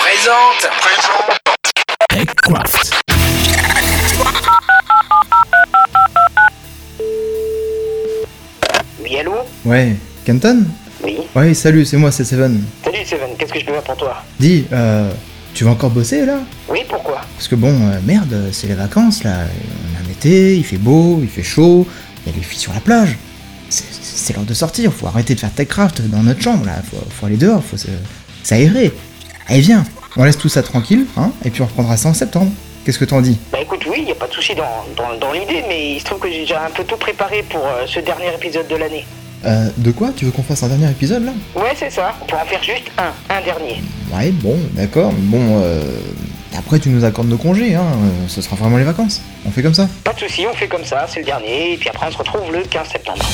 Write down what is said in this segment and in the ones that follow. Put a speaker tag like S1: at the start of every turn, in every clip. S1: Présente. Présente.
S2: Techcraft.
S3: Oui, allô
S4: Ouais, Kenton
S3: Oui.
S4: Ouais, salut, c'est moi, c'est Seven.
S3: Salut Seven, qu'est-ce que je peux faire pour toi
S4: Dis, euh, tu vas encore bosser là
S3: Oui, pourquoi
S4: Parce que bon, euh, merde, c'est les vacances là. On a un été, il fait beau, il fait chaud, il y a les filles sur la plage. C'est- C'est l'heure de sortir, faut arrêter de faire Techcraft dans notre chambre là, faut, faut aller dehors, faut se- s'aérer. Allez, viens, on laisse tout ça tranquille, hein, et puis on reprendra ça en septembre. Qu'est-ce que t'en dis
S3: Bah écoute, oui, y a pas de souci dans, dans, dans l'idée, mais il se trouve que j'ai déjà un peu tout préparé pour euh, ce dernier épisode de l'année.
S4: Euh, de quoi Tu veux qu'on fasse un dernier épisode là
S3: Ouais, c'est ça, on peut en faire juste un, un dernier.
S4: Ouais, bon, d'accord, mais bon, euh, après tu nous accordes nos congés, hein, euh, ce sera vraiment les vacances. On fait comme ça
S3: Pas de souci, on fait comme ça, c'est le dernier, et puis après on se retrouve le 15 septembre.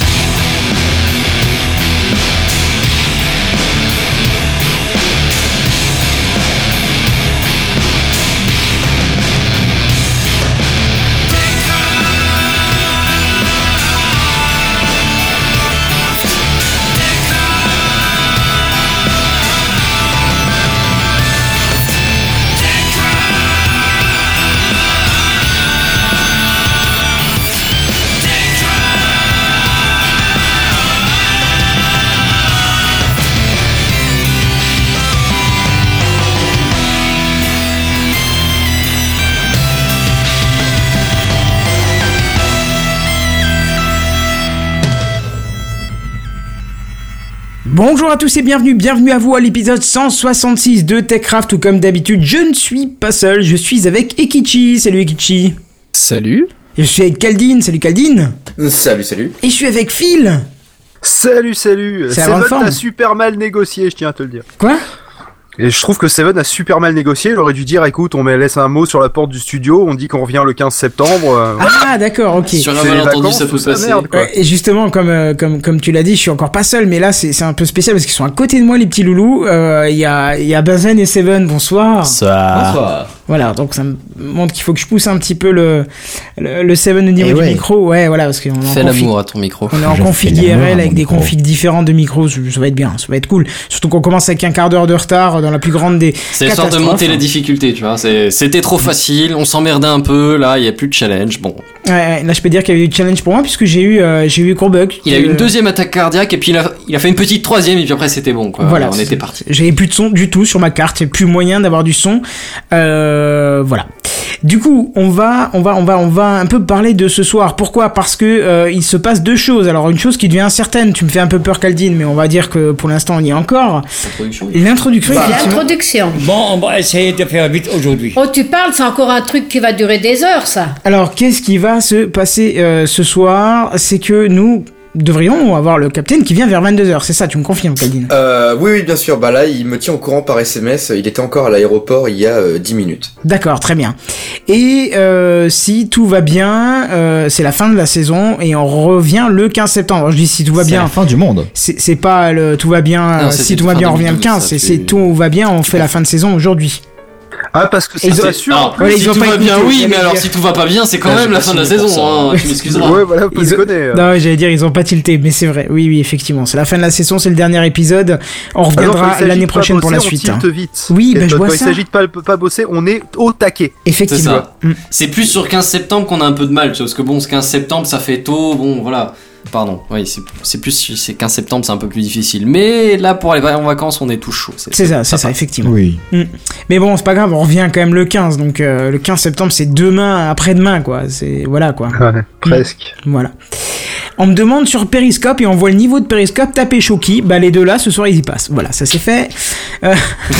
S2: Bonjour à tous et bienvenue, bienvenue à vous à l'épisode 166 de TechCraft où comme d'habitude je ne suis pas seul, je suis avec Ekichi, salut Ekichi.
S5: Salut
S2: Je suis avec Caldine, salut Caldine.
S6: Euh, Salut, salut.
S2: Et je suis avec Phil.
S7: Salut, salut
S2: C'est la
S7: Seven
S2: réforme.
S7: a super mal négocié, je tiens à te le dire.
S2: Quoi
S7: Et je trouve que Seven a super mal négocié, il aurait dû dire écoute, on met- laisse un mot sur la porte du studio, on dit qu'on revient le 15 septembre. euh,
S2: Ah d'accord, ok.
S6: Sur un
S7: c'est les
S6: malentendu,
S7: vacances,
S6: ça peut
S7: toute la
S6: passer.
S7: merde, quoi.
S2: Ouais, et justement, comme, euh, comme, comme tu l'as dit, je suis encore pas seul, mais là c'est c'est un peu spécial parce qu'ils sont à côté de moi les petits loulous. Euh, Il y, a, il y a Bazen et Seven, bonsoir. Ah.
S5: Ça
S6: Bonsoir.
S2: Voilà, donc ça me montre qu'il faut que je pousse un petit peu le, le, le Seven au niveau
S4: Eh
S2: du
S4: ouais.
S2: micro, ouais, voilà, parce qu'on est en
S6: Fais
S2: config-
S6: l'amour à ton micro.
S2: On est en
S5: Je
S2: config
S5: fais l'amour à
S2: IRL
S5: mon
S2: avec des
S5: micro.
S2: configs différentes de micros, ça ça va être bien, ça va être cool. Surtout qu'on commence avec un quart d'heure de retard dans la plus grande des.
S6: C'est histoire de
S2: catastrophes,
S6: monter
S2: hein.
S6: la difficulté, tu vois. C'est- C'était trop facile, on s'emmerdait un peu, là, il y a plus de challenge. Bon.
S2: Ouais, ouais, là je peux dire qu'il y avait eu challenge pour moi puisque j'ai eu euh, j'ai eu Courbug.
S6: Il a eu
S2: Euh,
S6: une deuxième attaque cardiaque, et puis il a, il a fait une petite troisième, et puis après c'était bon, quoi.
S2: Voilà,
S6: on
S2: c'est-
S6: était parti.
S2: J'avais plus de son du tout sur ma carte, plus moyen d'avoir du son. Euh, voilà. Du coup, on va, on va, on va, on va un peu parler de ce soir. Pourquoi Parce que euh, il se passe deux choses. Alors une chose qui devient incertaine. Tu me fais un peu peur, Caldine, mais on va dire que pour l'instant on y est encore. L'introduction.
S6: Bah,
S2: effectivement.
S8: L'introduction.
S9: Bah, Bon, on va essayer de faire vite aujourd'hui.
S8: Oh, tu parles, c'est encore un truc qui va durer des heures, ça.
S2: Alors qu'est-ce qui va se passer euh, ce soir C'est que nous devrions avoir le capitaine qui vient vers 22 h C'est ça Tu me confirmes, Caldine
S6: Euh,
S10: Oui, oui, bien sûr. Bah là, il me tient au courant par SMS. Il était encore à l'aéroport il y a euh, 10 minutes.
S2: D'accord, très bien. Et euh, si tout va bien, euh, c'est la fin de la saison et on revient le 15 septembre. Je dis si tout va
S4: C'est la
S2: bien.
S4: fin du monde.
S2: C'est c'est pas le tout va bien,
S6: Non,
S2: euh,
S6: c'était
S2: si tout
S6: fin
S2: va bien, on revient le
S6: 2012,
S2: 15.
S6: ça,
S2: C'est
S6: tu-
S2: c'est tout va bien, on fait la fin de saison aujourd'hui.
S7: Ah, parce que
S2: Ils
S7: c'est
S2: ont-
S7: pas sûr
S6: Ah,
S7: en plus.
S2: Ouais,
S6: si
S2: ils ont
S6: tout
S2: pas
S6: va bien,
S2: écouté,
S6: oui,
S2: j'allais
S6: mais alors
S2: dire.
S6: si tout va pas bien, c'est quand
S10: Ah,
S6: même
S10: j'ai
S6: la
S10: pas
S6: fin de la
S10: signé pour
S6: saison, hein, tu m'excuseras.
S7: Ouais, voilà, faut
S2: Ils-
S7: déconner. euh.
S2: Non, j'allais dire, ils ont pas tilté, mais c'est vrai. Oui, oui, effectivement. C'est la fin de la saison, c'est le dernier épisode. On
S7: Alors, quand Ah il
S2: reviendra
S7: s'agit de
S2: l'année
S7: pas
S2: prochaine pour la
S7: bosser, on
S2: suite.
S7: tilte
S2: hein.
S7: vite.
S2: Oui,
S7: Et
S2: ben, je
S7: quand
S2: vois
S7: il
S2: ça.
S7: s'agit de pas, pas bosser, on est au taquet.
S6: C'est
S2: Effectivement.
S6: ça.
S2: Mm.
S6: C'est plus sur 15 septembre qu'on a un peu de mal, tu vois, parce que bon, ce 15 septembre, ça fait tôt, bon, voilà. Pardon, oui, c'est- c'est plus si c'est 15 septembre, c'est un peu plus difficile. Mais là, pour aller en vacances, on est tout chaud.
S2: C'est ça, c'est ça, effectivement.
S4: Oui.
S2: Mais bon, c'est pas grave, on revient quand même le 15. Donc euh, le 15 septembre, c'est demain, après-demain, quoi. C'est voilà, quoi.
S7: Ouais, presque.
S2: Voilà. On me demande sur Periscope et on voit le niveau de Periscope taper Shoki. Bah les deux là, ce soir ils y passent. Voilà, ça c'est fait. Euh,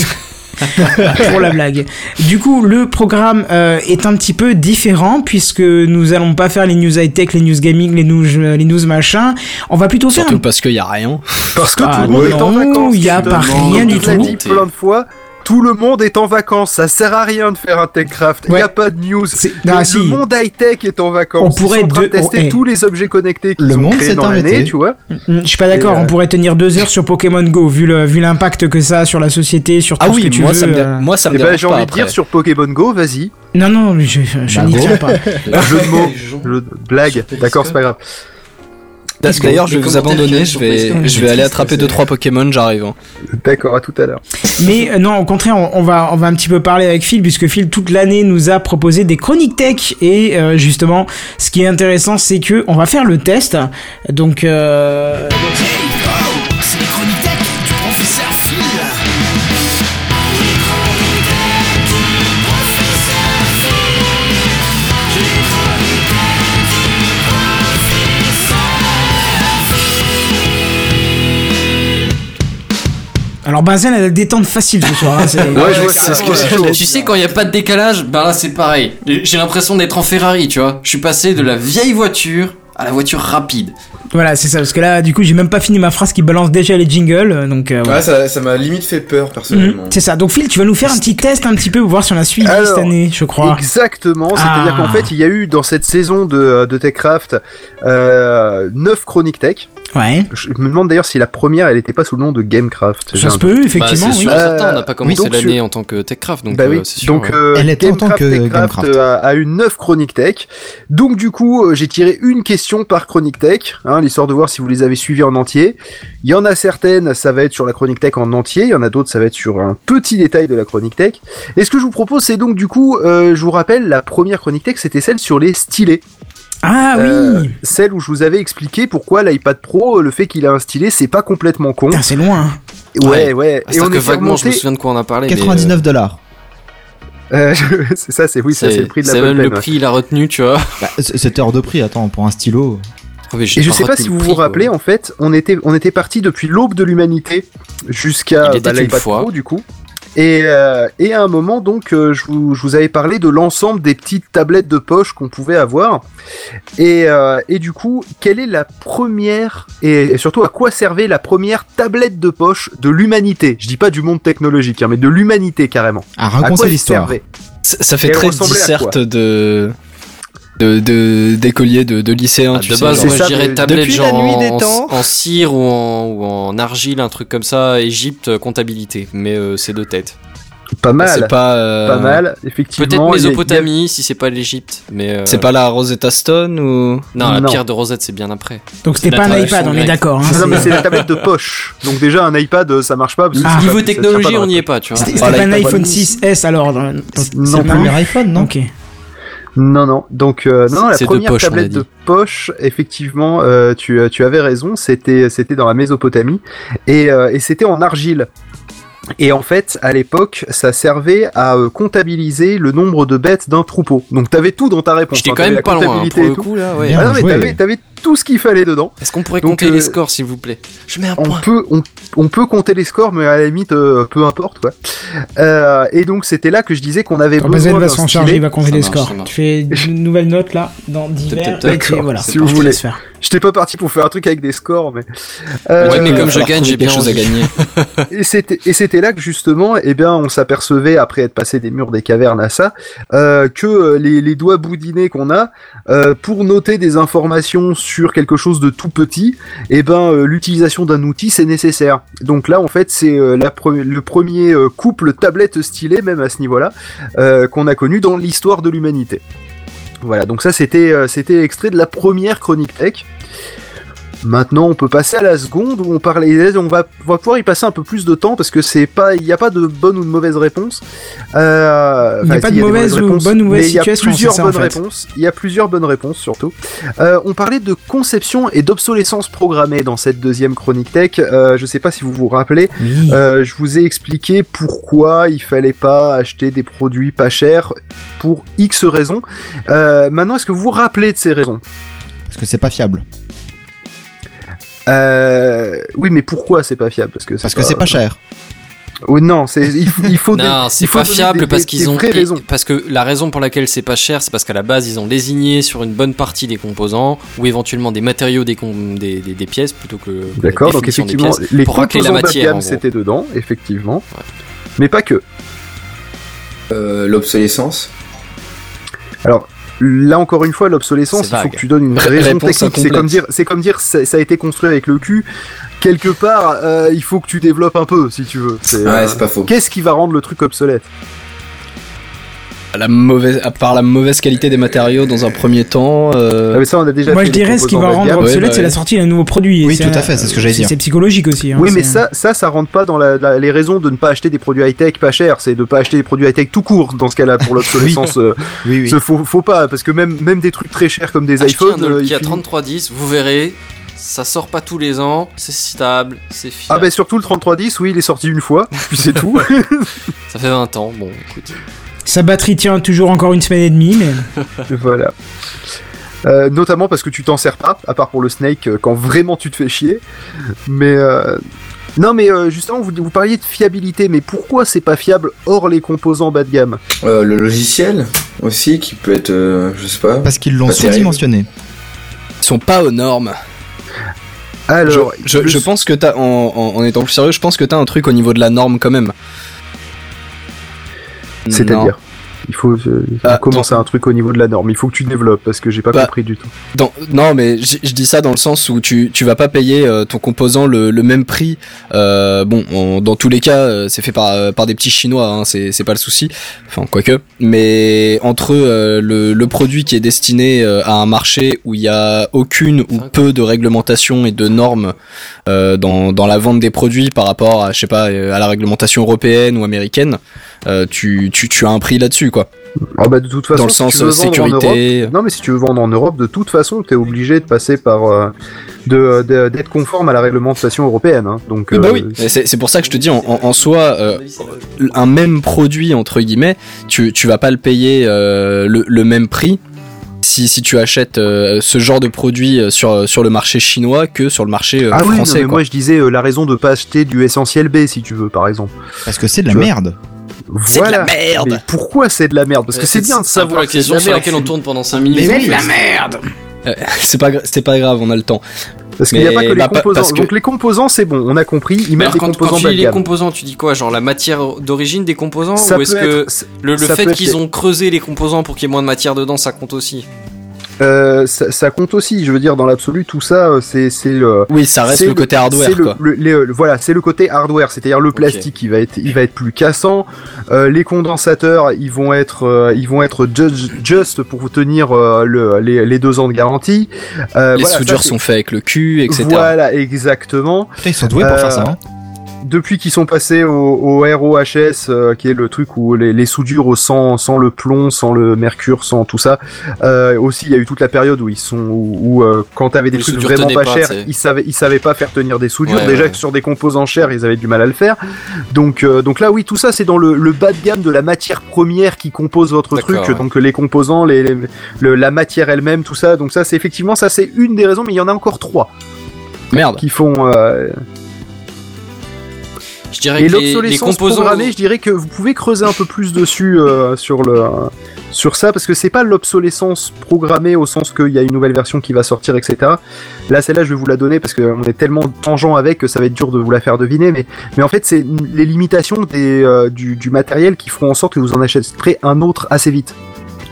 S2: Pour la blague. Du coup, le programme euh, est un petit peu différent puisque nous allons pas faire les news high tech, les news gaming, les news, euh, les news machin. On va plutôt faire.
S5: Surtout parce qu'il y a rien.
S7: Parce que
S2: Ah,
S7: tout le monde
S2: non,
S7: est en vacances.
S2: y a pas
S7: justement.
S2: rien du
S7: On l'a
S6: tout.
S7: dit plein de fois. Tout le monde est en vacances, ça sert à rien de faire un Techcraft, il
S2: Ouais.
S7: y a pas de news.
S2: C'est-
S7: Le,
S2: Ah,
S7: le
S2: si.
S7: monde high-tech est en vacances.
S2: On pourrait
S7: Ils sont en train de
S2: deux-
S7: tester
S2: oh, eh.
S7: tous les objets connectés qu'ils
S4: Le
S7: ont
S4: monde
S7: créés
S4: s'est
S7: dans l'année,
S4: arrêté.
S7: tu vois.
S2: Mm, Je suis pas d'accord.
S7: Et, euh,
S2: On pourrait tenir deux heures sur Pokémon Go vu le vu l'impact que ça a sur la société, sur tout
S5: Ah
S2: ce que
S5: oui,
S2: tu
S5: moi
S2: veux,
S5: ça, me, dé-
S11: hein.
S2: euh.
S5: moi ça me
S7: Eh ben,
S5: dérange
S7: j'ai
S5: pas
S7: envie de
S5: après.
S7: dire sur Pokémon Go, vas-y.
S2: Non non, je, je, je
S4: Bah,
S2: n'y
S4: go.
S2: tiens pas.
S7: Jeu de mots, jeu de blague, d'accord, c'est pas grave.
S1: D'a-
S2: Let's go.
S1: D'ailleurs, je vais
S6: Les
S1: vous abandonner, je
S6: commentaires qui ont
S1: vais,
S6: été
S1: je vais aller attraper 2-3 Pokémon, j'arrive. hein.
S7: D'accord, à tout à l'heure.
S2: Mais euh, non, au contraire, on, on va on va un petit peu parler avec Phil puisque Phil toute l'année nous a proposé des chroniques tech et euh, justement, ce qui est intéressant, c'est que on va faire le test. Donc euh, alors Benzen elle a des temps facile ce soir. hein, c'est-
S7: Ouais, je vois
S6: C'est ce que
S7: Ouais.
S6: j'ai- tu sais, quand il n'y a pas de décalage, ben là c'est pareil. J'ai l'impression d'être en Ferrari, tu vois. Je suis passé de la vieille voiture à la voiture rapide.
S2: Voilà, c'est ça parce que là du coup, j'ai même pas fini ma phrase qui balance déjà les jingles euh, donc euh, voilà.
S10: Ouais, ça ça m'a limite fait peur personnellement.
S2: Mhm, c'est ça. Donc Phil, tu vas nous faire un petit test un petit peu pour voir si on a suivi
S7: Alors,
S2: cette année, je crois.
S7: Exactement, c'est-à-dire
S2: Ah.
S7: qu'en fait, il y a eu dans cette saison de, de TechCraft euh, 9 chroniques tech.
S2: Ouais.
S7: Je me demande d'ailleurs si la première, elle n'était pas sous le nom de GameCraft. J'ai
S2: Ça
S7: un
S2: se
S7: doute.
S2: peut
S6: Bah,
S2: effectivement.
S6: c'est
S2: oui.
S6: sûr,
S7: Euh,
S6: certain, on n'a pas commencé
S7: donc,
S6: l'année
S7: je-
S6: en tant que TechCraft, donc
S7: bah oui,
S6: euh, c'est sûr.
S7: donc
S6: ouais.
S7: euh,
S4: Elle était en tant
S7: GameCraft,
S4: que
S7: TechCraft
S4: GameCraft.
S7: A, a eu 9 chroniques tech. Donc du coup, euh, j'ai tiré une question par chronique tech, hein, l'histoire de voir si vous les avez suivies en entier. Il y en a certaines, ça va être sur la chronique tech en entier, il y en a d'autres, ça va être sur un petit détail de la chronique tech. Et ce que je vous propose, c'est donc du coup, euh, je vous rappelle, la première chronique tech, c'était celle sur les stylets.
S2: Ah oui.
S7: Euh, celle où je vous avais expliqué pourquoi l'iPad Pro, euh, le fait qu'il a un stylet, c'est pas complètement con.
S2: Putain, c'est loin.
S7: Ouais, ouais.
S6: Ah,
S7: Et on
S6: C'est-à-dire que vaguement,
S7: est fait
S6: je me
S7: remonter.
S6: souviens de quoi on a parlé. mais, euh,
S4: 99 dollars.
S7: Euh, je- c'est ça, c'est oui, ça, c'est le prix de la
S6: C'est
S7: Apple
S6: même le
S7: Pen, ouais.
S6: prix, il a retenu, tu vois.
S4: Bah, c- cette heure de prix, attends, pour un stylo.
S7: Et je sais pas si vous vous rappelez, en fait, on était, on était parti depuis l'aube de l'humanité jusqu'à
S6: Il était une
S7: l'iPad
S6: fois.
S7: Pro, du coup. Et, euh, et à un moment, donc, euh, je, vous, je vous avais parlé de l'ensemble des petites tablettes de poche qu'on pouvait avoir. Et, euh, et du coup, quelle est la première, et, et surtout à quoi servait la première tablette de poche de l'humanité Je dis pas du monde technologique, hein, mais de l'humanité carrément.
S4: À
S7: à quoi
S4: raconter
S7: elle
S4: l'histoire.
S6: Bah,
S7: servait
S1: Ça ça fait
S7: Et elle
S1: très
S7: ressemblait à
S1: disserte
S7: quoi
S1: de de- de d'écoliers, de, de lycéens.
S6: Ah,
S1: tu
S6: de
S1: sais,
S6: base,
S1: genre.
S6: moi,
S7: c'est
S6: je
S7: ça,
S6: dirais
S7: mais
S6: tablette
S1: depuis
S6: genre
S1: la nuit
S6: en,
S1: des
S6: en-
S1: temps.
S6: en cire ou en, ou en argile, un truc comme ça, Égypte, euh, comptabilité. Mais euh, c'est deux têtes.
S7: Pas mal,
S1: c'est pas euh,
S7: pas mal, effectivement.
S6: Peut-être
S7: il y a- il y a-
S6: Mésopotamie, si c'est pas l'Égypte. Mais euh,
S1: C'est pas la Rosetta Stone ou
S6: Non, la
S7: Non.
S6: pierre de Rosette, c'est bien après.
S2: Donc c'était
S6: La
S2: pas un
S6: traduction
S2: iPad, on est
S6: grecque.
S2: d'accord. hein,
S7: Ah, Non, mais
S2: c'est-
S7: c'est la tablette de poche. Donc déjà un iPad euh, ça marche pas. parce que c'est
S6: Niveau
S7: pas- ça tient pas
S6: technologie,
S7: dans
S6: on
S7: la
S6: n'y est pas, tu vois.
S2: C'était
S1: Ah,
S2: c'était pas un
S1: l'iPad
S2: iPhone
S1: mini.
S2: 6S alors
S5: euh,
S2: dans- dans- c'est
S7: Non
S2: pas-
S4: Premier iPhone, non
S2: Ok.
S7: Non, non. Donc, euh, non, non, la
S6: C'est de
S7: première
S6: poche, on a
S7: tablette
S6: dit.
S7: de poche, effectivement, euh, tu, euh, tu avais raison, c'était, c'était dans la Mésopotamie et, euh, et c'était en argile. Et en fait, à l'époque, ça servait à euh, comptabiliser le nombre de bêtes d'un troupeau. Donc, t'avais tout dans ta réponse.
S6: J'étais
S7: hein,
S6: quand
S7: t'avais
S6: même
S7: la
S6: pas loin, hein,
S7: comptabilité
S6: pour
S7: et
S6: le
S7: tout.
S6: coup, là, ouais.
S4: Bien
S7: Ah non, mais
S4: joué.
S7: t'avais, t'avais tout ce qu'il fallait dedans.
S6: Est-ce qu'on pourrait
S7: Donc,
S6: compter
S7: euh,
S6: les scores, s'il vous plaît Je mets un
S7: on
S6: point.
S7: peut, on, on peut compter les scores, mais à la limite, euh, peu importe, quoi. Euh, et donc, c'était là que je disais qu'on avait
S2: Quand Bazel
S7: besoin
S2: va
S7: d'un
S2: s'en
S7: stylet.
S2: charger, il va compter
S6: Ça
S2: les
S6: marche,
S2: scores.
S6: ça marche.
S2: Tu fais une nouvelle note là, dans divers.
S6: D'accord,
S2: et tu- voilà,
S7: si vous
S2: je te
S7: voulez.
S2: laisse faire.
S7: J'étais pas parti pour faire un truc avec des scores, mais. Euh,
S6: Ouais, mais
S1: Il va
S6: comme je
S1: falloir
S6: gagne,
S1: trouver
S6: j'ai
S1: quelque
S6: bien
S1: chose à
S6: envie.
S1: gagner.
S7: et c'était et c'était là que justement, eh bien, on s'apercevait après être passé des murs des cavernes à ça, euh, que euh, les, les doigts boudinés qu'on a euh, pour noter des informations sur quelque chose de tout petit, eh ben, euh, l'utilisation d'un outil c'est nécessaire. Donc là, en fait, c'est euh, la pre- le premier euh, couple tablette stylet même à ce niveau-là euh, qu'on a connu dans l'histoire de l'humanité. Voilà, donc ça c'était euh, c'était extrait de la première chronique tech. Maintenant, on peut passer à la seconde où on parlait. On va, on va pouvoir y passer un peu plus de temps parce que c'est pas, il n'y a pas de bonne ou de mauvaise réponse. Euh,
S2: Il n'y a
S7: enfin,
S2: pas
S7: si,
S2: de
S7: il y des
S2: mauvaise
S7: mauvaises
S2: ou
S7: réponses,
S2: bonne ou mauvaise
S7: mais il y a
S2: situation,
S7: plusieurs
S2: c'est ça, en
S7: bonnes
S2: fait.
S7: réponses. Il y a plusieurs bonnes réponses surtout. Euh, on parlait de conception et d'obsolescence programmée dans cette deuxième chronique tech. Euh, je sais pas si vous vous rappelez.
S2: Oui.
S7: Euh, je vous ai expliqué pourquoi il fallait pas acheter des produits pas chers pour X raisons. Euh, maintenant, est-ce que vous vous rappelez de ces raisons
S4: Parce que c'est pas fiable.
S7: Euh, Oui, mais pourquoi c'est pas fiable Parce que
S4: Parce que c'est pas cher.
S7: Oh, non, c'est il faut. Il faut des-
S6: Non, c'est
S7: il faut
S6: pas
S7: donner
S6: fiable
S7: des-
S6: parce
S7: des-
S6: qu'ils
S7: des
S6: ont
S7: vraies
S6: et-
S7: raisons.
S6: parce que la raison pour laquelle c'est pas cher, c'est parce qu'à la base ils ont désigné sur une bonne partie des composants ou éventuellement des matériaux des com- des, des- des pièces plutôt que le-
S7: D'accord,
S6: la
S7: donc
S6: définition des
S7: effectivement,
S6: pièces,
S7: les
S6: pour racler la
S7: composants
S6: matière. en
S7: d'Appiam
S6: gros.
S7: c'était dedans, effectivement, mais pas que.
S10: Euh, L'obsolescence.
S7: Alors là encore une fois, l'obsolescence,
S6: C'est
S7: il faut
S6: vague.
S7: que tu donnes une
S1: Ré-
S7: raison
S1: réponse
S7: technique. C'est
S1: incomplète.
S7: comme dire, c'est comme dire, ça, ça a été construit avec le cul. Quelque part, euh, il faut que tu développes un peu, si tu veux. C'est,
S10: Ouais,
S7: euh,
S10: c'est pas faux.
S7: Qu'est-ce qui va rendre le truc obsolète
S11: La mauvaise, à part la mauvaise qualité des matériaux dans un premier temps. euh,
S7: Ah, mais ça, on a déjà
S2: Moi,
S7: fait
S2: je
S7: les
S2: dirais ce qui va
S7: composants bas de
S2: rendre
S7: gamme.
S11: Ouais,
S2: obsolète,
S11: bah
S2: c'est la
S11: ouais.
S2: sortie d'un nouveau produit. et
S5: Oui, tout à fait, c'est ce que j'allais
S2: c'est-
S5: dire.
S2: C'est psychologique aussi. hein,
S7: Oui, mais
S2: c'est-
S7: ça, ça, ça rentre pas dans la, la- les raisons de ne pas acheter des produits high-tech pas chers. C'est de pas acheter des produits high-tech tout court dans ce cas-là pour l'obsolescence. euh,
S5: Oui, oui.
S7: ce- faut, faut pas, parce que même, même des trucs très chers comme des
S6: Achetez
S7: iPhones.
S6: Ah, un
S7: euh,
S6: Nokia
S7: il finit-
S6: 3310, vous verrez, ça sort pas tous les ans, c'est stable, c'est
S7: Ah,
S6: fiable.
S7: ben surtout le 3310, oui, il est sorti une fois, puis c'est tout.
S6: Ça fait 20 ans, bon écoute.
S2: Sa batterie tient toujours encore une semaine et demie, mais
S7: voilà. Euh, notamment parce que tu t'en sers pas, à part pour le Snake, euh, quand vraiment tu te fais chier. Mais euh, non, mais euh, justement, vous, vous parliez de fiabilité, mais pourquoi c'est pas fiable hors les composants bas de gamme
S10: Euh, le logiciel aussi qui peut être, euh, je sais pas.
S5: Parce qu'ils l'ont
S10: Pas terrible.
S5: sous-dimensionné.
S11: Ils sont pas aux normes.
S7: Alors,
S11: je, je,
S7: le-
S11: je pense que t'as, en, en, en étant plus sérieux, je pense que t'as un truc au niveau de la norme quand même. Non.
S7: c'est-à-dire. Il faut euh,
S11: Ah,
S7: commencer un truc au niveau de la norme. Il faut que tu développes parce que j'ai pas
S11: Bah,
S7: compris du tout.
S11: Dans- non, mais j- je dis ça dans le sens où tu, tu vas pas payer euh, ton composant le, le même prix. Euh, bon, en- dans tous les cas, euh, c'est fait par, euh, par des petits chinois, hein, c'est c'est pas le souci. Enfin, quoique. Mais entre euh, le, le produit qui est destiné euh, à un marché où il y a aucune ou peu de réglementation et de normes euh, dans, dans la vente des produits par rapport à, je sais pas, euh, à la réglementation européenne ou américaine, euh, tu, tu, tu as un prix là-dessus, quoi.
S7: Ah bah, de toute façon,
S11: dans le
S7: si
S11: sens
S7: tu veux
S11: euh,
S7: vendre en Europe-
S11: sécurité.
S7: non, mais si tu veux vendre en Europe, de toute façon, t'es obligé de passer par euh, de- de- d'être conforme à la réglementation européenne. hein. Donc,
S11: Oui, bah
S7: euh,
S11: oui, Et c'est c'est pour ça que je te dis, en, en- en soi, euh, un même produit, entre guillemets, tu, tu vas pas le payer euh, le, le même prix si, si tu achètes euh, ce genre de produit euh, sur, sur le marché chinois que sur le marché euh,
S7: Ah oui, non,
S11: français.
S7: mais
S11: quoi.
S7: moi je disais euh, la raison de pas acheter du essentiel B si tu veux par exemple.
S5: Parce que c'est de la
S7: Tu vois.
S5: merde.
S11: C'est
S7: Voilà.
S11: de la merde Euh,
S7: Mais pourquoi c'est de la merde Parce que c'est bien de
S6: un peu
S7: savoir
S6: la
S7: que Euh, c'est de
S6: question
S7: la
S6: sur
S7: merde.
S6: laquelle on tourne pendant 5 minutes.
S11: C'est pas, gra- c'est pas grave, on a le temps.
S7: Parce qu'il n'y a
S11: Mais
S7: pas que les
S11: bah, pa-
S7: composants.
S11: parce que-
S7: Donc les composants c'est bon, on a compris, ils
S6: Mais
S7: mettent
S6: alors,
S7: des
S6: quand, quand
S7: composants
S6: tu
S7: bas
S6: dis
S7: de
S6: les
S7: gamme.
S6: composants, tu dis quoi Genre la matière d'origine des composants
S7: Ça
S6: Ou
S7: peut
S6: est-ce que
S7: être-
S6: le, le
S7: ça peut
S6: fait
S7: être
S6: qu'ils ont creusé les composants pour qu'il y ait moins de matière dedans, ça compte aussi
S7: Euh, ça, ça compte aussi, je veux dire dans l'absolu tout ça euh, c'est c'est le
S11: Oui, ça reste
S7: c'est
S11: le côté hardware,
S7: c'est le-
S11: quoi.
S7: le- les, euh, le- voilà, c'est le côté hardware, c'est-à-dire le plastique, il va être, il va être plus cassant. Euh, les condensateurs, ils vont être, euh, ils vont être ju- juste pour vous tenir euh, le, les, les deux ans de garantie. Euh,
S11: les
S7: voilà, ça,
S11: soudures
S7: c'est-
S11: sont faites avec le cul, etc.
S7: Voilà, exactement.
S5: Putain, ils sont doués pour
S7: Euh,
S5: faire ça. hein.
S7: depuis qu'ils sont passés au, au ROHS, euh, qui est le truc où les, les soudures au sans, sans le plomb, sans le mercure, sans tout ça, euh, aussi il y a eu toute la période où ils sont où, où, euh, quand t'avais des
S6: Les
S7: trucs
S6: soudures
S7: vraiment
S6: tenaient
S7: pas,
S6: pas,
S7: chers,
S6: t'sais.
S7: ils savaient ils savaient pas faire tenir des soudures.
S6: Ouais,
S7: Déjà
S6: ouais.
S7: que sur des composants chers, ils avaient du mal à le faire. Donc euh, donc là oui, tout ça c'est dans le, le bas de gamme de la matière première qui compose votre truc.
S6: D'accord, ouais.
S7: Donc les composants, les, les- le- la matière elle-même, tout ça. Donc ça c'est effectivement ça c'est une des raisons, mais il y en a encore trois
S11: Merde.
S7: qui font. euh,
S6: Je dirais
S7: et
S6: que les, les
S7: l'obsolescence
S6: composants.
S7: programmée, je dirais que vous pouvez creuser un peu plus dessus euh, sur le sur ça parce que c'est pas l'obsolescence programmée au sens qu'il y a une nouvelle version qui va sortir, etc. Là, celle-là, je vais vous la donner parce qu'on est tellement tangent avec que ça va être dur de vous la faire deviner. Mais mais en fait, c'est les limitations des, euh, du, du matériel qui feront en sorte que vous en achèterez un autre assez vite,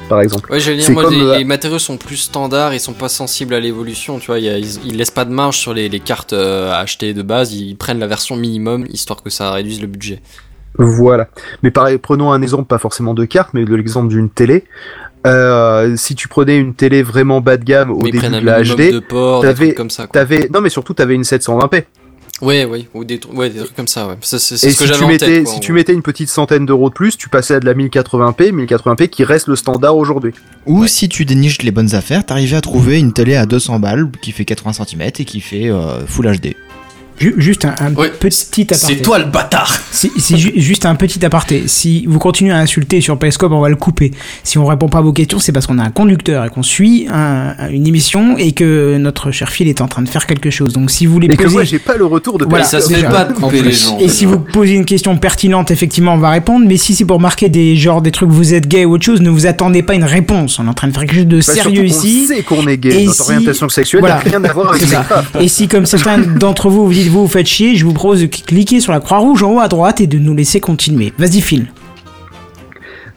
S7: par exemple.
S6: Ouais, j'allais
S7: C'est
S6: dire, moi,
S7: comme,
S6: les,
S7: euh,
S6: les matériaux sont plus standards, ils sont pas sensibles à l'évolution, tu vois. il y a- ils, ils laissent pas de marge sur les, les cartes euh, à acheter de base, ils prennent la version minimum histoire que ça réduise le budget.
S7: Voilà. Mais pareil, prenons un exemple, pas forcément de carte, mais de l'exemple d'une télé. Euh, si tu prenais une télé vraiment bas de gamme au
S6: Mais ils
S7: début
S6: prennent un
S7: de la
S6: minimum
S7: HD,
S6: de port, des
S7: t'avais-
S6: trucs comme ça. Quoi.
S7: T'avais non mais surtout t'avais une 720p.
S6: Ouais, ouais, ou des, tru- ouais, des trucs comme ça, ouais. Ça, C'est c'est
S7: Et
S6: ce que
S7: si
S6: j'avais
S7: tu
S6: en
S7: mettais
S6: tête. quoi,
S7: si
S6: en
S7: tu
S6: gros.
S7: mettais une petite centaine d'euros de plus, tu passais à de la 1080p, 1080p qui reste le standard aujourd'hui.
S5: Ou
S6: ouais.
S5: si tu déniches les bonnes affaires, t'arrives à trouver une télé à 200 balles qui fait 80 cm et qui fait euh, Full HD.
S2: ju- juste un, un
S6: Ouais,
S2: petit aparté.
S6: C'est toi le bâtard
S2: Si, si ju- juste un petit aparté, si vous continuez à insulter sur Periscope, on va le couper. Si on répond pas à vos questions, c'est parce qu'on a un conducteur et qu'on suit un- un- une émission et que notre cher Phil est en train de faire quelque chose. Donc si vous voulez
S7: Et que
S2: poser-
S7: moi j'ai pas le retour de
S2: Voilà,
S6: Et ça se
S7: personne.
S6: fait
S2: déjà.
S6: pas de couper les
S11: plus.
S6: gens.
S2: et si vous posez une question pertinente, effectivement, on va répondre. Mais si c'est pour marquer des genre des trucs, vous êtes gay ou autre chose, ne vous attendez pas à une réponse. On est en train de faire quelque chose de
S7: Bah, surtout
S2: sérieux
S7: qu'on
S2: ici.
S7: sait qu'on est
S2: Et
S7: gay, notre
S2: si-
S7: orientation sexuelle n'a
S2: Voilà.
S7: rien à voir avec
S2: C'est
S7: les
S2: ça.
S7: femmes.
S2: Et si, comme certains d'entre vous, vous dites vous vous faites chier, je vous propose de cliquer sur la croix rouge en haut à droite et de nous laisser continuer. Vas-y, Phil.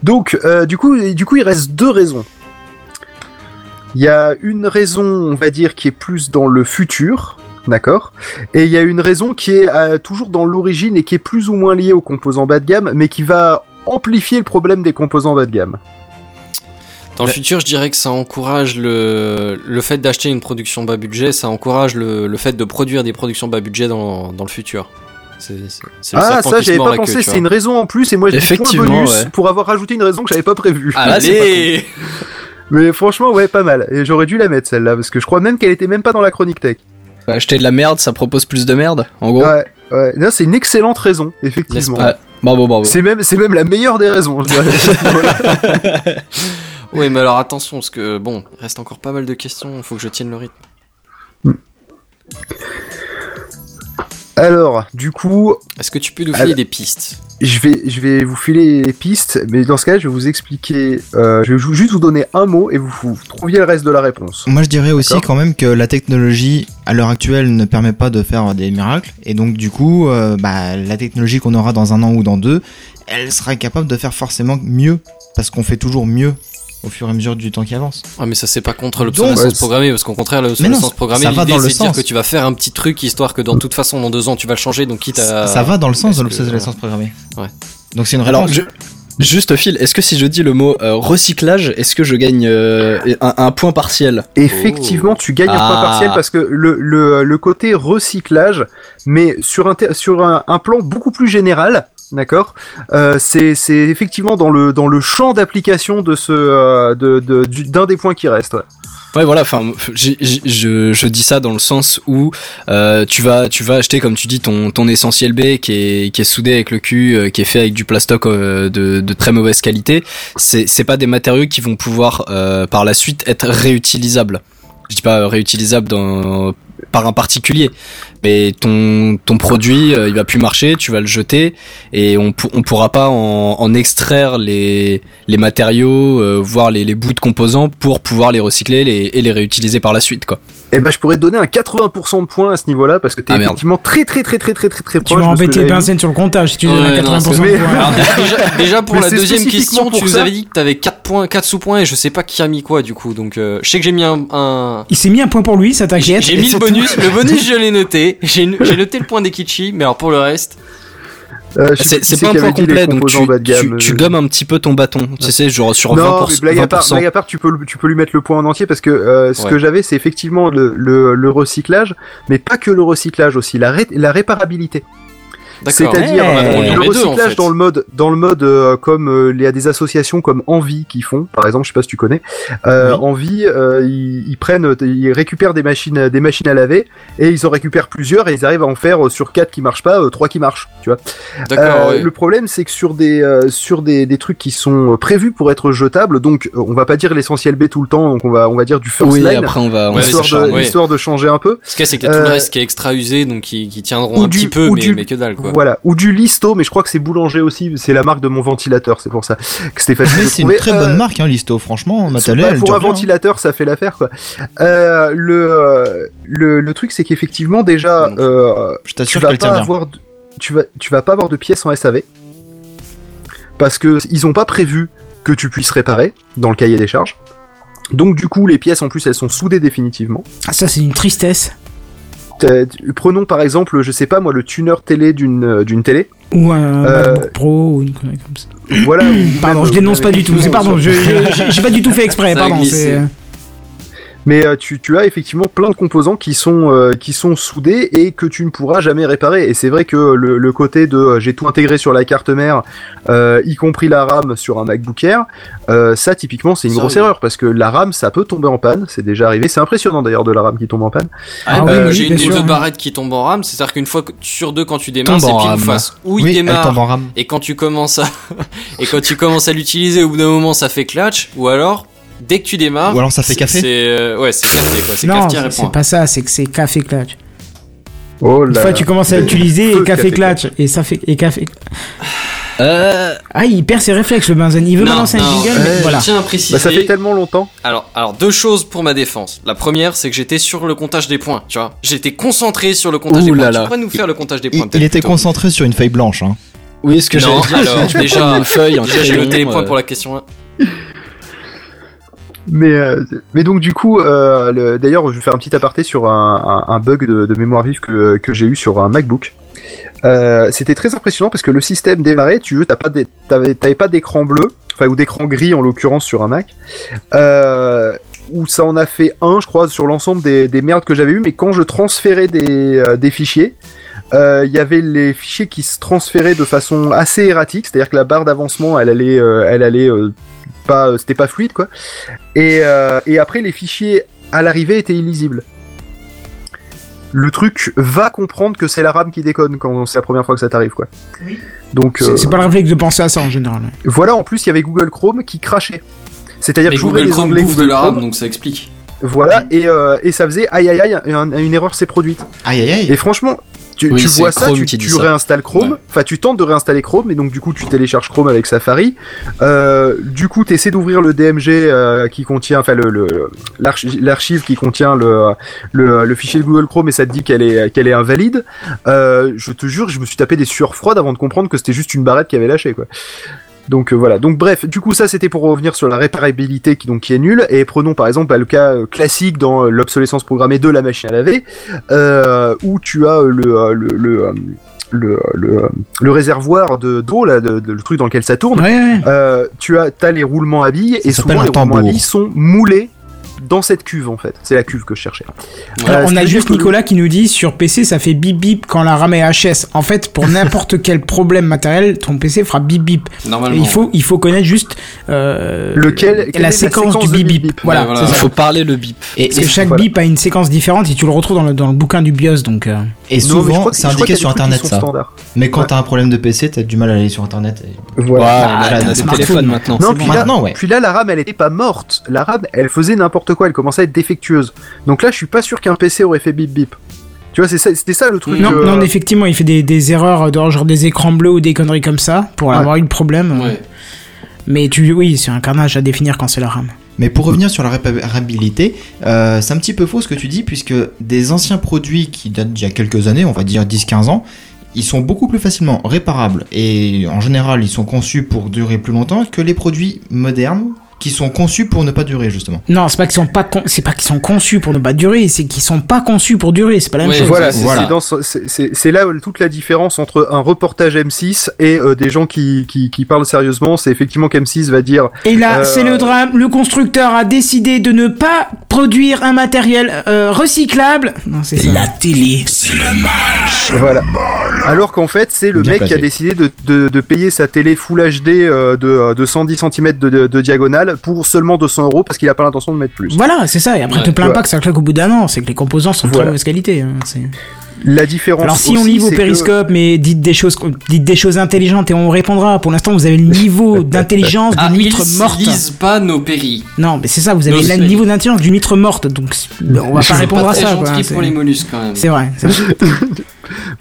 S7: Donc euh, du coup du coup il reste deux raisons. Il y a une raison, on va dire, qui est plus dans le futur, d'accord Et il y a une raison qui est euh, toujours dans l'origine et qui est plus ou moins liée aux composants bas de gamme, mais qui va amplifier le problème des composants bas de gamme.
S6: Dans
S7: Ben-
S6: le futur, je dirais que ça encourage le, le fait d'acheter une production bas budget, ça encourage le, le fait de produire des productions bas budget dans, dans le futur. C'est- c'est- c'est le
S7: Ah,
S6: serpent
S7: ça,
S6: qui se
S7: j'avais
S6: mord
S7: pas
S6: la queue,
S7: pensé,
S6: tu
S7: c'est
S6: vois.
S7: une raison en plus, et moi j'ai point
S11: Effectivement,
S7: bonus
S11: ouais.
S7: pour avoir rajouté une raison que j'avais pas prévue.
S11: Ah, là, c'est pas
S6: Allez
S7: Mais franchement, ouais, pas mal. Et j'aurais dû la mettre celle-là, parce que je crois même qu'elle était même pas dans la chronique tech.
S11: Bah, Acheter de la merde, ça propose plus de merde, en gros.
S7: Ouais, ouais. Non, c'est une excellente raison, effectivement.
S11: Ouais. Bravo, bravo.
S7: C'est même, c'est même la meilleure des raisons, je dirais. Voilà.
S6: Oui, mais alors attention, parce que bon, il reste encore pas mal de questions, il faut que je tienne le rythme.
S7: Alors, du coup,
S6: Est-ce que tu peux nous
S7: Ah
S6: filer
S7: bah-
S6: des pistes
S7: je vais, je vais vous filer les pistes, mais dans ce cas, je vais vous expliquer. euh, je vais ju- juste vous donner un mot et vous, vous trouviez le reste de la réponse.
S5: Moi, je dirais aussi
S7: D'accord.
S5: quand même que la technologie à l'heure actuelle ne permet pas de faire des miracles, et donc du coup, euh, bah, la technologie qu'on aura dans un an ou dans deux, elle sera capable de faire forcément mieux, parce qu'on fait toujours mieux au fur et à mesure du temps qui avance.
S6: Ah, mais ça, c'est pas contre
S7: Ouais,
S6: l'obsolescence
S7: c'est-
S6: programmée, parce qu'au contraire,
S5: non,
S6: l'obsolescence programmée,
S5: ça va
S6: l'idée,
S5: dans le
S6: c'est de dire
S5: sens.
S6: que tu vas faire un petit truc, histoire que dans toute façon, dans deux ans, tu vas le changer, donc quitte
S5: Ça,
S6: à...
S5: ça va dans le sens
S6: est-ce
S5: de
S6: que-
S5: l'obsolescence programmée.
S6: Ouais.
S5: Donc c'est une réponse.
S11: Alors, je... juste Phil, est-ce que si je dis le mot euh, recyclage, est-ce que je gagne euh, un, un point partiel
S7: Effectivement, tu gagnes un point
S11: Ah.
S7: partiel parce que le, le, le côté recyclage, mais sur un, ter- sur un, un plan beaucoup plus général, d'accord, euh, c'est c'est effectivement dans le, dans le champ d'application de ce euh, de- de- du- d'un des points qui reste. ouais.
S11: Ouais, voilà. Enfin, j'ai- j'ai- je, je dis ça dans le sens où euh, tu vas tu vas acheter comme tu dis ton ton essentiel B qui est qui est soudé avec le cul, euh, qui est fait avec du plastoc euh, de, de très mauvaise qualité. C'est c'est pas des matériaux qui vont pouvoir euh, par la suite être réutilisables. Je dis pas euh, réutilisables dans par un particulier, mais ton ton produit euh, il va plus marcher, tu vas le jeter et on pour- on pourra pas en, en extraire les les matériaux, euh, voire les, les bouts de composants pour pouvoir les recycler les- et les réutiliser par la suite, quoi.
S7: Et ben, je pourrais te donner un 80% de points à ce niveau-là parce que t'es
S11: Ah, merde.
S7: effectivement très très très très très très très
S2: Tu
S7: proche.
S2: vas
S7: de ce que
S2: embêter
S7: j'avais dit.
S2: Benzen sur le comptage si tu donnes
S6: Ouais,
S2: un
S6: non,
S2: 80%
S7: c'est-
S2: de points.
S6: Alors, déjà, déjà, pour
S7: Mais
S6: la
S7: c'est
S6: deuxième
S7: spécifiquement
S6: question, tu
S7: pour
S6: nous
S7: ça.
S6: avais dit que t'avais 4 points, 4 sous-points, et je sais pas qui a mis quoi, du coup, donc euh, je sais que j'ai mis un... un-
S2: Il s'est mis un point pour lui, ça t'inquiète. Ah,
S6: J'ai
S2: et
S6: mis
S2: c'est
S6: le
S2: tout.
S6: bonus, le bonus je l'ai noté, j'ai j'ai noté le point des Kichi, mais alors pour le reste...
S7: Euh, je sais plus
S11: C'est c'est
S7: qui
S11: pas un
S7: avait
S11: point
S7: dit les
S11: complet, donc tu,
S7: composants bas de
S11: tu-
S7: gamme,
S11: tu
S7: euh,
S11: gommes un petit peu ton bâton, tu sais, genre sur 20%.
S7: Non, mais blague à, part,
S11: 20%.
S7: blague à part, tu peux, le- tu peux lui mettre le point en entier parce que euh, ce
S6: Ouais.
S7: que j'avais, c'est effectivement le, le, le recyclage, mais pas que le recyclage aussi, la, ré- la réparabilité.
S6: D'accord.
S7: C'est-à-dire
S2: Ouais.
S7: euh,
S2: On
S6: y en
S7: le
S6: met deux, en
S7: recyclage
S6: fait.
S7: dans le mode, dans le mode euh, comme euh, il y a des associations comme Envie qui font, par exemple, je sais pas si tu connais. Euh, Envie, euh, ils, ils prennent, ils récupèrent des machines, des machines à laver et ils en récupèrent plusieurs et ils arrivent à en faire euh, sur quatre qui marchent pas, euh, trois qui marchent, tu vois.
S6: D'accord,
S7: Euh,
S6: ouais.
S7: Le problème, c'est que sur des euh, sur des, des trucs qui sont euh, prévus pour être jetables, donc euh, on va pas dire l'essentiel B tout le temps, donc on va on va dire du first
S11: Oui,
S7: line,
S11: après on va. on
S6: Ouais,
S11: va
S7: histoire,
S11: se
S6: c'est ça,
S7: de,
S11: charger.
S6: ouais.
S7: histoire de changer un peu.
S6: Ce qu'il y a, c'est qu'il y a tout le
S7: Euh,
S6: reste qui est extra usé, donc qui, qui tiendront
S7: ou
S6: un
S7: du-
S6: petit peu,
S7: ou
S6: mais,
S7: du-
S6: mais que dalle quoi.
S7: Voilà, ou du listo, mais je crois que c'est boulanger aussi, c'est la marque de mon ventilateur, c'est pour ça que c'était facile.
S5: Mais
S7: de
S5: c'est une
S7: trouver.
S5: très
S7: Euh,
S5: bonne marque, hein, Listo. Franchement, ma
S7: c'est
S5: télé,
S7: pas
S5: elle
S7: pour
S5: dure
S7: un
S5: bien, hein.
S7: ventilateur, ça fait l'affaire quoi. Euh, le, euh, le le truc c'est qu'effectivement déjà
S6: Non.
S7: euh,
S5: Je
S7: tu
S5: t'assure
S7: vas
S5: qu'elle tient
S7: pas
S5: bien.
S7: avoir de- tu vas tu vas pas avoir de pièces en SAV parce que ils ont pas prévu que tu puisses réparer dans le cahier des charges. Donc du coup les pièces en plus elles sont soudées définitivement.
S2: Ah, ça, c'est une tristesse.
S7: T'as- tu- Prenons par exemple je sais pas moi le tuner télé d'une euh, d'une télé.
S2: Ou un
S7: Euh,
S2: MacBook Pro ou une connerie comme ça.
S7: Voilà. ou
S2: Pardon,
S7: même,
S2: je dénonce
S7: euh,
S2: pas du tout. C'est- Pardon, je- je- j'ai j'ai pas du tout fait exprès.
S6: Ça a
S2: Pardon.
S6: glissé.
S2: c'est-
S7: Mais euh, tu, tu as effectivement plein de composants qui sont euh, qui sont soudés et que tu ne pourras jamais réparer. Et c'est vrai que le, le côté de euh, j'ai tout intégré sur la carte mère, euh, y compris la RAM sur un MacBook Air, euh, ça typiquement c'est une
S6: Ça,
S7: grosse
S6: oui.
S7: erreur parce que la RAM ça peut tomber en panne. C'est déjà arrivé. C'est impressionnant d'ailleurs de la RAM qui tombe en panne.
S2: Ah
S6: Euh,
S2: oui,
S6: j'ai
S2: oui, bien
S6: une des
S2: sûr.
S6: deux
S2: hein.
S6: barrettes qui tombe en rame, c'est-à-dire qu'une fois que- sur deux quand tu démarres,
S11: Tombe
S6: c'est
S11: en
S6: pile
S11: rame.
S6: face où il
S5: Oui, elle
S6: démarre
S5: tombe en rame.
S6: et quand tu commences à et quand tu commences à l'utiliser au bout d'un moment ça fait clutch ou alors dès que tu démarres
S7: Ah,
S5: Ou alors ça fait
S6: c'est-
S5: café.
S6: c'est euh, ouais c'est café quoi c'est
S2: Non,
S6: cafetière et
S2: c'est-
S6: point
S2: c'est pas ça, c'est que c'est café clutch.
S7: Oh
S2: Une
S7: là.
S2: fois, tu commences à l'utiliser
S7: Feu
S2: et café
S7: café
S2: clutch. Et ça fait. Et café.
S11: Euh,
S2: Ah, il perd ses réflexes, le Benzen. Il veut
S6: Non,
S2: balancer un
S6: non, euh,
S2: jingle,
S7: ouais.
S2: mais voilà.
S6: je tiens à préciser
S7: Bah, ça fait tellement longtemps.
S6: alors alors deux choses pour ma défense la première c'est que j'étais sur le comptage des points tu vois j'étais concentré sur le comptage des
S11: Ouh là
S6: points
S11: là.
S6: tu pourrais nous faire le comptage des
S5: Il,
S6: points
S5: il
S6: peut-être,
S5: était
S6: plutôt
S5: concentré sur une feuille blanche. Hein.
S11: oui, ce que
S6: Non,
S11: j'allais dire,
S6: alors,
S11: je vais
S6: déjà-
S11: prendre une feuille, un
S6: Déjà, j'ai
S11: crayon,
S6: noté les points
S11: euh,
S6: pour la question 1.
S7: Mais, euh, mais donc du coup, euh, le- d'ailleurs, je vais faire un petit aparté sur un, un- un bug de, de mémoire vive que, que j'ai eu sur un MacBook. Euh, c'était très impressionnant parce que le système démarrait, tu veux, t'as pas des- t'avais t'avais pas d'écran bleu, enfin ou d'écran gris en l'occurrence sur un Mac, euh, où ça en a fait un, je crois, sur l'ensemble des, des merdes que j'avais eu. Mais quand je transférais des, euh, des fichiers, euh, il y avait les fichiers qui se transféraient de façon assez erratique, c'est-à-dire que la barre d'avancement, elle allait, euh, elle allait euh, pas, euh, c'était pas fluide quoi. Et, euh, et après, les fichiers à l'arrivée étaient illisibles. Le truc va comprendre que c'est la RAM qui déconne quand c'est la première fois que ça t'arrive quoi. Donc euh,
S2: C'est c'est pas le réflexe de penser à ça en général.
S7: voilà, en plus il y avait Google Chrome qui crachait. C'est-à-dire
S6: Mais
S7: que j'ouvrais
S6: Google
S7: les
S6: Chrome
S7: onglets
S6: bouffe de
S7: Google
S6: la RAM,
S7: Chrome,
S6: donc ça explique.
S7: voilà, et, euh, et ça faisait aïe aïe aïe, une, une erreur s'est produite.
S4: Aïe aïe aïe.
S7: Et franchement, tu,
S1: Oui,
S7: tu
S1: c'est
S7: vois ça,
S1: Chrome
S7: tu,
S1: qui dit
S7: tu
S1: ça.
S7: réinstalles Chrome,
S6: Ouais.
S7: enfin tu tentes de réinstaller Chrome, et donc du coup tu télécharges Chrome avec Safari. Euh, du coup, tu essaies d'ouvrir le DMG euh, qui contient, enfin le, le- l'archi- l'archive qui contient le, le, le fichier de Google Chrome, et ça te dit qu'elle est, qu'elle est invalide. Euh, je te jure, je me suis tapé des sueurs froides avant de comprendre que c'était juste une barrette qui avait lâché, quoi. Donc euh, voilà. Donc bref, du coup ça c'était pour revenir sur la réparabilité qui donc qui est nulle et prenons par exemple bah, le cas euh, classique dans euh, l'obsolescence programmée de la machine à laver euh, où tu as euh, le euh, le le, euh, le, le, euh, le réservoir de d'eau là de- de- le truc dans lequel ça tourne
S2: Ouais, ouais.
S7: euh, tu as t'as les roulements à billes
S4: Ça
S7: et
S4: s'appelle
S7: souvent
S4: un
S7: les roulements à
S4: tambour.
S7: billes sont moulés dans cette cuve en fait c'est la cuve que je cherchais
S2: Alors,
S7: Euh, ce
S2: on
S7: qui
S2: a
S7: veut dire
S2: juste
S7: que le-
S2: Nicolas qui nous dit sur PC ça fait bip bip quand la RAM est HS. En fait, pour n'importe quel problème matériel, ton PC fera bip bip. Et
S6: Normalement.
S2: il faut il faut connaître juste euh,
S7: Lequel-
S2: la,
S7: quelle est la
S2: séquence du
S7: séquence de
S2: bip
S7: bip
S2: bip.
S7: bip.
S2: Voilà.
S6: Ouais, voilà.
S1: Il faut parler le bip.
S4: Et,
S2: Parce que
S4: et-
S2: chaque
S7: Voilà.
S2: bip a une séquence différente et tu le retrouves dans le, dans le bouquin du BIOS donc. euh.
S4: et
S7: Non, mais je
S4: souvent,
S7: crois que-
S4: c'est
S7: je crois
S4: indiqué
S7: qu'il y a des
S4: sur
S7: trucs qui
S4: internet
S7: sont
S4: ça.
S7: standards.
S4: Mais quand
S7: Ouais.
S4: t'as un problème de PC, t'as du mal à aller sur internet. et-
S7: Voilà.
S1: Voilà,
S4: Ah,
S1: on a
S4: t'as
S1: des
S4: un
S1: téléphones
S4: smartphone.
S1: maintenant.
S7: Non,
S4: c'est
S7: puis,
S4: bon.
S7: là,
S4: Maintenant, ouais.
S7: puis là, la RAM, elle était pas morte. La RAM, elle faisait n'importe quoi. Elle commençait à être défectueuse. Donc là, je suis pas sûr qu'un PC aurait fait bip bip. Tu vois, c'est ça- c'était ça le truc.
S2: Non,
S7: euh,
S2: non, effectivement, il fait des, des erreurs dans genre des écrans bleus ou des conneries comme ça pour
S7: Ouais.
S2: avoir eu le problème.
S6: Ouais.
S2: Mais tu oui, c'est un carnage à définir quand c'est la RAM.
S4: Mais pour revenir sur la réparabilité, euh, c'est un petit peu faux ce que tu dis, puisque des anciens produits qui datent d'il y a quelques années, on va dire 10-15 ans, ils sont beaucoup plus facilement réparables et en général ils sont conçus pour durer plus longtemps que les produits modernes qui sont conçus pour ne pas durer justement.
S2: Non, c'est pas qu'ils sont pas con- c'est pas qu'ils sont conçus pour ne pas durer, c'est qu'ils sont pas conçus pour durer, c'est pas la même
S6: Ouais,
S2: chose.
S7: Voilà, c'est
S4: Voilà.
S7: c'est dans ce- c'est- c'est- c'est là euh, toute la différence entre un reportage M6 et euh, des gens qui, qui, qui parlent sérieusement. C'est effectivement qu'M6 va dire
S2: Et là,
S7: Euh,
S2: c'est le drame, le constructeur a décidé de ne pas produire un matériel euh, recyclable. Non, c'est ça.
S9: télé.
S7: Voilà. Alors qu'en fait, c'est le
S4: Bien
S7: mec qui a
S4: placé.
S7: décidé de, de, de payer sa télé Full HD euh, de, euh, de 110 cm de, de- de diagonale pour seulement 200 euros parce qu'il a pas l'intention de mettre plus.
S2: Voilà, c'est ça. Et après,
S6: Ouais,
S2: te plains
S7: ouais.
S2: pas que ça claque au bout d'un an, c'est que les composants sont de
S7: Voilà.
S2: très mauvaise qualité. hein, c'est-
S7: La différence.
S2: Alors si on
S7: aussi,
S2: livre au
S7: c'est que-
S2: périscope, mais dites des choses, dites des choses intelligentes et on répondra. Pour l'instant, vous avez le niveau d'intelligence
S6: Ah,
S2: d'une
S6: ils
S2: huître morte.
S6: lisent pas nos péris.
S2: Non, mais c'est ça, vous
S6: Non,
S2: avez
S6: c'est-
S2: le niveau d'intelligence d'une huître morte, donc on va pas répondre à
S6: très
S2: ça.
S6: gentil
S2: quoi,
S6: pour les
S2: c'est-
S6: mollusques quand même.
S2: C'est vrai. c'est vrai.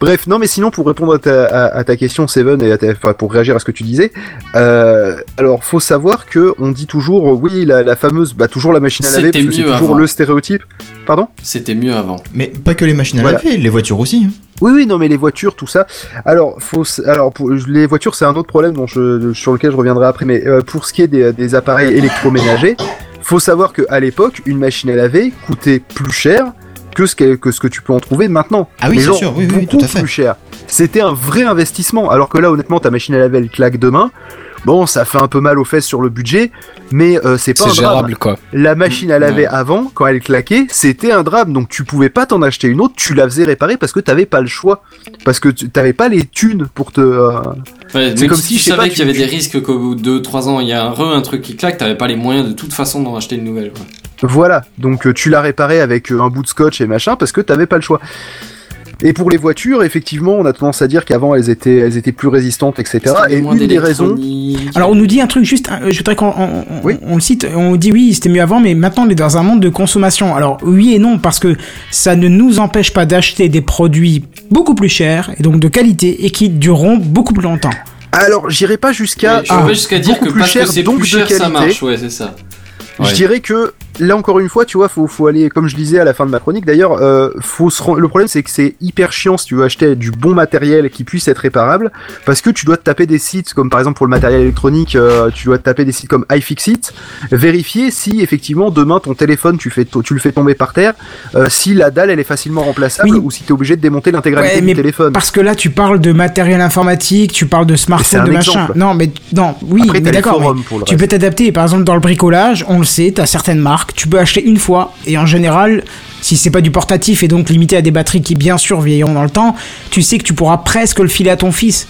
S7: Bref, non, mais sinon, pour répondre à ta, à, à ta question, Seven, et à ta- enfin, pour réagir à ce que tu disais, euh, alors, faut savoir que on dit toujours, euh, oui, la, la fameuse, bah, toujours la machine à laver,
S6: C'était
S7: parce que c'est
S6: mieux
S7: toujours
S6: avant.
S7: le stéréotype. Pardon
S6: C'était mieux avant.
S4: Mais pas que les machines à
S7: Voilà.
S4: laver, les voitures aussi. hein.
S7: Oui, oui, non, mais les voitures, tout ça. Alors, faut, s- alors pour, les voitures, c'est un autre problème dont je, sur lequel je reviendrai après. Mais euh, pour ce qui est des, des appareils électroménagers, faut savoir qu'à l'époque, une machine à laver coûtait plus cher que ce que, que ce que tu peux en trouver maintenant.
S4: Ah oui,
S7: Mais
S4: c'est
S7: genre,
S4: sûr, oui, oui, oui,
S7: beaucoup
S4: tout à fait.
S7: plus cher. C'était un vrai investissement. Alors que là, honnêtement, ta machine à laver, elle claque demain. Bon, ça fait un peu mal aux fesses sur le budget, mais euh, c'est pas
S1: C'est
S7: un drame.
S1: gérable quoi.
S7: La machine
S4: Mm.
S7: à laver
S6: Ouais.
S7: avant, quand elle claquait, c'était un drame. Donc tu pouvais pas t'en acheter une autre, tu la faisais réparer parce que t'avais pas le choix. Parce que tu- t'avais pas les thunes pour te. euh,
S6: Ouais,
S7: C'est
S6: même
S7: comme
S6: si
S7: si, je
S6: tu
S7: sais
S6: savais
S7: pas,
S6: qu'il y avait
S7: tu-
S6: des risques qu'au bout de 2-3 ans, il y a un re, un truc qui claque, t'avais pas les moyens de toute façon d'en acheter une nouvelle. quoi.
S7: Voilà. Donc euh, tu la réparais avec euh, un bout de scotch et machin parce que t'avais pas le choix. Et pour les voitures, effectivement, on a tendance à dire qu'avant elles étaient, elles étaient plus résistantes, etc.
S6: C'était
S7: Et
S6: moins
S7: une des raisons.
S6: d'électronique.
S2: Alors on nous dit un truc juste, euh, je voudrais qu'on on, on-
S7: Oui.
S2: on le cite, on dit oui c'était mieux avant, mais maintenant on est dans un monde de consommation. Alors oui et non parce que ça ne nous empêche pas d'acheter des produits beaucoup plus chers et donc de qualité et qui dureront beaucoup plus longtemps.
S7: Alors j'irai pas jusqu'à.
S6: Ouais, je
S7: Ah,
S6: vais jusqu'à dire
S7: beaucoup
S6: que
S7: plus
S6: parce
S7: cher,
S6: que c'est
S7: donc
S6: plus
S7: de
S6: cher, ça
S7: qualité.
S6: marche. Ouais, c'est ça. Ouais.
S7: Je dirais que là encore une fois, tu vois, faut, faut aller, comme je disais à la fin de ma chronique d'ailleurs, euh, faut se rend- le problème c'est que c'est hyper chiant si tu veux acheter du bon matériel qui puisse être réparable, parce que tu dois te taper des sites comme par exemple pour le matériel électronique, euh, tu dois te taper des sites comme iFixit, vérifier si effectivement demain ton téléphone tu, fais to- tu le fais tomber par terre, euh, si la dalle elle est facilement remplaçable
S2: Oui.
S7: ou si tu es obligé de démonter l'intégralité
S2: Ouais, mais
S7: du téléphone.
S2: Parce que là, tu parles de matériel informatique, tu parles de smartphone,
S7: un
S2: de machin.
S7: exemple.
S2: Non, mais non, oui,
S7: Après,
S2: mais
S7: t'as les
S2: d'accord.
S7: forums
S2: mais
S7: pour le
S2: Tu peux t'adapter. Par exemple, dans le bricolage, on le sait, t'as certaines marques. Tu peux acheter une fois, et en général, si c'est pas du portatif et donc limité à des batteries qui bien sûr vieilliront dans le temps, tu sais que tu pourras presque le filer à ton fils.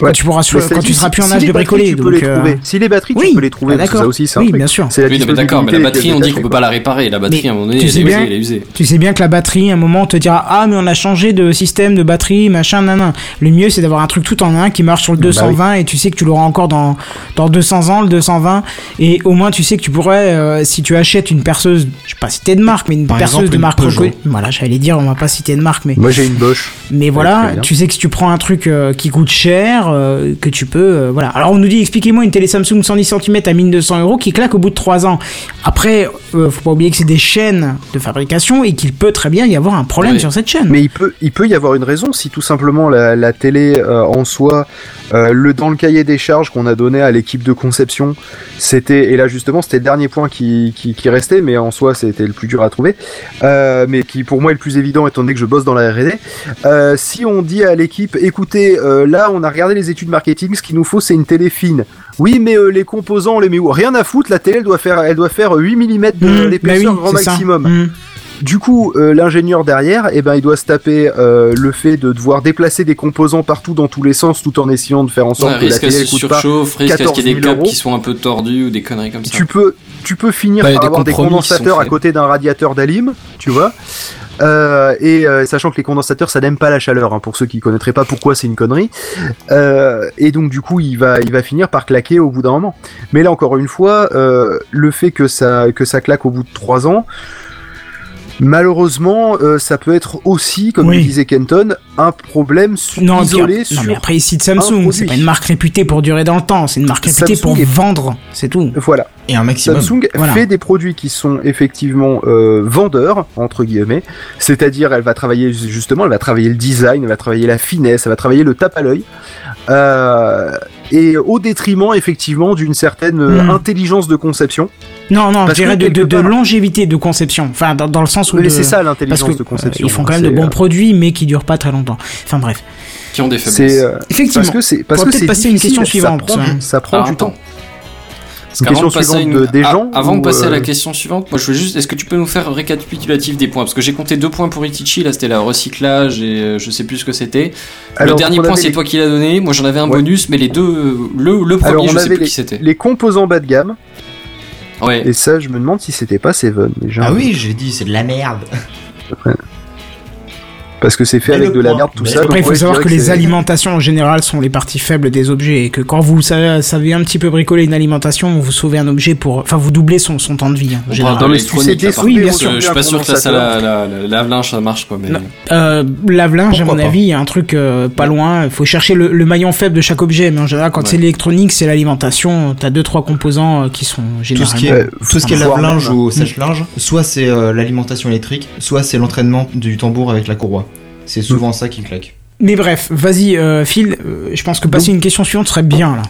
S2: Quand
S7: Ouais.
S2: tu pourras, sur-
S7: Mais
S2: quand
S7: c'est-à-dire
S2: tu seras
S7: si-
S2: plus en
S7: si
S2: âge
S7: les
S2: de
S7: batteries,
S2: bricoler.
S7: tu peux
S2: donc,
S7: les
S2: euh,
S7: trouver. Si les batteries,
S2: oui,
S7: tu peux les trouver.
S2: ah,
S7: parce que
S2: d'accord.
S7: ça aussi, c'est un
S2: Oui,
S7: truc.
S2: bien sûr.
S7: C'est la
S6: Oui, non, mais d'accord, mais la batterie,
S7: disponibilité
S6: on dit
S7: des
S6: qu'on peut
S7: tâches,
S6: pas la réparer. La batterie,
S2: Mais
S6: à un moment donné,
S2: tu
S6: elle
S2: sais
S6: est
S2: bien-
S6: usée, elle est usée.
S2: Tu sais bien que la batterie, à un moment, on te dira Ah, mais on a changé de système de batterie, machin, nanan. Le mieux, c'est d'avoir un truc tout en un qui marche sur
S5: Bah
S2: le 220 et tu sais que tu l'auras encore dans, dans 200 ans, le 220. Et au moins, tu sais que tu pourrais, euh, si tu achètes une perceuse, je sais pas si t'es de marque, mais une
S5: Par
S2: perceuse
S5: exemple,
S2: de
S5: une
S2: marque
S5: Peugeot.
S2: reconnue. Voilà, j'allais dire, on va pas citer de marque, mais.
S7: Moi, j'ai une Bosch.
S2: Mais voilà,
S7: très bien.
S2: tu sais que si tu prends un truc euh, qui coûte cher, euh, que tu peux. euh, voilà. Alors on nous dit expliquez-moi une télé Samsung 110 cm à 1200 euros qui claque au bout de 3 ans. Après, euh, faut pas oublier que c'est des chaînes de fabrication et qu'il peut très bien y avoir un problème
S6: Oui.
S2: sur cette chaîne.
S7: Mais il peut, il peut y avoir une raison si tout simplement la, la télé euh, en soi, euh, le dans le cahier des charges qu'on a donné à l'équipe de conception, c'était et là justement c'était le dernier point qui, qui, qui restait, mais en soi c'était le plus dur à trouver, euh, mais qui pour moi est le plus évident étant donné que je bosse dans la R&D. Euh, si on dit à l'équipe, écoutez, euh, là on a regardé les études marketing, ce qu'il nous faut c'est une télé fine. Oui, mais euh, les composants on les met où Rien à foutre, la télé elle doit faire, elle doit faire 8 mm de
S2: Mmh,
S7: l'épaisseur
S2: bah oui,
S7: grand
S2: c'est ça.
S7: maximum.
S2: Mmh.
S7: Du coup, euh, l'ingénieur derrière, eh ben, il doit se taper euh, le fait de devoir déplacer des composants partout dans tous les sens, tout en essayant de faire en sorte
S6: Ouais,
S7: que la
S6: risque à
S7: télé
S6: ce
S7: elle coûte pas.
S6: surchauffe, risque à ce qu'il y ait des
S7: 14 000
S6: câbles
S7: euros.
S6: qui soient un peu tordus ou des conneries comme ça.
S7: Tu peux, tu peux finir
S1: Bah, il y a des
S7: par avoir des
S1: compromis qui sont
S7: condensateurs à
S1: faits.
S7: côté d'un radiateur d'alim, tu vois. Euh, et euh, sachant que les condensateurs, ça n'aime pas la chaleur, hein, pour ceux qui connaîtraient pas pourquoi c'est une connerie. Euh, et donc du coup, il va, il va finir par claquer au bout d'un moment. Mais là encore une fois, euh, le fait que ça, que ça claque au bout de trois ans, malheureusement, euh, ça peut être aussi, comme
S2: Oui.
S7: le disait Kenton, un problème su-
S2: Non, et puis,
S7: isolé
S2: non,
S7: sur.
S2: mais après, ici de
S7: un
S2: Samsung,
S7: produit.
S2: c'est pas une marque réputée pour durer dans le temps, c'est une marque réputée
S7: Samsung
S2: pour
S7: est-
S2: vendre, c'est tout.
S7: Voilà.
S5: Et un maximum.
S7: Samsung
S2: Voilà.
S7: fait des produits qui sont effectivement euh, vendeurs entre guillemets, c'est-à-dire elle va travailler justement, elle va travailler le design, elle va travailler la finesse, elle va travailler le tape à l'œil, euh, et au détriment effectivement d'une certaine euh,
S2: Mm.
S7: intelligence de conception.
S2: Non, non, je
S7: Parce que
S2: dirais de, de,
S7: quelque
S2: de
S7: part-
S2: longévité de conception. Enfin, dans, dans le sens où.
S7: Mais
S2: de-
S7: c'est ça
S2: Parce que
S7: l'intelligence de
S2: euh,
S7: conception.
S2: ils font quand même de
S7: C'est,
S2: bons
S7: euh,
S2: produits, mais qui durent pas très longtemps. Enfin bref.
S6: Qui ont des faiblesses.
S7: C'est euh,
S2: Effectivement.
S7: parce que c'est parce
S2: Faudra
S7: que
S2: peut-être
S7: c'est
S2: passer à une
S7: difficile,
S2: question
S7: ça
S2: suivante,
S7: prend-
S2: hein.
S7: Ça prend
S6: Alors,
S7: du
S6: Ah, attends.
S7: temps.
S6: Parce
S7: Une
S6: qu'avant
S7: question
S6: de passer à
S7: suivante
S6: une-
S7: de- des
S6: ah,
S7: gens
S6: Avant
S7: ou,
S6: de passer à la
S7: euh,
S6: question suivante, moi je veux juste, est-ce que tu peux nous faire un récapitulatif des points Parce que j'ai compté deux points pour Itichi, là c'était la recyclage et euh, je sais plus ce que c'était. Le
S7: Alors,
S6: dernier
S7: on
S6: point
S7: avait
S6: c'est
S7: les-
S6: toi qui l'as donné, moi j'en avais un
S7: Ouais.
S6: bonus, mais les deux, le, le premier
S7: Alors, on
S6: je sais
S7: avait
S6: plus qui c'était.
S7: Les composants bas de gamme,
S6: Ouais.
S7: et ça, je me demande si c'était pas Seven déjà.
S5: Ah oui, j'ai dit, c'est de la merde.
S7: Parce que c'est fait
S5: Mais
S7: avec
S5: le
S7: de la
S5: point.
S7: merde, tout
S5: Mais
S7: ça. donc
S2: Après, il faut
S7: ouais, je
S2: savoir
S7: dirais
S2: que les
S7: c'est-
S2: alimentations en général sont les parties faibles des objets et que quand vous savez, savez un petit peu bricoler une alimentation, vous sauvez un objet pour, enfin, vous doublez son, son temps de vie. hein, en
S6: On
S2: général.
S6: parle dans
S7: mais
S6: les
S7: si c'est des
S2: Oui, bien
S7: sous-
S2: sûr.
S6: Je suis pas sûr que la salle à la, la- la lave-linge ça marche quoi, mais
S2: Non. Euh, lave-linge, à
S5: Pourquoi
S2: mon
S5: pas
S2: avis, il y a un truc euh, pas loin. Il faut chercher le, le maillon faible de chaque objet. Mais en général, quand
S6: Ouais.
S2: c'est l'électronique, c'est l'alimentation. T'as deux trois composants euh, qui sont
S5: Tout
S2: généralement.
S5: ce qui est,
S7: Euh,
S5: tout ce qui est
S7: voire
S5: lave-linge
S7: même.
S5: ou sèche-linge, soit c'est euh, l'alimentation électrique, soit c'est l'entraînement du tambour avec la courroie. C'est souvent ça qui claque.
S2: Mais bref, vas-y, euh, Phil. euh, je pense que passer une question suivante serait bien là.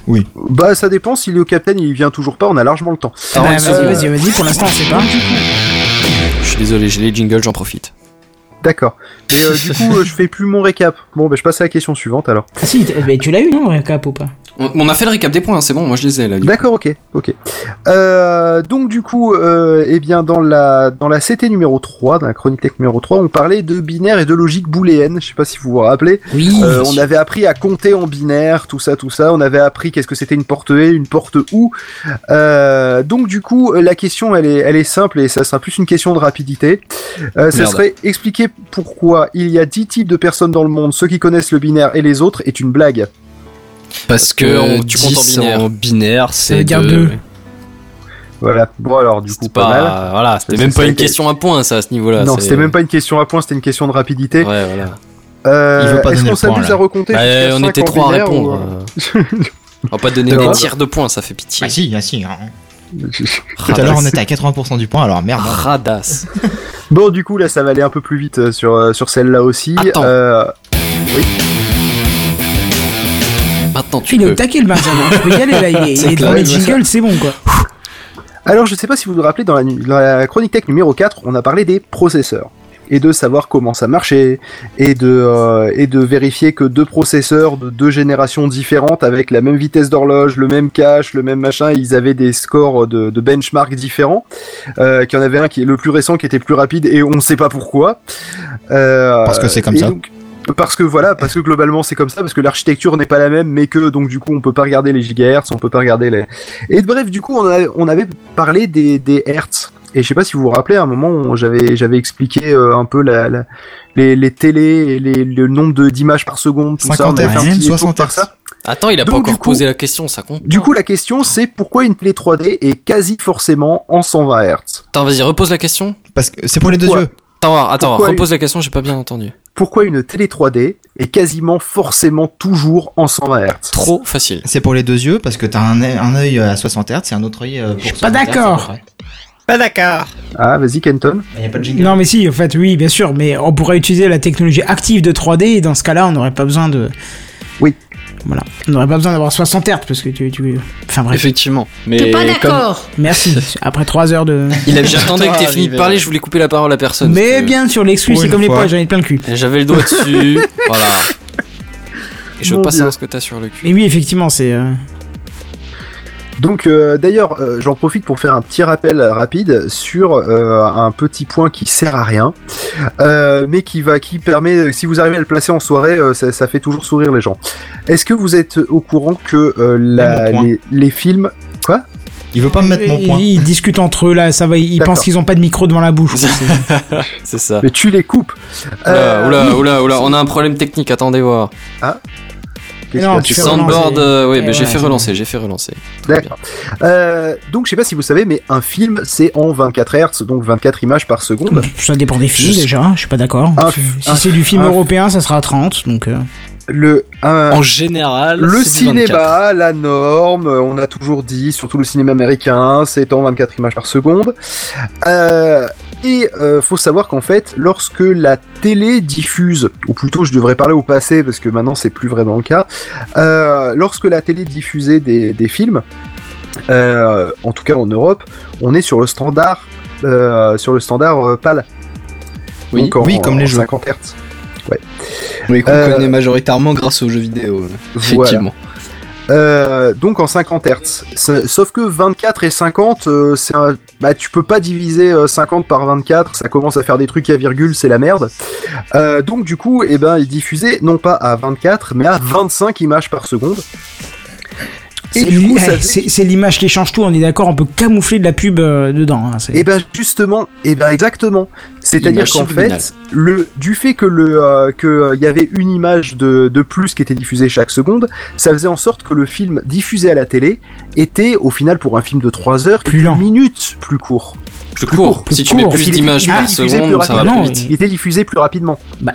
S7: Bah, ça dépend. Si le capitaine il vient toujours pas, on a largement le temps.
S2: Bah,
S5: Alors,
S2: vas-y, vas-y, vas-y. Pour l'instant, on sait pas.
S6: je suis désolé, j'ai les jingles, j'en profite.
S7: D'accord. Mais euh, du coup, euh, je fais plus mon récap. Bon, bah, je passe à la question suivante alors.
S2: Ah si, t- eh ben, tu l'as eu non, le cap ou pas
S6: On, on a fait le récap des points, hein, c'est bon, moi je les ai là. du coup.
S7: D'accord, ok, ok. Euh, donc du coup, euh, eh bien dans la dans la CT numéro 3, dans la chronique tech numéro 3, on parlait de binaire et de logique booléenne. Je sais pas si vous vous rappelez.
S2: Oui.
S7: Euh, on avait appris à compter en binaire, tout ça, tout ça. On avait appris qu'est-ce que c'était une porte et, une porte ou. Euh, donc du coup, la question, elle est, elle est simple et ça sera plus une question de rapidité. Euh, ce
S6: Merde.
S7: serait expliquer pourquoi il y a 10 types de personnes dans le monde, ceux qui connaissent le binaire et les autres, est une blague.
S1: Parce que
S6: que on-
S1: euh,
S6: tu comptes en
S1: 10
S6: binaire.
S1: en binaire, c'est
S2: veut dire
S1: de-
S2: deux.
S7: Voilà. Bon alors, du coup,
S6: C'était
S7: pas,
S6: pas,
S7: mal.
S6: voilà, Ah, c'était
S7: C'est-
S6: même
S7: c'est
S6: pas
S7: ça
S6: une
S7: qui est-
S6: question à point ça à ce niveau-là.
S7: non,
S6: c'est-
S7: c'était même pas une question à point, c'était une question de rapidité.
S6: Ouais, voilà.
S5: Il
S7: Euh,
S5: veut pas donner
S7: Est-ce qu'on
S5: le point,
S7: s'amuse
S5: là.
S7: à recompter
S6: Bah,
S7: jusqu'à
S6: on
S7: cinq
S6: était
S7: en
S6: trois à
S7: binaire,
S6: répondre.
S7: ou- Bah,
S6: euh. on va pas donner
S7: D'accord.
S6: des tiers de points, ça fait pitié.
S5: Ah si, ah si. hein.
S7: euh,
S5: Tout à l'heure, Ah, on était à 80% du point, alors
S7: Ah.
S5: merde.
S6: Radas.
S7: Bon, du coup, là, ça va aller un peu plus vite euh, sur, euh, sur celle-là aussi.
S6: Attends.
S7: Euh,
S6: Maintenant, tu
S2: Il est au
S6: peux.
S2: taquet le Benjamin. Tu peux y aller là. Il est, il est dans les jingles, c'est bon quoi.
S7: Alors, je ne sais pas si vous vous rappelez, dans la, nu- dans la chronique tech numéro 4, on a parlé des processeurs et de savoir comment ça marchait et de euh, et de vérifier que deux processeurs de deux générations différentes avec la même vitesse d'horloge, le même cache, le même machin, ils avaient des scores de, de benchmark différents. Euh, qu'il y en avait un qui est le plus récent qui était plus rapide et on ne sait pas pourquoi. Euh,
S5: Parce que c'est comme
S7: et
S5: ça.
S7: donc- parce que voilà, parce que globalement c'est comme ça, parce que l'architecture n'est pas la même, mais que donc du coup on peut pas regarder les gigahertz, on peut pas regarder les, et bref, du coup, on, a- on avait parlé des, des Hertz. Et je sais pas si vous vous rappelez, à un moment, on- j'avais j'avais expliqué euh, un peu la, la- les, les télés, et les, le nombre de- d'images par seconde, tout ça.
S5: 50
S7: On avait fait un petit
S5: Hz,
S7: détour
S5: 60
S7: par ça.
S5: Hz.
S6: Attends, il a pas
S7: Donc, du
S6: encore
S7: coup-
S6: posé la question, ça compte.
S7: Du coup, la question, c'est pourquoi une télé 3D est quasi forcément en 120 Hertz
S6: Attends, vas-y, repose la question.
S5: Parce que c'est pour les deux
S7: Pourquoi
S5: yeux.
S6: Attends, attends,
S7: Pourquoi
S6: repose la question, j'ai pas bien entendu.
S7: Pourquoi une télé 3D est quasiment forcément toujours en 120 Hertz
S6: Trop facile.
S5: C'est pour les deux yeux parce que t'as un, œil- un œil euh, à 60 Hz et un autre œil euh, pour.
S2: Je suis pas
S5: 60 Hz,
S2: d'accord.
S5: à peu près.
S9: Pas d'accord.
S7: Ah, vas-y, Kenton.
S5: Il y a pas de jingle.
S2: Non mais si, en fait, oui, bien sûr. Mais on pourrait utiliser la technologie active de 3D et dans ce cas-là, on n'aurait pas besoin de.
S7: Oui.
S2: Voilà. On n'aurait pas besoin d'avoir 60 Hz parce que tu, tu. Enfin bref.
S1: Effectivement.
S8: T'es
S1: Mais
S8: pas
S1: comme
S8: d'accord.
S2: Merci. Après 3 heures de.
S1: il a bien
S6: J'attendais
S1: tort
S6: que t'aies
S1: à
S6: fini de
S1: arriver.
S6: parler, je voulais couper la parole à personne. parce
S2: Mais
S6: que
S2: bien sûr, l'excuse
S5: Pour
S2: c'est
S5: une
S2: comme les
S5: fois.
S2: poils, j'en ai plein le cul.
S6: J'avais le doigt dessus. voilà. Et je veux
S7: Mon
S6: pas
S7: Dieu.
S6: savoir ce que t'as sur le cul.
S2: Mais oui, effectivement, c'est. euh,
S7: Donc euh, d'ailleurs, euh, j'en profite pour faire un petit rappel euh, rapide sur euh, un petit point qui sert à rien, euh, mais qui va, qui permet, euh, si vous arrivez à le placer en soirée, euh, ça, ça fait toujours sourire les gens. Est-ce que vous êtes au courant que euh, la-
S5: Même au point.
S7: les, les films,
S5: Il veut pas me mettre mon point.
S2: Ils, ils discutent entre eux là, ça va. Ils
S7: D'accord.
S2: pensent qu'ils ont pas de micro devant la bouche.
S6: C'est ça.
S7: mais tu les coupes Euh,
S6: Oula, oula, oula, oula, on a un problème technique, attendez voir.
S7: qu'est-ce
S2: Non,
S7: qu'il y a
S2: tu
S7: dessus
S2: fais relancer.
S6: Soundboard, euh, oui,
S7: Eh
S2: Ouais,
S6: mais j'ai
S2: ouais,
S6: fait
S2: c'est
S6: relancer, j'ai fait relancer.
S7: D'accord. Euh, donc je sais pas si vous savez, mais un film c'est en 24 Hz, donc 24 images par seconde.
S2: Ça dépend des films
S7: Juste-
S2: déjà, je suis pas d'accord.
S7: Un-
S2: Si
S7: un-
S2: c'est du film
S7: un-
S2: européen, ça sera à 30, donc. euh,
S7: Le un-
S1: En général,
S7: Le
S1: c'est du 24.
S7: cinéma, la norme, euh, on a toujours dit, surtout le cinéma américain, c'est en 24 images par seconde. Euh, et euh, faut savoir qu'en fait, lorsque la télé diffuse, ou plutôt je devrais parler au passé parce que maintenant c'est plus vraiment le cas, euh, lorsque la télé diffusait des, des films, euh, en tout cas en Europe, on est sur le standard, euh, sur le standard euh, PAL.
S1: Oui,
S7: Donc en-
S5: oui, comme les
S7: en
S5: jeux.
S7: 50 Hz.
S1: Mais qu'on
S7: Euh,
S1: connaît majoritairement grâce aux jeux vidéo.
S7: Voilà.
S1: Effectivement.
S7: Euh, donc en 50 Hz. Ça- Sauf que 24 et 50, euh, c'est un- bah, tu peux pas diviser euh, 50 par 24, ça commence à faire des trucs à virgule, c'est la merde. Euh, donc du coup, eh ben, ils diffusaient non pas à 24, mais à 25 images par seconde. Et
S2: c'est
S7: du
S2: l'i-
S7: coup, ça
S2: eh,
S7: faisait-
S2: c'est c'est l'image qui change tout, on est d'accord, on peut camoufler de la pub euh, dedans. hein, c'est-
S7: Et ben justement, et ben exactement. C'est-à-dire
S6: Image
S7: qu'en
S6: subliminale.
S7: fait, le du fait que le euh, que euh, il y avait une image de, de plus qui était diffusée chaque seconde, ça faisait en sorte que le film diffusé à la télé était au final pour un film de 3 heures
S2: Plus lent.
S7: une minute plus court.
S6: Plus
S7: Plus
S6: court,
S7: court,
S2: plus
S6: si tu mets
S2: court.
S6: plus
S7: Il est
S6: d'images
S7: plus
S6: par
S7: diffusé
S6: seconde,
S7: plus
S6: ça va
S2: rapidement,
S6: plus vite.
S7: Il était diffusé plus rapidement.
S6: Mm.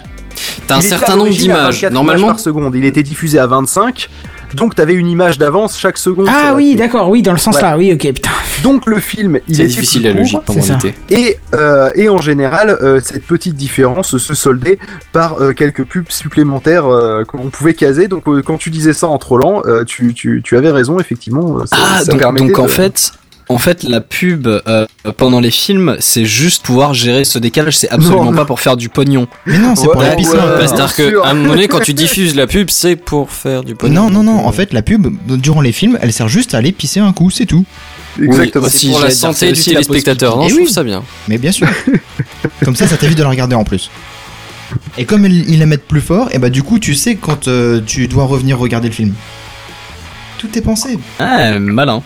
S6: T'as un
S7: Il était à
S6: certain nombre
S7: l'origine à
S6: d'images.
S7: 24 images
S6: Normalement,
S7: par seconde, il était diffusé à 25. Donc t'avais une image d'avance chaque seconde. sur
S2: Ah
S7: la
S2: oui,
S7: télé.
S2: d'accord, oui, dans le sens là, oui, ok, putain.
S7: Donc le film, il
S6: c'est
S7: était
S6: difficile
S7: plus
S6: la
S7: court.
S6: logique pendant
S2: c'est ça.
S6: l'été.
S7: Et, euh, et en général, euh, cette petite différence se soldait par euh, quelques pubs supplémentaires euh, qu'on pouvait caser. Donc euh, quand tu disais ça en trollant, euh, tu, tu, tu avais raison, effectivement. euh, ça-
S1: Ah,
S7: ça
S1: donc,
S7: permettait
S1: donc en
S7: de-
S1: fait. En fait, la pub euh, pendant les films, c'est juste pouvoir gérer ce décalage, c'est absolument
S7: Non.
S1: pas pour faire du pognon.
S5: Mais non, c'est pour
S7: Ouais,
S5: la piste.
S7: ouais,
S5: hein.
S7: ouais.
S6: C'est-à-dire
S7: bien sûr.
S6: qu'à un moment donné, quand tu diffuses la pub, c'est pour faire du pognon.
S5: Non, non, non,
S6: Donc,
S5: en fait, la pub, durant les films, elle sert juste à aller pisser un coup, c'est tout.
S7: Exactement.
S6: Oui,
S1: Si
S6: c'est pour la
S1: j'allais dire,
S6: santé
S1: c'est
S6: du
S1: aussi la
S6: téléspectateur. Non,
S5: possibilité.
S6: je
S5: Eh oui.
S6: trouve ça bien.
S5: Mais bien sûr. comme ça, ça t'évite de la regarder en plus. Et comme ils ils la mettent plus fort, et bah du coup, tu sais quand euh, tu dois revenir regarder le film. Tout est pensé.
S1: Ah, malin.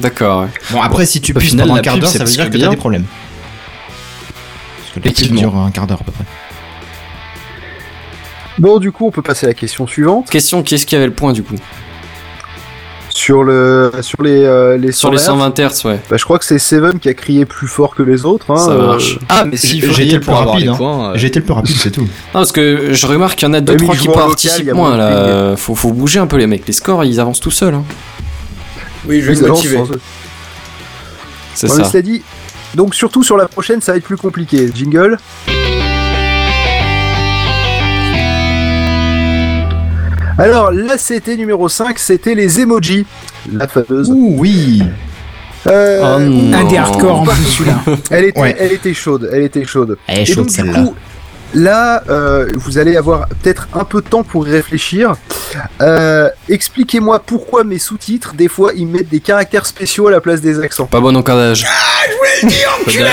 S6: D'accord. ouais.
S5: Bon, après, si tu
S1: Au
S5: pisses
S1: final,
S5: pendant un
S1: la
S5: quart
S1: pub,
S5: d'heure,
S1: c'est
S5: ça veut
S1: parce
S5: dire
S1: que
S5: que t'as
S1: bien.
S5: des problèmes. Parce que la pub
S1: Effectivement.
S5: dure un quart d'heure à peu près.
S7: Bon, du coup, on peut passer à la question suivante
S6: Question qui est-ce qui avait le point du coup
S7: sur le sur les euh, les
S6: Sur les
S7: 100 Hz.
S6: 120 Hz, ouais.
S7: Bah, je crois que c'est Seven qui a crié plus fort que les autres. Hein,
S6: Ça
S7: euh,
S6: marche.
S1: Ah, mais si
S5: j'ai- j'ai été le
S1: pour
S5: plus
S1: avoir
S5: rapide,
S1: les
S5: hein.
S1: points. euh,
S5: J'ai été le plus rapide, c'est tout.
S6: Non, parce que je remarque qu'il y en a deux
S7: Oui, mais
S6: trois
S7: ils
S6: qui
S7: jouent en local, il y
S6: participent
S7: a
S6: moins
S7: moins de
S6: là.
S7: ping.
S6: Euh, Faut, faut bouger un peu les mecs. Les scores ils avancent tout seuls. hein.
S10: Oui, je vais
S7: ils
S10: me
S7: avancent
S10: motiver.
S7: sans eux.
S6: C'est
S7: Bon,
S6: ça.
S7: mais cela dit, donc surtout sur la prochaine, ça va être plus compliqué. Jingle. Alors, la CT numéro 5, c'était les emojis. La fameuse.
S5: Ouh oui
S7: Euh,
S6: Oh non.
S2: Un des hardcore en plus celui-là.
S7: elle, était,
S5: Ouais.
S7: elle était chaude, elle était chaude.
S1: Eh,
S5: Elle est
S7: Et donc,
S5: chaude
S7: du
S5: celle-là.
S7: coup, Là, euh, vous allez avoir peut-être un peu de temps pour y réfléchir. Euh, Expliquez-moi pourquoi mes sous-titres, des fois, ils mettent des caractères spéciaux à la place des accents.
S6: Pas bon encadage. Ah, je voulais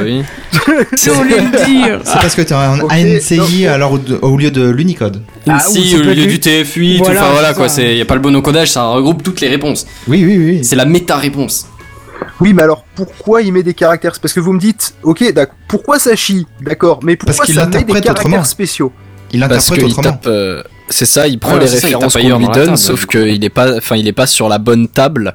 S6: le dire,
S2: Si on voulait le dire.
S5: C'est parce que t'es en
S7: Ok,
S5: ANCI
S7: donc-
S5: alors de- au lieu de l'Unicode.
S2: Ah, ou
S6: Si,
S2: ça
S6: au
S2: peut
S6: lieu
S2: être
S6: du TF8,
S2: Voilà,
S6: enfin voilà
S2: c'est
S6: quoi,
S2: ça.
S6: il n'y a pas le bon encodage, ça regroupe toutes les réponses.
S5: Oui, oui, oui.
S6: C'est la méta-réponse.
S7: Oui, mais alors pourquoi il met des caractères Parce que vous me dites, ok, d'accord, pourquoi ça chie D'accord, mais pourquoi
S5: Parce qu'il
S7: ça met des
S5: l'interprète
S7: caractères
S5: autrement.
S7: spéciaux
S5: Il
S1: Parce
S5: l'interprète
S1: qu'il
S5: autrement.
S1: tape. euh, c'est ça, il prend
S6: Ouais,
S1: les
S6: c'est ça, il tape
S1: références qu'on
S6: ailleurs
S1: lui
S6: dans la
S1: donne,
S6: table,
S1: sauf
S6: du coup.
S1: qu'il est pas, enfin, il est pas sur la bonne table.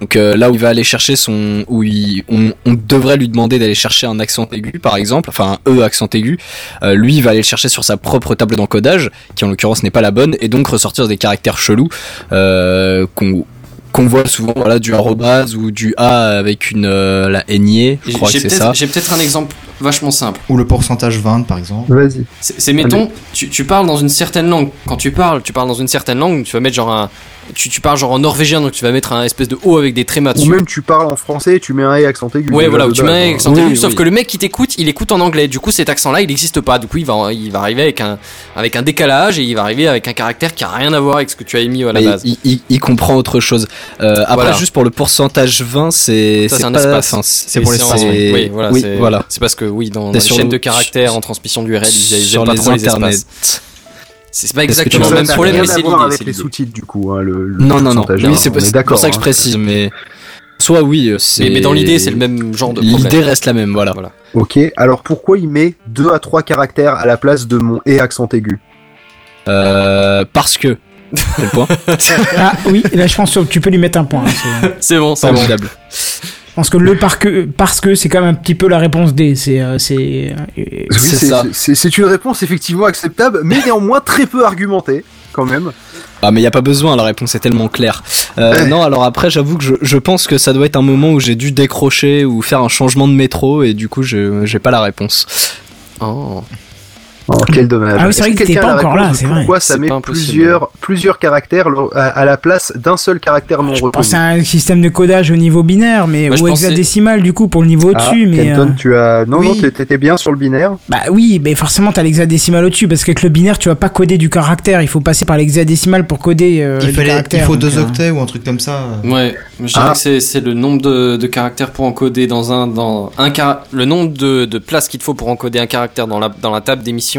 S1: Donc euh, là où il va aller chercher son, où il- on, on devrait lui demander d'aller chercher un accent aigu, par exemple, enfin un E accent aigu. euh, lui, il va aller le chercher sur sa propre table d'encodage, qui en l'occurrence n'est pas la bonne, et donc ressortir des caractères chelous euh, qu'on qu'on voit souvent, voilà, du arrobase ou du A avec une euh, la niée, je
S6: J'ai
S1: crois que
S6: j'ai
S1: c'est ça.
S6: peut-être j'ai peut-être un exemple vachement simple.
S5: Ou le pourcentage 20 par exemple.
S7: Vas-y.
S6: C'est c'est, mettons, tu, tu parles dans une certaine langue. Quand tu parles, tu parles dans une certaine langue, tu vas mettre genre un. Tu, tu parles genre en norvégien, donc tu vas mettre un espèce de O avec des trémas
S7: Ou
S6: dessus.
S7: même tu parles en français, tu mets un E accent aigu.
S6: Ouais,
S7: déjà,
S6: voilà,
S7: de
S6: où tu
S7: base,
S6: mets un
S7: voilà.
S6: accent aigu,
S1: Oui,
S6: sauf
S1: oui.
S6: que le mec qui t'écoute, il écoute en anglais. Du coup, cet accent-là, il n'existe pas. Du coup, il va, il va arriver avec un, avec un décalage et il va arriver avec un caractère qui a rien à voir avec ce que tu as émis à la
S1: Mais
S6: base.
S1: Il, il- il comprend autre chose. Euh, après,
S6: Voilà.
S1: juste pour le pourcentage 20, c'est
S6: Ça, c'est
S1: c'est
S6: un
S1: pas-
S6: espace.
S1: enfin,
S5: C'est pour les
S1: c'est-
S5: sens,
S1: c'est-
S6: Oui, voilà. c'est,
S1: voilà.
S6: c'est parce que, oui, dans, dans
S1: C'est
S6: les
S1: sur
S6: chaînes
S1: le-
S6: de caractères
S1: sur-
S6: en transmission d'URL, ils ils
S1: sur
S6: aiment pas
S1: les
S6: trop les
S1: internets.
S6: espaces. C'est c'est pas
S1: Parce que
S6: exactement
S1: tu
S6: le
S1: vois,
S6: même
S1: ça a
S6: problème,
S7: rien
S6: mais
S7: à
S6: c'est
S7: voir
S6: l'idée,
S7: avec
S6: c'est
S7: les
S6: l'idée.
S7: sous-titres du coup. hein, le, le
S1: Non, non, non.
S7: pourcentage,
S1: Oui,
S7: hein,
S1: c'est
S7: on
S1: pour,
S7: est
S1: c'est
S7: d'accord,
S1: pour ça que je
S7: hein.
S1: précise, mais soit oui, euh, c'est.
S6: Mais, mais dans l'idée, c'est le même genre de problème.
S1: L'idée reste la même, voilà.
S6: Voilà.
S7: hein. Ok, alors pourquoi il met 2 à 3 caractères à la place de mon E accent aigu
S1: Euh, parce que. C'est le point.
S2: Ah oui, là je pense que tu peux lui mettre un point. hein, euh,
S6: C'est bon, c'est bon.
S1: Formidable.
S2: Je pense que le par que- parce que c'est quand même un petit peu la réponse D. C'est euh, c'est euh,
S7: Oui,
S1: C'est
S7: c'est-
S1: ça.
S7: C'est c'est une réponse effectivement acceptable, mais néanmoins très peu argumentée quand même.
S1: Ah, mais il y a pas besoin, la réponse est tellement claire. Euh, non, alors après, j'avoue que je, je pense que ça doit être un moment où j'ai dû décrocher ou faire un changement de métro et du coup, je- j'ai pas la réponse.
S6: Oh.
S7: Oh, quel dommage.
S2: Ah oui, c'est vrai
S7: Est-ce
S2: que
S7: quelqu'un
S2: t'étais pas
S7: a la
S2: encore là,
S7: réponse de
S2: c'est vrai.
S7: Pourquoi ça
S6: C'est
S7: met
S6: pas impossible.
S7: plusieurs, plusieurs caractères le- à, à la place d'un seul caractère non
S2: je
S7: reconnu
S2: pense à un système de codage au niveau binaire, mais
S5: Bah,
S6: Moi, je
S2: ou
S6: pensais-
S2: hexadécimal du coup pour le niveau
S7: Ah,
S2: au-dessus. mais
S7: Kenton,
S2: euh,
S7: tu as. Non,
S5: oui.
S7: non, t'étais bien sur le binaire.
S2: bah oui, mais forcément t'as l'hexadécimal au-dessus parce qu'avec le binaire tu vas pas coder du caractère. Il faut passer par l'hexadécimal pour coder euh,
S5: Il,
S2: du
S5: fallait, il
S2: caractère,
S5: faut
S2: donc,
S5: deux
S2: euh,
S5: octets ou un truc comme ça.
S6: Ouais, je dirais
S7: Ah.
S6: que c'est, c'est le nombre de, de caractères pour encoder dans un dans un car- le nombre de, de places qu'il te faut pour encoder un caractère dans la dans la table d'émission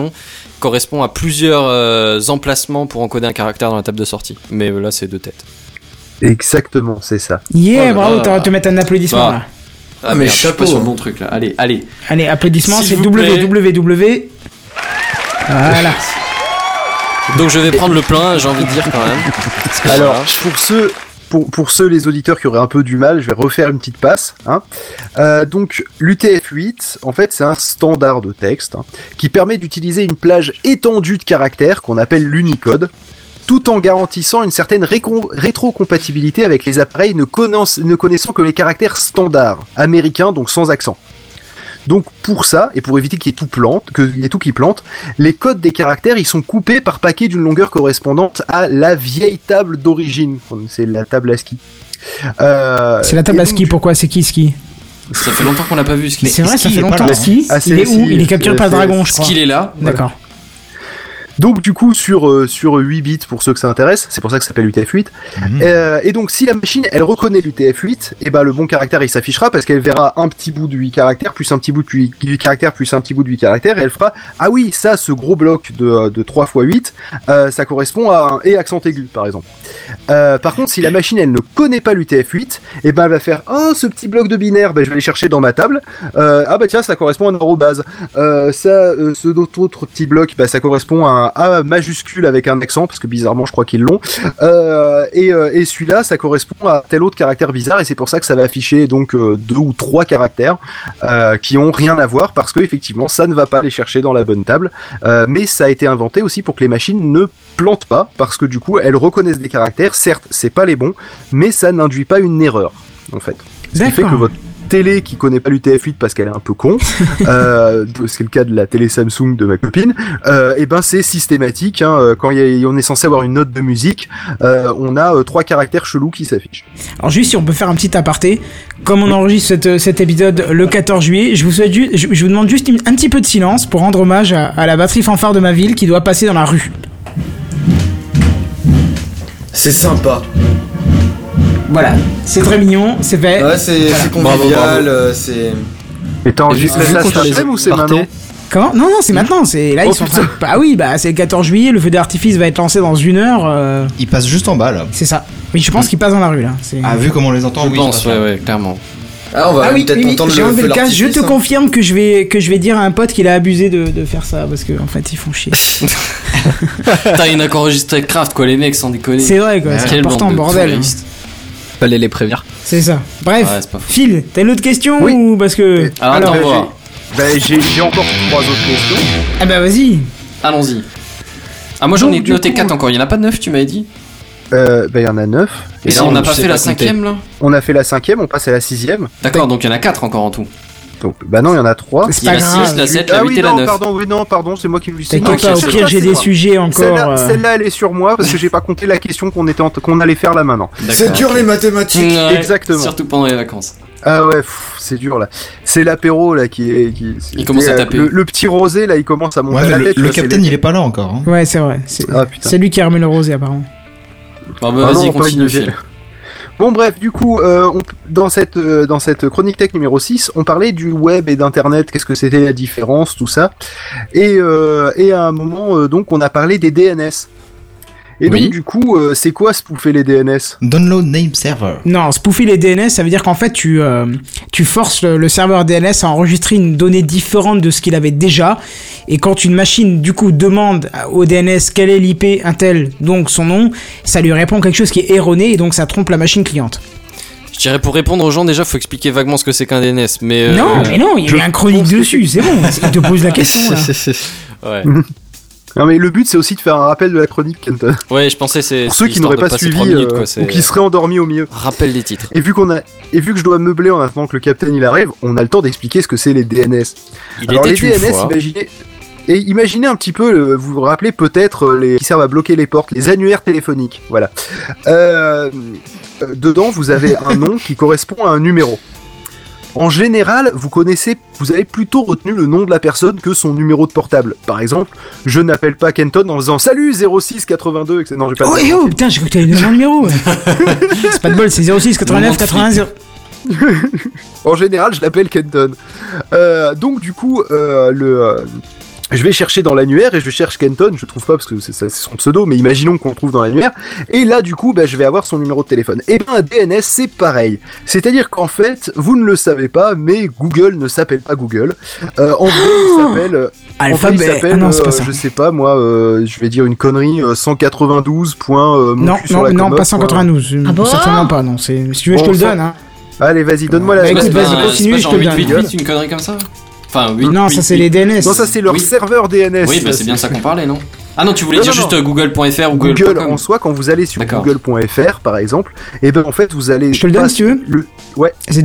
S6: correspond à plusieurs euh, emplacements pour encoder un caractère dans la table de sortie. Mais euh, là c'est deux têtes.
S7: Exactement, c'est ça.
S2: Yeah,
S6: Oh là
S2: bravo,
S6: là.
S2: t'auras te mettre un applaudissement
S6: Bah.
S2: là.
S6: Ah
S10: mais
S6: merde, je suis
S10: chapeau,
S6: pas sur
S10: hein.
S6: le bon truc là. Allez, allez.
S2: Allez, applaudissement,
S6: S'il
S2: c'est
S6: vous plaît.
S2: www. Voilà.
S7: Euh,
S6: Donc je vais prendre le plein, j'ai envie de dire quand même. Parce que
S7: Alors,
S6: voilà.
S7: pour ceux, pour, pour ceux, les auditeurs qui auraient un peu du mal, je vais refaire une petite passe. Hein. Euh, donc, l'UTF-8, en fait, c'est un standard de texte hein, qui permet d'utiliser une plage étendue de caractères qu'on appelle l'Unicode, tout en garantissant une certaine récon- rétrocompatibilité avec les appareils ne, connaiss- ne connaissant que les caractères standards américains, donc sans accent. Donc pour ça, et pour éviter qu'il y ait tout plante, qu'il y ait tout qui plante, les codes des caractères, ils sont coupés par paquets d'une longueur correspondante à la vieille table d'origine. C'est la table ASCII. Euh,
S2: C'est la table
S7: et
S2: à
S7: donc,
S2: ski. Pourquoi C'est qui ski
S6: ça fait longtemps qu'on n'a pas vu ce qu'il
S2: C'est vrai,
S5: Ski,
S2: ça fait
S5: il est pas
S2: longtemps.
S5: là, hein.
S2: Ski,
S7: Ah,
S2: il
S7: c'est-
S2: est où
S7: si,
S2: Il est capturé
S7: c'est-
S2: par le
S7: c'est-
S2: dragon, je crois.
S6: qu'il est là.
S2: D'accord.
S7: Donc du coup sur euh, sur 8 bits pour ceux que ça intéresse, c'est pour ça que ça s'appelle UTF-8.
S5: Mhm.
S7: Euh, et donc si la machine elle reconnaît l'UTF-8, et ben le bon caractère il s'affichera parce qu'elle verra un petit bout du 8 caractères plus un petit bout du 8 du 8 caractères plus un petit bout du 8 caractères et elle fera ah oui ça ce gros bloc de euh, de 3 x 8 euh, ça correspond à un et accent aigu par exemple. Euh, par contre si la machine elle ne connaît pas l'UTF-8, et ben elle va faire oh ce petit bloc de binaire ben je vais aller chercher dans ma table. Euh, ah bah tiens ça correspond à un arrobase. Euh, ça, euh, ce d'autres autres petits blocs, bah, ça correspond à un A majuscule avec un accent, parce que bizarrement, je crois qu'ils l'ont. Euh, et euh, et celui-là, ça correspond à tel autre caractère bizarre, et c'est pour ça que ça va afficher donc euh, deux ou trois caractères euh, qui ont rien à voir, parce que effectivement, ça ne va pas les chercher dans la bonne table. Euh, mais ça a été inventé aussi pour que les machines ne plantent pas, parce que du coup, elles reconnaissent des caractères. Certes, c'est pas les bons, mais ça n'induit pas une erreur, en fait. Ce qui fait que
S2: D'accord.
S7: votre télé qui connaît pas l'UTF-8 parce qu'elle est un peu con, euh, c'est le cas de la télé Samsung de ma copine, euh, et ben c'est systématique. hein, euh, quand il y a- on est censé avoir une note de musique, euh, on a euh, trois caractères chelous qui s'affichent.
S2: Alors juste si on peut faire un petit aparté, comme on enregistre cette- euh, cet épisode le 14 juillet, je vous, souhaite ju- je, je vous demande juste une- un petit peu de silence pour rendre hommage à, à la batterie fanfare de ma ville qui doit passer dans la rue.
S10: C'est sympa.
S2: Voilà, c'est très mignon, c'est fait.
S10: Ouais, c'est
S2: Voilà.
S10: c'est
S6: Bravo, bravo.
S10: convivial, euh, c'est.
S7: Et t'as enregistré
S1: vu
S7: ça
S1: qu'on
S7: sur
S1: les
S7: FM ou c'est
S1: partait,
S7: maintenant
S2: Comment Non, non, c'est maintenant, c'est là
S7: Oh,
S2: ils sont en train- Ah oui, bah c'est le 14 juillet, le feu d'artifice va être lancé dans une heure, euh,
S5: Ils passent juste en bas là.
S2: c'est ça. Oui, je pense qu'ils passent dans la rue là. c'est-
S5: Ah, vu comment on les entend,
S6: Je
S5: oui.
S6: pense, ouais, ouais, clairement.
S10: Ah, on va
S2: Ah oui,
S10: peut-être
S2: oui, oui,
S10: entendre
S2: j'ai
S10: le
S2: enlevé
S10: feu
S2: le casque. Je te
S10: d'artifice, hein.
S2: confirme que je vais que je vais dire à un pote qu'il a abusé de, de faire ça parce que en fait ils font chier.
S6: Putain, il n'a qu'enregistré Craft, quoi, les mecs, sans déconner.
S2: C'est vrai quoi,
S6: Ouais.
S2: c'est
S6: Quel
S2: important
S6: bande de
S2: bordel. hein.
S6: touristes.
S1: Fallait les prévenir.
S2: C'est ça. Bref,
S6: Ouais, c'est pas fou.
S2: Phil, t'as une autre question
S7: Oui. Euh,
S2: ou parce
S7: Ah,
S2: que
S6: Alors, attends,
S7: Alors,
S6: voir.
S7: Ben, j'ai j'ai encore trois autres questions.
S2: ah bah vas-y.
S6: allons-y. Ah, moi j'en ai
S2: Donc, du
S6: noté
S2: coup,
S6: 4 encore, il n'y en a pas 9, tu m'avais dit
S7: Euh, ben il y en a neuf.
S6: Et
S1: Et
S6: là,
S1: si
S6: on n'a
S1: on
S6: pas
S1: sait
S6: fait
S1: pas
S6: la
S1: compter.
S6: cinquième, là
S7: On a fait la cinquième, on passe à la sixième.
S6: D'accord, donc il y en a 4 encore en tout.
S7: Donc, bah non, il y en a trois.
S2: C'est
S6: Il y a
S2: pas
S6: la
S2: grave.
S6: 6, la 7,
S7: ah
S6: la 8
S7: oui,
S6: et la
S7: non,
S6: 9.
S7: pardon, oui, non, pardon, c'est moi qui me suis
S2: T'inquiète pas, au pire j'ai des sujets encore.
S7: Celle-là,
S2: euh,
S7: celle-là, elle est sur moi parce que j'ai pas compté la question qu'on était en- qu'on allait faire là maintenant.
S10: C'est dur les mathématiques.
S6: Ouais,
S7: Exactement.
S6: Surtout pendant les vacances.
S7: Ah ouais, pff, c'est dur là. C'est l'apéro là qui est. Qui,
S6: Il commence à
S7: euh,
S6: taper.
S7: Le, le petit rosé là, il commence à monter
S5: Ouais,
S7: à
S5: mais
S7: la
S5: le,
S7: tête.
S5: le
S7: là, c'est
S5: capitaine, il est pas là encore. hein.
S2: Ouais, c'est vrai. C'est
S7: les- Ah putain.
S2: c'est lui qui a remis le rosé apparemment.
S6: Bon, bah,
S7: Ah non,
S6: vas-y,
S7: pas
S6: continue.
S7: une vieille.
S6: Phil.
S7: Bon bref, du coup, euh, on- dans cette euh, dans cette chronique tech numéro 6, on parlait du web et d'internet, qu'est-ce que c'était la différence, tout ça. Et euh, et à un moment euh, donc on a parlé des DNS. Et
S1: Oui.
S7: donc du coup, euh, c'est quoi spoofer les DNS
S5: Download name server.
S2: Non, spoofer les DNS, ça veut dire qu'en fait tu euh, tu forces le, le serveur DNS à enregistrer une donnée différente de ce qu'il avait déjà. Et quand une machine du coup demande à- au DNS quel est l'IP Intel, donc son nom, ça lui répond quelque chose qui est erroné et donc ça trompe la machine cliente.
S6: Je dirais pour répondre aux gens, déjà, faut expliquer vaguement ce que c'est qu'un DNS. Mais euh,
S2: non, mais non, il y a eu un chronique dessus, c'est bon, il te pose la question. là.
S6: Ouais,
S7: Non mais le but c'est aussi de faire un rappel de la chronique Kenton.
S6: ouais je pensais c'est.
S7: Pour ceux
S6: c'est
S7: qui
S6: histoire de
S7: n'auraient pas
S6: passer
S7: suivi
S6: trois minutes,
S7: euh,
S6: quoi, c'est-
S7: ou qui seraient endormis au milieu.
S6: Rappel des titres.
S7: Et vu qu'on a et vu que je dois meubler en attendant que le capitaine il arrive, on a le temps d'expliquer ce que c'est les DNS.
S6: Il
S7: Alors
S6: était
S7: les
S6: une
S7: DNS,
S6: fois.
S7: imaginez. Et imaginez un petit peu, euh, vous vous rappelez peut-être euh, les qui servent à bloquer les portes, les annuaires téléphoniques, voilà. Euh, euh, dedans, vous avez un nom qui correspond à un numéro. En général, vous connaissez, vous avez plutôt retenu le nom de la personne que son numéro de portable. Par exemple, je n'appelle pas Kenton en faisant salut 06 82, etc. Non, j'ai pas.
S2: Oh, eh oh, putain, j'ai cru que t'avais donné mon numéro. ouais. c'est pas de bol, c'est 06 89 80 0.
S7: En général, je l'appelle Kenton. Euh, donc du coup, euh, le, euh, je vais chercher dans l'annuaire et je cherche Kenton. Je trouve pas parce que c'est ça- c'est son pseudo, mais imaginons qu'on le trouve dans l'annuaire. Et là, du coup, bah, je vais avoir son numéro de téléphone. Et ben, un DNS, c'est pareil. C'est-à-dire qu'en fait, vous ne le savez pas, mais Google ne s'appelle pas Google. Euh, en vrai, il s'appelle. euh, en vrai, il
S2: Alphabet.
S7: s'appelle,
S2: Ah non, c'est pas
S7: euh,
S2: ça.
S7: je sais pas moi. euh, je vais dire une connerie. euh, 192. Point, euh, mon
S2: Non,
S7: cul sur
S2: non,
S7: la
S2: non,
S7: commode,
S2: pas
S7: point.
S2: 192.
S8: Ah bon
S2: Certainement pas, non. c'est- Si tu veux,
S7: Bon,
S2: je te le
S7: ça-
S2: donne. Hein.
S7: Allez, vas-y, donne-moi la.
S2: Bah, écoute,
S6: C'est pas-
S2: vas-y,
S6: c'est pas
S2: continue,
S6: genre
S2: je te
S6: 8,
S2: donne.
S6: 8, 8, une connerie comme ça Enfin, 8.
S2: Non, ça, c'est les DNS.
S7: Hein, non, ça c'est leur
S6: Oui.
S7: serveur DNS.
S6: Oui, bah, c'est bien ça qu'on parlait, non Ah non, tu voulais
S7: Non,
S6: dire
S7: non,
S6: juste
S7: non.
S6: euh, google.fr ou
S7: Google,
S6: google.com
S7: en soi, quand vous allez sur
S6: D'accord.
S7: google.fr par exemple, et ben en fait vous allez.
S2: Je te le donne si tu veux.
S7: le- Ouais.
S2: C'est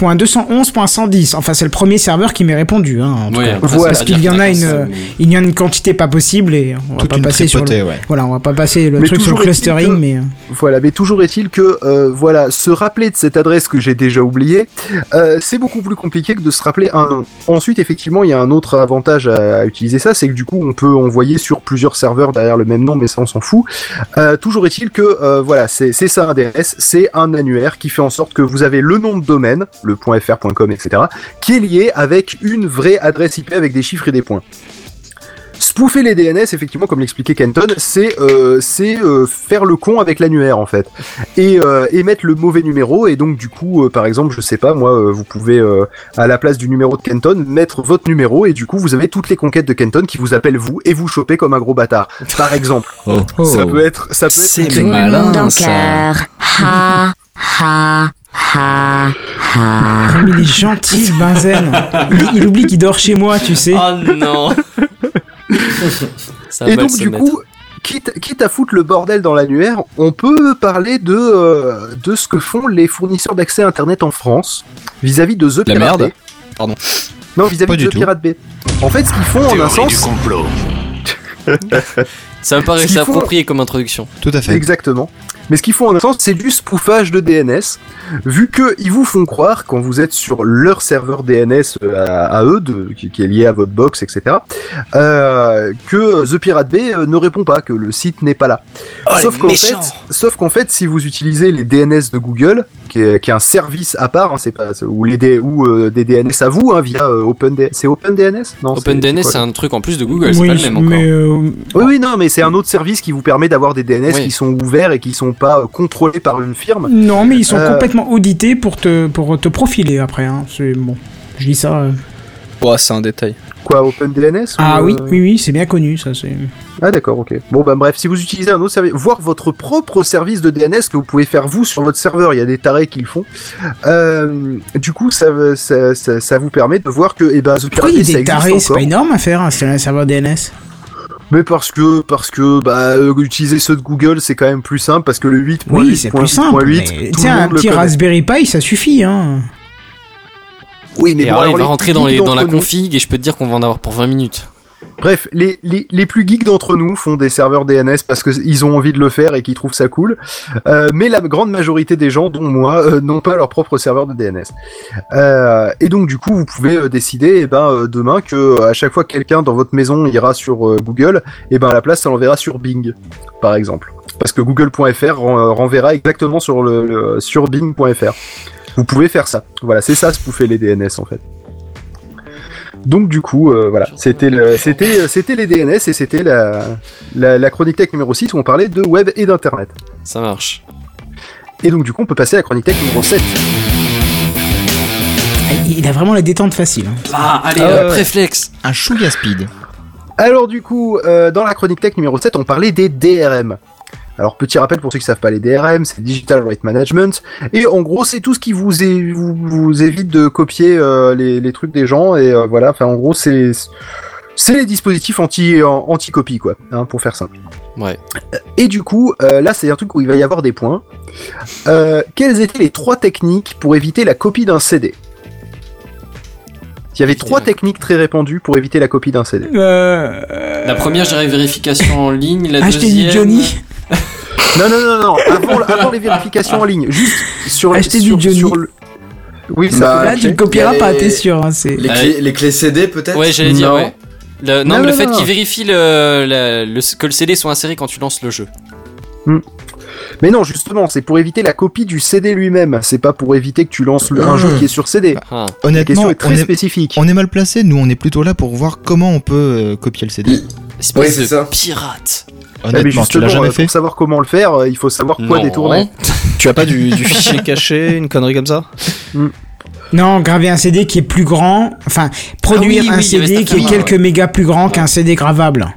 S2: 216.58.211.110. Enfin, c'est le premier serveur qui m'est répondu. Hein, en tout
S6: Ouais,
S2: cas.
S6: après,
S7: Voilà.
S6: c'est
S2: Parce
S6: pas
S2: qu'il
S6: dire
S2: y en
S6: que
S2: a
S6: la
S2: une,
S6: console,
S2: euh,
S6: mais-
S2: il y en a une quantité pas possible et on va
S5: Toute
S2: pas
S5: une
S2: passer sur
S5: tripotée,
S2: le.
S5: ouais.
S2: Voilà, on va pas passer le
S7: Mais
S2: truc sur le
S7: toujours est-il
S2: clustering,
S7: que-
S2: mais. euh,
S7: Voilà, mais toujours est-il que euh, voilà, se rappeler de cette adresse que j'ai déjà oubliée, euh, c'est beaucoup plus compliqué que de se rappeler un nom. Ensuite, effectivement, il y a un autre avantage à, à utiliser ça, c'est que du coup on peut envoyer sur plusieurs serveurs derrière le même nom, mais ça on s'en fout. Euh, toujours est-il que euh, voilà, c'est c'est ça un DNS, c'est un annuaire qui fait en sorte que vous avez le nom de domaine, le .fr.com, etc., qui est lié avec une vraie adresse IP avec des chiffres et des points. Spoofer les DNS, effectivement, comme l'expliquait Kenton, c'est euh, c'est, euh, faire le con avec l'annuaire en fait, et, euh, et mettre le mauvais numéro. Et donc du coup, euh, par exemple, je sais pas, moi, euh, vous pouvez euh, à la place du numéro de Kenton mettre votre numéro, et du coup, vous avez toutes les conquêtes de Kenton qui vous appellent vous et vous chopez comme un gros bâtard. Par exemple, ça peut être ça peut être
S1: C'est malin ça.
S8: Ha, ha, ha, ha.
S2: Comme euh, il est gentil, ce Benzen. Il, il
S6: Ah,
S2: oublie qu'il dort chez moi, tu sais.
S6: Oh non Ça
S7: Et
S6: va
S7: donc
S6: le
S7: du
S6: sonnette.
S7: coup, quitte, quitte à foutre le bordel dans l'annuaire, on peut parler de, euh, de ce que font les fournisseurs d'accès à Internet en France vis-à-vis de The
S1: La
S7: Pirate
S1: merde.
S7: Bay.
S1: Pardon.
S7: Non, vis-à-vis
S5: Pas
S7: de
S5: du
S7: The
S5: tout.
S7: Pirate Bay. En fait, ce qu'ils font, en un sens,
S11: complot.
S6: Ça me paraît
S7: Ce qu'il faut-
S6: approprié comme introduction.
S5: Tout à fait.
S7: Exactement. Mais ce qu'ils font en un sens, c'est du spoofage de DNS, vu que ils vous font croire, quand vous êtes sur leur serveur DNS euh, à, à eux, de- qui, qui est lié à votre box, etc., euh, que The Pirate Bay euh, ne répond pas, que le site n'est pas là. sauf qu'en fait, sauf qu'en fait, si vous utilisez les DNS de Google, qui est, qui est un service à part, hein, c'est pas ou les D- ou euh, des DNS à vous, hein, via euh, OpenDNS, c'est OpenDNS, non c'est-
S6: OpenDNS,
S7: quoi
S6: c'est un truc en plus de Google, c'est
S2: Oui,
S6: pas le même encore.
S2: mais euh,
S7: oui, oui, non, mais c'est un autre service qui vous permet d'avoir des DNS
S6: Oui.
S7: qui sont ouverts et qui sont pas euh, contrôlés par une firme.
S2: non, mais ils sont
S7: Euh,
S2: complètement audités pour te, pour te profiler après. hein. C'est bon. Je dis ça. euh.
S1: Ouah, c'est un détail.
S7: Quoi, OpenDNS ou,
S2: Ah oui,
S7: euh,
S2: oui, oui, c'est bien connu, ça. C'est.
S7: Ah d'accord, ok. Bon, bah bref, si vous utilisez un autre service, voire votre propre service de DNS que vous pouvez faire vous sur votre serveur, il y a des tarés qui le font. Euh, du coup, ça, ça, ça, ça vous permet de voir que, eh ben, The Pirate
S2: Pourquoi il y
S7: Bay,
S2: a
S7: ça
S2: des
S7: existe
S2: tarés C'est
S7: encore.
S2: pas énorme à faire, hein, c'est un serveur DNS.
S7: Mais parce que, parce que, bah, euh, utiliser ceux de Google, c'est quand même plus simple, parce que le 8.8.8.8,
S2: Oui, c'est plus simple. mais,
S7: tout
S2: Tiens,
S7: le
S2: un
S7: monde le
S2: petit
S7: connaît.
S2: Raspberry Pi, ça suffit. Hein.
S7: Oui, mais
S6: Et
S7: bon,
S6: alors,
S7: alors,
S6: il va
S7: les
S6: rentrer dans,
S7: petits
S6: les, dans la
S7: d'entre nous-
S6: config et je peux te dire qu'on va en avoir pour 20 minutes.
S7: Bref, les, les, les plus geeks d'entre nous font des serveurs DNS parce que ils ont envie de le faire et qu'ils trouvent ça cool. Euh, mais la grande majorité des gens, dont moi, euh, n'ont pas leur propre serveur de DNS. Euh, et donc du coup, vous pouvez euh, décider, eh ben, euh, demain que euh, à chaque fois que quelqu'un dans votre maison ira sur euh, Google, et ben à la place, ça l'enverra sur Bing, par exemple, parce que Google.fr ren- euh, renverra exactement sur le, le- sur Bing.fr. Vous pouvez faire ça. Voilà, c'est ça, spoofer les DNS en fait. Donc du coup, euh, voilà, c'était le, c'était, euh, c'était les DNS et c'était la, la, la chronique tech numéro 6 où on parlait de web et d'internet.
S6: Ça marche.
S7: Et donc du coup, on peut passer à la chronique tech numéro 7.
S2: Ah, Il a vraiment la détente facile. hein.
S6: Ah, allez,
S7: Ah,
S6: hop,
S7: ouais.
S6: réflexe.
S5: Un chouïa speed.
S7: Alors du coup, euh, dans la chronique tech numéro 7, on parlait des DRM. Alors petit rappel pour ceux qui savent pas les DRM, c'est Digital Right Management et en gros c'est tout ce qui vous, é- vous, vous évite de copier euh, les, les trucs des gens et euh, voilà, enfin en gros c'est c'est les dispositifs anti anti copie quoi, hein, pour faire simple.
S6: Ouais.
S7: Et du coup, euh, là, c'est un truc où il va y avoir des points. Euh, quelles étaient les trois techniques pour éviter la copie d'un CD Il y avait trois techniques très répandues pour éviter la copie d'un CD.
S2: Euh, euh,
S6: La première, j'irai vérification en ligne. La
S2: ah, je t'ai dit
S6: deuxième.
S2: Johnny.
S7: Non, non, non, non, avant, avant les vérifications en ligne, juste sur
S2: Acheter du
S7: sur,
S2: Johnny.
S7: sur le... Oui, ça
S10: Bah,
S7: peut
S2: Là, tu
S7: marcher.
S2: ne copieras
S10: Il y a
S2: pas,
S10: les-
S2: t'es sûr. hein, c'est...
S10: Les
S6: Ouais.
S10: clés, les clés CD peut-être
S6: Ouais, j'allais dire,
S7: Non.
S6: ouais. Le- non,
S7: Non,
S6: mais le
S7: non,
S6: fait
S7: non.
S6: qu'il vérifie le, la- le- que le CD soit inséré quand tu lances le jeu.
S7: Mais non, justement, c'est pour éviter la copie du CD lui-même. C'est pas pour éviter que tu lances le- un jeu qui est sur CD.
S6: Ah.
S7: La
S5: Bah, Honnêtement,
S7: question est
S5: on
S7: très
S5: est,
S7: spécifique.
S5: on est mal placé. Nous, on est plutôt là pour voir comment on peut euh, copier le CD.
S6: Espèce
S10: c'est
S6: de
S10: ça.
S6: pirate.
S7: Ah, mais
S5: Honnêtement, tu l'as
S7: justement,
S5: jamais
S7: euh,
S5: fait.
S7: pour savoir comment le faire, euh, il faut savoir quoi
S6: Non.
S7: détourner.
S1: Tu as pas du, du fichier caché, une connerie comme ça
S2: Non, graver un CD qui est plus grand. Enfin, produire
S6: Ah oui,
S2: un
S6: oui, il y
S2: CD
S6: avait cette
S2: qui est
S6: affaire-là,
S2: quelques mégas plus grand qu'un CD gravable.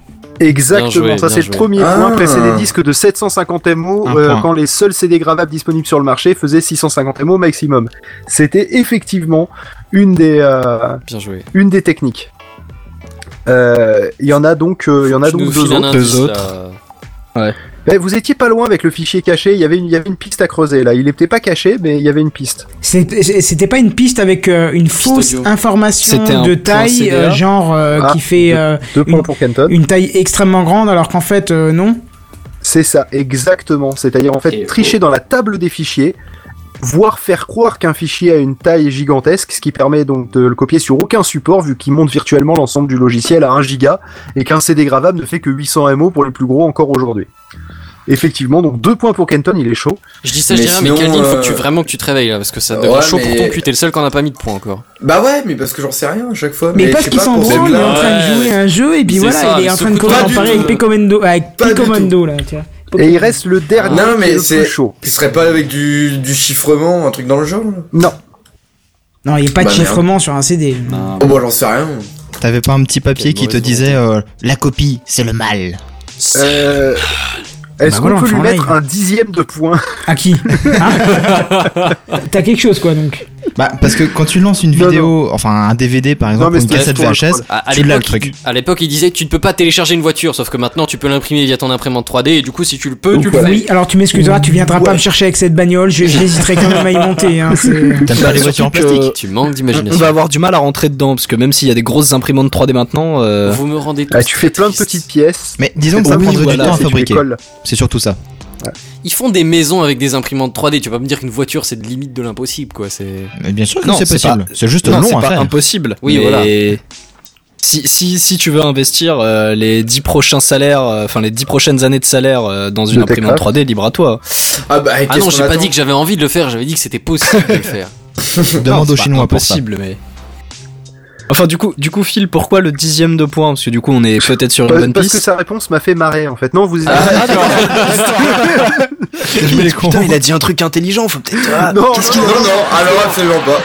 S7: Exactement,
S6: Bien joué,
S7: ça
S6: bien
S7: c'est le
S6: joué.
S7: premier point.
S10: Ah.
S7: Précédé disque de 750 MO
S5: Un
S7: euh,
S5: point.
S7: quand les seuls CD gravables disponibles sur le marché faisaient 650 MO maximum. C'était effectivement une des euh,
S6: Bien joué.
S7: une des techniques. Euh, Il y en a donc euh, il y en a
S6: Tu
S7: donc
S6: nous
S7: deux
S6: files un
S7: autres.
S6: indice,
S1: deux autres.
S6: là.
S7: Ben, vous étiez pas loin avec le fichier caché. Il y avait une, il y avait une piste à creuser là. Il était pas caché, mais il y avait une piste.
S2: C'était c'était pas une piste avec euh, une fausse
S6: audio.
S1: C'était
S2: information
S1: un
S2: de
S1: point
S2: taille,
S1: CDA.
S2: euh, genre euh,
S7: Ah,
S2: qui fait euh,
S7: Deux points
S2: Une-
S7: pour Kenton.
S2: une taille extrêmement grande, alors qu'en fait, euh, non.
S7: C'est ça, exactement. C'est-à-dire en fait
S6: Et-
S7: tricher dans la table des fichiers, voire faire croire qu'un fichier a une taille gigantesque, ce qui permet donc de le copier sur aucun support vu qu'il monte virtuellement l'ensemble du logiciel à 1 giga et qu'un CD gravable ne fait que 800 MO pour les plus gros encore aujourd'hui. Effectivement, donc deux points pour Kenton, il est chaud.
S6: Je dis ça, je
S10: Mais
S6: dis rien, mais
S10: sinon,
S6: Kaldin, faut
S10: euh,
S6: que tu vraiment que tu te réveilles là, parce que ça devient
S10: ouais,
S6: chaud pour
S10: mais-
S6: ton cul. T'es le seul qu'on n'a pas mis de points encore.
S10: Bah ouais, mais parce que j'en sais rien à chaque fois.
S2: Mais,
S10: je
S2: parce
S10: sais
S2: qu'il
S10: pas,
S2: s'en hein.
S10: pour
S2: branle, il est
S10: celle-là,
S2: en train
S6: ouais.
S2: de jouer à un jeu, et puis
S6: C'est
S2: voilà,
S6: ça,
S2: il est
S6: mais
S2: en
S6: ce
S2: train de
S6: coup,
S2: courir
S10: pas
S2: en
S10: du
S2: Paris avec
S10: tout.
S2: Pecomendo, avec
S10: Pas du
S2: Pecomendo, là, tu vois.
S7: Et il reste le dernier
S10: Non,
S7: qui est
S10: mais
S7: le
S10: c'est.
S7: plus chaud.
S10: Ce serait pas avec du, du chiffrement, un truc dans le genre là
S7: Non,
S2: Non, il n'y a pas de
S10: Bah, merde.
S2: chiffrement sur un CD.
S10: Oh bah j'en sais rien.
S5: T'avais pas un petit papier
S6: Quelle
S5: qui te
S6: mauvaise
S5: disait euh, la copie, c'est le mal.
S7: Euh, Est-ce
S5: Ah,
S2: Bah
S7: qu'on
S2: voilà,
S7: peut lui
S2: enfin, là,
S7: mettre
S2: il-
S7: un dixième de point
S2: À qui Hein T'as quelque chose, quoi, donc.
S5: Bah, parce que quand tu lances une
S7: Non,
S5: vidéo, enfin un DVD par exemple,
S7: mais
S5: ou une
S7: c'était
S5: cassette
S7: pour le
S5: VHS,
S6: À, à
S5: tu l'as le
S6: l'époque,
S5: truc.
S6: à l'époque, il disait tu ne peux pas télécharger une voiture, sauf que maintenant tu peux l'imprimer via ton imprimante 3D et du coup si tu le peux, tu le fais.
S2: Oui, alors tu m'excuseras, tu viendras pas me chercher avec cette bagnole, je- j'hésiterai quand même à y monter. Hein, c'est-
S5: T'aimes pas les
S11: surtout
S5: voitures en
S11: que-
S5: plastique
S6: Tu manques
S11: On
S6: d'imagination.
S11: va avoir du mal à rentrer dedans parce que même s'il y a des grosses imprimantes 3D maintenant, euh,
S6: Vous me rendez tous
S7: Ah, tu fais
S6: très
S7: plein de
S6: triste.
S7: petites pièces.
S5: Mais disons que ça
S7: Oui,
S5: prendrait
S7: voilà,
S5: du temps à
S7: si tu les
S5: fabriquer.
S7: colles.
S5: C'est surtout ça.
S6: Ils font des maisons avec des imprimantes 3D. Tu vas pas me dire qu'une voiture c'est de limite de l'impossible quoi. C'est Ah
S5: Mais bien sûr que
S11: Non,
S5: c'est
S11: c'est
S5: possible. C'est juste
S11: non, c'est
S5: long à
S11: pas
S5: faire.
S11: impossible.
S6: Oui,
S11: mais
S6: voilà.
S11: Si, si, si tu veux investir euh, les 10 prochains salaires, euh, enfin les 10 prochaines années de salaire euh, dans une
S7: De
S11: imprimante
S7: Techcraft.
S11: 3D, libre à toi.
S10: Ah bah,
S6: ah non, j'ai pas dit que j'avais envie de le faire. J'avais dit que c'était possible de le faire.
S5: Demande aux
S11: c'est pas
S5: Chinois pour ça.
S11: impossible, mais. Enfin, du coup, du coup, Phil, pourquoi le dixième de point Parce que du coup, on est peut-être sur une
S7: Parce,
S11: bonne
S7: parce
S11: piste.
S7: que sa réponse m'a fait marrer en fait. Non,
S5: Ah,
S7: vous.
S5: Je me les con.
S11: il a dit un truc intelligent, faut peut-être.
S5: ah,
S7: non,
S10: Non,
S7: non, non.
S10: non, alors absolument pas.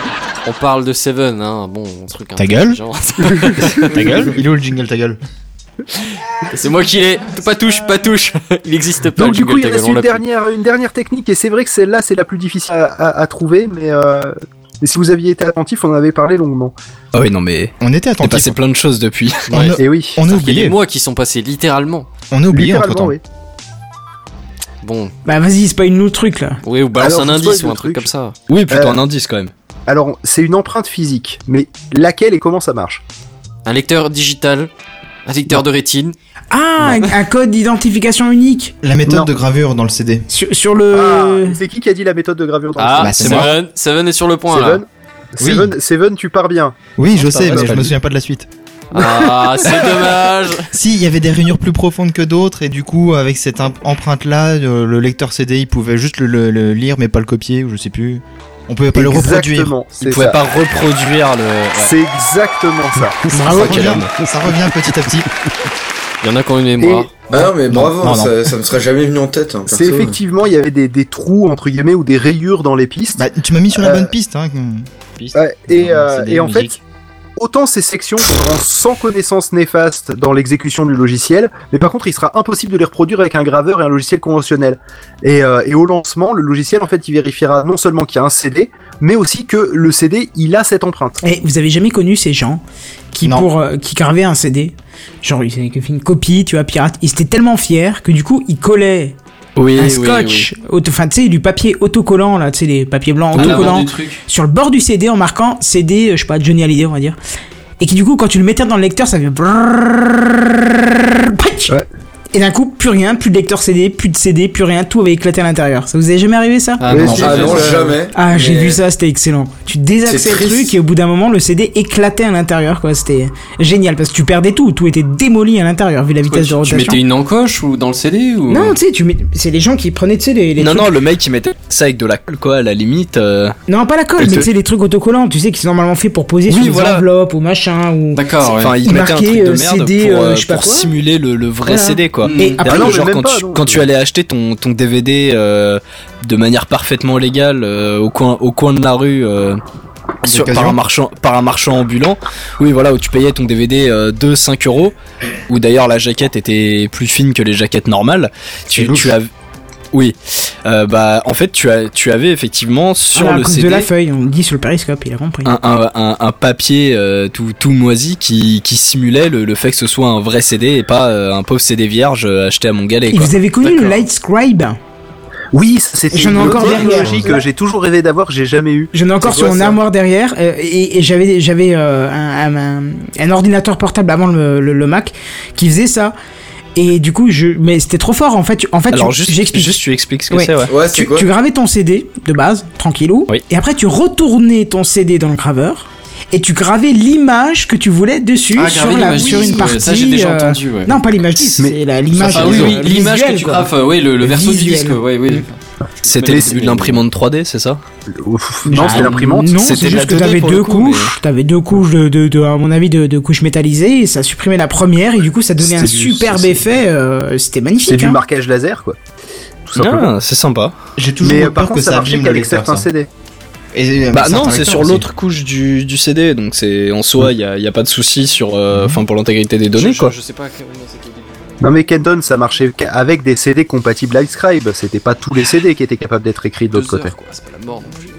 S6: On parle de Seven, hein. Bon, un truc.
S5: Ta gueule
S6: intelligent.
S5: Ta gueule Il est où le jingle ta gueule
S6: C'est moi qui l'ai. Pas touche, pas touche. Il existe pas.
S7: Donc
S6: le
S7: du coup,
S6: Google
S7: il reste
S6: Tag, on
S7: une
S6: l'a plus.
S7: dernière, une dernière technique et c'est vrai que celle-là, c'est la plus difficile à, à- à trouver, mais. euh, Mais si vous aviez été attentif, on en avait parlé longuement.
S11: Ah oui, non, mais.
S5: On était
S11: Il est
S5: attentifs.
S11: passé plein de choses depuis.
S5: On a-
S7: Et oui.
S5: On a
S6: Il y a des
S5: oublié.
S6: mois qui sont passés littéralement.
S5: On a oublié entre
S7: Littéralement,
S5: temps.
S7: oui.
S6: Bon,
S2: Bah vas-y, c'est pas une autre truc là.
S6: oui, ou balance
S7: Alors,
S6: un
S7: c'est
S6: indice
S7: quoi
S6: ou
S7: le
S6: un truc
S7: truc
S6: comme ça.
S11: Oui, plutôt
S7: Euh,
S11: un indice quand même.
S7: Alors, c'est une empreinte physique, mais laquelle et comment ça marche
S6: Un lecteur digital, un lecteur de rétine.
S2: Ah, un, un code d'identification unique
S5: La méthode
S7: Non.
S5: de gravure dans le CD.
S2: sur, sur le.
S5: Euh.
S7: Ah, C'est qui qui a dit la méthode de gravure dans
S6: Ah,
S5: bah, c'est moi.
S6: Seven, Seven est sur le
S7: le
S6: point là.
S7: Seven Seven, Seven, tu pars bien.
S5: Oui, je sais,
S11: pas
S5: mais
S11: mal.
S5: je me souviens pas de la suite.
S6: Ah, c'est dommage.
S5: Si, il y avait des réunions plus profondes que d'autres, et du coup, avec cette imp- empreinte-là, euh, le lecteur CD, il pouvait juste le, le- le lire, mais pas le copier, ou je sais plus. On pouvait pas le reproduire.
S7: Exactement,
S11: Il
S7: c'est
S11: pouvait
S7: ça.
S11: pas reproduire le. ouais.
S7: C'est exactement ça.
S5: ça, revient, ça revient petit à petit.
S6: Il y en a qui ont une
S7: Et
S6: mémoire.
S10: Ah non, mais
S5: Non,
S10: bravo,
S5: non,
S10: hein,
S5: non.
S10: Ça, ça me serait jamais venu en tête. hein,
S7: c'est
S10: perso.
S7: effectivement, il y avait des, des trous entre guillemets ou des rayures dans les pistes.
S5: Bah, tu m'as mis sur la
S7: Euh,
S5: bonne piste, hein.
S7: Ouais, et, euh,
S6: CD,
S7: et en
S6: musique.
S7: fait, autant ces sections seront sans connaissance néfaste dans l'exécution du logiciel, mais par contre, il sera impossible de les reproduire avec un graveur et un logiciel conventionnel. Et, euh, et au lancement, le logiciel, en fait, il vérifiera non seulement qu'il y a un CD, mais aussi que le CD, il a cette empreinte.
S2: Eh, vous avez jamais connu ces gens qui
S5: Non.
S2: pour euh, qui carvaient un CD Genre ils avaient fait une copie, tu vois, pirate. Ils étaient tellement fiers que du coup ils collaient
S11: Oui,
S2: un
S11: oui,
S2: scotch, auto- enfin tu sais du papier autocollant là, tu sais les papiers blancs
S6: Ah,
S2: autocollants
S6: du truc.
S2: sur le bord du CD en marquant CD, euh, je sais pas Johnny Hallyday on va dire. Et qui du coup quand tu le mettais dans le lecteur ça fait brrrr, patch.
S7: Ouais.
S2: Et d'un coup plus rien, plus de lecteur CD, plus de CD, plus rien, tout avait éclaté à l'intérieur. Ça vous est jamais arrivé ça
S6: Ah
S7: Mais
S6: non,
S7: si,
S10: Ah non,
S7: Euh,
S10: jamais.
S2: Ah, j'ai
S10: Mais-
S2: vu ça, c'était excellent. Tu désaxais
S10: C'est
S2: le
S10: triste.
S2: truc et au bout d'un moment, le CD éclatait à l'intérieur, quoi. C'était génial parce que tu perdais tout, tout était démoli à l'intérieur vu la
S6: Quoi,
S2: vitesse de
S6: tu, tu
S2: rotation.
S6: mettais une encoche ou dans le CD ou Ah,
S2: Non, tu sais, tu mets... c'est les gens qui prenaient, tu sais, les, les
S11: Non,
S2: trucs-
S11: non, le mec il mettait ça avec de la colle, quoi, à la limite. euh,
S2: non, pas la colle,
S11: Et
S2: mais
S11: te-
S2: tu sais, les trucs autocollants, tu sais, qui sont normalement faits pour poser
S11: Oui,
S2: sur des
S11: voilà.
S2: enveloppes ou machin ou.
S6: D'accord. ouais.
S11: Enfin, il
S2: Il
S11: mettait un truc
S2: marquait,
S11: de
S2: euh,
S11: merde
S2: CD,
S11: pour,
S2: euh,
S11: euh,
S2: je sais pas
S11: pour
S2: quoi.
S11: simuler le, le vrai
S2: Voilà.
S11: CD, quoi.
S2: Et
S6: Hmm.
S2: après,
S11: Derrière,
S7: non, mais
S11: genre,
S7: même
S11: quand,
S7: pas,
S11: tu,
S7: non.
S11: quand tu allais acheter ton, ton DVD euh, de manière parfaitement légale euh, au, coin, au coin de la rue euh, sur- par,
S5: D'occasion.
S11: un marchand, par un marchand ambulant, oui, voilà, où tu payais ton DVD euh, 2, 5 euros, où d'ailleurs la jaquette était plus fine que les jaquettes normales,
S5: C'est
S11: tu,
S5: louche.
S11: tu as. Oui, Euh, bah en fait tu, as, tu avais effectivement sur
S2: Voilà, à
S11: le Ah,
S2: cause
S11: CD
S2: de la feuille, on le dit sur le périscope, il a compris.
S11: un, un, un- un papier euh, tout, tout moisi qui, qui simulait le, le fait que ce soit un vrai CD et pas euh, un pauvre CD vierge euh, acheté à mon galet.
S2: Et
S11: Quoi.
S2: vous avez connu le
S6: D'accord.
S2: Light Scribe
S7: Oui, ça, c'était
S2: J'en ai
S7: une
S2: encore
S7: autre
S2: derrière.
S7: technologie que j'ai toujours rêvé d'avoir, j'ai jamais eu.
S2: J'en ai encore
S10: C'est
S2: sur
S10: quoi,
S2: mon
S10: ça
S2: armoire derrière euh, et, et j'avais j'avais euh, un, un- un- un ordinateur portable avant le, le- le Mac qui faisait ça et du coup je mais c'était trop fort en fait tu- en fait
S11: Alors
S2: tu-
S11: juste,
S2: j'explique
S11: juste tu expliques ce que
S2: Ouais.
S11: c'est, ouais.
S10: Ouais, c'est
S2: tu,
S10: quoi
S2: tu gravais ton CD de base tranquillou
S11: Oui.
S2: et après tu retournais ton CD dans le graveur et tu gravais l'image que tu voulais dessus
S6: Ah,
S2: sur,
S6: graver
S2: la-
S6: l'image
S2: sur
S6: disque,
S2: une
S6: ouais,
S2: partie
S6: ça, j'ai déjà
S2: euh,
S6: entendu, ouais.
S2: non pas l'image disque
S7: Mais-
S2: c'est la- l'image
S6: Ah oui,
S2: euh,
S6: oui, l'image que
S2: visuelle,
S6: tu
S2: quoi.
S6: graves, euh, oui, le, le verso du
S2: Visuel.
S6: disque, oui, oui.
S11: C'était le début de l'imprimante 3D, c'est ça
S7: Ouf, non, c'était
S2: Ah,
S7: l'imprimante.
S2: Non,
S11: C'était
S2: c'est
S11: de la
S2: juste que
S11: 2D
S2: t'avais
S11: pour le
S2: deux
S11: coup,
S2: couches, t'avais deux couches de, de, de- à mon avis, de, de couches métallisées, et ça supprimait la première, et du coup, ça donnait un
S7: C'était du-
S2: superbe
S7: c'est-
S2: effet, euh, c'était
S7: C'est
S2: magnifique.
S7: du
S2: hein.
S7: marquage laser, quoi. Tout simplement.
S11: Ah, c'est sympa.
S5: J'ai toujours
S7: Mais
S5: eu
S7: euh, par
S5: peur que
S7: contre, ça
S5: ça
S7: marchait
S5: abîme le
S7: qu'avec
S5: lecteur.
S7: certains
S5: ça.
S7: CD.
S5: Et, euh,
S11: Bah
S5: certains
S11: non, c'est
S5: lecteurs
S11: sur
S5: aussi.
S11: l'autre couche du, du CD, donc c'est en soi, il n'y a, y a pas de souci sur,
S7: Mhm.
S11: euh, enfin pour l'intégrité des données,
S6: je,
S11: quoi.
S6: Je, je sais pas. à quel moment c'était au début.
S7: Non mais Kenton, ça marchait avec des CD compatibles Lightscribe. C'était pas tous les CD qui étaient capables d'être écrits de l'autre
S6: Deux
S7: côté.
S6: heures, quoi, C'est pas la mort non plus.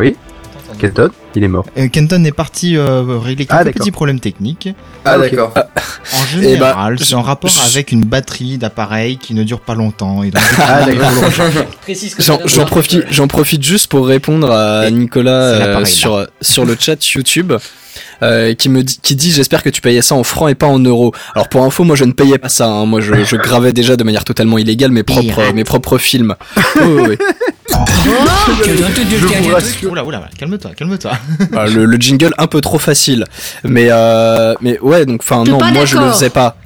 S7: Oui. Kenton, il est mort.
S5: Euh, Kenton est parti euh, régler
S7: Ah,
S5: quelques
S7: d'accord.
S5: petits problèmes techniques.
S10: Ah,
S7: ok.
S10: d'accord.
S5: En
S11: Eh ben,
S5: général, c'est en rapport
S11: je-
S5: avec une batterie d'appareil qui ne dure pas longtemps. Et donc,
S7: Ah, d'accord.
S12: Précise que
S11: J'en
S12: c'est un
S11: j'en
S12: noir.
S11: profite, j'en profite juste pour répondre à
S5: Et
S11: Nicolas
S5: c'est
S11: euh,
S5: l'appareil, là.
S11: sur sur le chat YouTube euh, qui me dit, qui dit j'espère que tu payais ça en francs et pas en euros. Alors pour info, moi je ne payais pas ça. hein. Moi je, je gravais déjà de manière totalement illégale mes propres
S5: Pirate.
S11: mes propres films. Oui, oui, oui.
S12: Que dans tout Dieu
S7: Je
S12: le
S7: vous
S12: dernier truc.
S7: rassure.
S5: Oula, oula, oula, calme-toi, calme-toi.
S11: Ah, le, le jingle un peu trop facile. Mais euh, mais ouais donc enfin
S8: T'es
S11: non
S8: pas
S11: moi je le
S8: d'accord.
S11: faisais pas.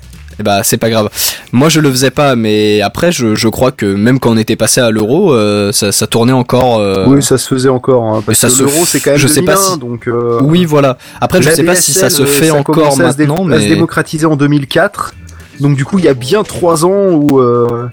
S11: Eh Bah c'est pas grave. Moi je le faisais pas mais après je, je crois que même quand on était passé à l'euro euh, ça, ça tournait encore. euh,
S7: Oui, ça se faisait encore. hein, parce
S11: ça
S7: que
S11: se
S7: l'euro,
S11: f-
S7: c'est quand même
S11: je sais pas
S7: 2001,
S11: si-
S7: donc. euh,
S11: Oui, voilà. Après, je
S7: la
S11: sais pas si ça
S7: DSL,
S11: se
S7: euh,
S11: fait
S7: ça
S11: encore
S7: commence à se dé-
S11: maintenant,
S7: à se
S11: mais
S7: démocratiser en 2004. Donc du coup, il y a bien trois ans où euh,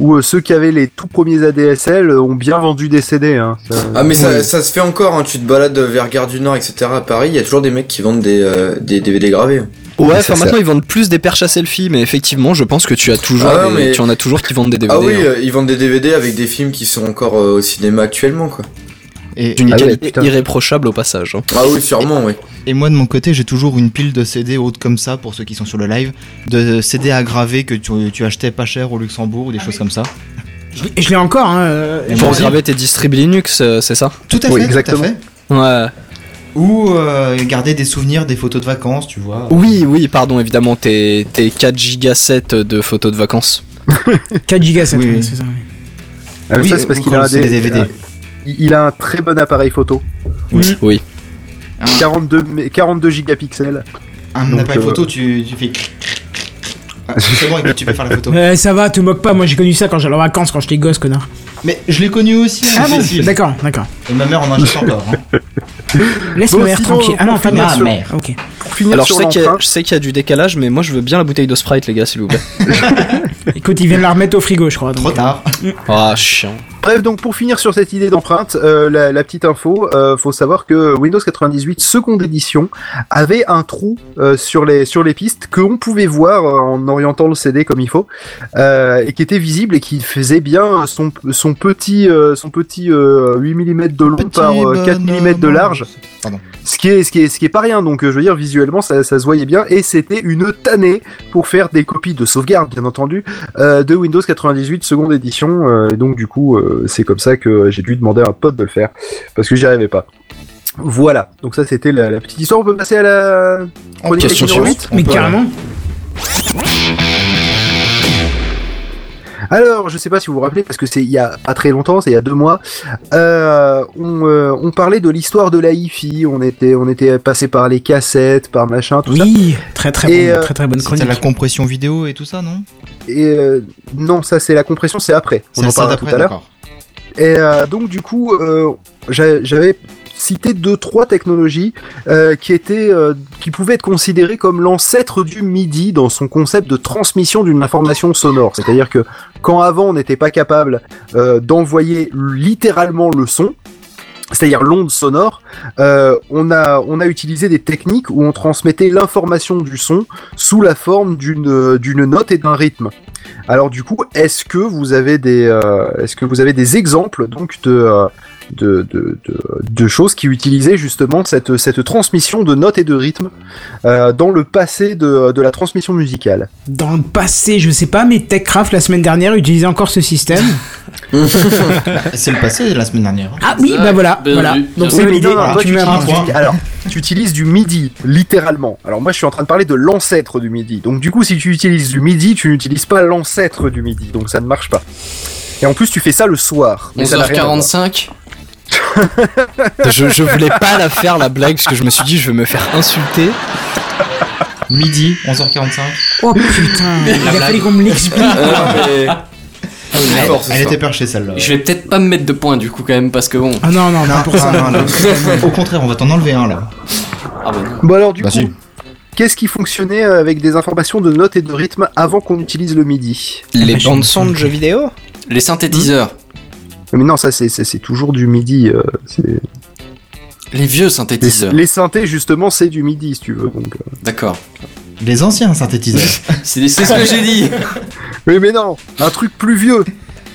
S7: où euh, ceux qui avaient les tout premiers ADSL ont bien vendu des CD. Hein. Ça-
S10: Ah mais ça, ça se fait encore, hein. tu te balades vers Gare du Nord, etc. à Paris, il y a toujours des mecs qui vendent des, euh, des DVD gravés.
S11: ouais.
S10: Mais
S11: Enfin,
S10: ça,
S11: maintenant, ils vendent plus des perches à selfie, mais effectivement, je pense que tu as toujours,
S10: Ah ouais,
S11: des-
S10: mais-
S11: tu en as toujours qui vendent des DVD.
S10: ah oui,
S11: hein.
S10: euh, ils vendent des DVD avec des films qui sont encore euh, au cinéma actuellement, quoi.
S5: Et,
S11: D'une
S7: Ah ouais,
S11: qualité
S7: putain.
S11: irréprochable au passage. hein.
S10: Ah oui, sûrement, oui.
S5: et moi, de mon côté, j'ai toujours une pile de CD haute comme ça, pour ceux qui sont sur le live, de CD aggravés que tu, tu achetais pas cher au Luxembourg ou
S7: Ah
S5: des choses comme ça.
S2: Je l'ai- je l'ai encore. hein, euh,
S5: Et
S11: Pour
S5: moi,
S11: graver tes distribs Linux, euh, c'est ça
S5: Tout à fait,
S7: Oui,
S5: exactement.
S7: exactement.
S5: tout à fait.
S11: Ouais.
S5: Ou euh, garder des souvenirs, des photos de vacances, tu vois.
S11: Oui, oui. Pardon, évidemment, tes tes 4 gigasets de photos de vacances.
S2: 4 gigas, c'est
S5: Oui, oui.
S2: ça.
S7: Ah, mais
S5: Oui,
S7: ça, c'est parce
S5: ou
S7: qu'il
S5: quand
S7: a un
S5: c'est des
S7: des-
S5: DVD.
S7: euh, Il il a un très bon appareil photo,
S2: Oui.
S11: Oui.
S5: Ah.
S7: 42 mais 42 gigapixels.
S5: Un
S7: Donc,
S5: appareil
S7: euh,
S5: photo, tu, tu fais. Ah, C'est bon, et puis tu peux faire la photo.
S2: Euh, ça va, te moque pas. Moi, j'ai connu ça quand j'allais en vacances, quand j'étais gosse, connard.
S5: Mais je l'ai connu aussi,
S7: Ah,
S5: hein, Cécile.
S2: Ah D'accord, d'accord.
S5: Et ma mère en achète encore. hein.
S2: Laisse
S7: Bon,
S2: ma mère
S7: sinon,
S2: tranquille. Ah non,
S7: pour
S2: pas de
S7: finir
S2: mère.
S7: sur-
S2: mère. Ok.
S7: Pour finir
S11: Alors, je
S7: sur
S11: sais qu'il y, a-
S7: l'emprunt,
S11: je sais qu'il y a du décalage, mais moi, je veux bien la bouteille de Sprite, les gars, s'il vous plaît.
S2: Écoute, ils viennent la remettre au frigo, je crois. donc.
S5: Trop tard.
S11: Ah, chiant.
S7: Bref, donc pour finir sur cette idée d'empreinte, euh, la, la petite info, euh, faut savoir que Windows 98 seconde édition avait un trou euh, sur les sur les pistes que on pouvait voir euh, en orientant le CD comme il faut euh, et qui était visible et qui faisait bien son son petit euh, son petit euh, 8 mm de long
S5: Petit
S7: par euh, 4
S5: bonhomme.
S7: mm de large.
S5: Pardon.
S7: Ce qui est ce qui est ce qui est pas rien donc euh, je veux dire visuellement ça, ça se voyait bien et c'était une tannée pour faire des copies de sauvegarde bien entendu euh, de Windows 98 seconde édition. euh, et donc du coup, euh, c'est comme ça que j'ai dû demander à un pote de le faire parce que j'y arrivais pas. Voilà. Donc ça, c'était la, la petite histoire. On peut passer à la chronique
S11: question
S7: numéro
S11: suivante.
S7: huit
S2: Mais carrément.
S7: euh, Alors, je sais pas si vous vous rappelez parce que c'est il y a pas très longtemps, c'est il y a deux mois. euh, on, euh, on parlait de l'histoire de la hi-fi. On était on était passé par les cassettes, par machin, tout ça.
S2: Oui, très très,
S7: Et,
S2: bon,
S7: euh,
S2: très très bonne
S5: C'était
S2: chronique.
S5: la compression vidéo et tout ça, non
S7: Et euh, non, ça c'est la compression, c'est après. On
S5: C'est
S7: en
S5: ça
S7: parlera tout
S5: d'après,
S7: à l'heure.
S5: d'accord.
S7: Et euh, donc du coup, euh, j'a- j'avais cité deux trois technologies euh, qui étaient euh, qui pouvaient être considérées comme l'ancêtre du MIDI dans son concept de transmission d'une information sonore. C'est-à-dire que quand avant on n'était pas capable euh, d'envoyer littéralement le son, c'est-à-dire l'onde sonore, euh, on, a, on a utilisé des techniques où on transmettait l'information du son sous la forme d'une euh, d'une note et d'un rythme. Alors du coup, est-ce que vous avez des euh, est-ce que vous avez des exemples donc de euh, de, de, de, de choses qui utilisaient justement cette, cette transmission de notes et de rythmes euh, dans le passé de, de la transmission musicale.
S2: Dans le passé, je sais pas, mais TechCraft la semaine dernière utilisait encore ce système.
S5: C'est le passé de la semaine dernière. hein.
S2: Ah oui,
S6: Exact,
S2: bah voilà,
S6: bien
S2: voilà.
S6: vu, bien
S2: Donc
S6: vu.
S2: c'est validé.
S7: Non, non, toi,
S2: tu
S7: tu
S2: mets un
S7: utilises
S2: point.
S7: du- alors, tu utilises du MIDI, littéralement. Alors moi, je suis en train de parler de l'ancêtre du MIDI. Donc du coup, si tu utilises du MIDI, tu n'utilises pas l'ancêtre du MIDI. Donc ça ne marche pas. Et en plus, tu fais ça le soir. Donc, ça n'a rien à voir.
S6: 11h45
S11: Je, je voulais pas la faire la blague parce que je me suis dit je vais me faire insulter.
S5: Midi, 11h45.
S2: Oh putain, il a
S6: blague.
S2: fallu qu'on me l'explique.
S10: Ah, mais...
S5: Elle,
S10: fort, ce
S5: elle
S10: soir.
S5: était perchée celle-là.
S6: Je vais peut-être pas me mettre de points du coup quand même parce que bon.
S2: Ah non, non,
S5: Non,
S2: pas pour
S5: non,
S2: ça.
S5: non, non. hein, Au contraire, on va t'en enlever un là.
S6: Ah bah non.
S7: Bon alors du
S5: Bah,
S7: coup,
S5: si.
S7: qu'est-ce qui fonctionnait euh, avec des informations de notes et de rythme avant qu'on utilise le MIDI
S11: Les
S2: Ah, je-
S11: bandes son de jeux vidéo.
S6: Les
S1: Hmm.
S6: synthétiseurs.
S7: Mais non, ça c'est- c'est c'est toujours du MIDI. euh, c'est-
S6: Les vieux synthétiseurs.
S7: les synthés justement c'est du MIDI si tu veux. Donc, euh.
S6: D'accord.
S5: Les anciens synthétiseurs.
S6: C'est c'est ce que j'ai dit.
S7: Oui mais non, un truc plus vieux.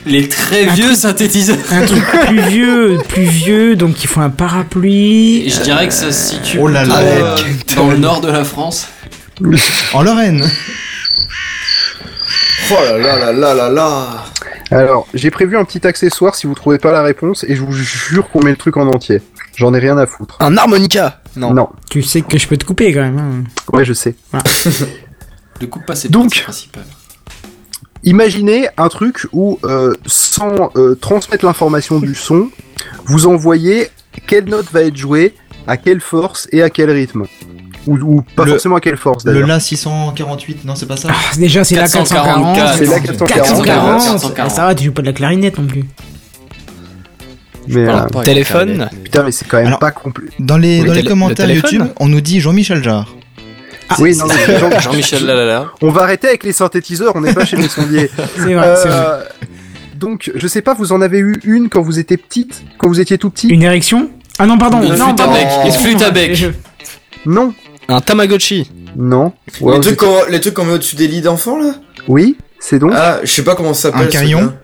S6: Les très vieux synthétiseurs.
S2: Un truc plus vieux, plus vieux, donc il faut un parapluie.
S6: Et je dirais que ça se situe
S5: Oh
S7: Ah,
S5: là là.
S6: plutôt, euh,
S5: Quel
S6: dans le
S5: talent.
S6: nord de la France.
S5: En Lorraine.
S10: Oh là là là là là là
S7: Alors, j'ai prévu un petit accessoire si vous trouvez pas la réponse et je vous jure qu'on met le truc en entier. J'en ai rien à foutre.
S1: Un harmonica Non.
S7: Non,
S2: Tu sais que je peux te couper quand même. hein.
S7: ouais, je sais.
S6: Du coup, pas c'est
S7: Donc.
S6: le principal.
S7: Ah, Imaginez un truc où, euh, sans euh, transmettre l'information du son, vous envoyez quelle note va être jouée, à quelle force et à quel rythme. Ou, ou pas
S5: Le-
S7: forcément à quelle force
S5: Le
S7: d'ailleurs.
S5: La 648, non, c'est pas ça
S2: Ah, Déjà, c'est la
S6: 444.
S2: 440.
S7: C'est la 440.
S6: 440.
S2: 440. Eh, Ça va, tu joues pas de la clarinette non plus.
S7: Mais, euh,
S6: Pas
S1: téléphone
S6: avec la clarinette,
S7: putain, mais c'est quand même
S5: Alors-
S7: pas complet.
S5: Dans les,
S1: Oui,
S5: dans les
S1: télé-
S5: commentaires
S1: le téléphone.
S5: YouTube, on nous dit Jean-Michel Jarre.
S2: ah,
S7: oui, non, mais Jean-
S6: mais- Jean-Michel Lalala.
S7: on va arrêter avec les synthétiseurs, on n'est pas chez les sondiers.
S2: C'est vrai, c'est vrai.
S7: Euh, donc, je sais pas, vous en avez eu une quand vous étiez petite, quand vous étiez tout petit
S2: Une érection Ah non, pardon.
S6: Une
S2: non,
S6: flûte à
S2: pardon. Oh,
S6: bec. Une flûte à bec.
S2: Excuse-moi,
S7: Non,
S1: Un Tamagotchi.
S7: non. Ouais,
S10: les,
S7: vous
S10: trucs
S7: étiez-
S10: qu'on, les trucs qu'on met au-dessus des lits d'enfants là
S7: Oui, c'est donc.
S10: Ah, je sais pas comment ça s'appelle.
S5: Un carillon
S10: celui-là.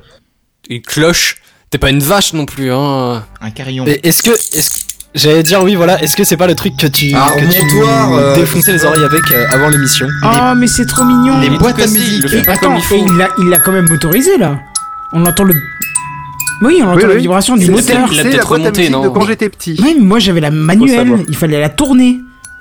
S6: Une cloche. T'es pas une vache non plus, hein.
S5: Un carillon.
S1: Et Est-ce que. Est-ce que- J'allais dire oui, voilà. Est-ce que c'est pas le truc que tu,
S10: Ah,
S1: que
S10: au
S1: tu
S10: montoir, euh,
S1: défonçais les oreilles avec euh, avant l'émission
S2: je- Ah, mais c'est trop mignon.
S5: Les
S6: Mais
S5: boîtes
S6: tout
S5: à
S6: cas, si,
S5: musique.
S6: il le fait
S2: Et
S6: pas comme
S2: attends,
S6: il faut.
S2: et il l'a, il l'a quand même motorisé là. On entend le. Oui, on entend
S7: Oui,
S2: la
S7: oui.
S2: vibration du
S7: C'est-
S2: moteur.
S6: Il l'a
S7: c'est la
S6: peut-être
S7: boîte à
S6: remonté,
S7: musique
S6: non
S7: de quand j'étais petit.
S2: Ouais, mais moi j'avais la
S7: savoir.
S2: manuelle, il fallait la tourner.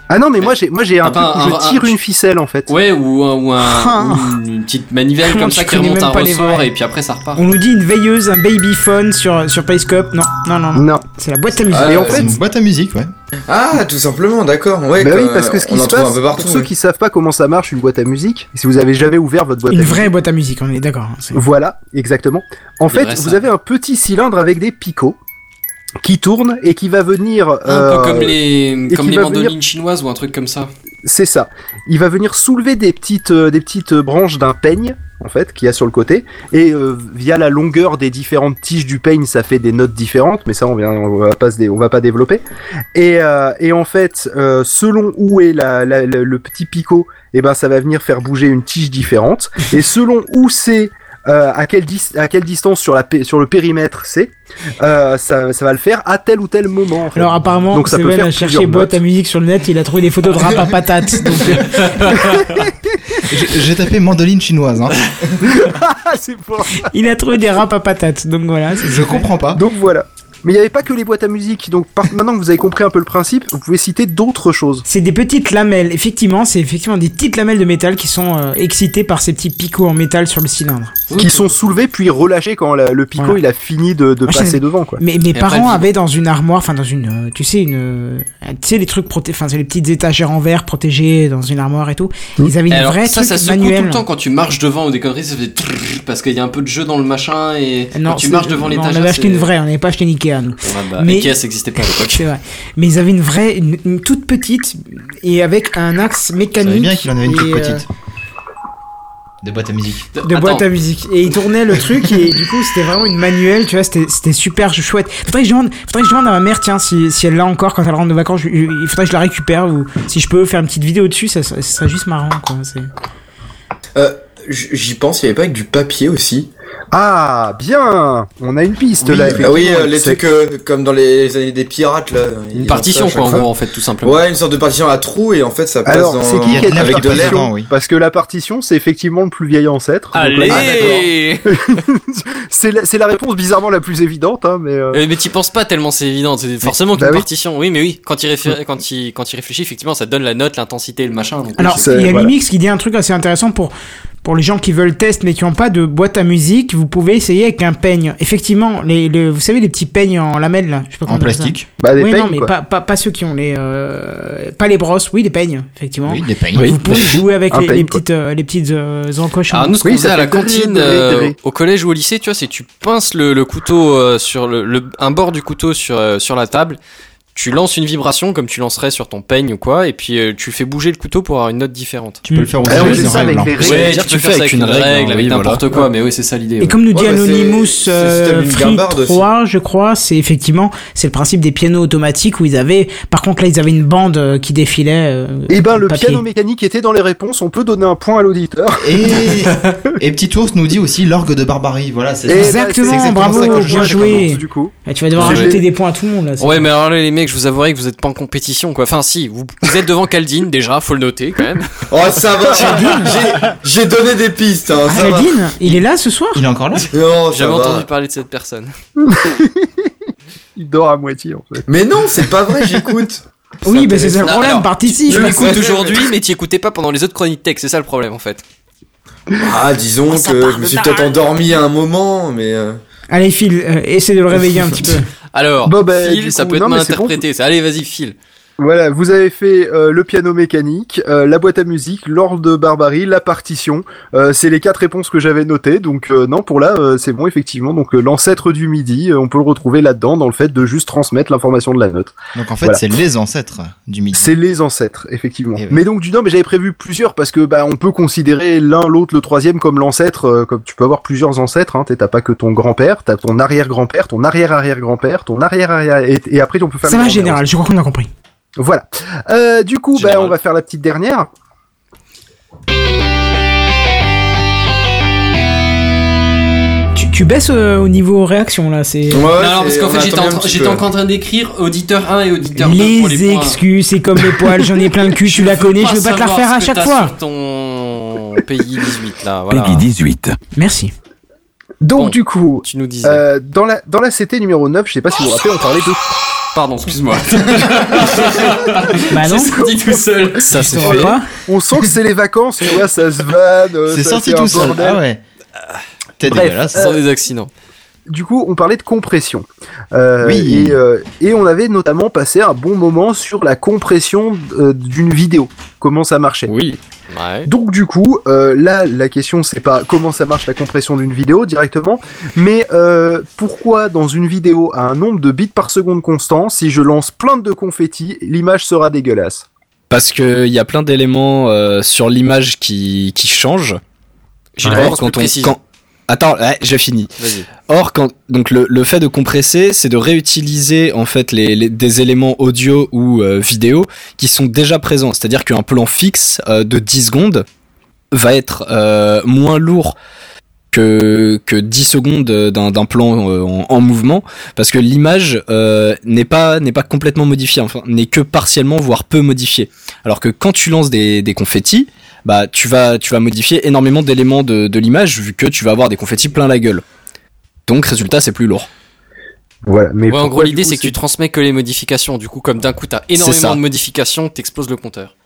S7: Ah non, mais moi j'ai, moi j'ai un
S6: T'as pas
S7: truc où
S6: un-
S7: je
S6: un-
S7: tire une ficelle en fait.
S6: Ouais, ou, un- ou, un,
S2: Ah.
S6: ou une, une petite manivelle comme
S2: Je
S6: ça qui
S2: connais
S6: remonte
S2: même
S6: un
S2: pas les
S6: ressort
S2: vrais.
S6: et puis après ça
S7: Euh,
S6: repart.
S2: On nous dit une veilleuse, un baby phone sur, sur Periscope. Non, non, non, non.
S7: Non.
S2: C'est la boîte à musique.
S10: Ah,
S7: Et en
S10: euh,
S5: C'est
S7: fait,
S5: une boîte à musique, ouais.
S10: Ah, tout simplement, d'accord. Ouais,
S7: bah oui,
S10: comme,
S7: parce que ce
S10: euh,
S7: qui
S10: on en
S7: se
S10: trouve
S7: passe,
S10: un peu partout.
S7: pour ceux
S10: ouais.
S7: qui savent pas comment ça marche une boîte à musique, si vous avez jamais ouvert votre boîte
S2: Une
S7: à musique,
S2: vraie boîte à musique, on est d'accord. hein, c'est-
S7: voilà, exactement. En
S6: C'est
S7: fait,
S6: vrai, ça.
S7: vous avez un petit cylindre avec des picots qui tourne et qui va venir.
S6: Un
S7: euh,
S6: peu comme les,
S7: et
S6: comme
S7: qui
S6: les
S7: va venir-
S6: mandolines chinoises ou un truc comme ça.
S7: C'est ça. Il va venir soulever des petites, euh, des petites euh, branches d'un peigne, en fait, qu'il y a sur le côté. Et euh, via la longueur des différentes tiges du peigne, ça fait des notes différentes, mais ça, on vient, on va pas, se dé- on va pas développer. Et, euh, et en fait, euh, selon où est la, la- la- le petit picot, eh ben, ça va venir faire bouger une tige différente. Et selon où c'est, euh, à, quelle dis- à quelle distance sur, la pé- sur le périmètre c'est, euh, ça, ça va le faire à tel ou tel moment. en fait.
S2: Alors apparemment,
S7: Donc, ça peut
S2: Seven
S7: faire
S2: a cherché
S7: plusieurs
S2: boîte à
S7: notes.
S2: musique sur le net, il a trouvé des photos de rap à patates. Donc, euh,
S5: J'ai j'ai tapé mandoline chinoise, hein.
S7: Ah, c'est fort.
S2: il a trouvé des rap à patates. Donc voilà. c'est-
S5: Je comprends pas.
S7: Donc voilà. Mais il n'y avait pas que les boîtes à musique. Donc par- maintenant que vous avez compris un peu le principe, vous pouvez citer d'autres choses.
S2: C'est des petites lamelles, effectivement, c'est effectivement des petites lamelles de métal qui sont euh, excitées par ces petits picots en métal sur le cylindre.
S7: Qui sont soulevées puis relâchées quand la- le picot
S2: Voilà.
S7: il a fini de, de
S2: Moi, je sais-
S7: passer devant. Quoi.
S2: Mais mes
S6: après,
S2: parents
S6: le vide.
S2: avaient dans une armoire, enfin dans une, euh, tu sais, une, euh, tu sais les trucs proté, enfin c'est les petites étagères en verre protégées dans une armoire et tout. Ils avaient une
S6: Alors
S2: vraie
S6: ça,
S2: truc
S6: ça secoue
S2: manuel.
S6: tout le temps quand tu marches devant ou des conneries, ça fait trrrr parce qu'il y a un peu de jeu dans le machin et quand tu
S2: c'est-
S6: marches devant
S2: Euh, non,
S6: l'étagère.
S2: On avait acheté
S6: c'est-
S2: une vraie, on n'avait pas acheté une Ikea. Nous.
S6: Ouais, bah,
S2: Mais-
S6: Ikea, ça n'existait pas à l'époque.
S2: C'est vrai. Mais ils avaient une vraie, une, une toute petite et avec un axe
S5: Je savais
S2: mécanique.
S5: bien qu'il en avait une
S2: et,
S5: toute
S2: euh,
S5: petite. De boîte à musique.
S2: de
S6: Attends,
S2: boîte à musique. Et il tournait le truc et du coup c'était vraiment une manuelle, tu vois, c'était c'était super chouette. Faudrait que je demande, faudrait que je demande à ma mère, tiens, si, si elle l'a encore quand elle rentre de vacances, je- je- il faudrait que je la récupère ou si je peux faire une petite vidéo dessus, ça, serait- ça serait juste marrant quoi. c'est-
S10: Euh, j- J'y pense, il y avait pas avec du papier aussi.
S7: Ah bien, on a une piste là.
S10: Ah oui,
S7: effectivement.
S10: euh, les
S7: C'est-
S10: trucs euh, comme dans les années des pirates là. ils
S6: Une
S10: ont
S6: partition
S10: ça à
S6: quoi en
S10: chaque
S6: gros
S10: fois.
S6: en fait tout simplement.
S10: Ouais, une sorte de partition à trous et en fait ça passe
S7: Alors
S10: dans...
S7: c'est qui qui a dit
S5: de l'air
S10: avec de
S7: la
S5: qui passe
S10: l'air.
S5: dedans, oui.
S7: partition Parce que la partition c'est effectivement le plus vieil ancêtre. Donc, là,
S6: Allez
S7: C'est la, c'est la réponse bizarrement la plus évidente, hein, mais. euh,
S6: Euh, mais t'y penses pas tellement c'est évident, c'est forcément
S7: bah
S6: qu'une
S7: oui.
S6: partition. Oui, mais oui, quand il, réfé- quand, il, quand il réfléchit, effectivement, ça donne la note, l'intensité, le machin. donc,
S2: Alors
S6: oui,
S7: c'est-
S2: il y a
S7: voilà.
S2: Mimix qui dit un truc assez intéressant pour pour les gens qui veulent test mais qui n'ont pas de boîte à musique, vous pouvez essayer avec un peigne. Effectivement, les, les- vous savez les petits peignes en lamelles là, je sais pas comment
S5: En
S2: on appelle ça.
S5: plastique.
S7: Bah, des
S2: Oui, non,
S7: peignes,
S2: mais
S7: quoi.
S2: pas, pas, pas ceux qui ont les. euh, pas les brosses, oui, des peignes, effectivement.
S5: Oui, des peignes.
S2: Vous pouvez jouer avec
S7: Un
S2: les,
S7: peigne,
S2: les
S7: quoi.
S2: petites, euh, les petites euh, encoches.
S6: Alors Ah, nous, ce qu'on
S7: Oui,
S6: faisait
S7: ça
S6: à la
S7: fait drrrr,
S6: cantine,
S7: drrrr,
S6: euh,
S7: drrrr.
S6: au collège ou au lycée, tu vois, c'est tu pinces le, le couteau euh, sur le, le- un bord du couteau sur euh, sur la table. tu lances une vibration comme tu lancerais sur ton peigne ou quoi, et puis euh, tu fais bouger le couteau pour avoir une note différente.
S5: Tu peux le faire aussi
S7: Ah, on
S5: avec
S7: fait
S5: des
S7: ça
S5: règles,
S7: avec
S5: hein.
S7: les règles.
S6: Ouais,
S1: dire,
S6: tu peux faire ça avec une règle, avec
S1: oui,
S6: n'importe
S1: voilà.
S6: quoi, mais oui, c'est ça l'idée.
S2: Et
S6: ouais.
S2: comme nous dit
S10: Ouais, bah,
S2: Anonymous
S10: c'est-
S2: euh,
S10: c'est le système
S2: Free
S10: Lingard aussi.
S2: 3, je crois, c'est effectivement, c'est le principe des pianos automatiques où ils avaient, par contre là, ils avaient une bande euh, qui défilait. euh,
S7: Eh ben, le
S2: papier.
S7: piano mécanique était dans les réponses. On peut donner un point à l'auditeur.
S5: Et, et Petit Ours nous dit aussi l'orgue de barbarie. Voilà, c'est
S7: Et bah,
S5: ça.
S2: Exactement,
S7: c'est
S2: bravo,
S7: ça que je
S2: bien
S7: jouais
S2: joué.
S7: avec Hans, Du coup,
S2: Et Ah, tu vas devoir
S7: J'ai-
S2: rajouter des points à tout le monde là. c'est-
S6: Ouais, mais alors là, les mecs, je vous avouerai que vous êtes pas en compétition, quoi. Enfin, si, vous, vous êtes devant Caldine, déjà, faut le noter, quand même.
S10: Oh, ça va, j'ai- j'ai donné des pistes, hein,
S7: Ah,
S10: ça va.
S2: Ah, Aladine, il est là ce soir
S5: Il est encore là
S10: Non, ça
S6: J'avais
S10: va.
S6: entendu parler de cette personne.
S7: il dort à moitié en fait.
S10: Mais non, c'est pas vrai, j'écoute.
S2: Oui, bah c'est ça le
S6: Non,
S2: problème,
S6: alors,
S2: participe.
S6: Tu m'écoutes
S10: Ouais.
S6: aujourd'hui, mais tu écoutais pas pendant les autres chroniques tech, c'est ça le problème, en fait.
S10: Ah, disons
S8: Oh, ça
S10: que
S8: part
S10: je me suis
S8: de
S10: peut-être
S8: là.
S10: endormi à un moment, mais. euh,
S2: Allez, Phil, euh, essaie de le réveiller un petit peu.
S6: Alors,
S7: Bon, bah,
S6: Phil,
S7: du
S6: ça
S7: coup,
S6: peut être
S7: non,
S6: mal
S7: mais c'est bon.
S6: interprété. ça. Allez, vas-y, Phil.
S7: Voilà, vous avez fait euh, le piano mécanique, euh, la boîte à musique, l'ordre de barbarie, la partition. Euh, c'est les quatre réponses que j'avais notées. Donc euh, non, pour là, euh, c'est bon effectivement. Donc euh, l'ancêtre du midi, euh, on peut le retrouver là-dedans dans le fait de juste transmettre l'information de la note.
S5: Donc en fait,
S7: Voilà.
S5: c'est les ancêtres du midi.
S7: C'est les ancêtres, effectivement.
S5: Eh oui.
S7: Mais donc du non, mais j'avais prévu plusieurs parce que bah on peut considérer l'un, l'autre, le troisième comme l'ancêtre. euh, comme tu peux avoir plusieurs ancêtres, hein. T'es- T'as pas que ton grand-père, t'as ton arrière-grand-père, ton arrière-arrière-grand-père, ton arrière-arrière. Et, et après on peut faire.
S2: Ça
S7: le
S2: va,
S7: grand-père
S2: général, je crois qu'on a compris.
S7: aussi. Voilà. Euh, du coup, bah,
S6: Général.
S7: on va faire la petite dernière.
S2: Tu, tu baisses euh, au niveau réaction là,
S10: ouais,
S2: c'est.
S6: non, non, parce
S10: c'est-
S6: qu'en
S10: on
S6: fait,
S10: attendait
S6: j'étais,
S10: un
S6: en train-
S10: petit
S6: j'étais
S10: peu.
S6: encore en train d'écrire auditeur 1 et auditeur 2 pour les
S2: Les
S6: points.
S2: excuses, c'est comme les poils, j'en ai plein le cul, tu la connais, je veux pas te la
S6: savoir
S2: refaire à
S6: ce que
S2: chaque
S6: t'as
S2: fois.
S6: Sur ton pays 18 là, voilà.
S11: Peggy 18.
S2: Merci.
S7: Donc
S6: Bon.
S7: du coup,
S6: Tu nous disais.
S7: Euh, dans la dans la CT numéro 9, je sais pas si vous vous rappelez, on parlait de
S6: Pardon, excuse-moi.
S2: Bah non, Euh,
S6: J'ai sorti tout seul.
S1: Ça se
S2: on va
S1: fait.
S2: pas.
S7: on sent que c'est les vacances, tu vois, ça se vanne, euh,
S5: C'est
S7: ça
S5: sorti
S7: fait un
S5: tout seul.
S7: bordel.
S5: Ah ouais. T'es
S7: Bref.
S5: dégueulasse.
S6: Sans des accidents.
S7: Du coup, on parlait de compression. Euh,
S5: Oui.
S7: et, euh, et on avait notamment passé un bon moment sur la compression euh, d'une vidéo, comment ça marchait.
S6: Oui. Ouais.
S7: Donc du coup, euh, là, la question c'est pas comment ça marche la compression d'une vidéo directement, mais euh, pourquoi dans une vidéo à un nombre de bits par seconde constant, si je lance plein de confettis, l'image sera dégueulasse.
S1: Parce que il y a plein d'éléments euh, sur l'image qui, qui changent.
S6: J'ai une
S1: Or,
S6: réponse plus précise.
S1: quand- Attends, ouais, je finis.
S6: Vas-y.
S1: Or, quand donc le, le fait de compresser, c'est de réutiliser en fait les, les- des éléments audio ou euh, vidéo qui sont déjà présents. C'est-à-dire qu'un plan fixe euh, de 10 secondes va être euh, moins lourd que, que 10 secondes d'un d'un plan euh, en, en mouvement, parce que l'image euh, n'est pas n'est pas complètement modifiée, enfin n'est que partiellement voire peu modifiée. Alors que quand tu lances des, des confettis, bah tu vas tu vas modifier énormément d'éléments de, de l'image vu que tu vas avoir des confettis plein la gueule. Donc résultat c'est plus lourd.
S7: Voilà. Mais
S6: Ouais, en
S7: pourquoi,
S6: gros,
S7: du
S6: l'idée
S7: coup,
S6: c'est que tu transmets que les modifications. Du coup, comme d'un coup, t'as
S1: ça.
S6: énormément de modifications, t'exploses le compteur.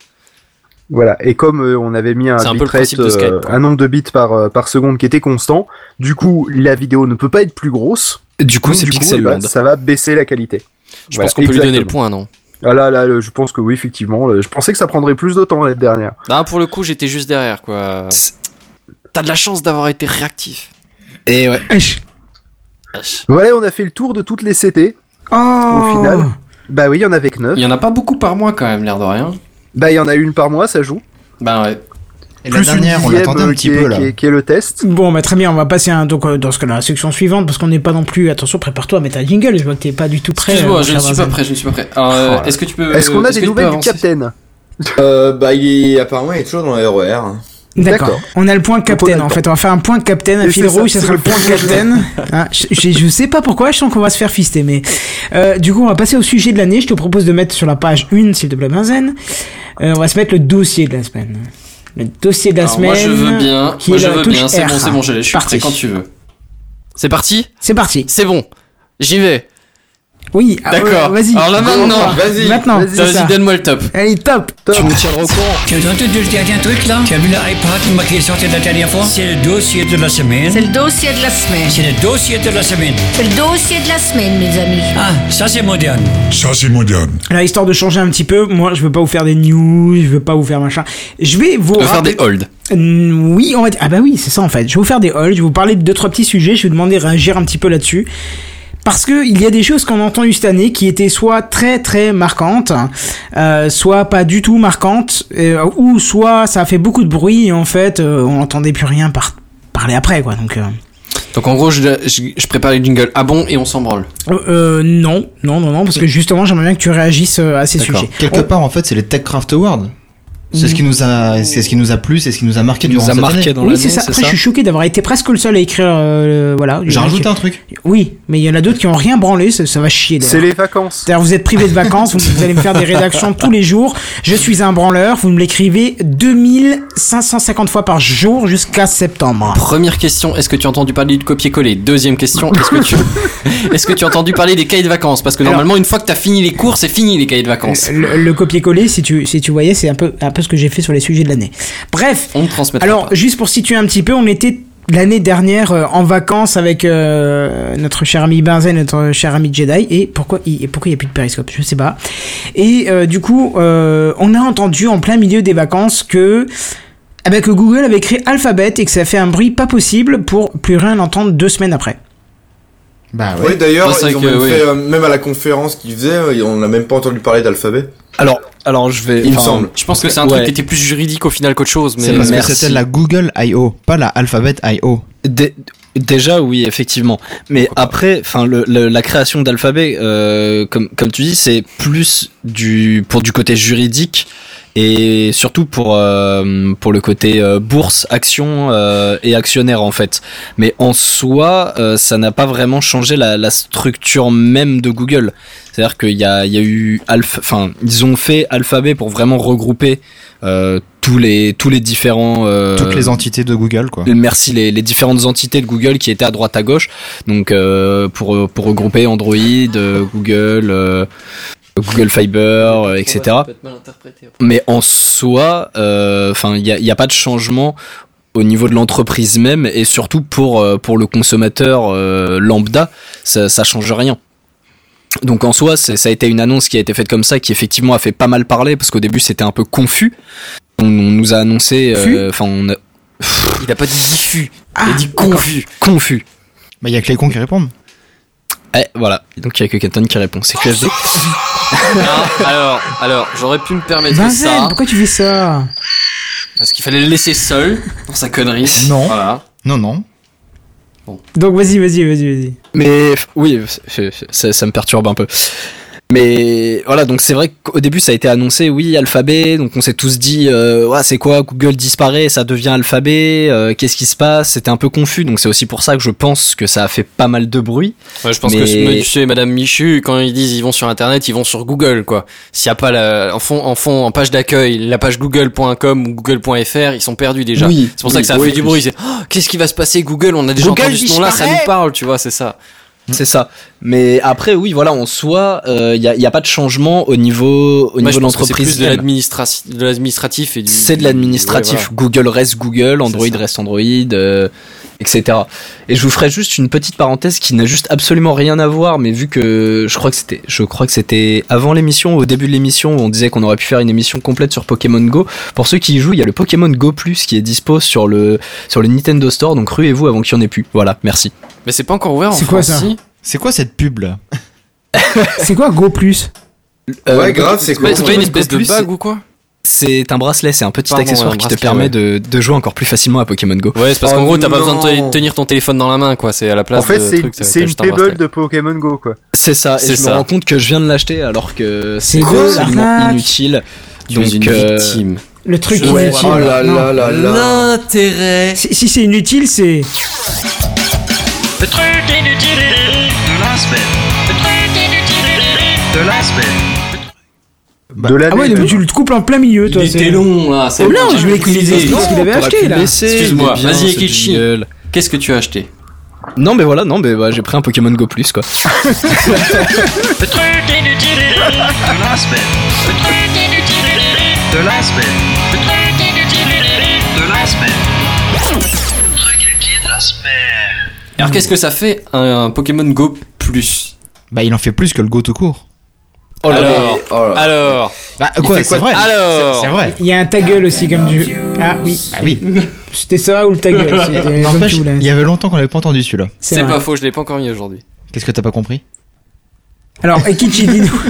S7: Voilà, et comme euh, on avait mis un,
S6: C'est un peu le
S7: bitrate,
S6: principe de Skype,
S7: euh,
S6: quoi.
S7: un nombre de bits par, euh, par seconde qui était constant, du coup la vidéo ne peut pas être plus grosse,
S1: Du coup
S7: donc
S1: c'est
S7: du coup,
S1: pixel
S7: eh ben,
S1: land.
S11: bah,
S7: ça va baisser la qualité.
S6: Je
S7: Voilà,
S6: pense qu'on peut lui donner le
S7: exactement.
S6: point, non
S7: Ah là, là, le- je pense que oui, effectivement, le- je pensais que ça prendrait plus de temps la dernière.
S6: Là, Bah, pour le coup, j'étais juste derrière, quoi.
S1: C'est-
S6: T'as de la chance d'avoir été réactif.
S1: Et ouais.
S7: Voilà, on a fait le tour de toutes les CT.
S2: Oh
S7: Au final. Bah oui, il y en avait que 9.
S6: Il y en a pas beaucoup par mois, quand même, l'air de rien.
S7: Bah il y en a une par mois, ça joue.
S6: Ben ouais.
S5: Et la dernière, on
S7: dixième,
S5: l'attendait un
S7: euh,
S5: petit
S7: qui est-
S5: peu là.
S7: Qui est, qui est le test.
S2: Bon, bah très bien, on va passer à, donc, euh, dans ce cas-là, à la section suivante, parce qu'on n'est pas non plus. Attention, prépare-toi à mettre un jingle, je vois que t'es pas du tout prêt.
S6: Excuse-moi,
S2: euh,
S6: je ne
S2: cher
S6: suis pas
S2: Vincent.
S6: prêt, je ne suis pas prêt. Alors, euh,
S10: Oh là
S6: Est-ce que tu peux.
S7: Est-ce qu'on a
S6: est-ce
S7: des
S6: que tu peux
S7: nouvelles du
S6: avancer
S7: Captain
S10: Euh, bah, il est, apparemment, il est toujours dans E le RER.
S2: D'accord.
S7: D'accord.
S2: On a le point
S7: Donc, on a
S2: captain
S7: le
S2: en
S7: temps.
S2: fait. On va faire un point captain, un
S7: Et
S2: fil
S7: c'est ça,
S2: rouge, ça
S7: c'est
S2: sera le
S7: le
S2: point
S7: point
S2: captain. Hein, je, je- je sais pas pourquoi, je sens qu'on va se faire fister, mais. Euh, du coup, on va passer au sujet de l'année. Je te propose de mettre sur la page 1, s'il te plaît, Benzen. Euh, on va se mettre le dossier de la semaine. Le dossier de la
S6: Alors,
S2: semaine.
S6: Moi je veux bien,
S2: qui
S6: moi
S2: est
S6: je
S2: la
S6: veux
S2: touche
S6: bien, c'est
S2: R.
S6: bon, c'est bon, je l'ai, je suis
S2: Parti.
S6: prêt quand tu veux. C'est parti
S2: C'est parti.
S6: C'est bon, j'y vais.
S2: Oui, ah, euh,
S6: D'accord.
S2: vas-y.
S6: Alors là, maintenant,
S10: vas-y,
S2: Maintenant,
S7: vas-y,
S2: c'est ça.
S6: Vas-y, donne-moi le top.
S2: Allez, top.
S11: Tu me tiendras au courant.
S9: Tu as entendu le dernier truc là Tu as vu l'iPad moi, qui est sorti la dernière fois C'est le dossier de la semaine.
S8: C'est le dossier de la semaine.
S9: Hein C'est le dossier de la semaine.
S8: C'est le dossier de la semaine, mes amis.
S9: Ah, ça c'est moderne.
S13: Ça, c'est moderne.
S2: Alors, histoire de changer un petit peu, moi, je veux pas vous faire des news, je veux pas vous faire machin. Je vais vous
S6: On va faire
S2: rappeler-
S6: des holds.
S2: Mm, Oui, on va dire- Ah bah oui, c'est ça en fait. Je vais vous faire des hauls, je vais vous parler de deux trois petits sujets, je vais vous demander de réagir un petit peu là-dessus. Parce que il y a des choses qu'on a entendues cette année qui étaient soit très très marquantes, euh, soit pas du tout marquantes, euh, ou soit ça a fait beaucoup de bruit et en fait euh, on n'entendait plus rien par parler après quoi. Donc euh,
S6: Donc en gros, je, je- je prépare les jingles. Ah bon, et on s'en branle.
S2: euh, euh, non non non non parce que justement j'aimerais bien que tu réagisses euh, à ces
S5: D'accord.
S2: sujets.
S5: Quelque part, en fait, c'est les TechCraft Awards. C'est ce qui nous a, c'est ce qui nous a plu, c'est ce qui nous a marqué
S11: Qui nous
S5: durant
S11: a
S5: cette
S11: marqué
S5: année.
S11: dans
S2: Oui
S11: l'année,
S2: c'est ça.
S11: c'est
S2: Après je
S11: ça
S2: suis choqué d'avoir été presque le seul à écrire euh, voilà.
S5: J'ai rajouté un truc.
S2: Oui mais il y en a d'autres qui ont rien branlé ça, ça va chier. d'ailleurs.
S3: C'est les vacances.
S2: C'est-à-dire, vous êtes privé de vacances, vous, vous allez me faire des rédactions tous les jours. Je suis un branleur, vous me l'écrivez 2550 fois par jour jusqu'à septembre.
S6: Première question, est-ce que tu as entendu parler du copier-coller Deuxième question, est-ce que, tu... est-ce que tu as entendu parler des cahiers de vacances Parce que
S2: Alors- Euh,
S6: normalement, une fois que tu as fini les cours, c'est fini les cahiers de vacances.
S2: Le, le copier-coller, si tu, si tu voyais, c'est un peu, un peu ce que j'ai fait sur les sujets de l'année. Bref,
S6: On ne transmettra
S2: alors
S6: pas.
S2: juste pour situer un petit peu, on était l'année dernière euh, en vacances avec euh, notre cher ami Benzen, notre cher ami Jedi, et pourquoi il et pourquoi il n'y a plus de périscope, je sais pas. Et euh, du coup, euh, on a entendu en plein milieu des vacances que ah ben, que Google avait créé Alphabet et que ça a fait un bruit pas possible pour plus rien entendre deux semaines après.
S5: Bah
S10: Oui, d'ailleurs,
S6: Ouais, c'est
S10: ils ont
S6: vrai que,
S10: même
S6: oui.
S10: fait, euh, même à la conférence qu'ils faisaient, euh, on n'a même pas entendu parler d'alphabet.
S11: Alors, alors je vais.
S10: Il me
S11: enfin,
S10: semble.
S6: Je pense que c'est un truc
S11: Ouais.
S6: qui était plus juridique au final qu'autre chose. Mais
S5: C'est parce
S11: merci.
S5: que c'était la Google I.O., pas la Alphabet I.O.
S11: Dé- déjà oui effectivement mais après enfin le, le- la création d'alphabet euh, comme comme tu dis c'est plus du pour du côté juridique et surtout pour euh, pour le côté euh, bourse action euh, et actionnaire en fait mais en soi euh, ça n'a pas vraiment changé la, la structure même de Google c'est à dire qu'il y a il y a eu alpha enfin ils ont fait alphabet pour vraiment regrouper euh, tous les tous les différents euh,
S5: Toutes les entités de Google, quoi.
S11: Merci les, les différentes entités de Google qui étaient à droite à gauche. Donc euh, pour pour regrouper Android, euh, Google, euh, Google Fiber, euh, etc. Mais en soi, euh, enfin il y a, il y a pas de changement au niveau de l'entreprise même et surtout pour euh, pour le consommateur euh, lambda, ça, ça change rien. Donc en soi, c'est- ça a été une annonce qui a été faite comme ça, qui effectivement a fait pas mal parler parce qu'au début c'était un peu confus. On, on nous a annoncé, euh, enfin on a-
S6: Il a pas dit diffus, il
S2: Ah,
S6: a dit confus.
S11: confus.
S5: Mais il Bah, y a que les cons qui répondent.
S11: Eh, voilà. Donc il y a que Kenton qui répond. C'est QFD.
S6: Ah, alors, alors, j'aurais pu me permettre
S2: Benzen,
S6: ça
S2: pourquoi tu fais ça
S6: parce qu'il fallait le laisser seul dans sa connerie.
S5: Non.
S6: Voilà.
S5: Non, non.
S2: Donc vas-y, vas-y, vas-y, vas-y.
S11: Mais f- oui, c'est- c'est- ça, ça me perturbe un peu. Mais voilà, donc c'est vrai qu'au début ça a été annoncé, oui, Alphabet, donc on s'est tous dit, euh, Ouah, c'est quoi, Google disparaît, ça devient Alphabet, euh, qu'est-ce qui se passe C'était un peu confus, donc c'est aussi pour ça que je pense que ça a fait pas mal de bruit.
S6: Ouais, je pense
S11: Mais-
S6: que monsieur et madame Michu, quand ils disent ils vont sur internet, ils vont sur Google, quoi. S'il y a pas la, en fond, en fond, en page d'accueil, la page google.com ou google.fr, ils sont perdus déjà.
S11: Oui,
S6: c'est pour ça
S11: oui,
S6: que ça a
S11: oui,
S6: fait du
S11: oui.
S6: bruit. C'est, Oh, qu'est-ce qui va se passer Google? On a déjà
S11: Google
S6: entendu ce nom-là, ça
S11: disparaît
S6: nous parle, tu vois, c'est ça. Mm.
S11: C'est ça. Mais après, oui, voilà, en soi, il n'y a, y a pas de changement au niveau, au
S6: Moi,
S11: niveau
S6: je
S11: de
S6: pense que c'est plus
S11: l'entreprise.
S6: de
S11: elle.
S6: l'administratif, de l'administratif et du.
S11: C'est de
S6: du-
S11: l'administratif.
S6: ouais, voilà.
S11: Google reste Google, Android
S6: ça.
S11: reste Android, euh, etc. Et je vous ferai juste une petite parenthèse qui n'a juste absolument rien à voir, mais vu que je crois que c'était, je crois que c'était avant l'émission, au début de l'émission, où on disait qu'on aurait pu faire une émission complète sur Pokémon Go. Pour ceux qui y jouent, il y a le Pokémon Go Plus qui est dispo sur le sur le Nintendo Store, donc ruez-vous avant qu'il n'y en ait plus. Voilà, merci.
S6: Mais c'est pas encore ouvert en
S2: C'est quoi
S6: France,
S2: ça
S6: si
S5: C'est quoi cette pub là
S2: C'est quoi Go Plus
S11: Euh,
S10: ouais,
S11: le
S10: grave, bah, c'est
S6: C'est pas-
S10: quoi
S6: Bah, c'est pas une
S11: Go
S6: espèce de
S11: Plus,
S6: bague ou quoi
S11: C'est un bracelet, c'est un petit
S6: Pardon,
S11: accessoire
S6: ouais, un
S11: qui te
S6: bracelet,
S11: permet
S6: ouais.
S11: de, de jouer encore plus facilement à Pokémon Go.
S6: Ouais, c'est parce
S10: Oh
S6: qu'en gros, t'as pas besoin de
S10: non.
S6: te- tenir ton téléphone dans la main, quoi. C'est à la place
S3: En fait,
S6: de
S3: c'est
S6: truc, t'as-
S3: c'est
S6: t'as
S3: une
S6: juste un bracelet.
S3: table de Pokémon Go, quoi.
S11: C'est ça, et
S6: C'est
S11: je me
S6: ça.
S11: rends compte que je viens de l'acheter alors que c'est
S2: C'est quoi,
S11: absolument
S2: l'arnaque
S11: inutile.
S6: Tu es
S11: Donc,
S6: une
S11: euh,
S6: victime.
S2: Le truc
S6: Je
S2: qui est
S6: vois.
S2: utile.
S10: Oh là
S2: Non.
S10: là là là.
S6: L'intérêt.
S2: Si, si c'est inutile, c'est.
S3: de la
S2: Ah ouais,
S3: bête.
S2: donc tu le coupes en plein milieu, toi.
S6: Il
S2: c'est-
S6: était long là, c'est
S2: Oh non, je voulais qu'il les
S6: Excusez.
S2: explique ce qu'il avait
S11: t'aurais pu
S2: acheté
S11: le
S2: là.
S11: laisser, il est
S6: Excuse-moi,
S11: bien,
S6: vas-y,
S11: ce
S6: Keiichi.
S11: jingle.
S6: Qu'est-ce que tu as acheté
S11: Non, mais voilà, non, mais bah, j'ai pris un Pokémon Go Plus quoi.
S6: Alors qu'est-ce que ça fait un, un Pokémon Go Plus
S5: Bah, il en fait plus que le Go tout court.
S6: Oh
S10: là là.
S6: alors,
S10: Oh là là.
S6: alors,
S5: Bah,
S10: Il fait
S5: quoi, c'est
S10: quoi
S5: vrai
S6: alors,
S5: C'est vrai
S2: Il y a un ta gueule aussi comme du. Ah oui.
S5: Bah oui.
S2: C'était ça ou le ta gueule c'était comme
S5: N'empêche,
S2: tu voulais.
S5: il y avait longtemps qu'on l'avait pas entendu celui-là.
S6: c'est
S2: vrai.
S6: pas faux, je l'ai pas encore mis aujourd'hui.
S5: Qu'est-ce que t'as pas compris
S2: Alors, Ekichi, dis-nous.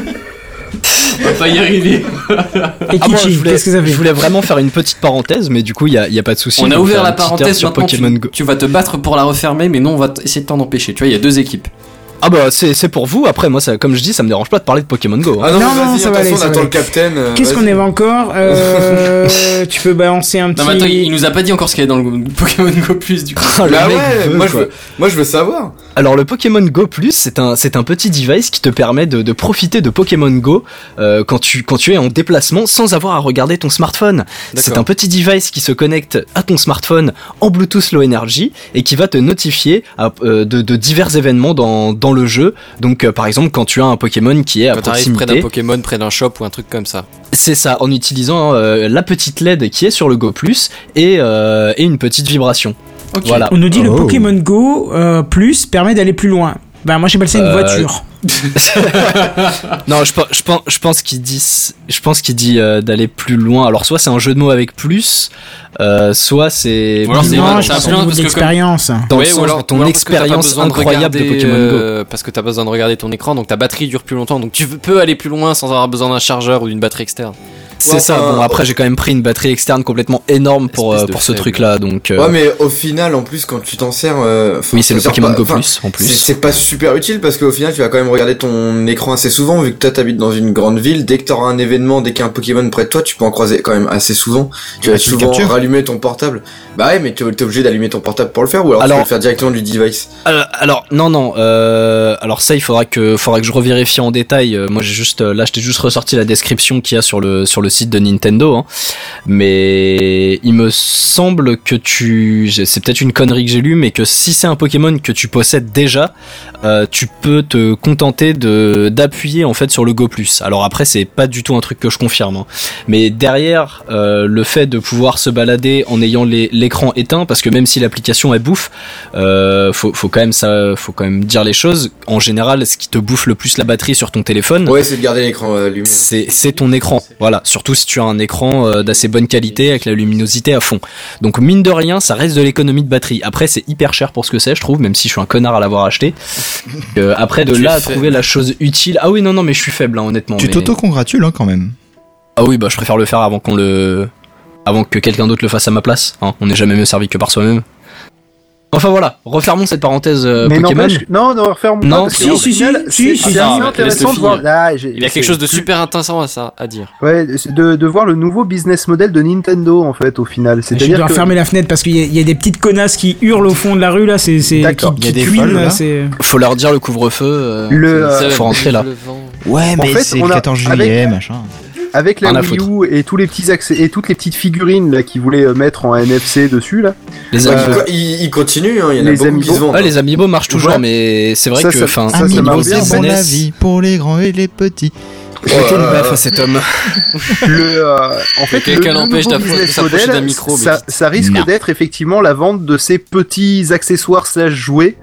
S6: On va pas y arriver.
S11: Ah bon, je
S2: Ekichi,
S11: voulais-
S2: qu'est-ce que ça
S11: Je
S2: fait
S11: voulais vraiment faire une petite parenthèse, mais du coup, il n'y a, il y a pas de souci.
S6: On a
S11: vais
S6: ouvert
S11: faire
S6: la
S11: un petit air
S6: parenthèse,
S11: sur
S6: maintenant
S11: Pokémon
S6: tu,
S11: Go.
S6: tu vas te battre pour la refermer, mais non, on va t- essayer de t'en empêcher. Tu vois, il y a deux équipes.
S11: Ah bah, c'est c'est pour vous. Après, moi, ça, comme je dis, ça me dérange pas de parler de Pokémon Go. hein.
S10: Ah non,
S2: Non,
S10: mais
S2: non,
S10: vas-y,
S2: ça va aller,
S10: attention,
S2: ça
S10: on
S2: va
S10: attend
S2: aller.
S10: le capitaine. euh,
S2: Qu'est-ce qu'on
S10: vas-y.
S2: avait encore Euh, Tu peux balancer un petit.
S6: Non, mais attends, il nous a pas dit encore ce qu'il y a dans le Pokémon Go Plus, du coup.
S11: Ah, le
S10: Bah
S11: mec
S10: ouais,
S11: veut,
S10: moi je,
S11: quoi.
S10: veux, moi je veux savoir.
S11: Alors le Pokémon Go Plus, c'est un c'est un petit device qui te permet de, de profiter de Pokémon Go euh, quand tu quand tu es en déplacement sans avoir à regarder ton smartphone. C'est un petit device qui se connecte à ton smartphone en Bluetooth Low Energy et qui va te notifier à- euh, de, de divers événements dans dans le jeu. Donc euh, par exemple quand tu as un Pokémon qui est à
S6: Quand t'arrives près d'un
S11: proximité,
S6: Pokémon, près d'un shop ou un truc comme ça.
S11: c'est ça en utilisant euh, la petite LED qui est sur le Go Plus et euh, et une petite vibration. Voilà.
S2: On nous dit le
S5: Oh.
S2: Pokémon Go euh, Plus permet d'aller plus loin. Bah, moi, j'appelle ça une
S11: Euh,
S2: voiture.
S11: Non, je, pe- je, pense, je pense qu'il dit, je pense qu'il dit euh, d'aller plus loin. Alors, soit c'est un jeu de mots avec plus, euh, soit c'est.
S6: Ou alors c'est-
S11: plus loin
S2: non,
S6: ouais,
S2: je
S6: c'est un
S2: pense
S6: peu-
S2: au niveau
S6: parce
S2: de
S6: que
S2: l'expérience.
S11: dans le
S6: Ouais,
S11: sens de ton
S6: parce que t'as pas
S11: expérience
S6: besoin de
S11: incroyable de,
S6: regarder,
S11: Pokémon Go.
S6: euh, parce que t'as besoin de regarder ton écran, donc ta batterie dure plus longtemps, donc tu peux aller plus loin sans avoir besoin d'un chargeur ou d'une batterie externe.
S11: C'est
S10: ouais,
S11: ça.
S10: enfin,
S11: bon, après, j'ai quand même pris une batterie externe complètement énorme pour,
S6: Espèce
S11: euh,
S6: de
S11: pour ce
S6: faible.
S11: truc-là. Donc, euh,
S10: Ouais, mais au final, en plus, quand tu t'en sers. euh, enfin,
S11: oui, c'est
S10: tu
S11: le
S10: t'en sers
S11: Pokémon
S10: pas-
S11: Go
S10: enfin,
S11: Plus en
S10: C'est
S11: plus.
S10: c'est pas super utile parce qu'au final tu vas quand même regarder ton écran assez souvent vu que toi t'habites dans une grande ville. Dès que t'auras un événement, dès qu'il y a un Pokémon près de toi, tu peux en croiser quand même assez souvent. Tu vas
S5: tu le
S10: souvent
S5: captures.
S10: rallumer ton portable. Bah ouais mais t'es t'es obligé d'allumer ton portable pour le faire ou alors,
S11: Alors-
S10: tu peux le faire directement du device.
S11: Alors, alors, non, non. euh, alors ça, il faudra que, faudra que je revérifie en détail. Euh, Moi, j'ai juste, euh, là, je t'ai juste ressorti la description qu'il y a sur le sur le site de Nintendo. hein. Mais il me semble que tu, j'ai- c'est peut-être une connerie que j'ai lue, mais que si c'est un Pokémon que tu possèdes déjà, euh, tu peux te contenter de d'appuyer en fait sur le Go Plus. Alors après, c'est pas du tout un truc que je confirme. hein. Mais derrière, euh, le fait de pouvoir se balader en ayant les- l'écran éteint, parce que même si l'application elle bouffe, euh, faut, faut quand même ça, faut quand même dire les choses. En général, ce qui te bouffe le plus la batterie sur ton téléphone,
S10: Ouais, c'est de garder l'écran euh, allumé.
S11: Hmm. c'est c'est ton écran. Voilà, surtout si tu as un écran euh, d'assez bonne qualité avec la luminosité à fond. Donc mine de rien, ça reste de l'économie de batterie. Après, c'est hyper cher pour ce que c'est, je trouve, même si je suis un connard à l'avoir acheté. Euh, après, de
S6: Tu
S11: là
S6: es
S11: à
S6: faible.
S11: trouver la chose utile. Ah oui, non, non, mais je suis faible, hein, honnêtement.
S5: Tu
S11: mais-
S5: t'auto-congratules hein, quand même.
S11: Ah oui, bah je préfère le faire avant qu'on le, avant que quelqu'un d'autre le fasse à ma place. hein. On n'est jamais mieux servi que par soi-même. Enfin voilà, refermons cette parenthèse euh,
S7: mais
S11: Pokémon.
S7: n'empêche- non, non, referme.
S11: Non,
S7: parce
S2: si,
S7: qu'au
S2: si,
S7: final,
S2: si,
S7: c'est-
S2: si,
S7: c'est
S6: si,
S7: assez
S6: si, laisse-le
S7: intéressant de voir. Ah, j'ai-
S6: Il y a quelque
S7: c'est
S6: chose de
S7: plus-
S6: super intéressant à ça, à dire.
S7: Ouais, c'est de, de voir le nouveau business model de Nintendo en fait au final.
S2: Je
S7: C'est-à-dire
S2: dois
S7: que
S2: fermer la fenêtre parce qu'il y, a- il y a des petites connasses qui hurlent au fond de la rue là, c'est c'est
S7: D'accord.
S2: qui,
S5: Il y a
S2: qui
S5: des
S2: cuinent,
S5: folles,
S2: là,
S5: là.
S2: c'est
S11: Faut leur dire le couvre-feu. euh,
S7: Le, euh,
S11: faut rentrer là.
S5: Ouais,
S7: En fait, on a- avec-
S5: machin.
S7: avec
S11: Rien
S7: la
S11: à
S7: Wii
S11: foutre.
S7: U et tous les petits accès et toutes les petites figurines là qu'ils voulaient euh, mettre en NFC dessus là,
S11: Les
S10: Ouais,
S11: amiibo.
S10: il- il, il continue, hein, il y en a
S7: Les
S10: beaucoup qui
S7: amiibo.
S10: se vendent.
S11: bah. Ouais, euh, les amiibo marchent toujours,
S7: Ouais.
S11: mais c'est vrai
S7: Ça,
S11: que
S7: ça-
S11: enfin,
S7: ça, ça marche
S11: niveau
S7: bien.
S11: des
S5: bon la
S11: NES,
S5: vie pour les grands et les petits.
S11: mettez une
S10: Oh là
S11: baffe
S10: là.
S11: à cet homme.
S7: le, euh, en fait,
S6: Que quelqu'un
S7: le- le
S6: l'empêche
S7: nouveau
S6: d'appro- de
S7: business
S6: s'approcher
S7: model,
S6: d'un micro, mais
S7: Ça,
S6: vite.
S7: ça risque
S5: Non.
S7: d'être effectivement la vente de ces petits accessoires slash jouets.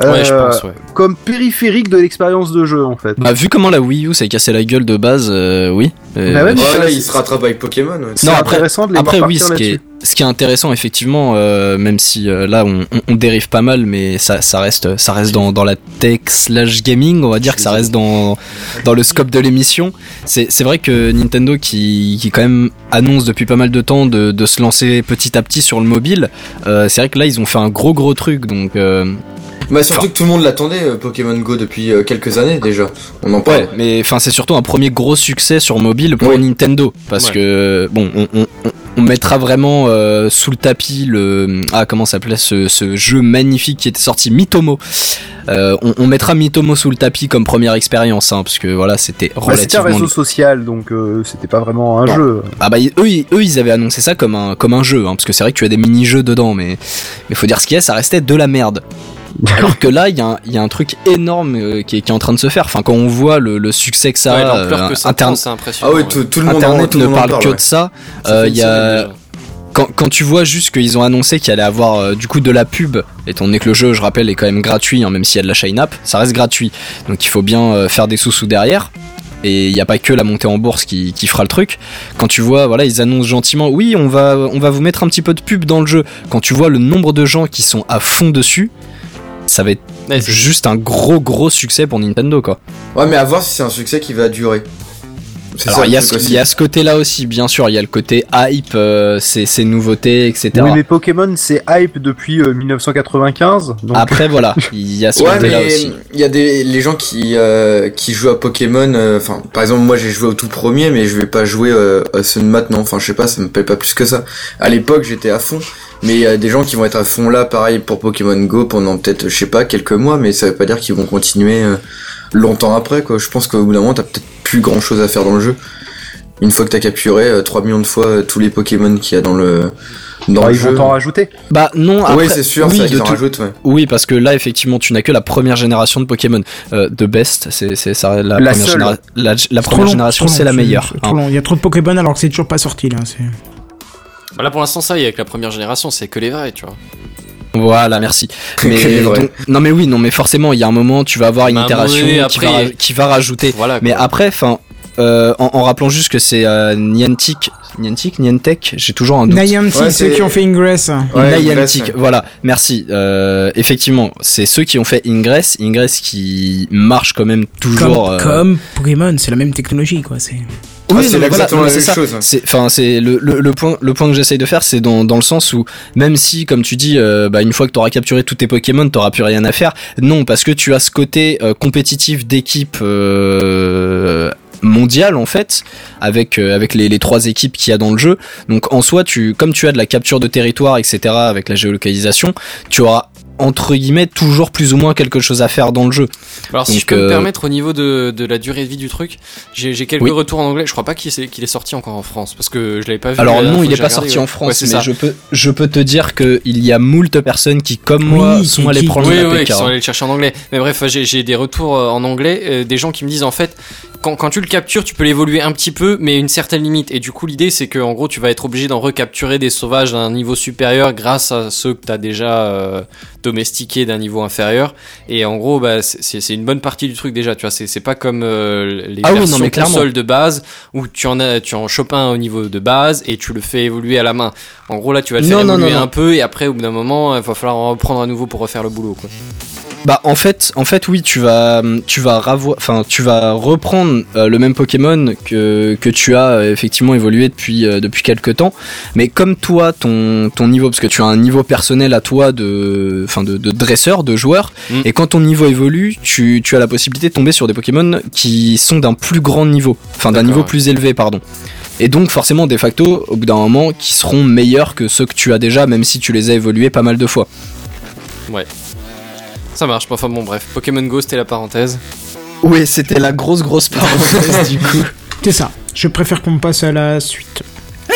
S6: Ouais, je
S7: euh,
S6: pense, ouais.
S7: Comme périphérique de l'expérience de jeu en fait.
S11: Bah vu comment la Wii U s'est cassé la gueule de base, euh, oui. Euh,
S7: Bah ouais, mais-
S10: Ouais, là, il se rattrape avec Pokémon. ouais.
S7: C'est
S11: non, après-
S7: intéressant de les
S11: Après
S7: voir
S11: oui, ce
S7: partir
S11: qui,
S7: là-dessus.
S11: est, ce qui est intéressant effectivement, euh, même si euh, là on, on- on dérive pas mal, mais ça, ça reste, ça reste dans, dans la tech slash gaming, on va dire que ça reste dans, dans le scope de l'émission. C'est c'est vrai que Nintendo qui, qui quand même annonce depuis pas mal de temps de, de se lancer petit à petit sur le mobile, euh, c'est vrai que là ils ont fait un gros gros truc, donc euh,
S10: Bah, surtout que tout le monde l'attendait, euh, Pokémon Go, depuis euh, quelques années déjà. On en parle.
S11: Ouais, mais enfin c'est surtout un premier gros succès sur mobile pour
S10: Oui.
S11: Nintendo parce
S6: Ouais.
S11: que bon, on, on- on- on mettra vraiment euh, sous le tapis le ah comment s'appelait ce, ce jeu magnifique qui était sorti Mitomo. Euh, on, on mettra Mitomo sous le tapis comme première expérience hein, parce que voilà c'était
S7: Bah, c'était un
S11: relativement
S7: réseau social, donc euh, c'était pas vraiment un
S11: Non.
S7: jeu.
S11: ah bah ils- eux ils, eux, ils avaient annoncé ça comme un comme un jeu hein, parce que c'est vrai que tu as des mini jeux dedans mais mais faut dire ce qu'il y a ça restait de la merde. Alors que là, il y, a un- il y a un truc énorme euh, qui, est, qui est en train de se faire. Enfin, quand on voit le, le succès que ça
S6: Ouais,
S11: a,
S6: l'ampleur
S11: euh,
S6: que ça
S11: interne-
S6: prend, c'est
S10: Ah
S6: impressionnant.
S10: ouais, tout, tout le monde en,
S11: Internet
S10: tout le
S11: ne
S10: monde en
S11: parle que
S10: ouais.
S11: de ça.
S6: Ça
S11: Euh,
S6: fait une
S11: il y a-
S6: semaine déjà.
S11: Quand, quand tu vois juste qu'ils ont annoncé qu'il allait avoir euh, du coup de la pub, étant donné que le jeu, je rappelle, est quand même gratuit, hein, même s'il y a de la shine up, ça reste gratuit. Donc il faut bien euh, faire des sous-sous derrière. Et il n'y a pas que la montée en bourse qui, qui fera le truc. Quand tu vois, voilà, ils annoncent gentiment, oui, on va, on va vous mettre un petit peu de pub dans le jeu. Quand tu vois le nombre de gens qui sont à fond dessus, ça va être
S6: Ouais, c'est-
S11: juste un gros gros succès pour Nintendo quoi.
S10: Ouais, mais à voir si c'est un succès qui va durer. C'est
S11: Alors
S10: ça,
S11: il y, a
S10: le
S11: ce-
S10: truc
S11: il y a ce côté là aussi bien sûr, il y a le côté hype, euh, ces ces nouveautés, etc.
S7: Oui, mais Pokémon, c'est hype depuis euh, 1995. Donc,
S11: Après voilà, il y a ce
S10: Ouais,
S11: côté là
S10: mais
S11: aussi.
S10: il y a des les gens qui euh, qui jouent à Pokémon. euh, Enfin, par exemple, moi j'ai joué au tout premier, mais je vais pas jouer euh, à Sun maintenant. Enfin, je sais pas, ça me plaît pas plus que ça. À l'époque, j'étais à fond, mais il y a des gens qui vont être à fond là, pareil pour Pokémon Go pendant peut-être je sais pas quelques mois, mais ça veut pas dire qu'ils vont continuer euh, longtemps après. Quoi. Je pense qu'au bout d'un moment, t'as peut-être plus grand chose à faire dans le jeu. Une fois que t'as capturé euh, 3 millions de fois euh, tous les Pokémon qu'il y a dans le dans
S7: bah,
S10: le
S7: ils
S10: jeu.
S7: vont t'en rajouter.
S11: Bah non, après,
S10: oui, c'est sûr,
S11: oui,
S10: ça
S11: de
S10: ils en
S11: tout-
S10: rajoutent. Ouais.
S11: Oui, parce que là, effectivement, tu n'as que la première génération de Pokémon. Euh, de Best, c'est c'est ça, la,
S7: La
S11: première,
S7: seule.
S11: généra- la, la
S2: trop
S11: première
S2: long,
S11: génération,
S2: trop long,
S11: c'est la meilleure.
S2: trop
S11: hein.
S2: long. Il y a trop de Pokémon alors que c'est toujours pas sorti là. c'est-
S6: Bah là pour l'instant ça y est avec la première génération c'est que les vrais tu vois.
S11: Voilà, merci. Mais
S10: C'est vrai.
S11: donc- non, mais oui, non, mais forcément, il y a un moment, tu vas avoir une
S6: Bah, à un moment
S11: itération
S6: donné,
S11: qui,
S6: après-
S11: va, raj- qui va rajouter.
S6: Voilà.
S11: Mais après, enfin, euh, en, en rappelant juste que c'est euh, Niantic, Niantic, Niantic, j'ai toujours un doute.
S2: Niantic,
S10: Ouais,
S2: ceux
S10: c'est-
S2: qui ont fait Ingress.
S10: Ouais,
S11: Niantic,
S10: Ingress, ouais.
S11: voilà, merci. Euh, effectivement, c'est ceux qui ont fait Ingress, Ingress qui marche quand même
S2: Comme,
S11: toujours. euh,
S2: comme Pokémon, c'est la même technologie quoi. c'est-
S10: Ah,
S11: Oui,
S10: c'est
S11: non, mais voilà,
S10: exactement
S11: non, mais
S10: la
S11: c'est
S10: même
S11: ça.
S10: chose.
S11: C'est, enfin, c'est le, le, le point, le point que j'essaye de faire, c'est dans, dans le sens où même si, comme tu dis, euh, bah, une fois que t'auras capturé tous tes Pokémon, t'auras plus rien à faire. Non, parce que tu as ce côté euh, compétitif d'équipe. Euh, mondiale en fait avec euh, avec les, les trois équipes qu'il y a dans le jeu donc en soi tu comme tu as de la capture de territoire etc avec la géolocalisation tu auras entre guillemets toujours plus ou moins quelque chose à faire dans le jeu
S6: Alors si
S11: Donc,
S6: je peux
S11: euh,
S6: me permettre au niveau de, de la durée de vie du truc, j'ai j'ai quelques
S11: Oui.
S6: retours en anglais. Je crois pas qu'il est, qu'il est sorti encore en France parce que je l'avais pas vu.
S11: Alors non, il
S6: est
S11: n'est pas sorti en
S6: Ouais,
S11: France,
S6: c'est
S11: mais
S6: ça.
S11: je peux, je peux te dire que il y a moult personnes qui, comme
S2: Oui,
S11: moi,
S2: qui-
S11: sont allées
S2: qui-
S11: prendre
S6: Oui,
S11: la
S6: oui,
S11: PK.
S6: qui sont allés le chercher en anglais. Mais bref, j'ai j'ai des retours euh, en anglais, euh, des gens qui me disent en fait, quand, quand tu le captures, tu peux l'évoluer un petit peu, mais à une certaine limite. Et du coup, l'idée, c'est que en gros, tu vas être obligé d'en recapturer des sauvages d'un niveau supérieur grâce à ceux que tu as déjà euh, domestiqués d'un niveau inférieur. Et en gros, bah, c'est- c'est c'est une bonne partie du truc déjà. Tu vois, c'est c'est pas comme euh, les
S11: Ah oui, non,
S6: versions
S11: mais clairement.
S6: consoles de base où tu en as, tu en chopes un au niveau de base et tu le fais évoluer à la main. En gros, là, tu vas le faire
S11: Non, non,
S6: évoluer
S11: non, non.
S6: un peu et après, au bout d'un moment, il va falloir en reprendre à nouveau pour refaire le boulot. Quoi.
S11: Bah en fait, en fait, oui, tu vas, tu vas ravo- enfin, tu vas reprendre euh, le même Pokémon que que tu as euh, effectivement évolué depuis euh, depuis quelques temps. Mais comme toi, ton ton niveau, parce que tu as un niveau personnel à toi de, enfin, de, de dresseur, de joueur,
S6: Mm.
S11: et quand ton niveau évolue, tu tu as la possibilité de tomber sur des Pokémon qui sont d'un plus grand niveau, enfin d'un
S6: D'accord,
S11: niveau
S6: ouais.
S11: plus élevé, pardon. Et donc forcément, de facto, au bout d'un moment, qui seront meilleurs que ceux que tu as déjà, même si tu les as évolués pas mal de fois.
S6: Ça marche, mais enfin bon, bref. Pokémon Go, c'était la parenthèse.
S11: Oui, c'était la grosse grosse parenthèse du coup.
S2: C'est ça. Je préfère qu'on passe à la suite.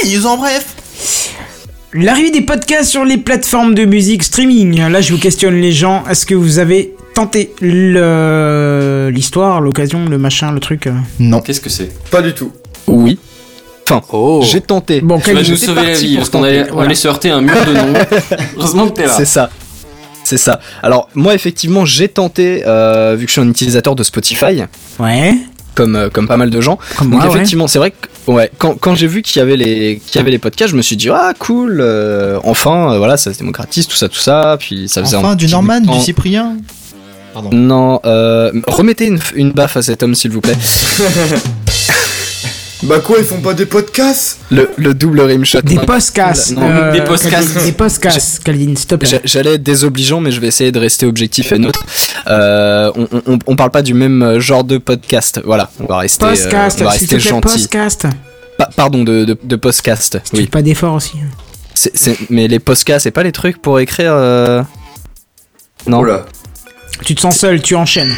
S5: ils en bref
S2: L'arrivée des podcasts sur les plateformes de musique streaming. Là, je vous questionne les gens. Est-ce que vous avez tenté le- l'histoire, l'occasion, le machin, le truc euh
S5: Non.
S6: Qu'est-ce que c'est
S10: Pas du tout.
S11: Oui. Enfin,
S6: Oh
S11: j'ai tenté.
S2: Bon,
S6: Tu vas
S2: quel-
S6: nous sauver la
S11: parti
S6: vie,
S11: pour
S6: parce qu'on
S11: tenter,
S6: allait, on
S11: voilà.
S6: allait se heurter à un mur de noms. Heureusement que t'es là.
S11: C'est ça. C'est ça. Alors moi effectivement j'ai tenté euh, vu que je suis un utilisateur de Spotify
S2: Ouais.
S11: comme euh, comme pas mal de gens.
S2: Comme
S11: Donc
S2: moi, ouais.
S11: effectivement c'est vrai que ouais quand, quand j'ai vu qu'il y avait les qu'il y avait les podcasts je me suis dit ah cool euh, enfin euh, voilà ça se démocratise tout ça tout ça puis ça faisait
S5: Enfin,
S11: un
S5: du
S11: Ah, petit bout de
S5: Norman, du
S11: temps.
S5: Cyprien. Pardon.
S11: Non euh, remettez une, une baffe à cet homme s'il vous plaît.
S10: Bah quoi, ils font pas des podcasts
S11: Le, le double rimshot.
S2: Des
S11: Non,
S2: podcasts.
S11: Non,
S2: euh,
S6: des podcasts.
S2: Calvin, Des podcasts, Calvin, s'il te plaît.
S11: J'a- J'allais être désobligeant, mais je vais essayer de rester objectif et neutre. Euh, on, on, on parle pas du même euh, genre de podcast. Voilà, on va rester, euh,
S2: Podcast,
S11: on va
S2: s'il te
S11: rester
S2: plaît,
S11: gentil.
S2: podcast.
S11: Pa- pardon, de, de, de podcast.
S2: Tu fais
S11: Oui.
S2: pas d'effort aussi.
S11: C'est- c'est- mais les podcasts, c'est pas les trucs pour écrire. euh, Non.
S10: Oh là.
S2: Tu te sens seul, tu enchaînes.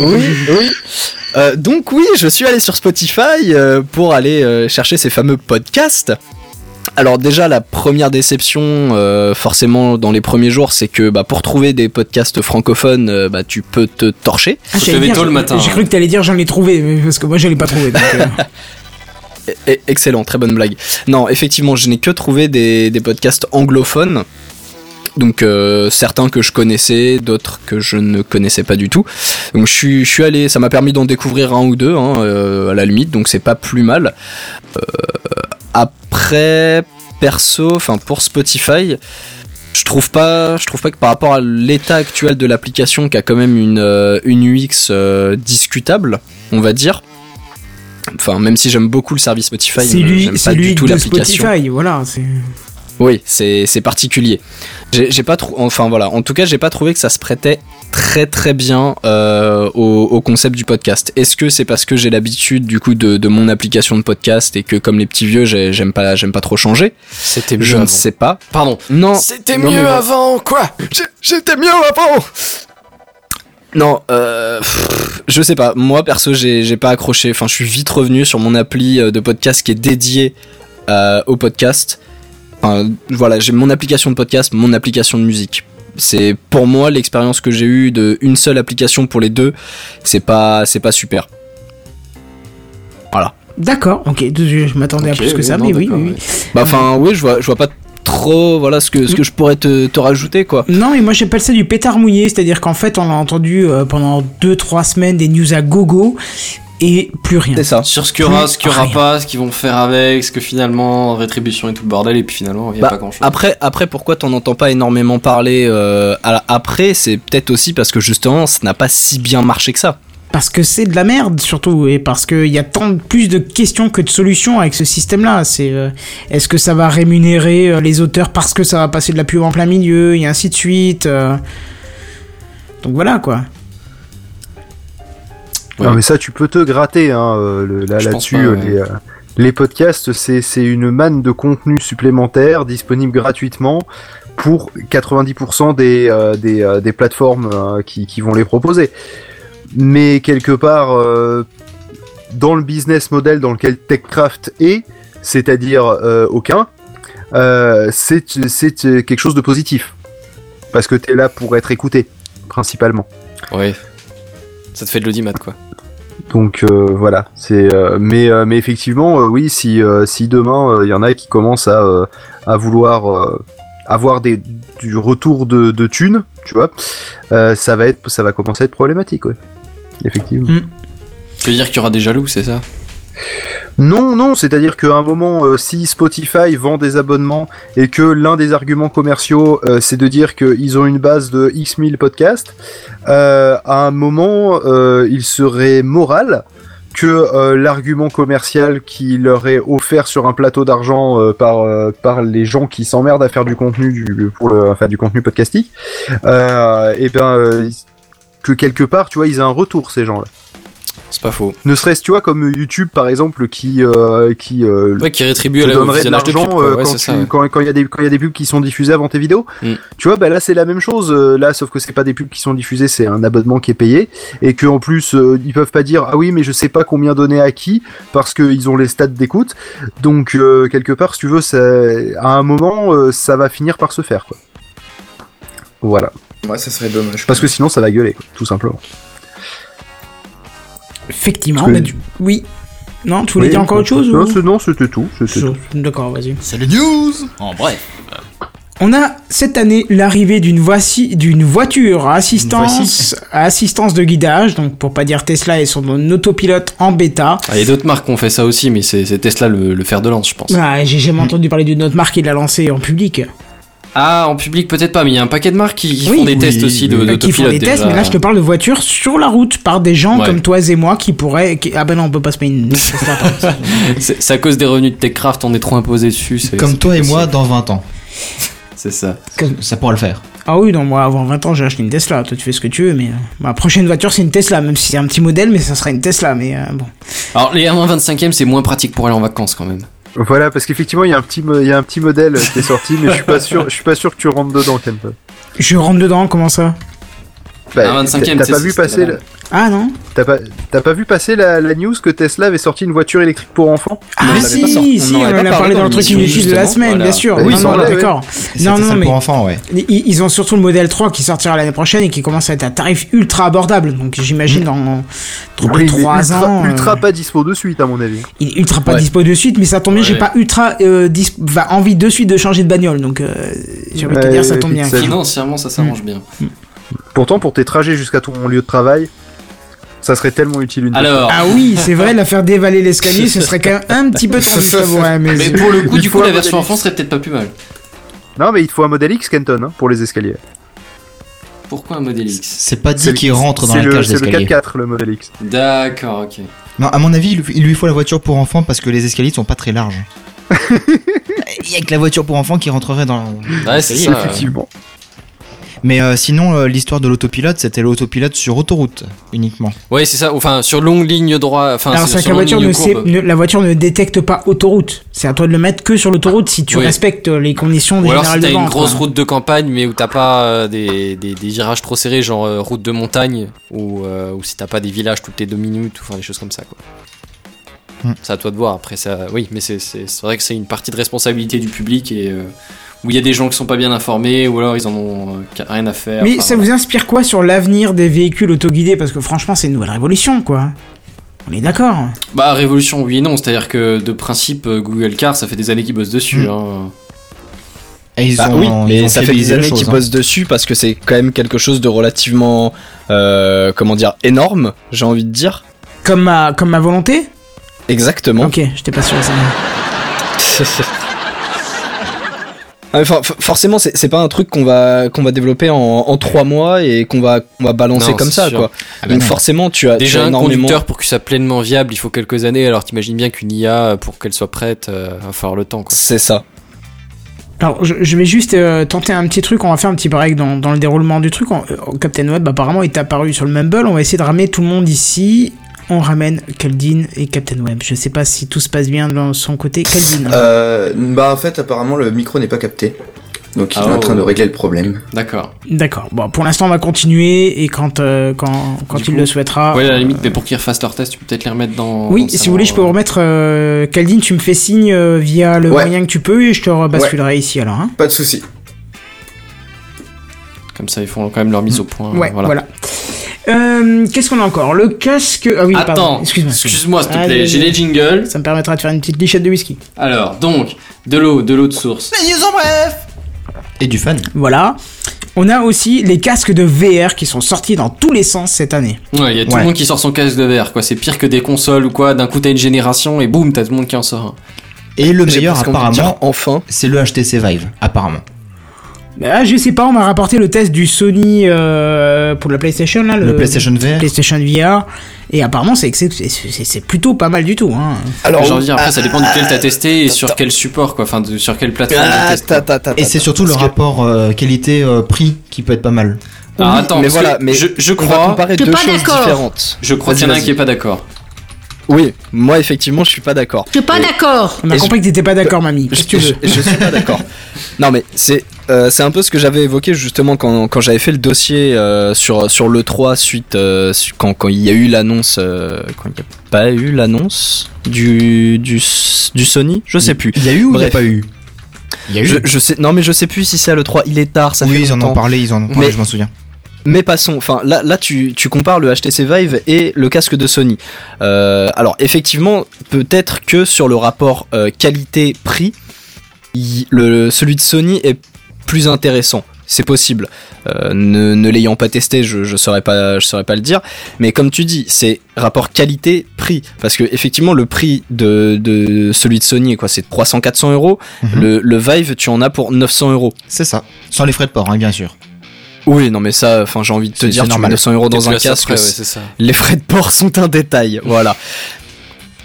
S11: oui, oui. Euh, donc oui, je suis allé sur Spotify euh, pour aller euh, chercher ces fameux podcasts. Alors déjà la première déception euh, forcément dans les premiers jours c'est que bah, pour trouver des podcasts francophones euh, bah, tu peux te torcher.
S2: Ah,
S6: te
S2: j'allais
S6: lever
S2: dire,
S6: tôt le
S2: j'ai-
S6: matin,
S2: J'ai
S6: hein.
S2: cru que t'allais dire j'en ai trouvé, mais- parce que moi je l'ai pas trouvé. donc, euh,
S11: E- e- excellent, très bonne blague. Non effectivement je n'ai que trouvé des, des podcasts anglophones. Donc euh, certains que je connaissais, d'autres que je ne connaissais pas du tout. Donc je suis, je suis allé, ça m'a permis d'en découvrir un ou deux hein, euh, à la limite, donc c'est pas plus mal. Euh, Après, perso, enfin pour Spotify, je trouve pas, je trouve pas que par rapport à l'état actuel de l'application, qui a quand même une, euh, une UX euh, discutable, on va dire. Enfin, même si j'aime beaucoup le service Spotify,
S2: C'est
S11: euh,
S2: lui,
S11: j'aime
S2: c'est
S11: pas
S2: lui
S11: du tout
S2: de
S11: l'application.
S2: Spotify, voilà. c'est-
S11: Oui, c'est c'est particulier. J'ai j'ai pas trou- enfin voilà, en tout cas, j'ai pas trouvé que ça se prêtait très très bien euh, au, au concept du podcast. Est-ce que c'est parce que j'ai l'habitude du coup de, de mon application de podcast et que comme les petits vieux, j'ai- j'aime pas j'aime pas trop changer
S6: C'était mieux
S11: Je ne
S6: avant.
S11: sais pas.
S6: Pardon.
S11: Non.
S6: C'était
S11: Non, mais
S6: mieux
S11: voilà.
S6: avant, quoi J'ai- J'étais mieux avant
S11: Non, euh, pff, je sais pas. Moi perso, j'ai j'ai pas accroché. Enfin, je suis vite revenu sur mon appli euh, de podcast qui est dédiée euh, au podcast. Enfin, voilà, j'ai mon application de podcast, mon application de musique. C'est pour moi l'expérience que j'ai eue de une seule application pour les deux. C'est pas, c'est pas super.
S2: D'accord, ok, je, je m'attendais à
S6: Ok,
S2: plus que
S6: oui,
S2: ça,
S6: non,
S2: mais oui,
S6: d'accord,
S2: oui, oui.
S11: Bah, enfin, oui, je vois, je vois pas trop. Voilà ce que ce que je pourrais te, te rajouter quoi.
S2: Non, mais moi j'appelle ça du pétard mouillé, c'est-à-dire qu'en fait on a entendu euh, pendant 2-3 semaines des news à gogo et plus rien.
S11: C'est ça.
S6: Sur ce qu'il y aura,
S2: Plus
S6: ce qu'il y aura
S2: rien.
S6: pas, ce qu'ils vont faire avec, ce que finalement, rétribution et tout le bordel, et puis finalement, il n'y a
S11: Bah,
S6: pas grand chose.
S11: Après, après, pourquoi t'en entends pas énormément parler euh, à la- après C'est peut-être aussi parce que justement, ça n'a pas si bien marché que ça.
S2: Parce que c'est de la merde surtout, et parce qu'il y a tant de- plus de questions que de solutions avec ce système-là. C'est euh, est-ce que ça va rémunérer euh, les auteurs parce que ça va passer de la pub en plein milieu, et ainsi de suite. euh. Donc voilà quoi.
S6: Ouais.
S7: Non, mais ça, tu peux te gratter hein, euh, le- là,
S6: Je pense
S7: là-dessus.
S6: pas,
S7: euh,
S6: ouais.
S7: les, euh, les podcasts, c'est, c'est une manne de contenu supplémentaire disponible gratuitement pour 90% des, euh, des, euh, des plateformes euh, qui, qui vont les proposer. Mais quelque part, euh, dans le business model dans lequel TechCraft est, c'est-à-dire euh, aucun, euh, c'est, c'est euh, quelque chose de positif. Parce que tu es là pour être écouté, principalement.
S6: Ouais. Ça te fait de l'audimat, quoi.
S7: Donc euh, voilà, c'est euh, mais euh, mais effectivement euh, oui si euh, si demain euh, il y en a qui commencent à euh, à vouloir euh, avoir des du retour de, de thunes, tu vois, euh, ça va être ça va commencer à être problématique ouais. Effectivement.
S6: Tu veux dire qu'il y aura des jaloux, c'est ça
S7: Non non, c'est-à-dire qu'à un moment euh, si Spotify vend des abonnements et que l'un des arguments commerciaux euh, c'est de dire qu'ils ont une base de X mille podcasts, euh, à un moment euh, il serait moral que euh, l'argument commercial qui leur est offert sur un plateau d'argent euh, par euh, par les gens qui s'emmerdent à faire du contenu du pour le enfin du contenu podcastique euh, et ben euh, que quelque part tu vois ils aient un retour ces gens là
S6: C'est pas faux.
S7: ne serait-ce tu vois comme YouTube par exemple qui euh, qui euh,
S6: Ouais, qui rétribue
S7: te
S6: à la au
S7: donnerait de
S6: visionnage de
S7: l'argent
S6: clips, quoi.
S7: euh,
S6: Ouais,
S7: quand
S6: c'est
S7: tu-
S6: ça, ouais.
S7: quand- quand il y a des quand il y a des pubs qui sont diffusées avant tes vidéos
S6: Mm.
S7: tu vois bah là c'est la même chose euh, là sauf que c'est pas des pubs qui sont diffusées c'est un abonnement qui est payé et que en plus euh, ils peuvent pas dire ah oui mais je sais pas combien donner à qui parce qu'ils ont les stats d'écoute donc euh, quelque part si tu veux ça, à un moment euh, ça va finir par se faire quoi voilà
S10: Ouais, ça serait dommage.
S7: parce que sinon ça va gueuler quoi, tout simplement
S2: Effectivement,
S7: Parce que-
S2: bah, du- oui. Non, tu voulais
S7: Oui,
S2: dire encore autre chose
S7: non
S2: ou-
S7: c'est- non, c'était tout c'était tout.
S2: D'accord, vas-y.
S5: C'est le news En bref.
S2: On a cette année l'arrivée d'une voici- d'une voiture à assistance,
S5: voici.
S2: à assistance de guidage, donc pour pas dire Tesla et son autopilote en bêta.
S6: Ah, il y a d'autres marques qui ont fait ça aussi, mais c'est c'est Tesla le, le fer de lance, je pense.
S2: Ah, J'ai jamais entendu parler d'une autre marque qui l'a lancée en public.
S6: Ah, en public peut-être pas, mais il y a un paquet de marques qui, qui
S2: Oui.
S6: font des
S2: Oui,
S6: tests aussi de,
S2: Euh,
S6: de
S2: qui font des
S6: déjà.
S2: tests, mais là je te parle de voitures sur la route par des gens
S6: Ouais.
S2: comme toi et moi qui pourraient. qui- Ah ben non, on peut pas se mettre une. Tesla, pardon.
S6: C'est c'est à cause des revenus de Techcraft, on est trop imposé dessus. c'est-
S5: Comme
S6: c'est
S5: toi et
S6: possible.
S5: moi dans 20 ans.
S6: C'est ça.
S5: Ça pourra le faire.
S2: ah oui, non, moi avant 20 ans j'ai acheté une Tesla, toi tu fais ce que tu veux, mais. euh, Ma prochaine voiture c'est une Tesla, même si c'est un petit modèle, mais ça sera une Tesla, mais euh, bon.
S6: Alors, les R25e, c'est moins pratique pour aller en vacances quand même.
S7: Voilà, parce qu'effectivement, il y, a un petit mo- il y a un petit modèle qui est sorti, mais je suis pas sûr, je suis pas sûr que tu rentres dedans, Ken.
S2: Je rentre dedans, comment ça
S7: Bah,
S6: Un 25e,
S7: t'as
S6: c'est-
S7: pas,
S6: c'est-
S7: vu
S6: c'est
S7: passer,
S6: la
S7: la-
S2: Ah non
S7: t'as pas, t'as pas vu passer la, la news que Tesla avait sorti une voiture électrique pour enfants
S2: Ah
S6: l'avait
S2: si,
S6: pas sorti.
S2: si,
S6: On
S2: on en
S6: en avait
S2: a
S6: pas
S2: parlé
S6: parlé
S2: dans le
S6: dans
S2: truc
S6: l'émission,
S2: inutile de la
S6: justement.
S2: semaine,
S6: Voilà.
S2: bien sûr.
S7: Oui,
S2: non,
S7: ils
S2: non,
S7: sont là,
S2: d'accord.
S5: C'était
S2: Non, non,
S5: celle
S2: mais-
S5: pour enfants, ouais.
S2: Ils ils ont surtout le modèle 3 qui sortira l'année prochaine et qui commence à être à tarif ultra abordable. Donc j'imagine
S6: Mm.
S2: dans
S7: Oui, mais
S2: 3
S7: ultra,
S2: ans. euh,
S7: ultra pas dispo de suite, à mon avis.
S2: Il est ultra pas
S11: Ouais.
S2: dispo de suite, mais ça tombe bien, j'ai
S6: Ouais.
S2: pas ultra euh, dis- va- envie de suite de changer de bagnole. Donc euh, j'ai envie de te
S7: Ouais,
S2: dire, ça tombe
S7: vite
S2: bien.
S7: fait.
S6: Financièrement, ça s'arrange bien.
S7: Pourtant, pour tes trajets jusqu'à ton lieu de travail, ça serait tellement utile une
S6: Alors,
S2: Ah oui, c'est vrai, la faire dévaler l'escalier, ce serait quand même un petit peu tendu, je t'avoue, ouais, mais-
S6: mais pour le coup,
S7: Il
S6: du coup,
S7: faut
S6: la
S7: avoir des
S6: version
S7: limites.
S6: enfant serait peut-être pas plus mal.
S7: Non, mais il te faut un modèle X, Kenton, hein, pour les escaliers.
S6: Pourquoi un modèle X
S5: C'est pas dit
S7: le-
S5: qu'il rentre dans
S7: c'est
S5: la
S7: le-
S5: cage
S7: C'est le
S5: d'escalier.
S7: 4x4, le modèle X.
S6: D'accord, ok.
S5: Non, à mon avis, il lui- il lui faut la voiture pour enfants parce que les escaliers sont pas très larges. Il y a que la voiture pour enfants qui rentrerait dans.
S6: Ouais, c'est ça. ouais.
S7: Effectivement.
S5: Mais euh, sinon, euh, l'histoire de l'autopilote, c'était l'autopilote sur autoroute uniquement.
S6: Ouais, c'est ça. Enfin, sur longue ligne droite. Enfin,
S2: Alors,
S6: sur
S2: c'est que
S6: sur
S2: la
S6: longue
S2: voiture,
S6: ligne
S2: ne sait-
S6: courbe.
S2: ne- la voiture ne détecte pas autoroute. C'est à toi de le mettre que sur l'autoroute si tu
S6: Oui.
S2: respectes euh, les conditions des
S6: Ou alors si
S2: générales de
S6: t'as une
S2: vente,
S6: grosse
S2: quoi.
S6: route de campagne mais où t'as pas euh, des, des, des virages trop serrés genre euh, route de montagne ou, euh, ou si t'as pas des villages toutes les deux minutes ou enfin des choses comme ça quoi.
S5: Hmm.
S6: C'est à toi de voir après ça. Oui mais c'est, c'est, c'est vrai que c'est une partie de responsabilité du public et euh, où il y a des gens qui sont pas bien informés ou alors ils en ont euh, ca- rien à faire.
S2: Mais
S6: Enfin,
S2: ça vous inspire quoi sur l'avenir des véhicules autoguidés Parce que franchement, c'est une nouvelle révolution, quoi. On est d'accord.
S6: Bah révolution oui et non c'est à dire que de principe euh, Google Car ça fait des années qu'ils bossent
S2: Hmm.
S6: dessus. hein.
S5: Et ils
S11: Bah
S5: ont,
S11: oui,
S5: ils
S11: mais
S5: ont
S11: ça fait
S5: fiabilisé
S11: des
S5: la
S11: années
S5: chose,
S11: qu'ils
S5: hein.
S11: bossent dessus parce que c'est quand même quelque chose de relativement, euh, comment dire, énorme, j'ai envie de dire.
S2: Comme ma, comme ma volonté
S11: Exactement.
S2: Ok, j'étais pas sûr. ça.
S11: Ah, mais for- for- forcément, c'est c'est pas un truc qu'on va qu'on va développer en, en trois mois et qu'on va qu'on va balancer
S6: Non,
S11: comme
S6: c'est
S11: ça,
S6: sûr.
S11: quoi.
S5: Ah bah
S11: Donc
S5: non.
S11: forcément, tu as tu
S6: Déjà
S11: as
S6: un
S11: énormément.
S6: conducteur pour que ça soit pleinement viable il faut quelques années alors t'imagines bien qu'une IA pour qu'elle soit prête euh, va falloir le temps quoi.
S11: C'est ça.
S2: Alors, je, je vais juste euh, tenter un petit truc. On va faire un petit break dans, dans le déroulement du truc. On- euh, Captain Web, apparemment, est apparu sur le Mumble. On va essayer de ramener tout le monde ici. On ramène Keldin et Captain Web. Je sais pas si tout se passe bien de son côté. Keldin.
S10: Euh, bah en fait apparemment le micro n'est pas capté. Donc il
S6: Ah,
S10: est en train de
S6: oh.
S10: régler le problème.
S6: D'accord.
S2: D'accord. Bon, pour l'instant, on va continuer et quand, euh, quand, quand
S6: Du
S2: il
S6: coup,
S2: le souhaitera.
S6: Ouais, à la limite,
S2: euh,
S6: mais pour qu'ils refassent leur test, tu peux peut-être les remettre dans. dans
S2: Oui,
S6: le
S2: si
S6: salon,
S2: vous voulez, je peux
S6: euh.
S2: vous remettre. Euh, Kaldin, tu me fais signe euh, via le
S10: Ouais.
S2: moyen que tu peux et je te rebasculerai ici alors. Hein.
S10: Pas de souci.
S6: Comme ça, ils font quand même leur mise au point.
S2: Ouais, voilà.
S6: voilà.
S2: Euh, Qu'est-ce qu'on a encore Le casque. Ah oui, pardon.
S6: Attends,
S2: Excuse-moi.
S6: excuse-moi,
S2: excuse-moi.
S6: s'il te
S2: Allez.
S6: plaît, j'ai les jingles.
S2: Ça me permettra de faire une petite lichette de whisky.
S6: Alors, donc, de l'eau, de l'eau de source.
S5: Et du fun.
S2: Voilà. On a aussi les casques de VR qui sont sortis dans tous les sens cette année.
S6: Ouais, il y a tout
S5: Ouais.
S6: le monde qui sort son casque de verre, quoi. C'est pire que des consoles ou quoi. D'un coup, t'as une génération et boum, t'as tout le monde qui en sort un.
S5: Et le
S11: J'ai
S5: meilleur,
S11: presque envie de dire
S5: apparemment,
S11: enfin.
S5: c'est le HTC Vive, apparemment.
S2: Ah, je sais pas, on m'a rapporté le test du Sony euh, pour la PlayStation là.
S5: Le PlayStation VR.
S2: PlayStation VR. Et apparemment, c'est c'est- c'est- c'est plutôt pas mal du tout. Hein.
S6: Alors, ah, j'ai envie de dire, après, ça dépend duquel t'as testé et sur quel support, quoi. Enfin, de- sur quelle
S11: Ah,
S6: plateforme t'as testé.
S11: ta, ta, ta, ta,
S5: Et c'est
S11: ta.
S5: surtout le
S11: Parce que-
S5: rapport euh, qualité-prix qui peut être pas mal.
S6: Alors,
S11: Oui,
S6: attends,
S11: mais
S6: parce
S11: voilà,
S6: que
S11: mais
S6: je, je
S11: On va
S6: crois,
S11: comparer
S8: T'es
S11: deux
S8: pas
S11: choses
S8: d'accord.
S11: différentes.
S6: je crois
S11: Vas-y,
S6: qu'il y en a un
S11: vas-y.
S6: qui est pas d'accord.
S11: Oui, moi effectivement, je suis pas d'accord.
S8: Je suis pas d'accord.
S9: Hein
S2: On a
S11: Et je-
S2: compris que t'étais pas d'accord, mamie.
S11: Je,
S2: Qu'est-ce que tu
S11: je-
S2: veux
S11: je suis pas d'accord. Non mais c'est euh, c'est un peu ce que j'avais évoqué justement quand, quand j'avais fait le dossier euh, sur sur le 3 suite euh, su- quand quand il y a eu l'annonce euh, quand il y a pas eu l'annonce du du s- du Sony, je sais plus.
S5: Il y a eu ou il n'y a
S11: Bref.
S5: pas eu Mm. Il y a eu.
S11: Je, je sais non mais je sais plus si c'est à le 3, il est tard, ça
S5: oui,
S11: fait
S5: ils en ont
S11: longtemps.
S5: parlé, ils en ont parlé,
S11: Mais-
S5: je m'en souviens.
S11: Mais passons, enfin là, là tu, tu compares le HTC Vive et le casque de Sony. Euh, alors effectivement, peut-être que sur le rapport euh, qualité-prix, il- le, celui de Sony est plus intéressant. C'est possible. Euh, ne ne l'ayant pas testé, je ne saurais, pas- je saurais pas le dire. Mais comme tu dis, c'est rapport qualité-prix. Parce que effectivement, le prix de, de celui de Sony, quoi, c'est 300-400 euros.
S5: Mhm.
S11: Le, le Vive, tu en as pour 900 euros.
S5: C'est ça. Sans les frais de port, hein, bien sûr.
S11: Oui, non, mais ça, enfin, j'ai envie de te
S5: C'est-
S11: dire,
S5: c'est
S11: tu mets
S5: normal.
S11: 900 euros dans
S6: T'es
S11: un
S6: plus à ça
S11: casque,
S6: près, ouais,
S11: c'est-
S6: c'est ça.
S11: les frais de port sont un détail, voilà.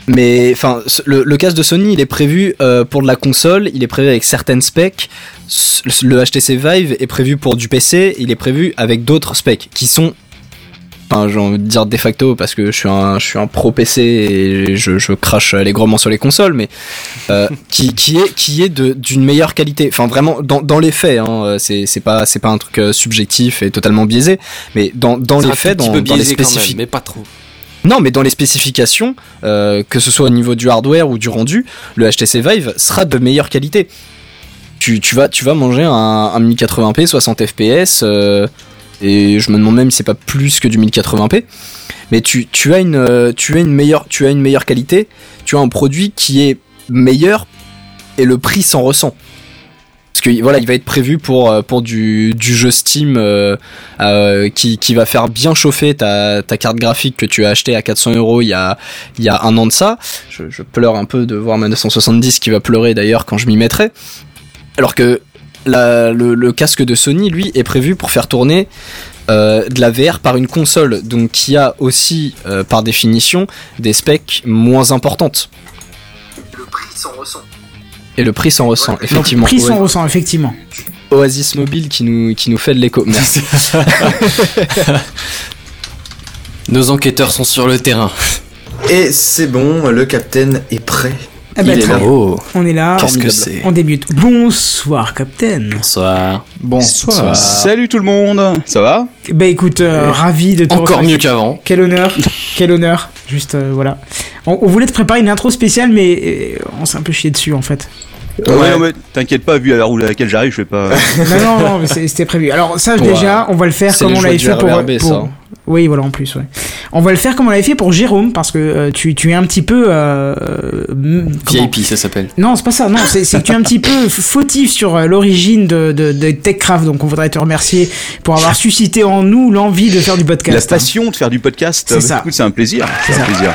S11: Mais enfin, ce- le, le casque de Sony, il est prévu euh, pour de la console, il est prévu avec certaines specs. S- Le HTC Vive est prévu pour du PC, il est prévu avec d'autres specs qui sont, enfin, j'ai envie de dire de facto parce que je suis un, je suis un pro PC et je, je crache allègrement sur les consoles, mais euh, qui, qui est, qui est de- d'une meilleure qualité. Enfin, vraiment dans, dans les faits, hein, euh, c'est c'est pas, c'est pas un truc euh, subjectif et totalement biaisé, mais dans, dans
S6: C'est un
S11: les
S6: tout
S11: faits,
S6: petit
S11: dans,
S6: peu
S11: dans les
S6: biaisé quand même,
S11: spécifiques.
S6: Mais pas trop.
S11: Non, mais dans les spécifications, euh, que ce soit au niveau du hardware ou du rendu, le HTC Vive sera de meilleure qualité. Tu, tu vas, tu vas manger un, un 1080p 60 fps, euh, et je me demande même si c'est pas plus que du 1080p. Mais tu, tu as une, euh, tu as une meilleure, tu as une meilleure qualité. Tu as un produit qui est meilleur et le prix s'en ressent. Parce que voilà, il va être prévu pour, euh, pour du, du jeu Steam euh, euh, qui, qui va faire bien chauffer ta, ta carte graphique que tu as achetée à 400 euros il y a, il y a un an de ça. Je, je pleure un peu de voir ma 970 qui va pleurer d'ailleurs quand je m'y mettrai. Alors que
S1: la- le, le casque de Sony, lui, est prévu pour faire tourner euh, de la VR par une console, donc qui a aussi, euh, par définition, des specs moins importantes.
S3: Le prix s'en ressent.
S1: Et le prix s'en ressent, effectivement.
S2: Prix s'en
S1: Oa-
S2: ressent, effectivement.
S1: Oasis Mobile qui nous, qui nous fait de l'écho. Merci.
S6: Nos enquêteurs sont sur le terrain.
S10: Et c'est bon, le capitaine est prêt.
S2: Eh ben,
S10: Il est
S2: très
S10: là.
S2: bien.
S6: Oh,
S2: On est là,
S6: qu'est-ce que c'est
S2: on débute. Bonsoir, Captain.
S6: Bonsoir.
S5: Bonsoir.
S11: Salut tout le monde, ça va
S2: Bah écoute, euh, ravi de te
S6: Encore
S2: retrouver.
S6: mieux qu'avant.
S2: Quel honneur, quel honneur. Juste, euh, voilà. On, on voulait te préparer une intro spéciale, mais euh, on s'est un peu chié dessus en fait.
S11: Ouais, non, mais t'inquiète pas, vu à la roue à laquelle j'arrive, je vais pas.
S2: non, non, non, mais c'est- c'était prévu. Alors, ça,
S1: Ouais.
S2: déjà, on va le faire
S1: C'est
S2: comme
S1: les
S2: on
S1: joies
S2: l'avait
S1: du
S2: fait pour,
S1: RERB,
S2: pour-
S1: ça, hein.
S2: Oui, voilà, en plus, ouais. On va le faire comme on l'avait fait pour Jérôme, parce que euh, tu, tu es un petit peu. euh, hum, comment
S6: VIP, ça s'appelle.
S2: Non, c'est pas ça. Non, c'est c'est que tu es un petit peu fautif sur euh, l'origine de, de, de Techcraft, donc on voudrait te remercier pour avoir suscité en nous l'envie de faire du
S11: La
S2: podcast. hein.
S11: passion de faire du podcast,
S2: C'est
S11: euh,
S2: ça.
S11: écoute, c'est un plaisir. C'est
S2: ça.
S11: un plaisir.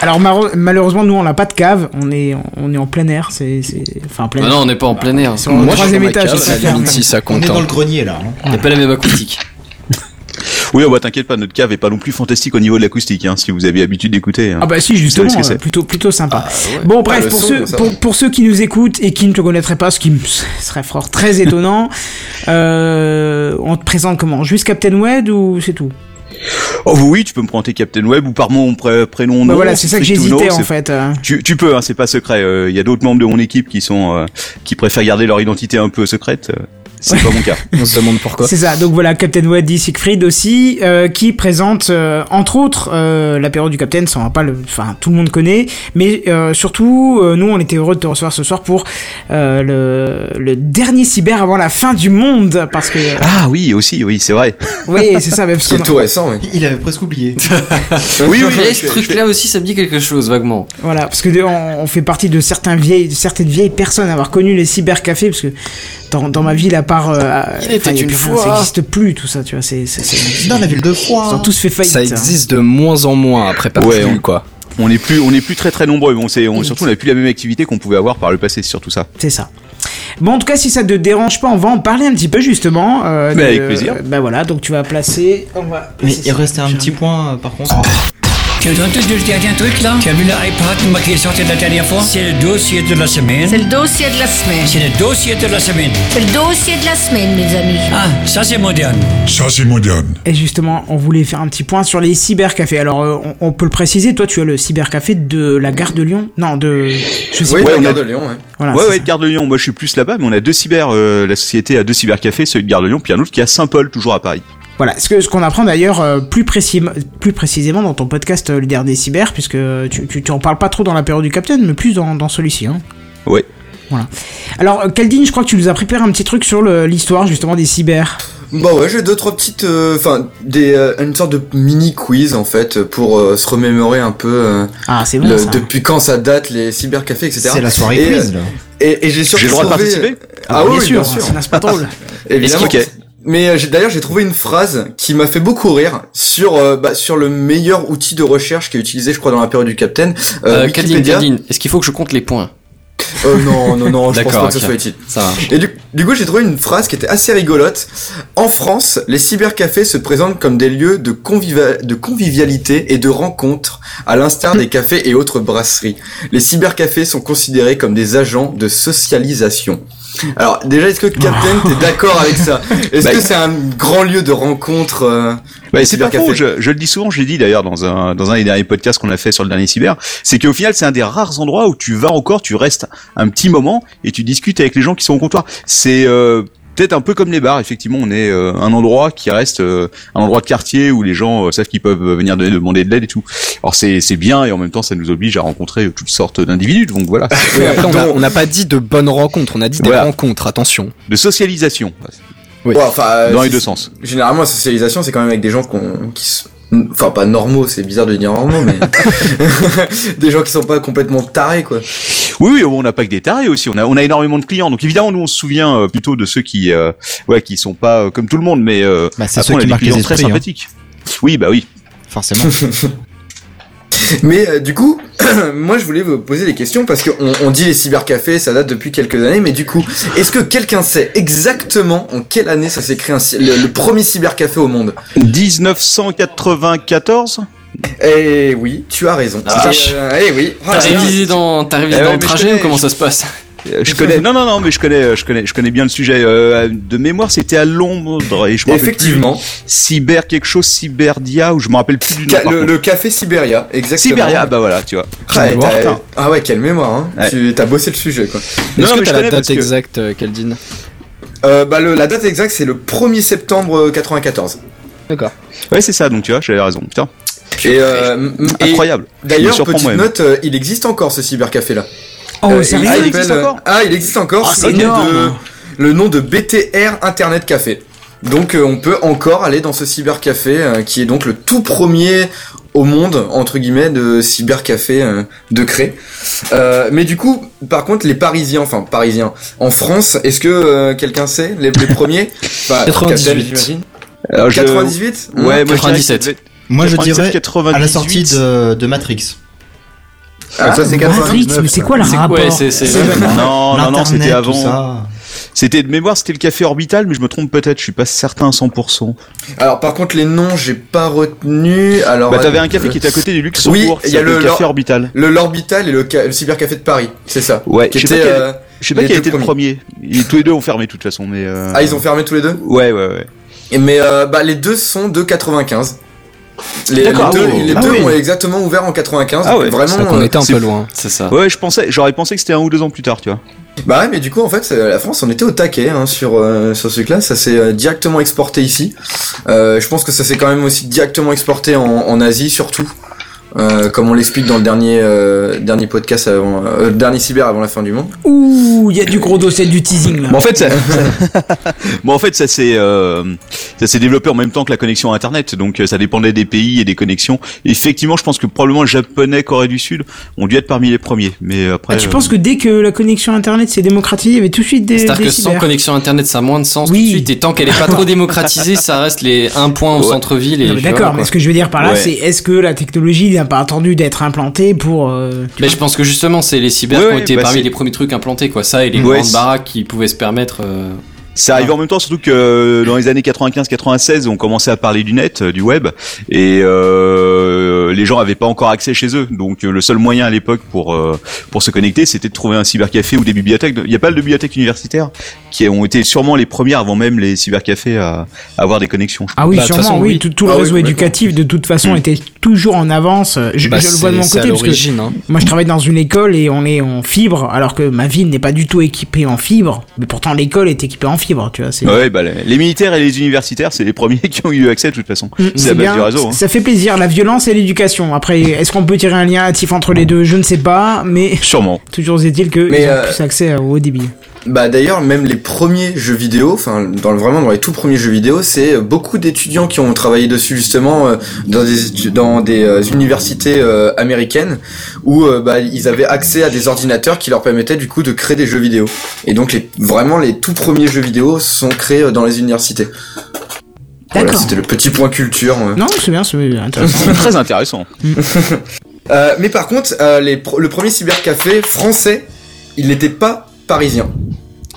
S2: Alors mar- malheureusement, nous, on n'a pas de cave. On est, on est en plein air. C'est, c'est, enfin, en plein
S6: Ah
S2: air.
S6: non, on n'est pas en plein air.
S2: Ils sont au
S1: Moi, je suis
S2: troisième
S1: dans ma
S2: étage.
S1: cave,
S2: ils sont
S1: à la limite,
S2: fermés.
S1: si ça
S5: On
S1: compte.
S5: est dans
S1: hein.
S5: le grenier là. hein.
S6: On n'a pas la même acoustique.
S11: Oui, oh, bah t'inquiète pas, notre cave est pas non plus fantastique au niveau de l'acoustique, hein, si vous avez l'habitude d'écouter. hein.
S2: Ah bah si
S11: Vous savez
S2: justement,
S11: ce que
S2: euh,
S11: c'est. Ah
S2: plutôt plutôt sympa. Bon bref,
S10: le
S2: pour,
S10: son,
S2: ceux,
S10: ça
S2: pour,
S10: va.
S2: pour ceux qui nous écoutent et qui ne te connaîtraient pas, ce qui me serait fort très étonnant, euh, on te présente comment Juste Captain Wed ou c'est tout
S11: Oh oui, tu peux me présenter Captain Web ou par mon pré- prénom.
S2: Bah
S11: nom,
S2: voilà, c'est ça que
S11: strict ou
S2: j'hésitais
S11: non,
S2: en
S11: c'est-
S2: fait. euh.
S11: Tu, tu peux, hein, c'est pas secret. Il y a d'autres membres de mon équipe qui sont euh, qui préfèrent garder leur identité un peu secrète. euh, C'est pas mon cas.
S1: On se demande pourquoi.
S2: C'est ça. Donc voilà, Captain Wed dit Siegfried aussi, euh, qui présente euh, entre autres euh, l'apéro du Captain. Ça on va pas le, enfin tout le monde connaît, mais euh, surtout euh, nous on était heureux de te recevoir ce soir pour euh, le, le dernier cyber avant la fin du monde parce que
S11: Ah oui, aussi, oui, c'est vrai.
S2: oui c'est ça même parce
S10: Qui est
S2: qu'on-
S10: tout récent, oui.
S5: Il avait presque oublié.
S11: Oui, oui,
S6: Mais ce truc-là aussi, ça me dit quelque chose vaguement.
S2: Voilà, parce que de- on, on fait partie de certains vieilles, de certaines vieilles personnes à avoir connu les cybercafés, parce que dans, dans ma ville, à part, euh,
S6: Il était
S2: enfin, y a
S6: une
S2: plus rien,
S6: fois.
S2: ça n'existe plus tout ça, tu vois. C'est, c'est, c'est-
S5: Dans la ville de Foix.
S2: ils ont tous fait faillite.
S1: Ça
S2: hein.
S1: existe de moins en moins après par
S11: Ouais,
S1: plus,
S11: on-
S1: quoi.
S11: on est plus, on est plus très très nombreux. Bon, c'est, on, surtout, on n'a plus la même activité qu'on pouvait avoir par le passé, c'est surtout ça.
S2: C'est ça. Bon, en tout cas, si ça te dérange pas, on va en parler un petit peu justement. euh,
S11: Mais
S2: de-
S11: avec plaisir.
S2: Bah voilà, donc tu vas placer. On va
S4: Mais
S2: placer
S4: il
S2: ça.
S4: restait un petit point euh, par contre.
S9: Tu as entendu le dernier truc là Tu as vu l'iPad qui est sorti la dernière fois C'est le dossier de la semaine.
S8: C'est le dossier de la semaine.
S9: C'est le dossier de la semaine.
S8: C'est le dossier de la semaine, mes amis.
S9: Ah, ça c'est moderne.
S2: Et justement, on voulait faire un petit point sur les cybercafés. Alors, euh, on, on peut le préciser, toi, tu as le cybercafé de la gare de Lyon Non, de. Je sais
S10: Oui,
S2: pas.
S10: la
S11: on a-
S10: gare de Lyon, ouais.
S2: Voilà,
S11: ouais,
S2: c'est
S11: ouais,
S2: ça.
S11: Gare de Lyon. Moi, je suis plus là-bas, mais on a deux cyber, euh, la société a deux cybercafés, celui de Gare de Lyon, puis un autre qui est à Saint-Paul, toujours à Paris.
S2: Voilà, ce que ce qu'on apprend d'ailleurs euh, plus, précis, plus précisément dans ton podcast euh, Le Dernier Cyber, puisque euh, tu, tu, tu en parles pas trop dans la période du Captain, mais plus dans, dans celui-ci. Hein.
S11: Ouais.
S2: Voilà. Alors, euh, Kaldin, je crois que tu nous as préparé un petit truc sur le- l'histoire justement des cyber.
S10: Bah ouais, j'ai deux trois petites, euh, enfin des, euh, une sorte de mini quiz en fait pour euh, se remémorer un peu euh,
S2: Ah, c'est bon
S10: le-
S2: ça.
S10: depuis quand ça date les cybercafés, etc.
S5: C'est la euh, soirée
S10: Et, euh,
S5: quiz là.
S10: Et, et j'ai surtout
S11: J'ai le droit de
S10: trouvé-
S11: participer
S10: Ah, oui, bien
S2: hein,
S10: sûr,
S2: sinon c'est pas drôle.
S10: évidemment.
S11: Est-ce qu'il-
S10: Mais euh, j'ai- d'ailleurs j'ai trouvé une phrase qui m'a fait beaucoup rire sur euh, bah, sur le meilleur outil de recherche qui est utilisé je crois dans la période du Captain euh,
S6: Euh, Cadine,
S10: Wikipédia.
S6: Cadine, est-ce qu'il faut que je compte les points
S10: Euh, non non non je pense
S6: D'accord,
S10: pas que ça
S6: ok.
S10: soit utile.
S6: Ça va.
S10: Et du, du coup, j'ai trouvé une phrase qui était assez rigolote. En France, les cybercafés se présentent comme des lieux de, conviva- de convivialité et de rencontres, à l'instar des cafés et autres brasseries. Les cybercafés sont considérés comme des agents de socialisation. Alors, déjà, est-ce que Captain, t'es d'accord avec ça Est-ce
S11: Bah,
S10: que c'est un grand lieu de rencontre euh,
S11: Bah,
S10: les
S11: c'est pas
S10: cybercafés
S11: faux, je, je le dis souvent, je l'ai dit d'ailleurs dans un, dans un des derniers podcasts qu'on a fait sur le dernier cyber, c'est qu'au final c'est un des rares endroits où tu vas encore, tu restes un petit moment et tu discutes avec les gens qui sont au comptoir. C'est euh, peut-être un peu comme les bars, effectivement on est euh, un endroit qui reste euh, un endroit de quartier où les gens euh, savent qu'ils peuvent euh, venir de- demander de l'aide et tout. Alors c'est c'est bien et en même temps ça nous oblige à rencontrer toutes sortes d'individus, donc voilà,
S1: Oui, après, on a- on n'a pas dit de bonnes rencontres, on a dit des
S11: Voilà.
S1: rencontres, attention.
S11: de socialisation
S1: Oui.
S10: Ouais, enfin, euh,
S11: dans les
S10: c'est-
S11: deux sens.
S10: Généralement, la socialisation, c'est quand même avec des gens qu'on, qui s- Enfin, pas normaux, c'est bizarre de dire normaux, mais... des gens qui sont pas complètement tarés, quoi.
S11: Oui, oui, on n'a pas que des tarés aussi. On a, on a énormément de clients. Donc évidemment, nous, on se souvient euh, plutôt de ceux qui, euh, ouais, qui sont pas euh, comme tout le monde, mais euh,
S5: Bah, c'est
S11: après,
S5: ceux
S11: on
S1: hein.
S11: a
S5: qui
S11: des
S5: marquent les
S11: clients très
S5: esprits, hein.
S11: sympathiques. Oui, bah oui.
S5: Forcément.
S10: Mais euh, du coup, moi je voulais vous poser des questions parce qu'on on dit les cybercafés, ça date depuis quelques années, mais du coup, est-ce que quelqu'un sait exactement en quelle année ça s'est créé un cy- le, le premier cybercafé au monde
S1: Mm.
S11: 1994
S10: Eh oui, tu as raison.
S11: Ah,
S10: C'est, euh, eh oui.
S6: T'as révisé dans, t'as révisé
S11: Eh
S6: dans
S11: ouais,
S6: le
S11: mais je
S6: trajet ou
S11: connais,
S6: comment
S11: je-
S6: ça se passe
S11: Euh, je connais. Non, non, non, mais je connais, euh, je connais, je connais bien le sujet. Euh, de mémoire, c'était à Londres et je me rappelle
S10: Effectivement.
S11: plus. cyber quelque chose, cyberdia ou je me rappelle plus du nom.
S10: Ca-
S11: par
S10: le,
S11: contre.
S10: le café Sibéria, exactement.
S11: Sibéria, bah voilà, tu vois.
S10: Ah,
S11: Tu
S10: t'as-
S11: vois, putain.
S10: ah ouais, quelle mémoire, hein.
S11: Ouais.
S10: Tu t'as bossé le sujet, quoi.
S11: Non, non, mais je connais parce que-
S10: exacte, Keldin bah, le- La date exacte, c'est le 1er septembre euh, 94.
S1: D'accord.
S11: Ouais, c'est ça. Donc tu vois, j'avais raison. Putain.
S10: Et, euh, m- m- et
S11: Incroyable. Je me
S10: D'ailleurs,
S11: surprends
S10: petite
S11: moi-même.
S10: note, euh, il existe encore ce cybercafé là.
S2: Oh, sérieux
S10: il
S2: Ah, il existe
S10: s'appelle, euh,
S2: encore
S10: Ah, il existe encore.
S2: Ah,
S10: sous
S2: c'est
S10: le nom
S2: énorme.
S10: de- le nom de BTR Internet Café. Donc euh, on peut encore aller dans ce cybercafé euh, qui est donc le tout premier au monde entre guillemets de cybercafé euh, de Cré. Euh, mais du coup, par contre, les Parisiens, enfin Parisiens, en France, est-ce que euh, quelqu'un sait les, les premiers Enfin, Captain,
S1: 98.
S10: j'imagine.
S11: Alors, Ah, je-
S10: 98
S11: Ouais, moi, je dirais que ça
S6: 97.
S11: devait être-
S5: Moi je
S11: 97,
S5: dirais à la
S11: 98.
S5: sortie de, de Matrix.
S11: Oh,
S10: Ah, ça, c'est
S2: Matrix,
S10: 99,
S2: mais c'est quoi le
S6: C'est quoi,
S2: rapport
S6: c'est- c'est-
S11: Non, non, non, c'était
S5: L'Internet, tout
S11: avant. Ah
S5: ça.
S11: C'était de mémoire, c'était le café orbital, mais je me trompe peut-être. Je suis pas certain à 100%.
S10: Alors par contre les noms j'ai pas retenu. Alors
S11: Bah t'avais
S10: euh,
S11: un café qui était à côté du
S10: Oui,
S11: Luxembourg.
S10: il
S11: qui
S10: y a
S11: s'appelait
S10: le
S11: café
S10: l'or-
S11: orbital.
S10: le l'orbital et le, ca- le cybercafé de Paris, c'est ça.
S11: Ouais,
S10: Qui
S11: je sais
S10: était,
S11: pas quel-
S10: euh,
S11: Je sais pas
S10: les
S11: qui a
S10: deux
S11: été le premier. Ils- tous les deux ont fermé de toute façon, mais. euh,
S10: Ah ils ont fermé tous les deux.
S11: Ouais, ouais, ouais.
S10: Et mais euh, bah les deux sont de 95. Les, les deux,
S11: D'accord, ah ouais.
S10: les
S11: Ah
S10: deux
S11: oui.
S10: ont exactement ouvert en 95.
S11: Ah ouais,
S10: donc vraiment.
S1: C'est vrai qu'on
S10: euh,
S1: était un
S11: c'est-
S1: peu loin.
S6: C'est ça.
S11: Ouais, je pensais, j'aurais pensé que c'était un ou deux ans plus tard, tu vois.
S10: Bah ouais, mais du coup en fait euh, la France on était au taquet hein, sur euh, sur ce truc là. Ça s'est euh, directement exporté ici. Euh, je pense que ça s'est quand même aussi directement exporté en, en Asie surtout. Euh, comme on l'explique dans le dernier euh, dernier podcast avant euh, dernier cyber avant la fin du monde.
S2: Ouh, il y a du gros dossier du teasing là.
S11: Bon, en fait, ça, bon, en fait, ça s'est, euh, ça s'est développé en même temps que la connexion à Internet. Donc, euh, ça dépendait des pays et des connexions. Effectivement, je pense que probablement Japonais, Corée du Sud ont dû être parmi les premiers. Mais après.
S2: Ah, tu
S11: euh,
S2: penses que dès que la connexion internet s'est démocratisée, il y avait tout de suite des.
S6: C'est-à-dire
S2: des
S6: que sans
S2: cyber.
S6: connexion internet, ça a moins de sens
S2: Oui.
S6: tout de suite. Et tant qu'elle est pas trop démocratisée, ça reste les un point au
S11: Ouais.
S6: centre-ville. et
S2: Non, mais
S6: puis
S2: D'accord,
S6: voilà,
S2: mais
S6: quoi.
S2: ce que je veux dire par là,
S11: Ouais.
S2: c'est est-ce que la technologie n'a pas attendu d'être implantée pour. euh, tu
S6: Mais je pense que justement, c'est les cyber
S11: Ouais,
S6: qui ont
S11: ouais,
S6: été
S11: bah,
S6: parmi
S11: c'est-
S6: les premiers trucs implantés, quoi. Ça et les
S11: Ouais,
S6: grandes
S11: c'est-
S6: baraques qui pouvaient se permettre. euh,
S11: C'est
S2: Ah.
S11: arrivé en même temps, surtout que euh, dans les années 95-96, on commençait à parler du net, euh, du web, et euh, les gens avaient pas encore accès chez eux. Donc euh, le seul moyen à l'époque pour euh, pour se connecter, c'était de trouver un cybercafé ou des bibliothèques. Il y a pas mal de bibliothèques universitaires qui ont été sûrement les premières avant même les cybercafés à, à avoir des connexions. je
S2: Ah oui,
S1: Bah, de toute
S2: sûrement,
S1: façon,
S2: oui.
S1: oui.
S2: Tout, tout le
S10: Ah oui,
S2: réseau
S10: complètement.
S2: éducatif, de toute façon,
S11: Mm.
S2: était toujours en avance. Je,
S1: Bah,
S2: je le vois de
S1: c'est-
S2: mon
S1: c'est à
S2: côté, parce que
S1: l'origine, hein.
S2: moi, je travaille dans une école et on est en fibre, alors que ma ville n'est pas du tout équipée en fibre. Mais pourtant, l'école est équipée en fibre, tu vois. C'est
S11: pense. Ouais, bah, les les militaires et les universitaires, c'est les premiers qui ont eu accès de toute façon.
S2: Mm,
S11: C'est la base
S2: bien,
S11: du réseau. hein.
S2: Ça fait plaisir, la violence et l'éducation. Après, est-ce qu'on peut tirer un lien actif entre les deux Je ne sais pas, mais
S11: Sûrement.
S2: toujours est-il qu'ils ont
S10: Mais, euh,
S2: plus accès au haut débit.
S10: Bah d'ailleurs, même les premiers jeux vidéo, enfin dans le, vraiment dans les tout premiers jeux vidéo, c'est euh, beaucoup d'étudiants qui ont travaillé dessus justement euh, dans des étu- dans des euh, universités euh, américaines où euh, bah, ils avaient accès à des ordinateurs qui leur permettaient du coup de créer des jeux vidéo. Et donc les vraiment les tout premiers jeux vidéo sont créés euh, dans les universités. Voilà,
S2: D'accord.
S10: c'était le petit point culture. euh.
S2: Non, c'est bien, c'est intéressant.
S11: Très intéressant.
S10: Euh, mais par contre, euh, les pro- le premier cybercafé français, il n'était pas parisien.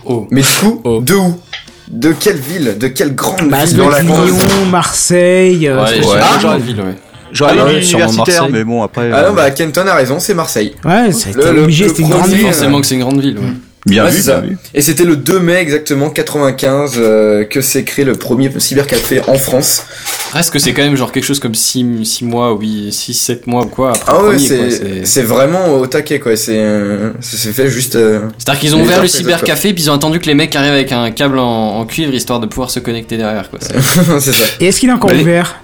S6: Oh.
S10: Mais du coup, de où De quelle ville De quelle grande
S2: Bah,
S10: ville
S2: c'est
S10: dans la France
S2: Lyon, Marseille. euh,
S6: Ouais,
S2: c'est-
S6: ouais.
S10: Ah,
S6: genre de ville, ouais.
S11: J'aurais
S1: Ah
S11: ah,
S1: ouais, sûrement
S11: universitaire,
S1: Marseille.
S11: mais bon après.
S10: Ah
S11: euh,
S10: non, bah Kenton a raison, c'est Marseille.
S2: ouais, ça a été
S10: Le- le-
S2: obligé,
S10: le
S2: c'était une grande
S11: euh,
S10: premier,
S2: ville.
S6: Forcément que c'est une grande ville. ouais.
S11: bien
S10: Ouais,
S11: vu,
S10: c'est
S11: bien
S10: ça.
S11: vu.
S10: Et c'était le 2 mai exactement 95 euh, que s'est créé le premier cybercafé en France.
S6: Reste que c'est quand même genre quelque chose comme 6 six mois, oui, 6, 7 mois ou quoi. Après
S10: Ah
S6: le
S10: ouais,
S6: premier, quoi,
S10: c'est c'est vraiment au taquet quoi. C'est euh, ça s'est fait juste. euh,
S6: C'est-à-dire qu'ils ont
S10: Les
S6: ouvert le
S10: uns après les autres,
S6: cybercafé, puis ils ont attendu que les mecs arrivent avec un câble en, en cuivre histoire de pouvoir se connecter derrière. Quoi. C'est-
S10: c'est ça.
S2: Et est-ce qu'il est encore
S11: Allez.
S2: ouvert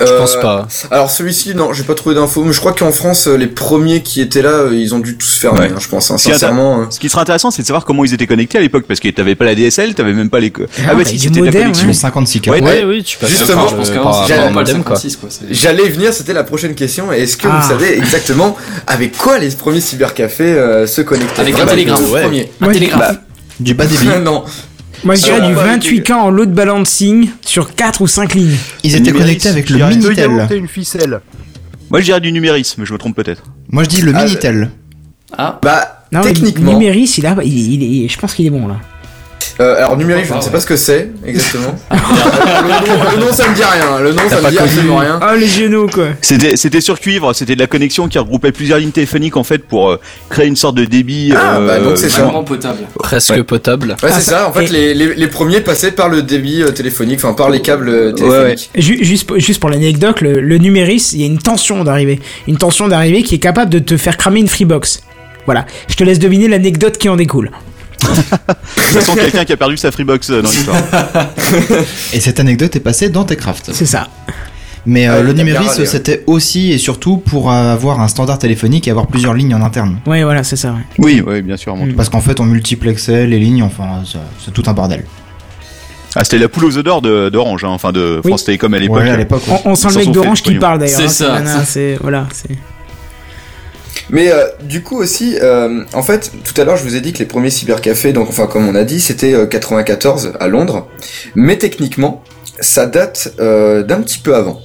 S1: Je
S10: Euh,
S1: pense pas.
S10: Alors celui-ci, non, j'ai pas trouvé d'infos. Mais je crois qu'en France, euh, les premiers qui étaient là, euh, ils ont dû tous fermer.
S11: Ouais.
S10: hein, je pense hein,
S11: Si, attends.
S10: sincèrement. euh.
S11: Ce qui serait intéressant, c'est de savoir comment ils étaient connectés à l'époque, parce que t'avais pas la DSL, t'avais même pas les. co- Ah,
S2: bah,
S11: bah si,
S2: du
S11: c'était la
S2: modem,
S11: connexion.
S5: Le 56K.
S11: Ouais,
S1: Ouais, oui, tu passes
S10: Justement,
S1: par
S6: je
S1: le-
S6: pense
S1: euh, par-
S6: qu'avant,
S1: par
S6: c'était
S1: un
S6: pas le
S1: modem, quoi.
S6: 56. Quoi. c'est-
S10: J'allais y venir, c'était la prochaine question. Est-ce que
S2: Ah.
S10: vous savez exactement avec quoi les premiers cybercafés euh, se connectaient
S6: Avec un
S10: Vraiment,
S6: télégramme,
S10: les tout
S11: ouais.
S10: premiers.
S6: Un
S2: Moi,
S6: télégraphe.
S10: bah,
S5: Du bas débit.
S10: non.
S2: Moi, je dirais
S10: Alors,
S2: du
S10: pas avec
S2: 28 k en load balancing sur 4 ou 5 lignes.
S5: Ils étaient
S11: Numérique,
S5: connectés avec le
S11: direct.
S7: Deux yaourts
S5: Minitel.
S7: et une ficelle.
S11: Moi, je dirais du numérisme, je me trompe peut-être.
S5: Moi, je dis le
S11: Ah,
S5: Minitel.
S10: Ah. Bah,
S2: Non, mais
S10: techniquement.
S2: Numéris, il a, il- il- il- je pense qu'il est bon là.
S10: Euh, alors numérique, je ne sais pas ce que c'est exactement. le, nom, le nom, ça me dit rien. Le nom ça
S11: T'as pas
S10: me dit
S11: connu.
S10: absolument rien.
S2: Ah, les genoux, quoi.
S11: C'était, c'était sur cuivre, c'était de la connexion qui regroupait plusieurs lignes téléphoniques en fait pour euh, créer une sorte de débit.
S10: Ah,
S11: euh,
S10: bah, donc c'est ça.
S11: vraiment-
S6: potable.
S1: Presque
S11: Ouais.
S1: potable.
S10: Ouais,
S2: Ah,
S10: c'est ça. En fait, les, les, les premiers passaient par le débit euh, téléphonique, enfin par les câbles euh, téléphoniques.
S2: Ju- Juste, pour- juste pour l'anecdote, le, le numéris, il y a une tension d'arrivée. Une tension d'arrivée qui est capable de te faire cramer une Freebox. Voilà, je te laisse deviner l'anecdote qui en découle.
S11: De toute façon, quelqu'un qui a perdu sa Freebox euh, dans l'histoire.
S5: Et cette anecdote est passée dans Techcraft.
S2: C'est ça.
S5: Mais euh,
S10: Ouais,
S5: le
S10: t'as bien
S5: numéris,
S10: râlé, ouais.
S5: c'était aussi et surtout pour euh, avoir un standard téléphonique et avoir plusieurs lignes en interne.
S2: Ouais, voilà, c'est ça. ouais.
S11: Oui, oui, bien sûr. mon-
S5: Parce qu'en fait, on multiplexait les lignes, enfin, ça- c'est tout un bordel.
S11: Ah, c'était la poule aux odeurs de, d'Orange, hein, enfin de
S2: Oui.
S11: France Télécom à l'époque.
S5: Ouais, à l'époque, ouais.
S2: On, on sent
S11: Ils
S2: le
S11: s'en
S2: mec
S11: sont fait
S2: d'Orange
S11: du
S2: qui
S11: pognon.
S2: parle d'ailleurs.
S6: C'est
S2: hein,
S6: ça,
S2: nana, c'est- voilà, c'est-
S10: Mais euh, du coup aussi, euh, en fait, tout à l'heure, je vous ai dit que les premiers cybercafés, donc enfin comme on a dit, c'était euh, 94 à Londres. Mais techniquement, ça date euh, d'un petit peu avant.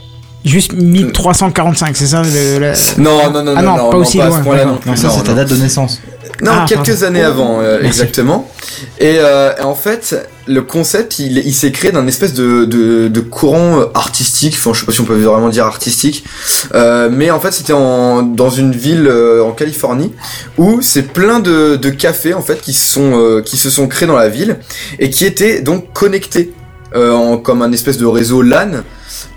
S2: Juste 1345, c'est ça le- la-
S10: Non, non, non,
S2: Ah non,
S10: non, non,
S2: pas
S10: non,
S2: aussi
S10: pas à ce
S2: loin.
S10: point-là
S2: d'accord.
S10: plus,
S5: Non, ça,
S10: non,
S5: c'est ta
S10: non.
S5: date de naissance.
S10: Non,
S2: Ah,
S10: quelques
S2: pardon.
S10: années avant, euh,
S2: Merci.
S10: exactement. Et, euh, et en fait, le concept, il, il s'est créé d'un espèce de, de, de courant euh, artistique. Enfin, je sais pas si on peut vraiment dire artistique, Euh, mais en fait, c'était en, dans une ville euh, en Californie où c'est plein de, de cafés en fait qui se sont euh, qui se sont créés dans la ville et qui étaient donc connectés euh, en, comme un espèce de réseau LAN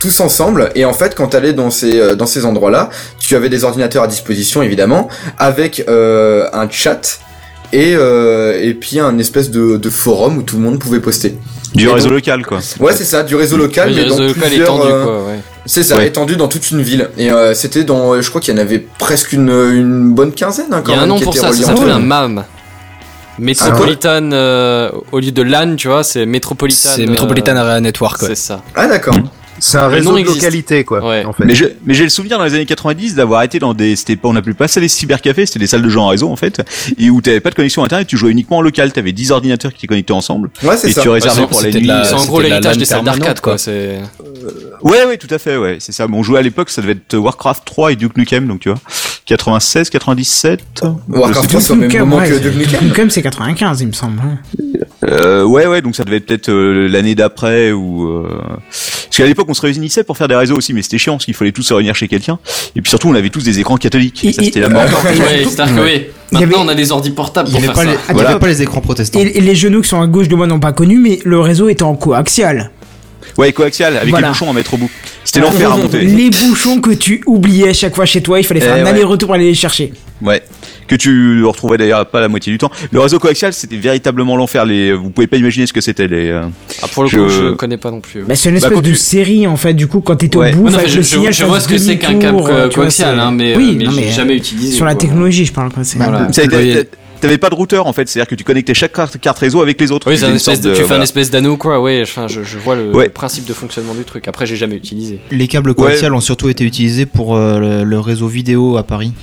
S10: tous ensemble et en fait quand t'allais dans ces euh, dans ces endroits là tu avais des ordinateurs à disposition évidemment avec euh, un chat et euh, et puis un espèce de, de forum où tout le monde pouvait poster Et
S11: Du
S10: donc-
S11: réseau local, quoi.
S10: ouais c'est ça du réseau local
S6: Le
S10: mais
S6: réseau
S10: dans
S6: local
S10: plusieurs,
S6: étendu,
S10: euh,
S6: quoi, ouais.
S10: c'est ça
S11: Ouais.
S10: étendu dans toute une ville et euh, c'était dans euh, je crois qu'il y en avait presque une, euh, une bonne quinzaine hein,
S6: Il
S10: quand
S6: y a un
S10: même,
S6: nom
S10: qui
S6: pour
S10: étaient
S6: ça, ça
S10: reliés Ah entre
S6: s'appelle
S10: eux.
S6: un MAM. Métropolitane, euh, au lieu de LAN, tu vois, c'est Métropolitane.
S1: C'est Metropolitan
S6: euh,
S1: Area Network. ouais.
S6: C'est ça.
S10: ah d'accord
S6: Mm.
S7: C'est un
S6: Le
S7: réseau
S6: nom
S7: de
S6: existe.
S7: localité, quoi.
S6: Ouais.
S7: En fait.
S11: Mais je- mais j'ai le souvenir dans les années 90 d'avoir été dans des c'était pas on appelait pas ça des cybercafés, c'était des salles de jeux en réseau en fait et où t'avais pas de connexion internet, tu jouais uniquement en local, t'avais 10 ordinateurs qui étaient connectés ensemble
S10: ouais c'est
S11: et
S10: ça
S11: tu réservais
S1: Bah,
S11: pour la
S1: c'était de
S11: nuit.
S1: la-
S6: C'est en
S1: c'était
S6: gros
S1: de la
S6: l'héritage
S1: LAN
S6: des salles
S1: permanente,
S6: d'arcade, quoi.
S1: quoi.
S6: C'est
S11: Ouais ouais, tout à fait, ouais, c'est ça. Bon, on jouait à l'époque, ça devait être Warcraft 3 et Duke Nukem donc tu vois. 96 97
S10: Warcraft 3 c'est au même
S2: Nukem,
S10: moment
S2: ouais,
S10: que
S2: c'est-
S10: Duke Nukem
S2: Nukem, c'est 95, il me semble. hein.
S11: Euh, ouais, ouais, donc ça devait être peut-être euh, l'année d'après ou euh... parce qu'à l'époque on se réunissait pour faire des réseaux aussi, mais c'était chiant parce qu'il fallait tous se réunir chez quelqu'un et puis surtout on avait tous des écrans catholiques. Et ça
S2: Et-
S11: c'était
S2: et- euh,
S11: la mort.
S6: Ouais, c'est-à-dire que oui.
S2: Il y
S6: Maintenant,
S2: avait-
S6: on a des ordi portables
S5: Il n'y
S6: pour
S5: avait,
S6: faire
S5: pas
S6: ça.
S5: les- il y
S11: Voilà.
S5: avait pas les écrans protestants.
S2: Et, et les genoux qui sont à gauche de moi n'ont pas connu, mais le réseau était en coaxial.
S11: Ouais, coaxial avec
S2: Voilà.
S11: les bouchons à mettre au bout. C'était l'enfer à monter.
S2: Les bouchons que tu oubliais chaque fois chez toi, il fallait faire
S11: Eh
S2: un
S11: ouais.
S2: aller-retour pour aller les chercher.
S11: Ouais. Que tu retrouvais d'ailleurs pas la moitié du temps. Le réseau coaxial, c'était véritablement l'enfer. Les, vous pouvez pas imaginer ce que c'était les. euh,
S6: Ah, pour le
S11: Je-
S6: coup, je connais pas non plus.
S2: Bah, c'est une
S11: Bah,
S2: espèce
S11: quand
S2: de
S11: tu-
S2: série en fait, du coup, quand t'étais
S11: Ouais.
S2: au bout,
S6: Non, non,
S2: avec
S6: je,
S2: le
S6: je-
S2: signal
S6: je
S2: fasse
S6: vois ce que c'est qu'un câble
S2: demi-tour, euh,
S6: co-
S2: tu vois,
S6: coaxial,
S2: c'est-
S6: hein, mais,
S2: Oui,
S6: euh, mais
S2: non,
S6: j'ai
S2: mais,
S6: jamais utilisé.
S2: Sur la
S6: quoi.
S2: technologie, je parle. Quoi, c'est-
S5: Bah,
S6: Voilà.
S11: ça,
S1: Oui.
S11: t'a- t'a- T'avais pas de routeur en fait, c'est-à-dire que tu connectais chaque carte, carte réseau avec les autres.
S6: Oui,
S11: Tu
S6: c'est
S11: faisais
S6: un
S11: une
S6: espèce
S11: sorte
S6: de, tu fais
S11: voilà.
S6: un espèce d'anneau, quoi. Ouais, enfin, je, je vois le,
S11: Ouais.
S6: le principe de fonctionnement du truc. Après, j'ai jamais utilisé.
S5: Les câbles coaxiales ont surtout été utilisés pour euh, le, le réseau vidéo à Paris.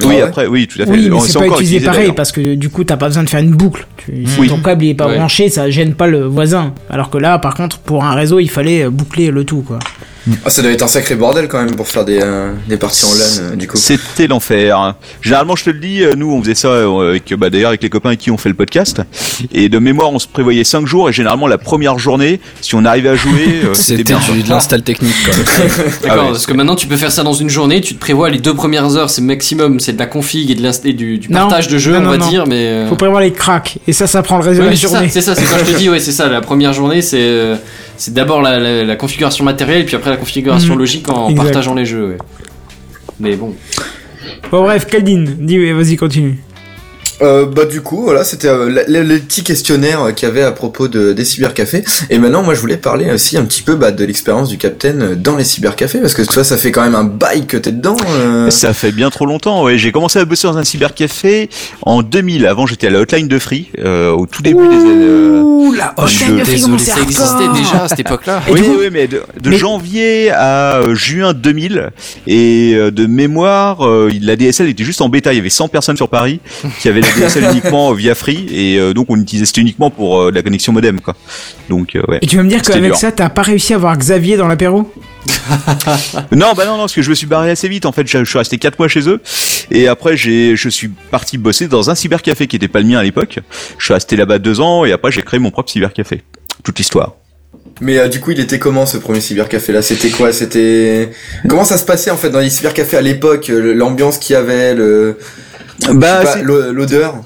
S11: Oui,
S10: Ah ouais.
S11: après, oui, tout à fait.
S2: Oui, mais
S11: On-
S2: c'est pas
S11: encore
S2: utilisé
S11: utilisé,
S2: pareil
S11: d'ailleurs.
S2: parce que du coup, t'as pas besoin de faire une boucle. Tu- Si
S11: Oui.
S2: ton câble il est pas
S6: Ouais.
S2: branché, ça gêne pas le voisin. Alors que là, par contre, pour un réseau, il fallait euh, boucler le tout. quoi.
S10: Ah, ça devait être un sacré bordel quand même pour faire des, euh, des parties en LAN euh, du coup.
S11: C'était l'enfer. Généralement, je te le dis, euh, nous, on faisait ça euh, avec, bah, d'ailleurs, avec les copains avec qui on fait le podcast. Et de mémoire, on se prévoyait 5 jours. Et généralement, la première journée, si on arrivait à jouer, euh, c'était
S1: C'était
S11: bien.
S1: du- de l'install technique, quoi.
S6: D'accord,
S11: Ah ouais,
S6: parce que maintenant tu peux faire ça dans une journée, tu te prévois les deux premières heures, c'est maximum, c'est de la config et, de l'inst- et du, du
S2: Non.
S6: partage de jeu,
S2: Non,
S6: on
S2: non,
S6: va
S2: non.
S6: dire, mais. euh,
S2: Faut prévoir les cracks. Et ça, ça prend le
S6: ouais,
S2: réseau
S6: mais
S2: la
S6: c'est ça,
S2: journée.
S6: c'est ça, c'est quand je te dis, ouais, c'est ça, la première journée, c'est euh, c'est d'abord la, la- la configuration matérielle, puis après la configuration
S2: Mhm.
S6: logique en
S2: Exact.
S6: partageant les jeux, ouais. Mais bon.
S2: Bon, bref, Kaldin, dis, vas-y, continue.
S10: Euh, bah du coup voilà c'était euh, la- la- le petit questionnaire euh, qu'il y avait à propos de, des cybercafés et maintenant moi je voulais parler aussi un petit peu bah, de l'expérience du Captain euh, dans les cybercafés parce que toi ça fait quand même un bail que t'es dedans euh.
S11: Ça fait bien trop longtemps. Ouais. J'ai commencé à bosser dans un cybercafé en 2000. Avant, j'étais à la hotline de Free euh, au tout début des années. euh,
S2: la
S11: je- hotline de
S6: Désolé, ça existait déjà Ah, à cette époque-là.
S2: Et
S11: oui,
S2: du coup-
S11: oui, mais de, de
S2: mais-
S11: janvier à euh, juin 2000 et euh, de mémoire, euh, la DSL était juste en bêta. Il y avait 100 personnes sur Paris qui avaient la DSL uniquement via Free et euh, donc on utilisait c'était uniquement pour euh, la connexion modem quoi. Donc euh, ouais.
S2: Et tu vas me dire
S11: C'était
S2: qu'avec
S11: dur.
S2: ça, t'as pas réussi à voir Xavier dans l'apéro
S11: Non, bah non, non, parce que je me suis barré assez vite. En fait, je, je suis resté quatre mois chez eux. Et après, j'ai, je suis parti bosser dans un cybercafé qui était pas le mien à l'époque. Je suis resté là-bas deux ans et après, j'ai créé mon propre cybercafé. Toute l'histoire.
S10: Mais euh, du coup, il était comment ce premier cybercafé là C'était quoi C'était comment ça se passait en fait dans les cybercafés à l'époque euh, L'ambiance qu'il y avait, le
S11: Bah,
S10: je sais pas, l'o- l'odeur.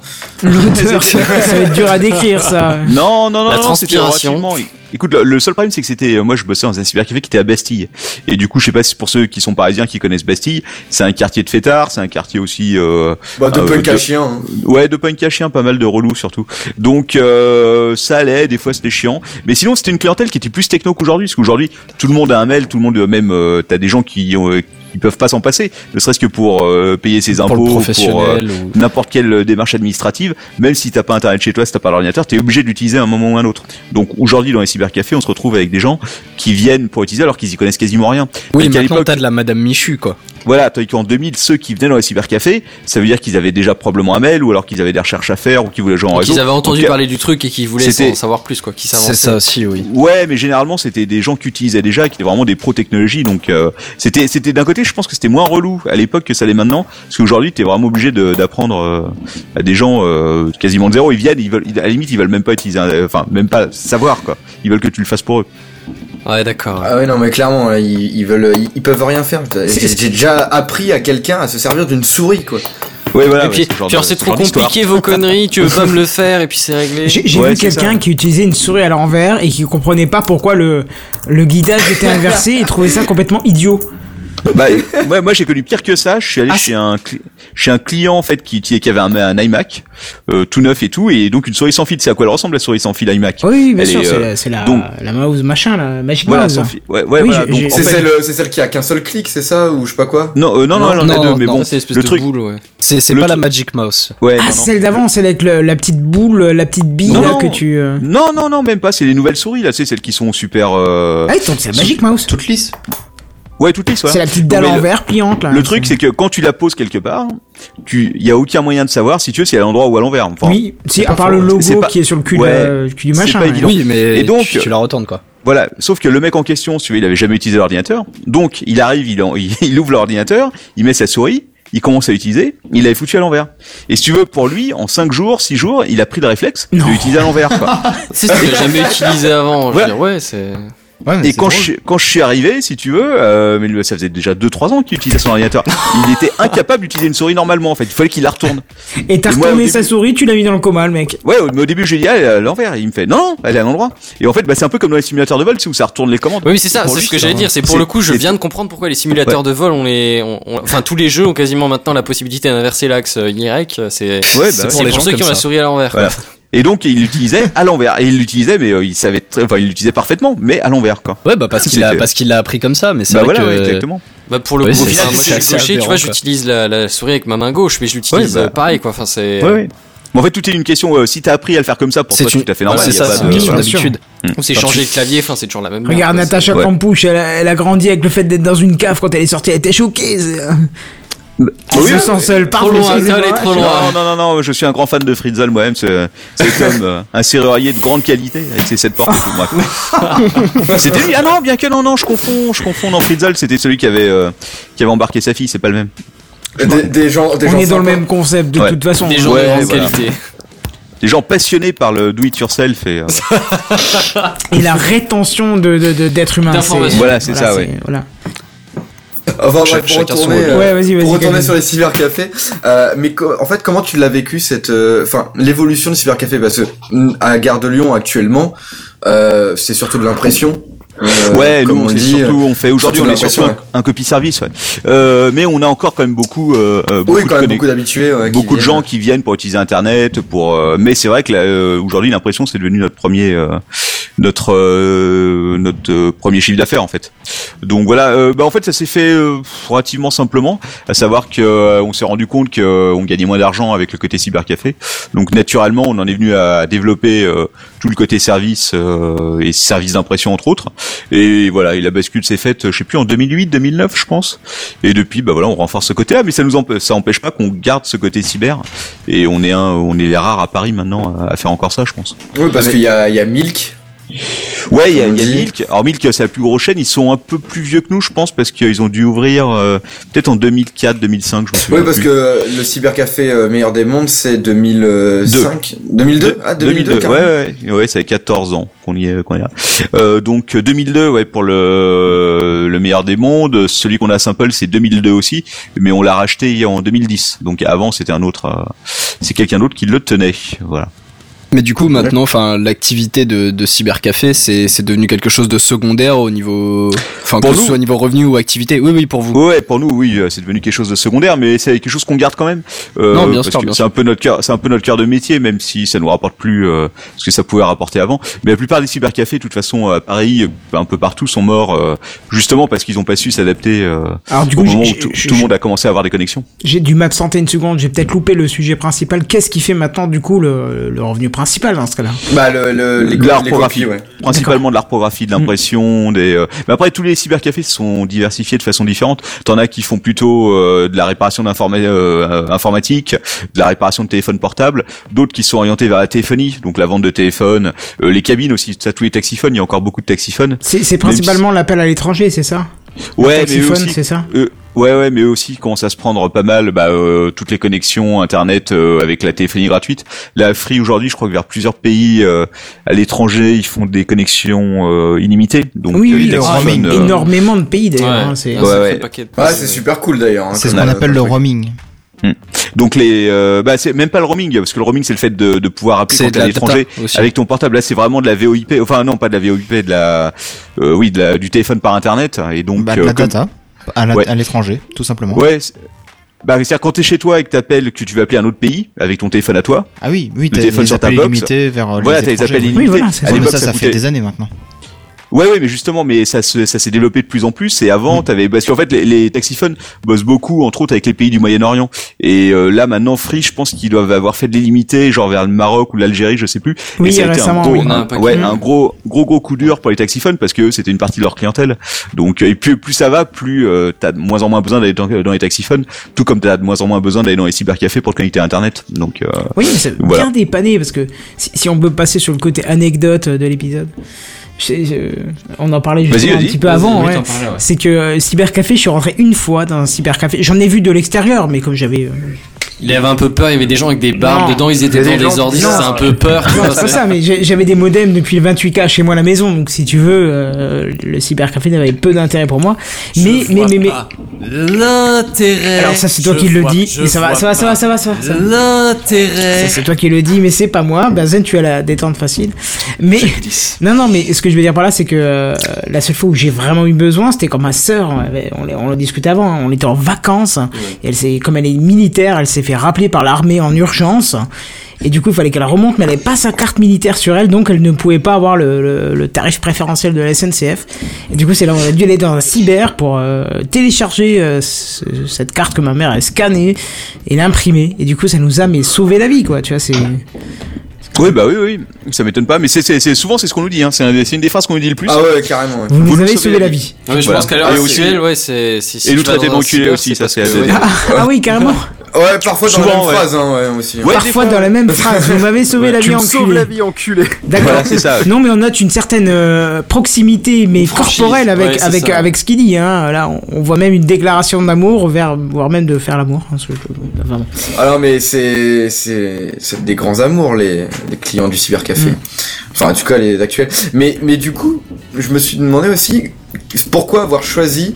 S2: L'odeur, ça va être dur à décrire ça.
S11: Non, non, non,
S2: La
S11: non, c'était
S2: transpiration.
S11: relativement- Écoute, le, le seul problème, c'est que c'était, euh, moi, je bossais dans un cybercafé qui était à Bastille. Et du coup, je sais pas si pour ceux qui sont parisiens, qui connaissent Bastille, c'est un quartier de fêtards, c'est un quartier aussi, euh,
S10: Bah, de
S11: euh,
S10: punk à chien, hein.
S11: Ouais, de punk à chien, pas mal de relous surtout. Donc, euh, ça allait, des fois c'était chiant. Mais sinon, c'était une clientèle qui était plus techno qu'aujourd'hui, parce qu'aujourd'hui, tout le monde a un mail, tout le monde, euh, même, euh, t'as des gens qui ont, euh, qui peuvent pas s'en passer, ne serait-ce que pour euh, payer ses
S1: Pour le
S11: impôts, pour euh,
S1: professionnel ou-
S11: n'importe quelle euh, démarche administrative, même si t'as pas internet chez toi, si t'as pas l'ordinateur, t'es obligé d'utiliser à un moment ou à un autre. Donc aujourd'hui dans les cybercafés, on se retrouve avec des gens qui viennent pour utiliser alors qu'ils y connaissent quasiment rien.
S1: Oui,
S11: Et qu'à
S1: maintenant
S11: l'époque-
S1: t'as de la Madame Michu, quoi.
S11: voilà, tandis qu'en 2000, ceux qui venaient dans les cybercafés, ça veut dire qu'ils avaient déjà probablement un mail, ou alors qu'ils avaient des recherches à faire, ou qu'ils voulaient jouer en
S6: Ou
S11: réseau.
S6: qu'ils avaient entendu
S11: En tout cas,
S6: parler du truc et qu'ils voulaient
S11: c'était-
S6: en savoir plus, quoi. Qui s'avançaient.
S1: oui.
S11: Ouais, mais généralement c'était des gens qui utilisaient déjà, qui étaient vraiment des pro-technologies, donc euh, c'était c'était d'un côté, je pense que c'était moins relou à l'époque que ça l'est maintenant, parce qu'aujourd'hui t'es vraiment obligé de- d'apprendre euh, à des gens euh, quasiment de zéro, ils viennent, ils veulent, à la limite ils veulent même pas utiliser, un- enfin même pas savoir quoi, ils veulent que tu le fasses pour eux.
S6: Ouais, d'accord.
S10: Ah ouais, non, mais clairement, là, ils, ils veulent, euh, ils, ils peuvent rien faire. J'ai j'ai déjà appris à quelqu'un à se servir d'une souris, quoi.
S11: Ouais,
S6: et puis, puis alors, c'est trop compliqué vos conneries, tu veux pas me le faire et puis c'est réglé.
S2: J'ai j'ai vu quelqu'un qui utilisait une souris à l'envers et qui comprenait pas pourquoi le, le guidage était inversé et trouvait ça complètement idiot.
S11: Bah, ouais, moi j'ai connu pire que ça. Je suis allé chez un cli- chez un client en fait qui qui avait un, un iMac euh, tout neuf et tout et donc une souris sans fil. C'est à quoi elle ressemble la souris sans fil iMac
S2: Oui, bien
S11: Elle
S2: sûr,
S11: est,
S2: c'est
S11: euh,
S2: la- c'est la,
S11: donc-
S2: la mouse machin, la Magic
S11: Voilà,
S2: Mouse.
S11: sans fil. Ouais, ouais,
S2: Oui,
S11: voilà.
S2: j'ai-
S11: Donc,
S2: j'ai-
S11: en
S10: C'est
S11: fait-
S10: celle, c'est celle qui a qu'un seul clic, c'est ça, ou je sais pas quoi
S11: Non, euh, non, non, elle en a deux, mais bon, le truc.
S1: C'est c'est pas la Magic Mouse.
S11: Ouais,
S2: Ah,
S11: non, non.
S2: celle d'avant, celle avec le- la petite boule, la petite bille
S11: Non,
S2: là,
S11: non.
S2: que tu. euh,
S11: Non, non, non, même pas. C'est les nouvelles souris là. C'est celles qui sont super. Euh...
S2: Ah, donc c'est la Magic Mouse.
S5: Toute lisse.
S11: Ouais, toutes lisses. ouais.
S2: C'est la petite dalle
S11: Non, mais
S2: en hein,
S11: le-
S2: verre pliante là.
S11: Le truc, c'est que quand tu la poses quelque part, tu, y a aucun moyen de savoir si tu veux si elle est à l'endroit ou à l'envers. Enfin,
S2: Oui,
S11: c'est
S2: si, à
S11: pas
S2: part le
S11: faux. C'est
S2: logo
S11: pas-
S2: qui est sur le cul, de-
S11: Ouais.
S2: du cul du
S11: C'est
S2: machin.
S11: pas
S2: ouais.
S11: évident.
S1: Oui, mais
S11: Et donc-
S1: tu, tu la retournes, quoi.
S11: Voilà, sauf que le mec en question, celui-là, il avait jamais utilisé l'ordinateur. Donc, il arrive, il, en- il, il ouvre l'ordinateur, il met sa souris, il commence à l'utiliser, il l'avait foutu à l'envers. Et si tu veux, pour lui, en 5 jours, 6 jours, il a pris le réflexe de l'utiliser à l'envers.
S2: Ah,
S11: quoi.
S6: Si, si, tu l'as jamais utilisé avant. Je veux
S11: Voilà.
S6: dire, ouais, c'est.
S11: et quand je, quand je suis arrivé, si tu veux, euh, mais lui, ça faisait déjà 2-3 ans qu'il utilisait son ordinateur, il était incapable d'utiliser une souris normalement en fait, il fallait qu'il la retourne.
S2: Et t'as
S11: Et moi, au
S2: retourné
S11: début-
S2: sa souris, tu l'as mis dans le coma, le mec.
S11: Ouais, mais au début, je lui ai dit, ah, elle est à l'envers, Et il me fait, non, non, elle est à l'endroit. Et en fait, bah, c'est un peu comme dans les simulateurs de vol, c'est où ça retourne les commandes.
S6: Oui, mais c'est ça,
S11: Pour
S6: c'est
S11: lui,
S6: ce que j'allais
S11: un-
S6: dire. C'est pour le coup, je
S11: c'est-
S6: viens de comprendre pourquoi les simulateurs
S11: Ouais.
S6: de vol, on les, on- on- enfin tous les jeux ont quasiment maintenant la possibilité d'inverser l'axe euh, Y. C'est
S11: Ouais, bah,
S6: c'est
S11: pour
S6: pour,
S11: les gens
S6: ceux qui
S11: comme
S6: ont la
S11: ça.
S6: souris à l'envers. quoi.
S11: Voilà. Et donc il l'utilisait à l'envers. Et il l'utilisait, mais euh, il savait, très- enfin il l'utilisait parfaitement, mais à l'envers quoi.
S1: Ouais, bah parce qu'il l'a parce qu'il l'a appris comme ça, mais c'est
S11: Bah
S1: vrai
S11: voilà,
S1: que
S11: ouais, exactement.
S6: Bah pour le
S1: Oui,
S6: coup, au
S1: c'est-
S6: final,
S1: c'est
S6: moi je
S1: assez
S6: suis gaucher, tu
S1: aberrant,
S6: vois,
S1: quoi.
S6: j'utilise la, la souris avec ma main gauche, mais je l'utilise
S11: Ouais, bah.
S6: euh, pareil, quoi. Enfin, c'est.
S11: Ouais, ouais. Mais en fait, tout est une question. euh, si t'as appris à le faire comme ça, pour
S1: C'est
S11: toi, c'est
S1: une-
S11: tout à fait normal.
S1: ouais, c'est
S11: y a
S1: ça,
S11: pas
S1: c'est
S11: de-
S1: une question
S11: Voilà.
S1: d'habitude.
S11: Mm.
S6: Ou c'est
S11: Enfin,
S6: changer
S11: tu-
S6: le clavier, enfin c'est toujours la même. merde,
S2: Regarde
S6: quoi,
S2: Natacha
S11: ouais.
S2: Campouche, elle, a- elle a grandi avec le fait d'être dans une cave quand elle est sortie, elle était choquée. c'est- euh, Elle se sent seule,
S6: Trop
S2: pardon,
S6: loin,
S2: c'est-
S6: seul et trop loin.
S11: Non, non, non, non, je suis un grand fan de Fritzl moi-même. C'est cet homme, euh, un serrurier de grande qualité, avec ses sept portes et tout. bref. c'était lui. Ah non, bien que non, non, je confonds, je confonds. Non, Fritzl c'était celui qui avait, euh, qui avait embarqué sa fille, c'est pas le même.
S10: Des, des gens, des
S2: On
S10: gens
S2: est dans le
S10: sympas.
S2: même concept de
S11: Ouais.
S2: toute façon.
S6: Des gens de
S11: Ouais,
S6: grande
S11: voilà.
S6: qualité.
S11: Des gens passionnés par le do it yourself et. euh,
S2: Et la rétention de de- de- d'être humain. c'est-
S6: D'informations.
S11: Voilà, c'est ça, ouais.
S2: c'est- voilà.
S10: Enfin, bref,
S11: Chaque-
S10: pour
S11: chacun son
S10: retourner,
S11: rôle.
S10: euh,
S2: Ouais, vas-y, vas-y,
S10: pour
S2: Kevin.
S10: retourner sur les cybercafés, euh, mais co- en fait, comment tu l'as vécu cette, euh, enfin, l'évolution du cybercafé Parce que mm, à Gare de Lyon actuellement, euh, c'est surtout de l'impression. euh,
S11: ouais,
S10: comme
S11: nous,
S10: on
S11: c'est
S10: dit, euh,
S11: surtout, on fait aujourd'hui, on
S10: surtout
S11: est surtout un,
S10: l'impression,
S11: un copie service, ouais. Euh, mais on a encore quand même beaucoup, euh, euh, beaucoup,
S10: Oui, quand
S11: de,
S10: même
S11: conne-
S10: beaucoup d'habitués. ouais, qui
S11: beaucoup de
S10: viennent.
S11: gens qui viennent pour utiliser Internet, pour. euh, mais c'est vrai que là, euh, aujourd'hui, l'impression, c'est devenu notre premier, euh, notre, euh, notre euh, premier chiffre d'affaires en fait. Donc voilà, euh, bah, en fait ça s'est fait euh, relativement simplement, à savoir que euh, on s'est rendu compte que euh, on gagnait moins d'argent avec le côté cybercafé. Donc naturellement, on en est venu à développer euh, tout le côté service euh, et service d'impression entre autres. Et voilà, et la bascule s'est faite, je sais plus en 2008, 2009 je pense. Et depuis, bah voilà, on renforce ce côté-là, mais ça nous empê- ça empêche pas qu'on garde ce côté cyber. Et on est un, on est les rares à Paris maintenant à à faire encore ça, je pense.
S10: Oui, parce
S11: Mais-
S10: qu'il y a, il y a Milk.
S11: Ouais, il y a,
S10: Comme
S11: il y a
S10: on dit.
S11: Milk. Alors Milk, c'est la plus grosse chaîne. Ils sont un peu plus vieux que nous, je pense, parce qu'ils ont dû ouvrir euh, peut-être en 2004, 2005. Je me souviens
S10: Oui, parce
S11: plus.
S10: que euh, le cybercafé euh, meilleur des mondes, c'est 2005. 2002
S11: Deux-
S10: Ah, 2002,
S11: ouais,
S10: carrément.
S11: ouais, ouais, ouais, ça fait 14 ans qu'on y est. qu'on y est. Euh, donc euh, 2002, ouais, pour euh, le, le meilleur des mondes. Celui qu'on a à Saint-Paul, c'est 2002 aussi, mais on l'a racheté en 2010. Donc avant, c'était un autre, euh, c'est quelqu'un d'autre qui le tenait. Voilà.
S1: Mais du coup, maintenant, enfin, l'activité de, de cybercafé, c'est c'est devenu quelque chose de secondaire au niveau, enfin, que
S11: Pour
S1: ce
S11: nous.
S1: soit au niveau revenu ou activité. Oui, oui, pour vous.
S11: Ouais, pour nous, oui, euh, c'est devenu quelque chose de secondaire, mais c'est quelque chose qu'on garde quand même. Euh,
S1: Non, bien
S11: parce
S1: sûr,
S11: que
S1: bien
S11: C'est un peu notre cœur, c'est un peu notre cœur de métier, même si ça nous rapporte plus euh, ce que ça pouvait rapporter avant. Mais la plupart des cybercafés, de toute façon, à Paris, euh, un peu partout, sont morts euh, justement parce qu'ils n'ont pas su s'adapter euh,
S2: Alors, du
S11: au
S2: coup,
S11: moment
S2: j'ai-
S11: où tout
S2: j'ai-
S11: tout le monde a commencé à avoir des connexions.
S2: J'ai dû m'absenter une seconde, j'ai peut-être loupé le sujet principal. Qu'est-ce qui fait maintenant, du coup, le, le revenu principal dans ce cas-là
S10: Bah, le, le, les,
S11: de
S10: co- les
S11: l'arthographie,
S10: copies, ouais.
S11: principalement de l'arthographie, de l'impression, des. euh, Mais après, tous les cybercafés sont diversifiés de façon différente. T'en as qui font plutôt euh, de la réparation d'informa- euh, informatique, de la réparation de téléphones portables, d'autres qui sont orientés vers la téléphonie, donc la vente de téléphones, euh, les cabines aussi. Ça, tous les taxiphones, il y a encore beaucoup de taxiphones.
S2: C'est c'est
S11: Même si-
S2: principalement l'appel à l'étranger, c'est ça
S11: Ouais, mais eux
S2: Taxiphone,
S11: aussi.
S2: c'est ça
S11: eux- ouais, ouais, mais eux aussi ils commencent à se prendre pas mal bah, euh, toutes les connexions internet euh, avec la téléphonie gratuite. La Free aujourd'hui, je crois que vers plusieurs pays euh, à l'étranger, ils font des connexions euh, illimitées. Donc
S2: Oui,
S11: euh,
S2: oui,
S11: les
S2: le
S11: taxiphones,
S2: roaming.
S11: euh,
S2: Énormément de pays d'ailleurs. hein, c'est-
S11: Ouais, ouais.
S10: Ouais, c'est super cool d'ailleurs. hein,
S5: C'est ce
S10: comme,
S5: qu'on
S10: euh,
S5: appelle le roaming.
S11: Hmm. Donc les, euh, bah c'est même pas le roaming parce que le roaming c'est le fait de, de pouvoir appeler
S1: C'est
S11: quand
S1: de
S11: t'es
S1: la
S11: à l'étranger
S1: data aussi.
S11: avec ton portable. Là c'est vraiment de la VoIP, enfin non pas de la VoIP, de la, euh, oui de la, du téléphone par internet et donc
S5: Bah, de
S11: euh,
S5: la
S11: comme-
S5: data à la-
S11: Ouais.
S5: à l'étranger, tout simplement.
S11: Ouais. c'est- Bah, c'est-à-dire quand t'es chez toi et que t'appelles, que tu veux appeler un autre pays avec ton téléphone à toi.
S5: Ah oui, oui,
S11: le
S5: t'as
S11: téléphone
S5: les
S11: sur ta
S5: appels
S11: box.
S5: illimités vers euh, les
S11: Voilà, t'as les
S5: étrangers.
S11: appels
S5: Oui,
S11: illimités.
S5: voilà, c'est
S11: À
S5: ça.
S11: l'époque,
S5: Mais ça, ça fait
S11: coûtait-
S5: des années maintenant.
S11: Ouais, ouais, mais justement, mais ça se- ça s'est développé de plus en plus. Et
S5: Mm.
S11: avant, t'avais parce qu'en fait, les, les taxiphones bossent beaucoup, entre autres, avec les pays du Moyen-Orient. Et euh, là, maintenant, Free, je pense qu'ils doivent avoir fait de l'illimité, genre vers le Maroc ou l'Algérie, je sais plus.
S2: Oui,
S11: et
S5: euh,
S11: ça a été
S2: récemment,
S11: un, hein. gros,
S2: oui.
S11: un-
S2: Un paquet.
S5: Mm.
S11: ouais, un gros, gros, gros coup dur pour les taxiphones parce que eux, c'était une partie de leur clientèle. Donc, euh, et plus, plus ça va, plus euh, t'as de moins en moins besoin d'aller dans, dans les taxiphones, tout comme t'as de moins en moins besoin d'aller dans les cybercafés pour te connecter à Internet. Donc, euh,
S2: Oui, mais c'est
S11: voilà.
S2: bien dépanné parce que si, si on peut passer sur le côté anecdote de l'épisode, je- je- on en parlait justement
S11: Vas-y,
S2: un
S11: vas-y.
S2: petit peu
S11: Vas-y,
S2: avant.
S11: oui,
S2: ouais.
S11: t'en parlais, ouais.
S2: C'est que euh, cybercafé, je suis rentré une fois dans un cybercafé. J'en ai vu de l'extérieur, mais comme j'avais euh,
S6: Il avait un peu peur, il y avait des gens avec des barbes
S2: Non.
S6: dedans, ils étaient
S2: Il y
S6: dans
S2: a des
S6: des
S2: gens-
S6: ordi, c'est
S2: Non.
S6: un peu peur.
S2: Non,
S6: tu vois,
S2: c'est pas
S6: c'est-
S2: ça, mais j'ai- j'avais des modems depuis le 28K chez moi à la maison, donc si tu veux, euh, le cybercafé n'avait peu d'intérêt pour moi. Mais, mais, mais, mais.
S6: L'intérêt.
S2: Alors ça, c'est toi
S6: je
S2: qui le
S6: vois-
S2: dis,
S6: je
S2: et ça va,
S6: vois
S2: ça va, ça va,
S6: pas.
S2: ça va, ça va. ça va.
S6: L'intérêt.
S2: Ça, c'est toi qui le dis, mais c'est pas moi. Benzen, tu as la détente facile. Mais non, non, mais ce que je veux dire par là, c'est que euh, la seule fois où j'ai vraiment eu besoin, c'était quand ma sœur, on, avait- on, l'a- on le discutait avant, hein, on était en vacances. Et elle s'est, comme elle est militaire, elle s'est fait rappeler par l'armée en urgence. Et du coup, il fallait qu'elle remonte, mais elle n'avait pas sa carte militaire sur elle, donc elle ne pouvait pas avoir le, le- le tarif préférentiel de la SNCF. Et du coup, c'est là où on a dû aller dans un cyber pour euh, télécharger euh, ce- cette carte que ma mère a scannée et l'imprimer. Et du coup, ça nous a mais sauvé la vie, quoi. Tu vois, c'est.
S11: Oui, bah oui, oui, ça m'étonne pas, mais c'est- c'est c'est- souvent c'est ce qu'on nous dit, hein. c'est un- c'est une des phrases qu'on nous dit le plus.
S10: Ah ouais, carrément.
S2: Vous nous
S11: nous
S2: avez
S11: sauvez
S2: sauvé la vie.
S6: Ouais, mais je
S11: Voilà.
S6: pense qu'à l'heure
S11: Et aussi-
S6: actuelle, ouais, c'est. si- si
S11: et nous
S6: tu vas
S11: traiter
S6: dans un
S11: d'enculé
S6: cyber,
S11: aussi,
S6: c'est
S11: ça
S6: parce
S11: c'est
S6: que-
S11: assez.
S2: Ah, ah oui, carrément.
S10: Ouais, parfois dans la
S11: Souvent,
S10: même
S11: ouais.
S10: phrase, hein, ouais, aussi.
S11: Ouais,
S2: Parfois
S11: des fois.
S2: dans la même phrase, vous m'avez sauvé la
S7: tu
S2: vie
S7: me
S2: enculé.
S7: sauves la vie, enculé.
S2: D'accord.
S11: Voilà, c'est ça.
S2: Non, mais on note une certaine euh, proximité, mais
S6: Franchise,
S2: corporelle avec
S6: ouais, c'est
S2: avec
S6: ça.
S2: avec ce qu'il dit. Hein. Là, on, on voit même une déclaration d'amour, vers- voire même de faire l'amour. hein, ce- enfin, bon.
S10: Alors, mais c'est, c'est, c'est des grands amours, les, les clients du cybercafé. Enfin, en tout cas, les actuels. Mais, mais du coup, je me suis demandé aussi pourquoi avoir choisi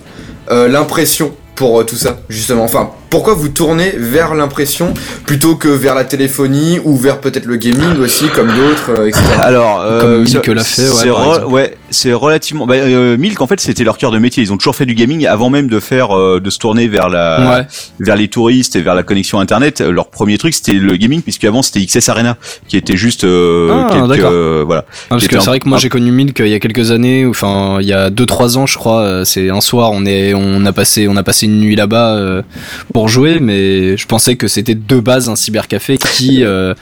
S10: euh, l'impression pour euh, tout ça, justement. Enfin, pourquoi vous tournez vers l'impression plutôt que vers la téléphonie ou vers peut-être le gaming aussi, comme d'autres, euh, etc.
S11: Alors, euh,
S1: Milk
S11: c'est-
S1: l'a fait, ouais,
S11: c'est
S1: par
S11: re-
S1: exemple.
S11: ouais, c'est relativement. Bah, euh, Milk, en fait, c'était leur cœur de métier. Ils ont toujours fait du gaming avant même de faire, euh, de se tourner vers la,
S1: Ouais.
S11: vers les touristes et vers la connexion Internet. Euh, Leur premier truc, c'était le gaming, puisque avant c'était XS Arena, qui était juste, euh,
S1: Ah,
S11: quelques-
S1: d'accord.
S11: euh, voilà.
S1: Ah, parce
S11: Qui
S1: que
S11: était
S1: c'est
S11: un-
S1: vrai que moi
S11: un-
S1: j'ai connu Milk euh, il y a quelques années, ou enfin il y a 2-3 ans je crois. euh, C'est un soir, on est, on a passé, on a passé une nuit là-bas euh, pour jouer, mais je pensais que c'était de base un cybercafé qui, euh,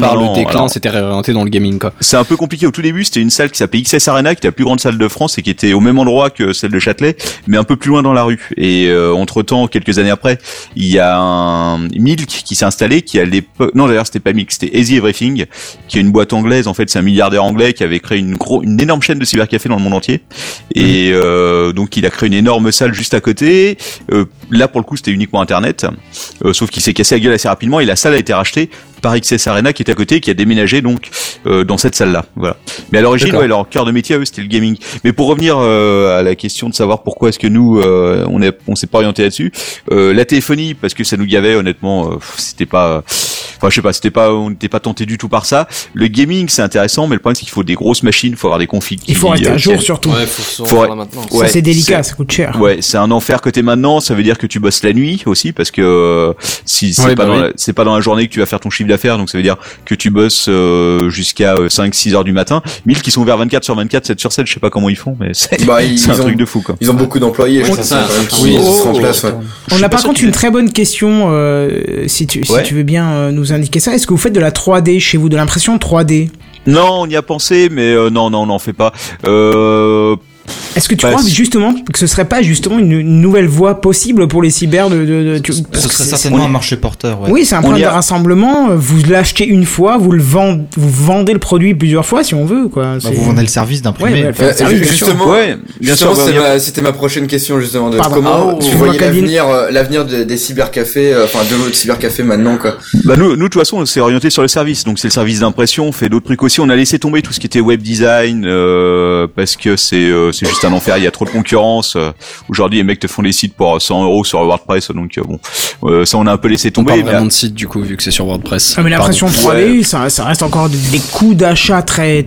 S1: de par
S11: non,
S1: le
S11: non,
S1: déclin,
S11: alors-
S1: s'était réorienté dans le gaming quoi.
S11: C'est un peu compliqué au tout début. C'était une salle qui s'appelait XS Arena, qui était la plus grande salle de France et qui était au même endroit que celle de Châtelet, mais un peu plus loin dans la rue. Et entre temps, quelques années après, il y a un Milk qui s'est installé, qui à l'époque, non d'ailleurs c'était pas Milk, c'était Easy Everything, qui est une boîte anglaise. En fait, c'est un milliardaire anglais qui avait créé une gros, une énorme chaîne de cybercafé dans le monde entier. Et euh, donc il a créé une énorme salle juste à côté. Euh, là pour le coup, c'était uniquement Internet, Euh, sauf qu'il s'est cassé la gueule assez rapidement et la salle a été rachetée par XS Arena qui est à côté, qui a déménagé donc euh, dans cette salle-là. Voilà. Mais à l'origine,
S1: D'accord.
S11: ouais, leur cœur de métier, à eux, c'était le gaming. Mais pour revenir euh, à la question de savoir pourquoi est-ce que nous, euh, on est, on s'est pas orienté là-dessus. euh, la téléphonie, parce que ça nous gavait, honnêtement, euh, pff, c'était pas, enfin, je sais pas, c'était pas, on n'était pas tenté du tout par ça. Le gaming, c'est intéressant, mais le problème, c'est qu'il faut des grosses machines, il faut avoir des configs.
S2: Il faut
S11: qui,
S2: rester à
S11: euh,
S2: jour,
S11: qui-
S2: surtout. Ouais, faut
S6: se
S11: Faut-
S6: refaire la maintenance.
S11: ouais,
S2: ça c'est délicat, ça coûte cher.
S11: Ouais, c'est un enfer côté maintenant. Ça veut dire que tu bosses la nuit aussi, parce que euh, si c'est
S1: Ouais, bah
S11: pas, dans
S1: oui.
S11: la- c'est pas dans la journée que tu vas faire ton chiffre d'affaires, donc ça veut dire que tu bosses euh, jusqu'à 5-6 heures du matin. 1000 qui sont ouverts 24 sur 24, 7 sur 7, je sais pas comment ils font, mais c'est
S10: Bah, ils
S11: c'est un
S10: ont-
S11: truc de fou. Quoi.
S10: Ils ont beaucoup d'employés, je
S6: Ouais,
S10: pense,
S6: ça,
S10: quand même, qui
S6: oui.
S10: qui se
S6: Oh,
S10: remplacent, ouais.
S2: On a par contre une très bonne question, euh, si, tu, si
S11: Ouais.
S2: tu veux bien euh, nous indiquer ça. Est-ce que vous faites de la 3D chez vous, de l'impression 3D
S11: Non, on y a pensé, mais euh, non, non, on n'en fait pas. Euh,
S2: Est-ce que tu
S11: Bah,
S2: crois
S11: si-
S2: justement que ce serait pas justement une, une nouvelle voie possible pour les cyber de, de- de- tu- parce
S5: Ce
S2: que
S5: serait
S2: c'est-
S5: certainement un marché porteur, ouais.
S2: Oui, c'est un
S11: On
S2: point
S11: y
S2: de
S11: a-
S2: rassemblement. euh, Vous l'achetez une fois, vous le vendez, vous vendez le produit plusieurs fois si on veut, quoi.
S5: Bah,
S2: C'est-
S5: vous vendez le service d'imprimer.
S2: Ouais, ouais,
S10: Euh,
S2: enfin, sérieux, oh. Ah bien sûr.
S10: justement,
S11: ouais, bien
S10: Justement,
S11: sûr. bah,
S10: c'est
S11: on y a-
S10: ma- c'était ma prochaine question justement de
S2: Pardon.
S10: comment
S2: Ah,
S10: vous
S2: excuse-moi,
S10: voyez
S2: Kevin.
S10: l'avenir, euh, l'avenir de- des cybercafés, euh, enfin de l'autre cybercafé maintenant quoi.
S11: Bah nous, nous de toute façon, on s'est orienté sur le service. Donc c'est le service d'impression, on fait d'autres trucs aussi. On a laissé tomber tout ce qui était web design euh, parce que c'est euh, c'est juste un enfer. Il y a trop de concurrence. Euh, Aujourd'hui, les mecs te font des sites pour 100 euros sur WordPress. Donc euh, bon, Euh, ça on a un peu laissé
S1: On parle
S11: tomber. mais-
S1: vraiment de site du coup vu que c'est sur WordPress.
S2: Ah, mais
S1: Pardon.
S2: l'impression 3D, ça, ça reste encore des des coûts d'achat très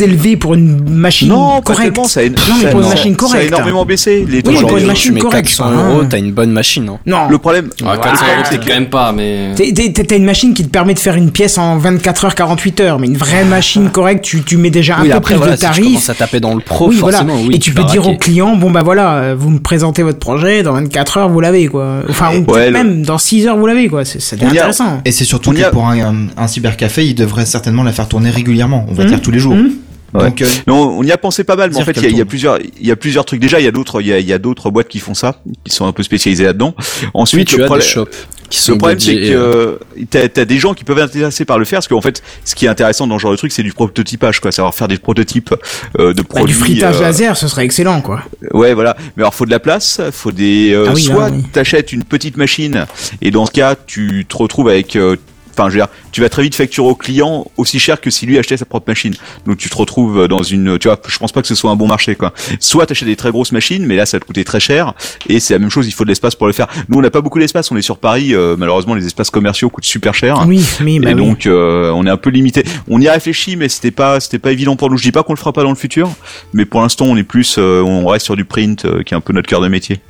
S2: élevés pour une machine
S11: non, pas
S2: correcte.
S11: tellement, ça, a-
S2: non,
S11: ça-
S2: mais pour une
S11: non,
S2: machine
S11: ça a
S2: correcte.
S11: énormément baissé. Les
S2: Oui,
S11: taux
S2: pour une
S11: d'aujourd'hui.
S2: machine
S1: tu mets
S2: correcte,
S1: 400
S2: quoi, hein.
S1: euros, t'as une bonne machine. hein.
S2: Non.
S11: Le problème,
S6: Ouais, 400 euros, c'est quand même pas, mais. euh,
S2: T'es- t'es- T'as t'as une machine qui te permet de faire une pièce en 24 heures, 48 heures, mais une vraie machine correcte, tu, tu mets déjà un
S1: oui,
S2: peu
S1: après
S2: plus
S1: voilà,
S2: de
S1: si tu
S2: tarif.
S1: commences à taper dans le pro,
S2: oui, voilà.
S1: forcément, oui.
S2: et tu peux
S1: vas
S2: dire au
S1: raquer.
S2: client, bon bah voilà, euh, vous me présentez votre projet, dans 24 heures vous l'avez quoi. Enfin, ou
S11: Ouais, le-
S2: même dans 6 heures vous l'avez quoi, c'est ça devient
S11: On y a-
S2: intéressant. Bah,
S5: Et c'est surtout
S11: On y
S5: que
S11: a-
S5: pour un, un- un cybercafé, il devrait certainement la faire tourner régulièrement, on va
S2: Mhm.
S5: dire tous les jours.
S2: Mhm.
S5: Donc, euh,
S11: Non, on y a pensé pas mal, mais en
S5: Dire
S11: fait, il y, a-
S5: qu'elle
S11: il y a
S5: tourne.
S11: plusieurs, il y a plusieurs trucs. Déjà, il y a d'autres, il y a, il y a d'autres boîtes qui font ça, qui sont un peu spécialisées là-dedans.
S1: Oui,
S11: Ensuite,
S1: tu as
S11: le
S1: des
S11: problème-
S1: shops qui sont
S11: Le problème, c'est
S1: dédiés,
S11: que euh, t'as t'as des gens qui peuvent être intéressés par le faire, parce qu'en fait, ce qui est intéressant dans ce genre de truc, c'est du prototypage, quoi, savoir faire des prototypes euh, de
S2: Bah, du
S11: produits.
S2: fritage
S11: euh,
S2: laser, ce serait excellent quoi.
S11: Ouais, voilà. Mais alors, faut de la place, faut des. euh,
S2: Ah oui,
S11: soit
S2: ah oui.
S11: t'achètes une petite machine, et dans ce cas, tu te retrouves avec. euh, Enfin, je veux dire, tu vas très vite facturer au client aussi cher que si lui achetait sa propre machine. Donc, tu te retrouves dans une, tu vois, je pense pas que ce soit un bon marché, quoi. Soit t'achètes des très grosses machines, mais là, ça te coûtait très cher. Et c'est la même chose, il faut de l'espace pour le faire. Nous, on n'a pas beaucoup d'espace, on est sur Paris. euh, malheureusement, les espaces commerciaux coûtent super cher.
S2: Oui, mais bah
S11: Et
S2: oui.
S11: donc euh, on est un peu limité. On y a réfléchi, mais c'était pas c'était pas évident pour nous. Je dis pas qu'on le fera pas dans le futur, mais pour l'instant on est plus euh, on reste sur du print euh, qui est un peu notre cœur de métier.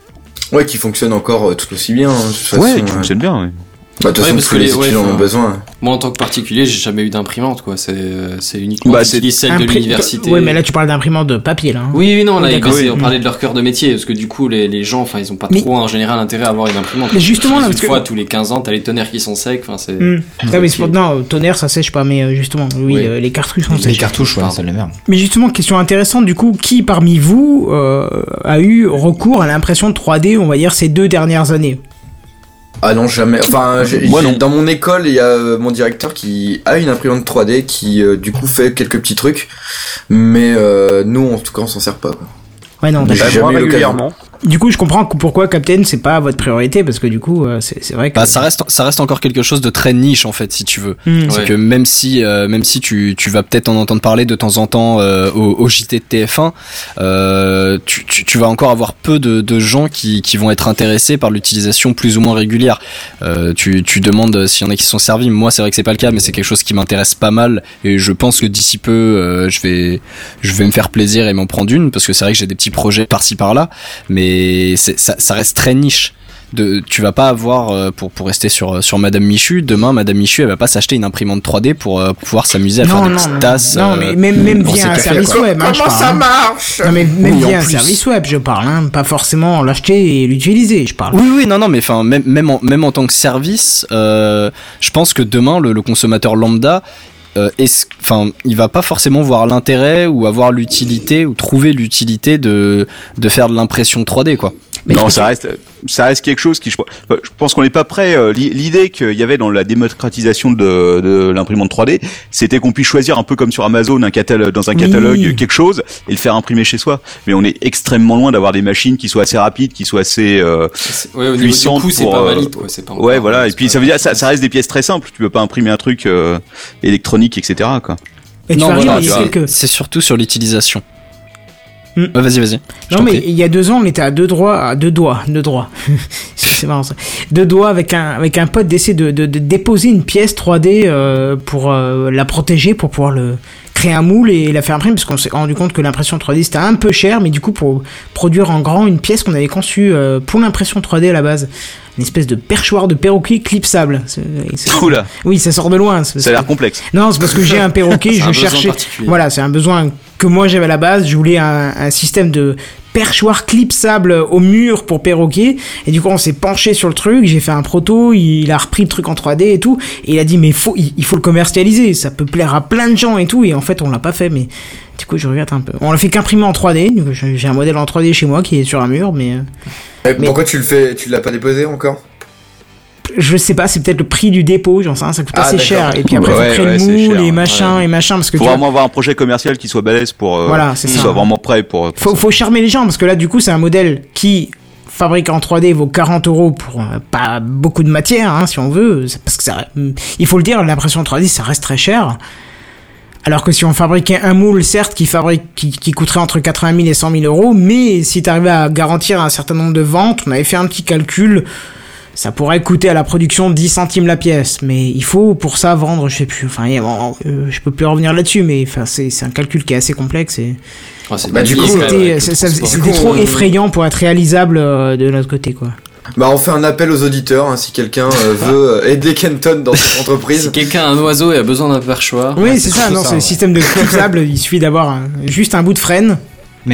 S10: Ouais, qui fonctionne encore euh, tout aussi bien. hein, de toute façon,
S11: qui
S10: ouais.
S11: fonctionne bien. ouais.
S10: Bah, de toute
S6: Ouais,
S10: façon,
S6: parce
S10: tous
S6: que
S10: les
S6: les- ouais,
S10: étudiants en
S6: faut-
S10: ont besoin.
S6: Moi, en tant que particulier, j'ai jamais eu d'imprimante, quoi. C'est, euh, c'est uniquement
S11: Bah,
S6: j'utilise celle de
S2: Imprim-
S6: l'université.
S2: Ouais, mais là tu parles d'imprimante de papier là. hein.
S6: Oui, oui, non, là,
S2: D'accord.
S6: ils- on
S2: Oui.
S6: parlait de leur cœur de métier, parce que du coup, les, les gens, enfin, ils ont pas
S2: Mais-
S6: trop, en général, intérêt à avoir une imprimante.
S2: Mais justement, là,
S6: Une
S2: parce que-
S6: fois, tous les 15 ans, t'as les tonnerres qui sont secs, enfin, c'est...
S2: Hmm. Ah, mais c'est pour- Non, tonnerre ça sèche pas, mais euh, justement, oui,
S6: Oui.
S2: euh, les cartouches sont
S5: les
S2: sèches.
S5: cartouches, ouais,
S6: Pardon.
S5: c'est la merde.
S2: Mais justement, question intéressante, du coup, qui parmi vous euh, a eu recours à l'impression 3D, on va dire, ces deux dernières années
S10: Ah non, jamais. Enfin, j'ai-
S11: Moi,
S10: j'ai-
S11: non.
S10: dans mon école, il y a euh, mon directeur qui a une imprimante 3D qui euh, du coup fait quelques petits trucs, mais euh, nous en tout cas on s'en sert pas. quoi.
S2: Ouais, non,
S10: Mais
S2: d'accord.
S7: Bah,
S10: j'ai jamais eu l'occasion.
S2: du coup, je comprends que pourquoi Captain, c'est pas votre priorité, parce que du coup, euh, c'est c'est vrai que.
S1: Bah, ça reste, ça reste encore quelque chose de très niche en fait, si tu veux.
S2: Mm.
S1: C'est
S2: Ouais.
S1: que même si, euh, même si tu, tu vas peut-être en entendre parler de temps en temps euh, au, au JT de TF1, euh, tu, tu, tu vas encore avoir peu de, de gens qui, qui vont être intéressés par l'utilisation plus ou moins régulière. Euh, tu, tu demandes s'il y en a qui sont servis. Moi, c'est vrai que c'est pas le cas, mais c'est quelque chose qui m'intéresse pas mal et je pense que d'ici peu, euh, je vais, je vais me faire plaisir et m'en prendre une parce que c'est vrai que j'ai des petits projets par-ci par-là, mais c'est- ça, ça reste très niche de tu vas pas avoir euh, pour pour rester sur euh, sur madame Michu demain madame Michu elle va pas s'acheter une imprimante 3D pour euh, pouvoir s'amuser à
S2: Non,
S1: faire des
S2: non,
S1: petites
S2: non,
S1: tasses
S2: non,
S1: euh,
S2: mais même- même
S1: pour
S2: via
S1: ses
S2: un
S1: cafés,
S2: service
S1: quoi.
S2: web, hein, je Comment parle, ça hein.
S10: marche
S2: Non, mais même
S1: Oui,
S2: via
S1: en
S2: un
S1: plus.
S2: service web, je parle, hein, pas forcément l'acheter et l'utiliser, je parle.
S1: Oui, oui, non, non, mais enfin, même, même, en, même en tant que service, euh, je pense que demain, le, le consommateur lambda, euh, est-ce- enfin, il va pas forcément voir l'intérêt ou avoir l'utilité ou trouver l'utilité de, de faire de l'impression 3D, quoi.
S11: non, ça reste, ça reste quelque chose qui, je, euh, je pense qu'on n'est pas prêt. euh, li- L'idée qu'il y avait dans la démocratisation de, de l'imprimante 3D, c'était qu'on puisse choisir un peu comme sur Amazon un catalogue, dans un
S2: Oui.
S11: catalogue quelque chose et le faire imprimer chez soi. Mais on est extrêmement loin d'avoir des machines qui soient assez rapides, qui soient assez euh,
S6: Ouais, au niveau du
S11: puissantes
S6: coût, c'est
S11: pour,
S6: pas
S11: euh,
S6: valide, ouais, c'est pas
S11: ouais, voilà. Et puis ça veut dire, ça, ça reste des pièces très simples. Tu peux pas imprimer un truc euh, électronique, etc. Quoi.
S2: Et tu vas rire, mais
S11: tu
S2: c'est
S11: vois.
S2: que-
S1: C'est surtout sur l'utilisation. Ouais, vas-y, vas-y. je
S2: Non
S1: t'en
S2: mais
S1: prie.
S2: il y a deux ans on était à deux droits, à deux doigts, deux droits. c'est c'est marrant ça. Deux doigts avec un avec un pote d'essayer de, de, de déposer une pièce 3D euh, pour euh, la protéger pour pouvoir le créer un moule et la faire imprimer parce qu'on s'est rendu compte que l'impression 3D c'était un peu cher mais du coup pour produire en grand une pièce qu'on avait conçue euh, pour l'impression 3D à la base, une espèce de perchoir de perroquet clipsable. C'est- c'est-
S11: Oula.
S2: Oui ça sort de loin. c'est-
S11: Ça a l'air complexe.
S2: non, c'est parce que j'ai un perroquet,
S11: C'est un
S2: je
S11: besoin
S2: cherchais.
S11: particulier.
S2: Voilà, c'est un besoin que moi j'avais à la base. Je voulais un, un système de perchoir clipsable au mur pour perroquet. Et du coup, on s'est penché sur le truc. J'ai fait un proto. Il a repris le truc en 3D et tout. Et il a dit, mais faut, il, il faut le commercialiser. Ça peut plaire à plein de gens et tout. Et en fait, on l'a pas fait. Mais du coup, je regrette un peu. On l'a fait qu'imprimer en 3D. Du coup, J'ai j'ai un modèle en 3D chez moi qui est sur un mur, mais. euh,
S10: Eh, Pourquoi tu le fais Tu l'as pas déposé encore
S2: je sais pas, c'est peut-être le prix du dépôt, j'en sais rien, ça coûte
S10: Ah,
S2: assez
S10: d'accord.
S2: cher. Et puis après,
S11: Ouais,
S2: faut créer
S11: ouais,
S2: le
S11: c'est
S2: moule
S11: cher,
S2: et machin
S11: ouais.
S2: et machin, parce que
S11: faut
S2: tu vois-
S11: vraiment avoir un projet commercial qui soit balèze pour, euh,
S2: Voilà, c'est
S11: qui
S2: ça.
S11: soit vraiment prêt pour. pour
S2: faut, faut charmer les gens parce que là du coup c'est un modèle qui fabrique en 3D vaut 40 euros pour euh, pas beaucoup de matière hein, si on veut C'est parce que ça mm, il faut le dire l'impression 3D ça reste très cher alors que si on fabriquait un moule certes qui fabrique qui, qui coûterait entre 80 000 et 100 000 euros mais si t'arrivais à garantir un certain nombre de ventes on avait fait un petit calcul ça pourrait coûter à la production 10 centimes la pièce, mais il faut pour ça vendre, je sais plus, enfin, il y a- bon, euh, je peux plus revenir là-dessus, mais enfin, c'est c'est un calcul qui est assez complexe et
S6: c'est
S10: Bah, du
S2: c'était
S10: coup,
S2: c'était- ça- ça- c'était trop
S6: euh,
S2: effrayant pour être réalisable euh, de notre côté, quoi.
S10: Bah, on fait un appel aux auditeurs hein, si quelqu'un euh, veut euh, aider Kenton dans cette entreprise.
S6: Si quelqu'un a un oiseau et a besoin d'un perchoir.
S2: Oui,
S6: ouais,
S2: c'est ça,
S6: tout
S2: non, c'est
S6: ouais.
S2: le système de clipsable, il suffit d'avoir un- juste un bout de frêne,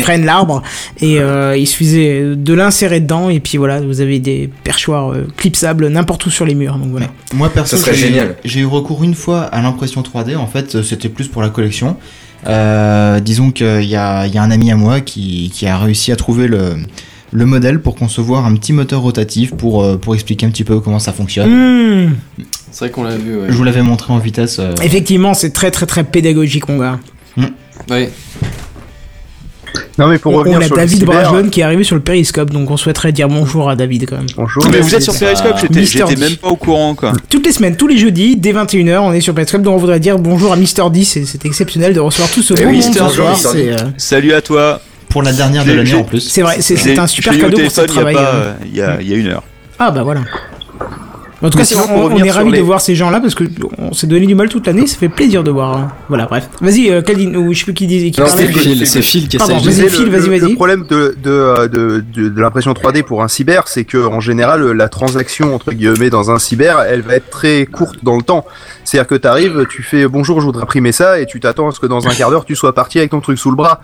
S2: frêne l'arbre, et euh, il suffisait de l'insérer dedans, et puis voilà, vous avez des perchoirs euh, clipsables n'importe où sur les murs, donc voilà.
S5: Moi perso,
S10: Ça serait
S5: j'ai-
S10: génial.
S5: j'ai eu recours une fois à l'impression 3D. En fait, euh, c'était plus pour la collection. Euh, disons qu'il y a, il y a un ami à moi qui, qui a réussi à trouver le, le modèle pour concevoir un petit moteur rotatif pour, euh, pour expliquer un petit peu comment ça fonctionne.
S2: Hmm.
S6: C'est vrai qu'on l'a vu, ouais.
S5: Je vous l'avais montré en vitesse. euh,
S2: Effectivement, c'est très très très pédagogique, mon gars.
S6: Ouais.
S7: Non, mais pour
S2: on, on
S7: revenir
S2: a
S7: sur le
S2: David
S7: cyber-
S2: Brajlon qui est arrivé sur le périscope, donc on souhaiterait dire bonjour à David quand même.
S7: Bonjour.
S11: Mais vous êtes sur Periscope, j'étais
S2: Mister
S11: j'étais
S2: D.
S11: même pas au courant quoi.
S2: Toutes les semaines, tous les jeudis, dès 21h, on est sur Periscope, donc on voudrait dire bonjour à Mister D, c'est c'est exceptionnel de recevoir tout ce
S11: Eh
S2: beau
S11: oui,
S2: monde ce
S11: Mr. D,
S2: soir,
S11: Mr.
S2: c'est, euh,
S11: Salut à toi.
S5: Pour la dernière de
S11: Je l'ai-
S5: l'année
S11: je-
S5: en plus.
S2: C'est vrai, c'est-
S11: Je
S2: c'est
S11: l'ai-
S2: un
S11: je
S2: super
S11: l'ai eu au
S2: cadeau pour ce
S11: téléphone
S2: travail.
S11: Il y a, pas,
S2: euh.
S11: euh, il y, a, il y a une heure.
S2: Ah bah voilà. En tout
S11: Mais
S2: cas,
S11: sinon,
S2: c'est-
S11: pour
S2: on, on
S11: revenir
S2: est
S11: sur
S2: ravis
S11: les-
S2: de voir ces gens-là parce que on s'est donné du mal toute l'année, ça fait plaisir de voir. hein. Voilà, bref. Vas-y, euh, Kaline, ou je sais plus qui disait. Qui
S1: Non,
S2: parlait.
S1: c'est Phil, c'est Phil qui
S2: Pardon,
S1: essaye de-
S2: vas-y,
S7: disais,
S2: Phil,
S7: le,
S2: vas-y,
S7: le-
S2: vas-y.
S7: le problème de, de, euh, de, de- de l'impression 3D pour un cyber, c'est que en général, la transaction entre guillemets dans un cyber, elle va être très courte dans le temps. C'est-à-dire que tu arrives, tu fais bonjour, je voudrais imprimer ça, et tu t'attends à ce que dans un quart d'heure, tu sois parti avec ton truc sous le bras.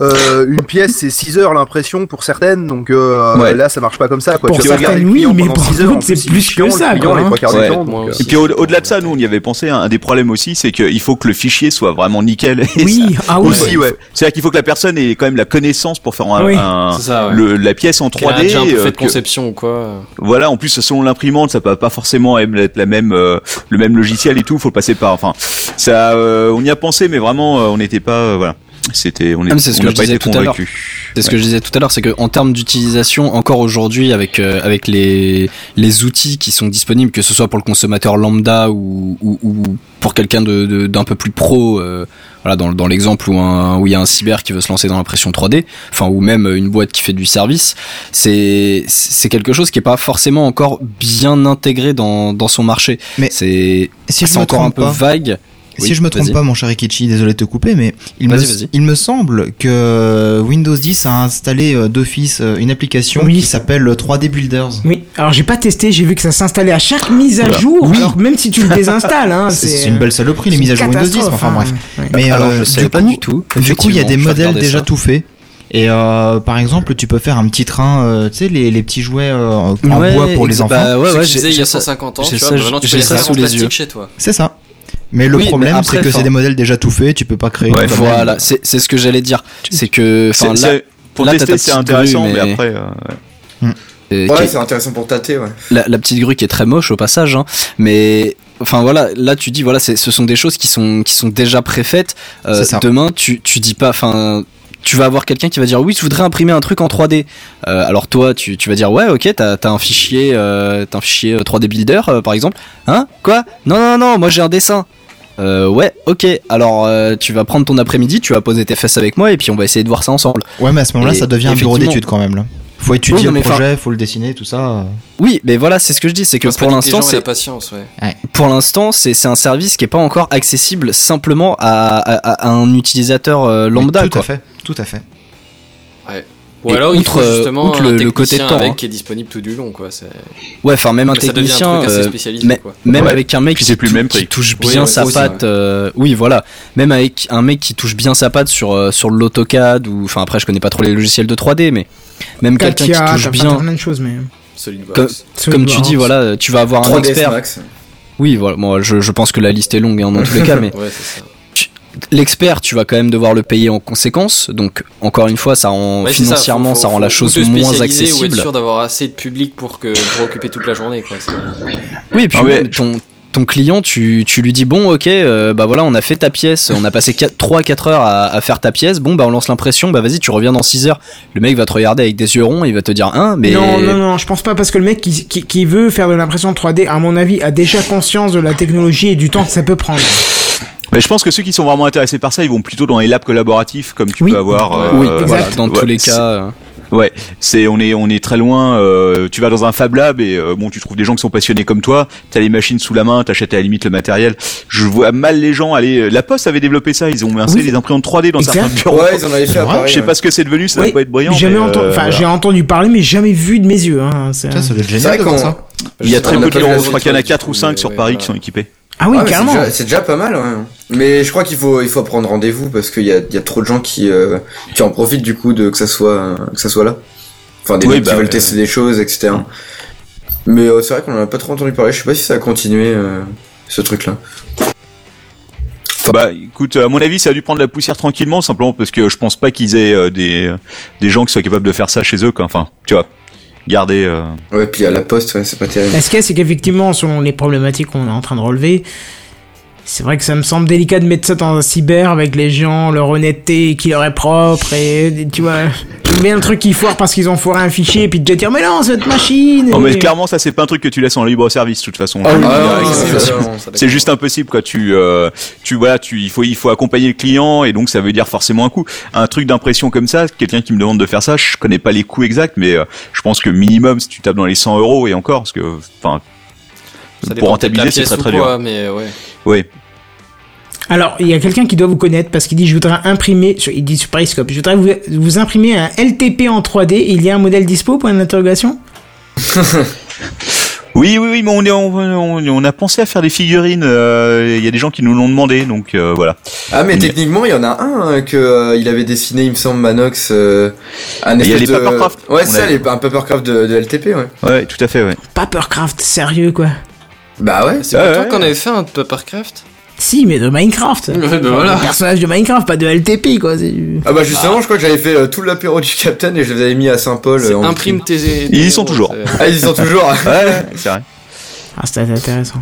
S7: Euh, une pièce, c'est 6 heures l'impression pour certaines, donc euh,
S11: Ouais.
S7: là, ça marche pas comme ça. Quoi.
S2: Pour
S7: Tu vas regarder
S2: certaines,
S7: le
S2: oui,
S7: client
S2: mais
S7: pendant
S2: pour
S7: six heures, en
S2: d'autres, c'est
S7: il
S2: plus
S7: est
S2: que
S7: chiant,
S2: ça,
S7: le client,
S2: quoi,
S7: les
S2: hein.
S7: trois quarts du
S11: Ouais.
S7: temps, donc, euh,
S11: Et puis au- au-delà de ça, nous on y avait pensé, hein, un des problèmes aussi, c'est qu'il faut que le fichier soit vraiment nickel. Et
S2: Oui,
S11: ça-
S2: ah oui.
S11: aussi, ouais. C'est-à-dire qu'il faut que la personne ait quand même la connaissance pour faire un,
S2: Oui.
S11: un-
S6: C'est ça, ouais.
S11: le- la pièce en
S6: Qu'elle a
S11: 3D.
S6: déjà un peu
S11: euh,
S6: fait de
S11: que-
S6: conception ou quoi.
S11: Voilà, en plus selon l'imprimante, ça peut pas forcément être la même euh, le même logiciel et tout, faut le passer par enfin ça euh, on y a pensé mais vraiment euh, on n'était pas euh, voilà.
S7: C'était, on est,
S11: Ah, mais c'est
S7: on
S11: ce que
S7: n'a
S11: je
S7: pas
S11: disais
S7: été
S11: tout à l'heure.
S7: convaincu.
S11: C'est ce que je disais tout à l'heure, c'est que en termes d'utilisation, encore aujourd'hui, avec euh, avec les les outils qui sont disponibles, que ce soit pour le consommateur lambda ou ou, ou pour quelqu'un de de- d'un peu plus pro, euh, voilà, dans dans l'exemple où un où il y a un cyber qui veut se lancer dans l'impression 3D, enfin ou même une boîte qui fait du service, c'est c'est quelque chose qui est pas forcément encore bien intégré dans dans son marché.
S5: Mais
S11: c'est
S5: si je
S11: c'est
S5: me
S11: encore un
S5: trompe
S11: peu
S5: pas-
S11: vague.
S5: si
S11: Oui,
S5: je me trompe
S11: vas-y.
S5: pas, mon cher Ikichi, désolé de te couper, mais il, me,
S11: Vas-y, vas-y.
S5: il me semble que Windows 10 a installé euh, d'office euh, une application qui s'appelle 3D Builders.
S2: Oui, alors j'ai pas testé, j'ai vu que ça s'installait à chaque mise à
S5: Oula.
S2: jour,
S5: Oui.
S2: alors même si tu le désinstalles, hein,
S5: C'est-
S2: c'est hein.
S5: c'est une belle saloperie, les mises à jour Windows 10, mais enfin, bref. Mais, Alors, je euh, savais du pas coup- du
S11: tout.
S5: Du coup, il y a des
S11: Effectivement, je vais
S5: modèles
S11: regarder
S5: déjà
S11: ça.
S5: tout faits. Et euh, par exemple, tu peux faire un petit train, euh, tu sais, les, les petits jouets euh, en
S11: Ouais,
S5: bois pour les
S11: bah,
S5: enfants.
S11: ouais, ouais,
S6: tu
S11: j'ai-
S6: faisais il y
S11: j'ai
S6: a
S11: ça-
S6: 150 ans,
S11: j'ai
S6: tu vois,
S11: ça-
S6: bah maintenant, tu
S11: j'ai
S6: peux les
S11: ça
S6: faire
S11: sous
S6: en
S11: les
S6: plastique
S11: yeux.
S6: chez toi.
S5: C'est ça. Mais le
S11: Oui, mais
S5: problème,
S11: après,
S5: c'est que c'est
S11: enfin-
S5: des modèles déjà tout faits, tu peux pas créer.
S11: Ouais,
S5: toi-même.
S11: voilà, c'est c'est ce que j'allais dire. C'est que enfin,
S7: C'est-
S11: là,
S7: c'est- pour
S11: là, t'as
S7: tester,
S11: ta
S7: c'est
S11: petite
S7: intéressant,
S11: grue,
S7: mais, après. euh,
S11: euh, qui
S10: Ouais,
S11: est-
S10: c'est intéressant pour tâter, ouais.
S11: la, la petite grue qui est très moche au passage, hein, mais enfin voilà, là tu dis voilà, c'est- ce sont des choses qui sont qui sont déjà préfaites. Euh,
S5: C'est ça.
S11: demain, tu tu dis pas, enfin. Tu vas avoir quelqu'un qui va dire oui, je voudrais imprimer un truc en 3D. Euh, alors toi, tu, tu vas dire ouais, ok, t'as t'as un fichier, euh, t'as un fichier euh, 3D Builder euh, par exemple. Hein Quoi Non, non, non, moi j'ai un dessin. Euh, ouais, ok. Alors euh, tu vas prendre ton après-midi, tu vas poser tes fesses avec moi et puis on va essayer de voir ça ensemble.
S5: Ouais, mais à ce moment-là,
S11: Et
S5: ça devient un bureau
S11: effectivement-
S5: d'études quand même. Là. Faut étudier
S11: Oui, non,
S5: le
S11: mais enfin-
S5: projet, faut le dessiner, tout ça.
S11: Oui, mais voilà, c'est ce que je dis, c'est que
S6: Parce que
S11: pour
S6: les
S11: l'instant,
S6: gens et la
S11: c'est
S6: patience, ouais.
S11: pour l'instant, c'est c'est un service qui est pas encore accessible simplement à, à- à un utilisateur euh, lambda.
S5: tout
S11: quoi.
S5: à fait, tout à fait.
S6: Ouais.
S11: Et
S6: Ou alors, il faut
S11: outre, euh,
S6: justement
S11: outre
S6: un
S11: le- le
S6: technicien
S11: côté de temps,
S6: avec
S11: hein.
S6: qui est disponible tout du long, quoi. c'est-
S11: Ouais, enfin même un
S6: Mais ça devient un
S11: technicien,
S6: truc assez
S11: euh,
S6: spécialisé,
S11: mais-
S6: quoi.
S11: même
S7: Ouais.
S11: avec un mec
S7: Puis
S11: qui,
S7: c'est plus le
S11: tou-
S7: même
S11: qui
S7: prix.
S11: touche
S6: Oui,
S11: bien
S6: ouais,
S11: sa
S6: aussi,
S11: patte. euh, oui, voilà. Même avec un mec qui touche bien sa patte sur euh, sur l'AutoCAD ou enfin après je connais pas trop les logiciels de 3D, mais même quelqu'un qui
S2: Katia,
S11: touche
S2: t'as pas
S11: bien,
S2: plein de choses, mais.
S11: comme,
S6: Solidworks.
S11: comme tu dis, voilà, euh, tu vas avoir un
S10: 3DS
S11: expert.
S10: Max.
S11: Oui, voilà. Moi, je, je pense que la liste est longue hein, dans tous les cas, mais
S6: Ouais, c'est ça.
S11: l'expert, tu vas quand même devoir le payer en conséquence. Donc, encore une fois, ça rend
S6: Ouais, c'est ça,
S11: financièrement,
S6: faut-
S11: ça, rend
S6: faut-
S11: la
S6: faut
S11: chose
S6: te
S11: moins
S6: spécialiser Ou
S11: accessible.
S6: être sûr d'avoir assez de public pour que pour occuper toute la journée, quoi. c'est-
S11: Oui, et puis
S7: Ah ouais.
S11: même ton ton client, tu, tu lui dis bon, ok, euh, bah voilà, on a fait ta pièce, on a passé 3-4 heures à, à faire ta pièce, bon, bah on lance l'impression, bah vas-y, tu reviens dans 6 heures. Le mec va te regarder avec des yeux ronds, il va te dire hein, mais
S2: Non, non, non, je pense pas parce que le mec qui, qui, qui veut faire de l'impression 3D, à mon avis, a déjà conscience de la technologie et du temps que ça peut prendre.
S7: Mais je pense que ceux qui sont vraiment intéressés par ça, ils vont plutôt dans les labs collaboratifs, comme tu
S2: Oui.
S7: peux avoir.
S11: oui,
S7: euh,
S11: exact.
S7: voilà.
S11: dans tous
S7: Ouais,
S11: les
S7: c'est-
S11: cas. euh,
S7: Ouais, c'est on est on est très loin. euh, tu vas dans un Fab Lab et euh, bon, tu trouves des gens qui sont passionnés comme toi. T'as les machines sous la main, t'achètes à la limite le matériel. Je vois mal les gens aller. La Poste avait développé ça. Ils ont installé
S2: Oui.
S7: des imprimantes 3D dans
S2: Exact.
S7: certains bureaux.
S10: Ouais, ils en avaient fait à
S5: vrai,
S10: Paris.
S7: Je sais
S10: ouais.
S7: pas ce que c'est devenu. Ça
S2: Oui,
S7: doit pas être brillant.
S2: Jamais
S7: mais,
S2: entendu,
S7: euh,
S2: enfin,
S7: voilà.
S2: j'ai entendu parler, mais jamais vu de mes yeux. Hein. c'est-
S5: Ça, ça doit être
S10: C'est
S5: génial
S10: vrai
S5: de voir
S10: qu'on.
S5: ça.
S7: Il y a
S10: je sais
S7: très
S10: pas,
S7: peu
S10: on
S7: de bureaux.
S10: pas
S7: Je crois qu'il y en a
S6: du
S7: 4 ou
S6: tout,
S7: 5
S6: mais
S7: sur
S6: ouais,
S7: Paris
S6: voilà.
S7: qui sont équipés.
S2: Ah oui,
S10: Ouais, mais
S2: carrément.
S10: C'est déjà, c'est déjà pas mal, ouais. Mais je crois qu'il faut, il faut prendre rendez-vous parce qu'il y a, il y a trop de gens qui, euh, qui en profitent du coup de que ça soit, euh, que ça soit là. Enfin, des
S7: Oui,
S10: mecs
S7: bah,
S10: qui veulent
S7: ouais,
S10: tester des choses, etc. Mais euh, c'est vrai qu'on en a pas trop entendu parler. Je sais pas si ça a continué euh, ce truc-là.
S7: Bah, écoute, à mon avis, ça a dû prendre la poussière tranquillement, simplement parce que je pense pas qu'ils aient euh, des des gens qui soient capables de faire ça chez eux. Quoi. Enfin, tu vois, garder. euh,
S10: Ouais, puis à la poste, ouais, c'est pas terrible.
S2: La ce qu'il y a, c'est qu'effectivement, selon les problématiques qu'on est en train de relever, c'est vrai que ça me semble délicat de mettre ça dans un cyber avec les gens, leur honnêteté qui leur est propre et tu vois, j'aime bien le truc qui foire parce qu'ils ont foiré un fichier et puis déjà dire mais non cette machine.
S7: Non Oh, mais
S2: Et-
S7: clairement ça c'est pas un truc que tu laisses en libre service de toute façon.
S11: Ah oui,
S7: Je veux dire,
S11: oui,
S7: c'est-
S11: oui,
S7: c'est-
S11: oui,
S7: c'est-
S11: oui,
S6: oui, oui.
S7: C'est juste impossible quoi. Tu euh, tu voilà tu il faut il faut accompagner le client et donc ça veut dire forcément un coût. Un truc d'impression comme ça, quelqu'un qui me demande de faire ça, je connais pas les coûts exacts mais euh, je pense que minimum si tu tapes dans les 100 euros et encore parce que enfin
S6: Ça dépend
S7: pour
S6: peut-être de la
S7: rentabiliser c'est
S6: pièce
S7: très
S6: ou
S7: très
S6: quoi,
S7: dur.
S6: Mais euh, ouais.
S7: Oui.
S2: Alors, il y a quelqu'un qui doit vous connaître parce qu'il dit je voudrais imprimer, sur- il dit sur Periscope, je voudrais vous, vous imprimer un LTP en 3D, il y a un modèle dispo point d'interrogation
S7: Oui oui oui mais on est on, on- on a pensé à faire des figurines. euh, Il y a des gens qui nous l'ont demandé donc euh, voilà.
S10: Ah, mais
S7: Mais-
S10: techniquement, il y en a un hein, que euh, il avait dessiné, il me semble, Manox. Euh, un
S7: Il y a
S10: espèce
S7: les
S10: de...
S7: Papercraft.
S10: Ouais,
S7: On
S10: ça,
S7: avait-
S10: les, un Papercraft de, de LTP, ouais.
S7: Ouais tout à fait ouais.
S2: Papercraft, sérieux quoi.
S10: Bah ouais.
S11: Ah
S6: C'est
S7: Ouais,
S6: pas toi
S7: ouais.
S6: qu'on avait fait un Papercraft
S2: Si, mais de Minecraft.
S6: Ouais, bah voilà.
S2: Un Personnage de Minecraft, pas de LTP quoi. c'est-
S10: Ah bah justement, je crois que j'avais fait euh, tout l'apéro du Captain et je les avais mis à Saint-Paul.
S6: C'est
S10: euh, en
S6: Imprime tes.
S7: Ils y sont toujours.
S10: Ah, ils y sont toujours.
S7: Ouais, ouais, c'est vrai.
S2: Ah, c'était intéressant.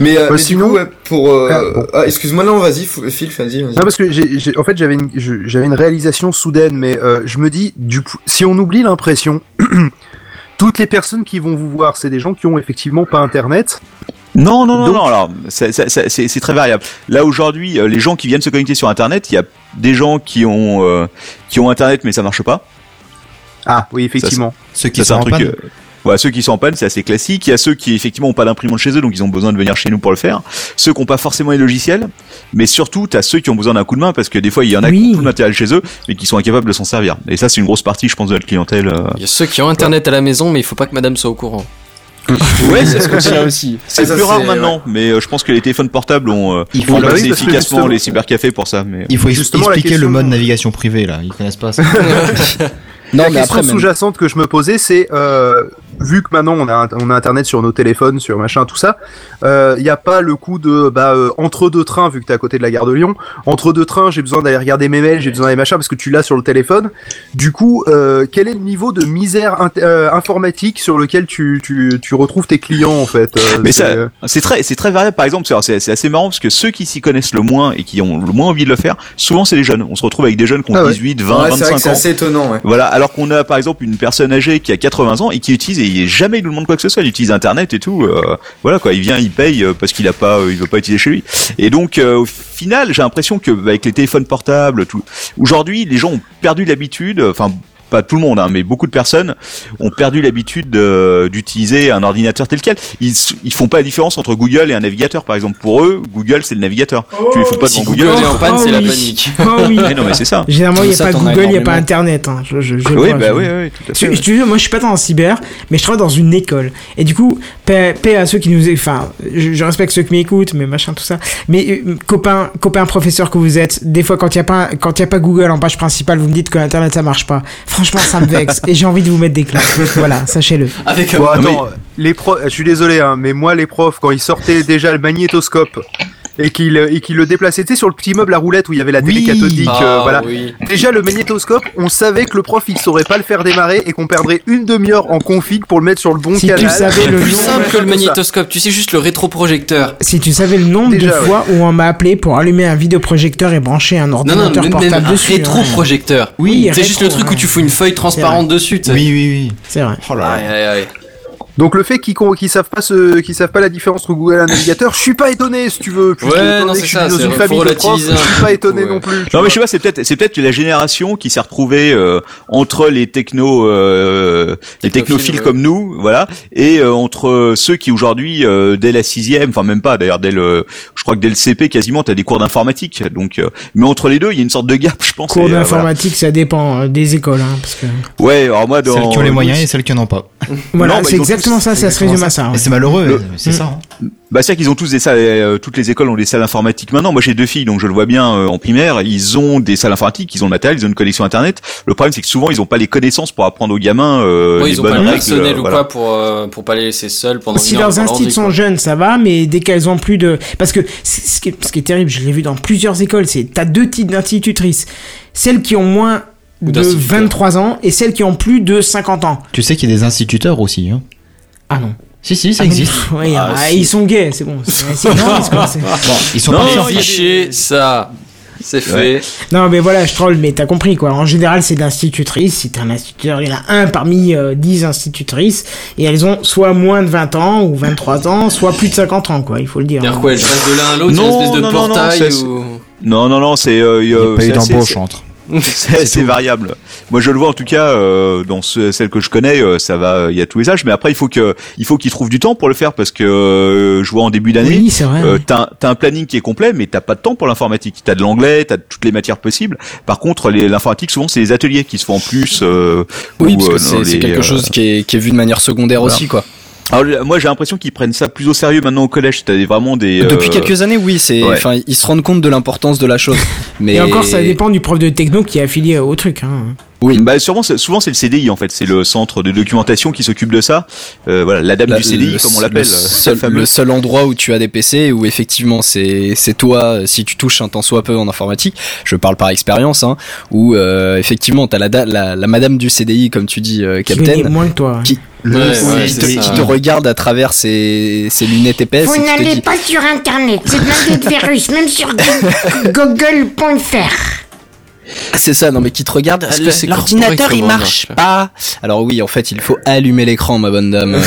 S10: Mais, euh,
S7: Bah,
S10: mais
S7: sinon-
S10: du coup, ouais, pour. euh,
S7: Ah, bon.
S10: ah, excuse-moi, non, vas-y, F- Phil, vas-y, vas-y.
S7: Non, parce que j'ai, j'ai- en fait, j'avais une, je- j'avais une réalisation soudaine, mais euh, je me dis, du coup, si on oublie l'impression, toutes les personnes qui vont vous voir, c'est des gens qui ont effectivement pas Internet.
S11: Non, non, non,
S7: Donc-
S11: non. Alors, ça- ça- ça- c'est c'est très variable. Là aujourd'hui, euh, les gens qui viennent se connecter sur Internet, il y a des gens qui ont euh, qui ont Internet mais ça marche pas.
S7: Ah, oui, effectivement.
S11: Ceux
S7: qui sont en panne.
S11: voilà, euh, ceux qui sont en panne, c'est assez classique. Il y a ceux qui effectivement ont pas d'imprimante chez eux, donc ils ont besoin de venir chez nous pour le faire. Ceux qui n'ont pas forcément les logiciels, mais surtout, t'as ceux qui ont besoin d'un coup de main parce que des fois, il y en a qui ont tout le matériel chez eux, mais qui sont incapables de s'en servir. Et ça, c'est une grosse partie, je pense, de notre clientèle. euh.
S6: Il y a ceux qui ont internet à la maison, mais il faut pas que madame soit au courant. c'est
S11: Ouais,
S6: ce
S11: c'est ce
S6: qu'on tient aussi.
S11: aussi. C'est
S6: Ça,
S11: plus
S6: c'est-
S11: rare maintenant, mais euh, je pense que les téléphones portables ont euh,
S5: Il
S11: il
S5: faut-
S11: faut
S5: bah oui, parce que
S11: efficacement
S5: justement-
S11: les cybercafés pour ça. Mais
S5: Il faut ex-
S7: Justement, la
S5: expliquer
S7: question-
S5: le mode navigation privée là, ils connaissent pas ça.
S7: la
S1: mais
S7: question
S1: après, même-
S7: sous-jacente que je me posais, c'est euh, vu que maintenant on a, on a internet sur nos téléphones, sur machin, tout ça, il n'y a pas le coup de bah, euh, entre deux trains, vu que t'es à côté de la gare de Lyon, entre deux trains, j'ai besoin d'aller regarder mes mails, j'ai besoin d'aller machin, parce que tu l'as sur le téléphone. Du coup, euh, quel est le niveau de misère int- euh, informatique sur lequel tu, tu, tu retrouves tes clients en fait euh,
S11: Mais
S7: c'est,
S11: ça,
S7: euh,
S11: c'est très, c'est très variable. Par exemple, c'est- c'est c'est assez marrant parce que ceux qui s'y connaissent le moins et qui ont le moins envie de le faire, souvent c'est les jeunes. On se retrouve avec des jeunes qui ont
S10: Ah ouais.
S11: 18, 20,
S10: Ouais, c'est vrai
S11: 25
S10: que c'est
S11: ans.
S10: assez étonnant, ouais.
S11: Voilà. Alors qu'on a par exemple une personne âgée qui a 80 ans et qui utilise et jamais il nous demande quoi que ce soit. Il utilise Internet et tout. euh, voilà quoi. Il vient, il paye euh, parce qu'il a pas, euh, il veut pas utiliser chez lui. Et donc euh, au final, j'ai l'impression que bah, avec les téléphones portables, tout. Aujourd'hui, les gens ont perdu l'habitude. euh, Enfin. pas tout le monde, hein, mais beaucoup de personnes ont perdu l'habitude euh, d'utiliser un ordinateur tel quel. Ils, s- ils font pas la différence entre Google et un navigateur, par exemple. Pour eux, Google c'est le navigateur. tu les fous
S6: Oh,
S11: pas
S6: Si
S11: devant
S6: Google
S11: Google.
S6: est en panne, c'est la
S2: oui.
S6: panique.
S2: Ah oui.
S11: Mais non, mais c'est ça.
S2: Généralement, il n'y a
S6: Ça,
S2: pas
S6: t'en as
S2: Google, il n'y a pas
S6: énormément.
S2: Internet. hein. Je, je, je le
S11: Oui,
S2: vois,
S11: bah
S2: je-
S11: oui, oui, oui, tout à fait,
S2: Tu-
S11: oui.
S2: tu veux, moi, je suis pas dans le cyber, mais je travaille dans une école. Et du coup, paix, paix à ceux qui nous, enfin, je, je respecte ceux qui m'écoutent, mais machin, tout ça. Mais euh, copains, copains, professeurs que vous êtes, des fois, quand il y a pas, quand il y a pas Google en page principale, vous me dites que l'internet ça marche pas. Franchement, ça me vexe. et j'ai envie de vous mettre des claques. Voilà, sachez-le.
S6: Avec
S7: Bon,
S6: un-
S7: attends, les profs, je suis désolé, hein, mais moi, les profs, quand ils sortaient déjà le magnétoscope et qu'ils et qu'ils le déplaçaient, tu sais, sur le petit meuble à roulette où il y avait la télé
S5: Oui.
S7: cathodique, euh,
S6: Ah,
S7: voilà.
S6: oui.
S7: Déjà, le magnétoscope, on savait que le prof, il saurait pas le faire démarrer et qu'on perdrait une demi-heure en config pour le mettre sur le bon
S2: Si tu
S7: canal.
S2: savais le
S6: Plus
S2: nombre-
S6: simple que le
S7: tout ça.
S6: magnétoscope, tu sais juste le rétroprojecteur.
S2: Si tu savais le nombre de
S7: Déjà, ouais.
S2: fois où on m'a appelé pour allumer un vidéoprojecteur et brancher un
S6: Non, non,
S2: ordinateur
S6: même, même
S2: portable
S6: un
S2: dessus. hein.
S6: rétroprojecteur.
S2: Oui,
S6: c'est juste le
S2: rétro, hein.
S6: truc où
S2: ouais.
S6: tu fous une feuille transparente dessus. tu sais.
S5: Oui, oui, oui.
S2: C'est vrai.
S5: Oh là là.
S6: Aïe, aïe, aïe.
S7: Donc le fait qu'ils con- qu'ils savent pas ce, qu'ils savent pas la différence entre Google et un navigateur, je suis pas étonné si tu veux. puisque
S6: Ouais,
S7: étant
S6: non,
S7: donné
S6: c'est
S7: que je
S6: ça,
S7: suis
S6: c'est-
S7: dans une
S6: faut
S7: famille de profs,
S6: relativiser un
S7: je
S6: peu,
S7: suis pas étonné
S6: ouais.
S7: non plus. tu
S11: Non mais
S7: vois.
S11: je sais pas, c'est peut-être c'est peut-être la génération qui s'est retrouvée euh, entre les techno euh, les
S6: Technophiles,
S11: technophiles
S6: ouais.
S11: comme nous, voilà, et euh, entre euh, ceux qui aujourd'hui euh, dès la sixième, enfin même pas d'ailleurs dès le, je crois que dès le CP quasiment t'as des cours d'informatique, donc euh, mais entre les deux il y a une sorte de gap, je pense.
S2: Cours
S11: et, euh, voilà.
S2: d'informatique, ça dépend euh, des écoles, hein, parce que
S11: Ouais, alors moi dans
S5: Celles qui ont les moyens et celles qui n'en ont pas.
S2: voilà,
S11: bah,
S2: c'est
S11: ils ont
S2: exactement
S11: tous-
S2: ça, ça se
S5: Comment
S2: résume
S5: ça
S2: à ça.
S5: Et
S2: ouais.
S5: c'est malheureux,
S11: Le-
S5: mais c'est ça. hein.
S11: Bah c'est qu'ils ont tous des salles, euh, toutes les écoles ont des salles informatiques maintenant. Moi j'ai deux filles donc je le vois bien euh, en primaire, ils ont des salles informatiques, ils ont le matériel, ils ont une connexion internet. Le problème c'est que souvent ils ont pas les connaissances pour apprendre aux gamins euh,
S6: Ouais,
S11: les
S6: ils ont
S11: bonnes
S6: pas le
S11: règles,
S6: personnel
S11: euh,
S6: ou
S11: voilà.
S6: quoi pour, euh, pour pas les laisser seuls pendant
S2: Si
S6: une heure
S2: leurs
S6: dans leur
S2: instituts
S6: vie,
S2: sont
S6: quoi.
S2: jeunes, ça va, mais dès qu'elles ont plus de, parce que c- ce qui est, ce qui est terrible, je l'ai vu dans plusieurs écoles, c'est t'as deux types d'institutrices, celles qui ont moins
S6: Ou
S2: de
S6: d'instituteurs.
S2: 23 ans et celles qui ont plus de 50 ans.
S5: Tu sais qu'il y a des instituteurs aussi. Hein.
S2: Ah non.
S5: Si, si, ça
S2: Ah non,
S5: existe.
S2: pff, ouais, ah, ils sont gays, c'est bon. C'est c'est genré, ce qu'on sait.
S5: Bon, ils sont
S11: Non,
S5: pas
S11: non,
S5: méchants.
S11: il y a des-
S6: Fichez ça. C'est fait.
S11: Ouais.
S2: Non, mais voilà, je troll, mais t'as compris quoi. En général, c'est d'institutrices. Si t'es un instituteur, il y en a un parmi euh, 10 institutrices. Et elles ont soit moins de 20 ans ou 23 ans, soit plus de 50 ans, quoi. Il faut le dire.
S6: C'est-à-dire quoi, elle passe de l'un à l'autre, c'est une
S11: Non,
S6: espèce de
S11: non, non, non,
S6: portail
S11: c'est-
S6: ou...
S11: Non non non, c'est euh,
S5: Il y a
S11: euh,
S5: pas eu
S11: c'est assez-
S5: d'embauche entre.
S11: c'est c'est variable. Moi, je le vois en tout cas euh, dans ce, celle que je connais, euh, ça va, euh, il y a tous les âges. Mais après, il faut que, il faut qu'ils trouvent du temps pour le faire parce que euh, je vois en début d'année,
S2: Oui, c'est vrai,
S11: euh,
S2: oui.
S11: t'as un- t'as un planning qui est complet, mais t'as pas de temps pour l'informatique. T'as de l'anglais, t'as toutes les matières possibles. Par contre, les- l'informatique, souvent, c'est les ateliers qui se font en plus. euh,
S1: Oui,
S11: ou,
S1: parce que
S11: euh, dans
S1: c'est c'est
S11: les,
S1: quelque
S11: euh,
S1: chose qui est, qui est vu de manière secondaire
S11: voilà.
S1: aussi, quoi.
S11: Alors, le- moi, j'ai l'impression qu'ils prennent ça plus au sérieux maintenant au collège. T'as des- vraiment des.
S1: Depuis
S11: euh,
S1: quelques années, oui, c'est,
S11: ouais.
S1: enfin, ils se rendent compte de l'importance de la chose. Mais
S2: Et encore, ça dépend du prof de techno qui est affilié au truc. Hein.
S11: Oui, bah sûrement, c'est- souvent c'est le CDI en fait, c'est le centre de documentation qui s'occupe de ça. Euh, voilà, la dame
S1: La-
S11: du CDI,
S1: Bah, le
S11: comme on
S1: seul-
S11: l'appelle, euh,
S1: le seul,
S11: fameux.
S1: le seul endroit où tu as des PC où effectivement c'est c'est toi euh, si tu touches un tant soit peu en informatique je parle par expérience hein, où euh, effectivement t'as la, da- la la madame du CDI comme tu dis euh,
S2: Qui gagne
S1: Captain
S2: moins que toi. hein.
S1: qui, Le qui, te, qui te regarde à travers ses, ses lunettes épaisses.
S8: Vous
S1: et qui te
S8: n'allez
S1: dit-
S8: pas sur internet, c'est blindé de virus, même sur go- google.fr.
S1: C'est ça, non mais qui te regarde. est-ce que c'est
S6: l'ordinateur,
S1: corporate
S6: il
S1: ou
S6: marche
S1: pas Alors oui, en fait, il faut allumer l'écran, ma bonne dame.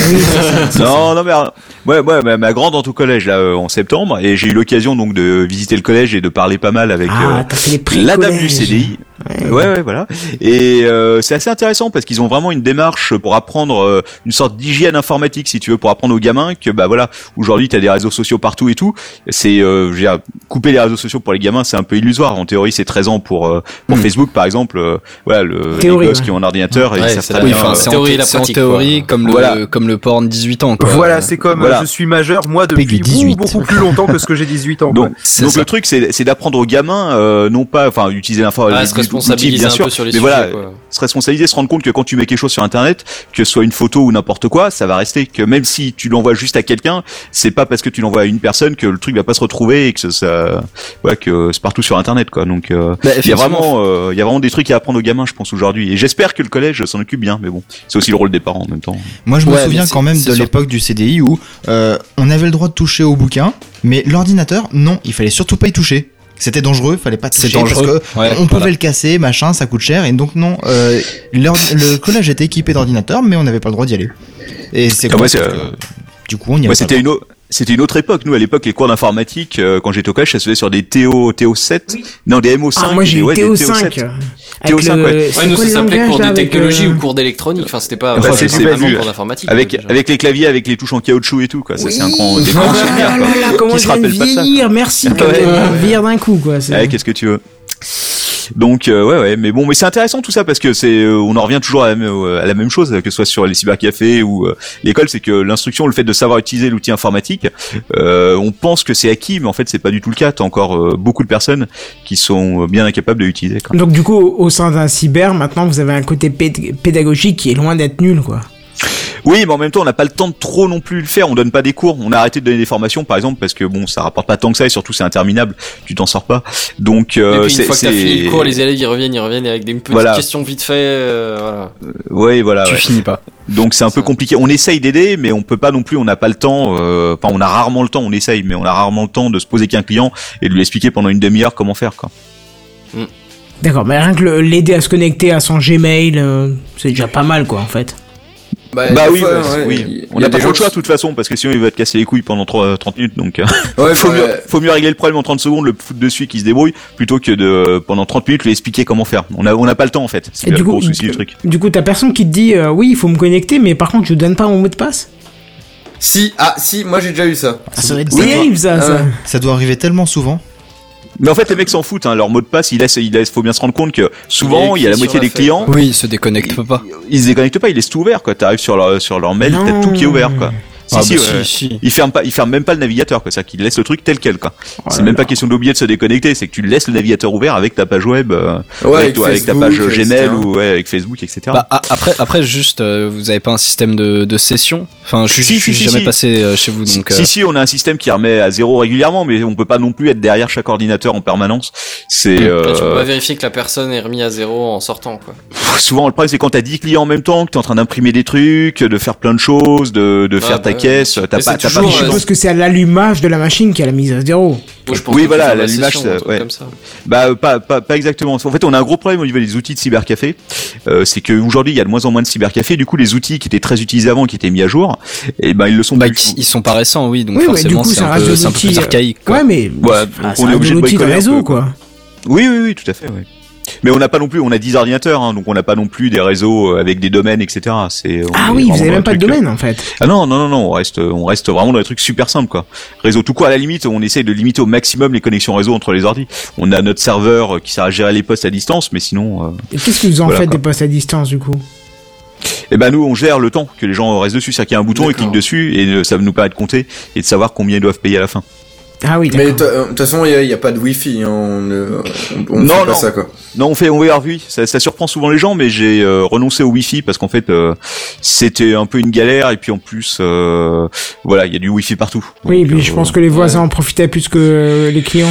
S11: non, non, mais euh, ouais, ouais, ma- ma grande entre au collège là euh, en septembre et j'ai eu l'occasion donc de visiter le collège et de parler pas mal avec
S2: Ah,
S11: euh,
S2: t'as fait les prix
S11: la dame du
S2: collège.
S11: CDI. Ouais, ouais, voilà. Et euh, c'est assez intéressant parce qu'ils ont vraiment une démarche pour apprendre euh, une sorte d'hygiène informatique, si tu veux, pour apprendre aux gamins que bah voilà, aujourd'hui t'as des réseaux sociaux partout et tout. C'est, euh, je veux dire, couper les réseaux sociaux pour les gamins, c'est un peu illusoire. En théorie, c'est 13 ans pour euh,
S1: Hmm.
S11: pour Facebook par exemple. Euh, voilà, le,
S1: Théorie,
S11: les gosses
S1: ouais.
S11: qui ont un ordinateur, et
S1: Ouais,
S11: ils savent
S1: c'est
S11: très
S1: la- oui,
S11: bien,
S1: enfin,
S11: euh,
S1: c'est en thé- c'est en théorie comme le
S11: Voilà.
S1: comme le porn 18 ans. quoi.
S7: Voilà,
S1: Euh,
S7: c'est comme euh,
S1: voilà.
S7: je suis majeur, moi, depuis beaucoup plus longtemps que ce que j'ai 18 ans.
S11: Donc,
S7: quoi.
S11: donc le truc, c'est c'est d'apprendre aux gamins, euh, non pas, enfin, utiliser l'information,
S6: Ah, se responsabiliser
S11: Oh, bien
S6: un
S11: sûr,
S6: peu sur les
S11: mais voilà,
S6: sujets, quoi.
S11: se responsabiliser, se rendre compte que quand tu mets quelque chose sur Internet, que ce soit une photo ou n'importe quoi, ça va rester. Que même si tu l'envoies juste à quelqu'un, c'est pas parce que tu l'envoies à une personne que le truc va pas se retrouver et que ça, ça- ouais, que c'est partout sur Internet, quoi. Donc, euh,
S1: Bah,
S11: il y a
S1: effectivement.
S11: vraiment, euh, il y a vraiment des trucs à apprendre aux gamins, je pense aujourd'hui. Et j'espère que le collège s'en occupe bien, mais bon, c'est aussi le rôle des parents en même temps.
S5: Moi, je me
S11: Ouais,
S5: souviens
S11: mais c'est-
S5: quand même
S11: c'est
S5: de
S11: sûr.
S5: l'époque du CDI où euh, on avait le droit de toucher au bouquin, mais l'ordinateur, non, il fallait surtout pas y toucher. C'était dangereux, fallait pas toucher
S11: C'est dangereux,
S5: parce que
S11: ouais,
S5: on pouvait
S11: voilà.
S5: le casser, machin, ça coûte cher et donc non. euh, l'ordi- le collège était équipé d'ordinateurs, mais on n'avait pas le droit d'y aller. Et c'est
S11: Ah,
S5: con,
S11: moi, c'est,
S5: parce que,
S11: euh,
S5: du coup on y
S11: Moi,
S5: allait.
S11: c'était
S5: pas.
S11: une, au- c'était une autre époque. Nous, à l'époque, les cours d'informatique, euh, quand j'étais au collège, ça se faisait sur des TO, TO7. Non, des MO5.
S2: Ah, moi, j'ai
S11: des-
S2: eu
S11: ouais, des
S2: TO5.
S11: TO7.
S2: Avec
S11: TO5,
S2: le-
S11: ouais.
S2: c'est
S6: Ouais, nous,
S2: quoi
S6: ça
S2: le
S6: s'appelait cours
S2: langage,
S6: de
S2: là, avec,
S6: technologie
S2: euh,
S6: ou cours d'électronique. Enfin, c'était pas
S11: Ah, bah, c'est-
S6: c'était
S11: c'est
S6: vraiment hein,
S11: vu.
S6: cours d'informatique.
S11: Avec, avec les claviers, avec les touches en caoutchouc et tout, quoi. Ça, c'est un grand, des
S2: Ah
S11: grands
S2: là
S11: souvenirs,
S2: là
S11: quoi.
S2: là, comment
S11: Qui
S2: je
S11: se
S2: viens de
S11: rappelle pas ça
S2: vieillir, merci,
S11: Ouais,
S2: comme on
S11: ouais. Ah
S2: vieillir d'un coup, quoi. c'est-
S11: Ouais, qu'est-ce que tu veux donc euh, ouais ouais mais bon mais c'est intéressant tout ça parce que c'est euh, on en revient toujours à la, même- euh, à la même chose que ce soit sur les cybercafés ou euh, l'école c'est que l'instruction le fait de savoir utiliser l'outil informatique euh, on pense que c'est acquis mais en fait c'est pas du tout le cas t'as encore euh, beaucoup de personnes qui sont euh, bien incapables de l'utiliser quoi.
S2: Donc, du coup, au au sein d'un cyber, maintenant, vous avez un côté péd- pédagogique qui est loin d'être nul, quoi.
S11: Oui, mais en même temps, on n'a pas le temps de trop non plus le faire. On donne pas des cours. On a arrêté de donner des formations, par exemple, parce que bon, ça rapporte pas tant que ça et surtout c'est interminable. Tu t'en sors pas. Donc,
S6: Et
S11: euh,
S6: puis, une
S11: c'est-
S6: fois que t'as
S11: c'est-
S6: fini le cours, les élèves, ils reviennent, ils reviennent avec des petites
S11: Voilà.
S6: questions vite fait. euh, voilà.
S11: Ouais, voilà.
S1: Tu
S11: ouais.
S1: finis pas.
S11: Donc c'est un peu compliqué. On essaye d'aider, mais on peut pas non plus. On n'a pas le temps. euh, Enfin, on a rarement le temps. On essaye, mais on a rarement le temps de se poser qu'un client et de lui expliquer pendant une demi-heure comment faire. Quoi.
S2: D'accord, mais rien que le- l'aider à se connecter à son Gmail, euh, c'est déjà pas mal, quoi, en fait.
S11: Bah,
S10: Euh, des
S11: oui,
S10: fois,
S11: bah, c'est-
S10: ouais, il y
S11: oui.
S10: a
S11: On n'a
S10: des
S11: pas trop
S10: gens
S11: le choix de
S10: qui-
S11: toute façon, parce que sinon il va te casser les couilles pendant 3, 30 minutes. Donc, euh,
S10: Ouais,
S11: faut,
S10: bah,
S11: mieux,
S10: ouais.
S11: faut mieux régler le problème en 30 secondes, le foutre dessus qui se débrouille, plutôt que de euh, pendant 30 minutes lui expliquer comment faire. On a on n'a pas le temps en fait. C'est
S2: Et
S11: le
S2: du coup,
S11: gros souci du truc.
S2: Du coup, t'as personne qui te dit, euh, oui, il faut me connecter, mais par contre, je donne pas mon mot de passe.
S10: Si, ah, si, moi j'ai déjà eu ça.
S2: Ça doit être
S10: Oui,
S2: terrible, ça,
S11: euh,
S10: ah
S2: ça.
S10: ouais.
S5: Ça doit arriver tellement souvent.
S11: Mais en fait, les mecs s'en foutent. Hein, leur mot de passe, il laisse, il laisse. Faut bien se rendre compte que souvent, il y a la moitié des clients,
S1: Oui, ils se déconnectent pas.
S11: ils se déconnectent pas, ils laissent tout ouvert. Quoi, t'arrives sur leur sur leur mail, t'as tout qui est ouvert. Quoi. Si,
S1: Ah
S11: si,
S1: bah
S11: ouais.
S1: si, si.
S11: Ils ferment pas, ils ferment même pas le navigateur. Quoi, c'est-à-dire qu'ils laissent le truc tel quel. Quoi. c'est même pas question d'oublier de se déconnecter. C'est que tu laisses le navigateur ouvert avec ta page web, euh,
S10: Ouais,
S11: avec,
S10: avec
S11: toi- avec ta
S10: Facebook,
S11: page euh,
S10: etc.
S11: Gmail ou ouais, avec Facebook, etc.
S1: Bah, a- après, après, juste, euh, vous avez pas un système de, de session Enfin, je suis
S11: Si,
S1: je suis
S11: si, si,
S1: jamais
S11: si.
S1: passé euh, chez vous, donc. euh,
S11: Si si, on a un système qui remet à zéro régulièrement, mais on peut pas non plus être derrière chaque ordinateur en permanence.
S1: Mmh.
S11: C'est
S6: Là, tu peux
S11: euh,
S6: pas vérifier que la personne est remise à zéro en sortant, quoi.
S11: souvent le problème c'est quand t'as 10 clients en même temps, que t'es en train d'imprimer des trucs, de faire plein de choses, de, de
S6: Ah,
S11: faire ta
S6: bah,
S11: caisse, t'as
S6: Mais
S11: pas,
S6: c'est
S11: t'as
S6: toujours,
S11: pas de
S2: Je
S1: euh,
S11: temps.
S2: suppose que c'est à l'allumage de la machine qui a la mise à zéro.
S6: Moi, je pense
S11: oui,
S6: que
S11: voilà,
S6: c'est dans la
S11: l'allumage,
S6: session, un
S11: ça-
S6: truc
S11: ouais.
S6: comme ça.
S11: Bah, euh, pas, pas, pas exactement. En fait, on a un gros problème au niveau des outils de cybercafé. Euh, c'est qu'aujourd'hui, il y a de moins en moins de cybercafé. Du coup, les outils qui étaient très utilisés avant, qui étaient mis à jour, et ben, ils le sont
S1: bah,
S11: plus.
S1: qui- ils sont pas récents, oui, donc
S2: oui, mais du
S1: forcément,
S2: coup,
S1: c'est
S2: ça
S1: un,
S2: reste
S1: peu-
S2: de
S1: c'est un peu plus
S2: l'outil. euh,
S1: archaïque. quoi.
S2: Ouais, mais.
S11: Ouais,
S2: ah,
S11: on
S2: ça
S11: est
S2: reste
S11: obligé de
S2: l'outil
S11: bricoler un
S2: réseau,
S11: peu,
S2: quoi.
S11: Oui, oui, oui, tout à fait. oui. Mais on n'a pas non plus, on a 10 ordinateurs, hein, donc on n'a pas non plus des réseaux euh, avec des domaines, etc. C'est, on
S2: Ah
S11: est
S2: oui,
S11: vraiment
S2: vous avez
S11: dans un
S2: même pas de
S11: truc, euh,
S2: domaine, en fait.
S11: Ah non, non, non, non, on reste, on reste vraiment dans des trucs super simples, quoi. Réseau tout court, à la limite, on essaye de limiter au maximum les connexions réseau entre les ordi. On a notre serveur euh, qui sert à gérer les postes à distance, mais sinon, euh,
S2: Et Qu'est-ce que vous en
S11: Voilà,
S2: faites
S11: quoi.
S2: des postes à distance, du coup
S11: eh ben, nous, on gère le temps que les gens restent dessus. C'est-à-dire qu'il y a un bouton, ils
S10: D'accord.
S11: cliquent dessus, et euh, ça nous permet de compter et de savoir combien ils doivent payer à la fin.
S2: Ah oui,
S10: Mais euh, de
S2: d'accord.
S10: toute façon, il n'y a, pas de wifi, hein, on ne on, on
S11: Non,
S10: fait
S11: non.
S10: pas ça quoi.
S11: Non, on fait, on va oui. Ça, ça surprend souvent les gens, mais j'ai euh, renoncé au Wi-Fi parce qu'en fait, euh, c'était un peu une galère, et puis en plus, euh, voilà, il y a du Wi-Fi partout.
S2: Oui, et
S11: Donc,
S2: puis
S11: euh,
S2: je pense que les voisins en profitaient plus que les euh, clients.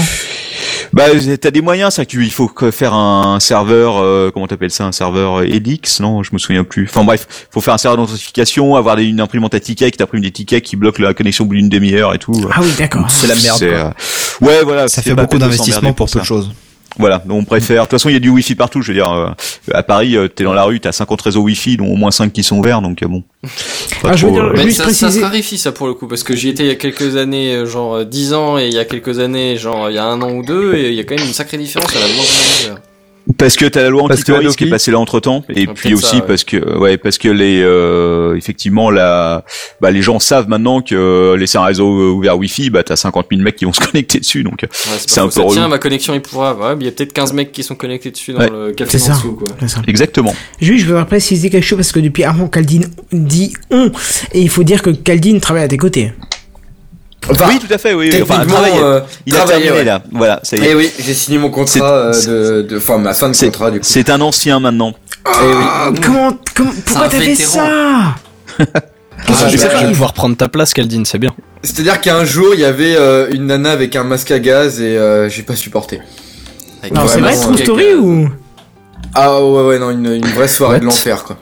S11: Bah, t'as des moyens, ça. Tu, il faut que faire un serveur, euh, comment t'appelles ça, un serveur Helix, non Je me souviens plus. Enfin bref, faut faire un serveur d'authentification, avoir des- une imprimante à tickets, qui t'imprime des tickets qui bloquent la connexion au bout d'une demi-heure et tout.
S2: Ah oui,
S5: Hein,
S2: d'accord.
S11: C'est la merde. Ouais, voilà.
S5: Ça
S11: c'est
S5: fait
S11: pas
S5: beaucoup
S11: la peine de
S5: d'investissement
S11: s'emmerder
S5: pour peu de
S11: ça.
S5: choses.
S11: Voilà, donc on préfère. De toute façon, il y a du Wi-Fi partout. Je veux dire, euh, à Paris, euh, t'es dans la rue, t'as 50 réseaux Wi-Fi, dont au moins 5 qui sont verts, donc euh, bon. Pas
S2: Ah, je veux
S11: trop,
S2: dire,
S11: euh,
S6: Mais
S2: Juste
S6: ça, ça se
S2: préciser-
S6: raréfie ça pour le coup parce que j'y étais il y a quelques années euh, genre euh, 10 ans et il y a quelques années genre il y a un an ou deux et il y a quand même une sacrée différence à la demande manager.
S11: Parce que t'as la loi
S7: Parce que
S11: antiterroriste qui est
S7: Adopi-
S11: passée là entre temps, et
S6: Ah,
S11: puis
S6: peut-être
S11: aussi
S6: ça, ouais.
S11: parce que ouais parce que les euh, effectivement la bah, les gens savent maintenant que euh, laisser un réseau ouvert Wi-Fi bah t'as 50 000 mecs qui vont se connecter dessus donc euh,
S6: Ouais,
S11: c'est un
S6: faux.
S11: peu
S6: ça,
S11: relou.
S6: Tiens, ma connexion est pourrave. Ouais, mais il y a peut-être 15 mecs qui sont connectés dessus dans
S11: Ouais.
S6: le café
S2: C'est
S6: en
S2: ça.
S6: dessous quoi.
S2: C'est ça.
S11: Exactement.
S2: Juste, je voudrais préciser quelque chose parce que depuis avant, Caldine dit on. Et il faut dire que Caldine travaille à tes côtés.
S10: Enfin,
S11: oui tout à fait oui. oui. Enfin,
S10: techniquement,
S11: travailler.
S10: euh,
S11: il a
S10: travailler,
S11: terminé
S10: ouais.
S11: là voilà ça y
S10: Eh
S11: est.
S10: oui, j'ai signé mon contrat
S11: C'est-
S10: euh, de, de, enfin ma fin de
S11: C'est-
S10: contrat du coup.
S11: C'est un ancien maintenant.
S10: Eh oui.
S2: Comment, comment, pourquoi
S6: un
S2: t'as fait
S6: vétéran.
S2: ça
S10: Ah,
S1: je
S10: bah,
S1: vais pouvoir prendre ta place, Kaldin, c'est bien.
S10: C'est-à-dire qu'un jour, il y avait euh, une nana avec un masque à gaz et euh, j'ai pas supporté.
S6: Avec
S2: Non, c'est vrai,
S10: vraiment,
S2: True
S10: euh,
S2: Story ou
S10: Ah ouais, ouais, non, une, une vraie soirée de
S1: What
S10: l'enfer quoi.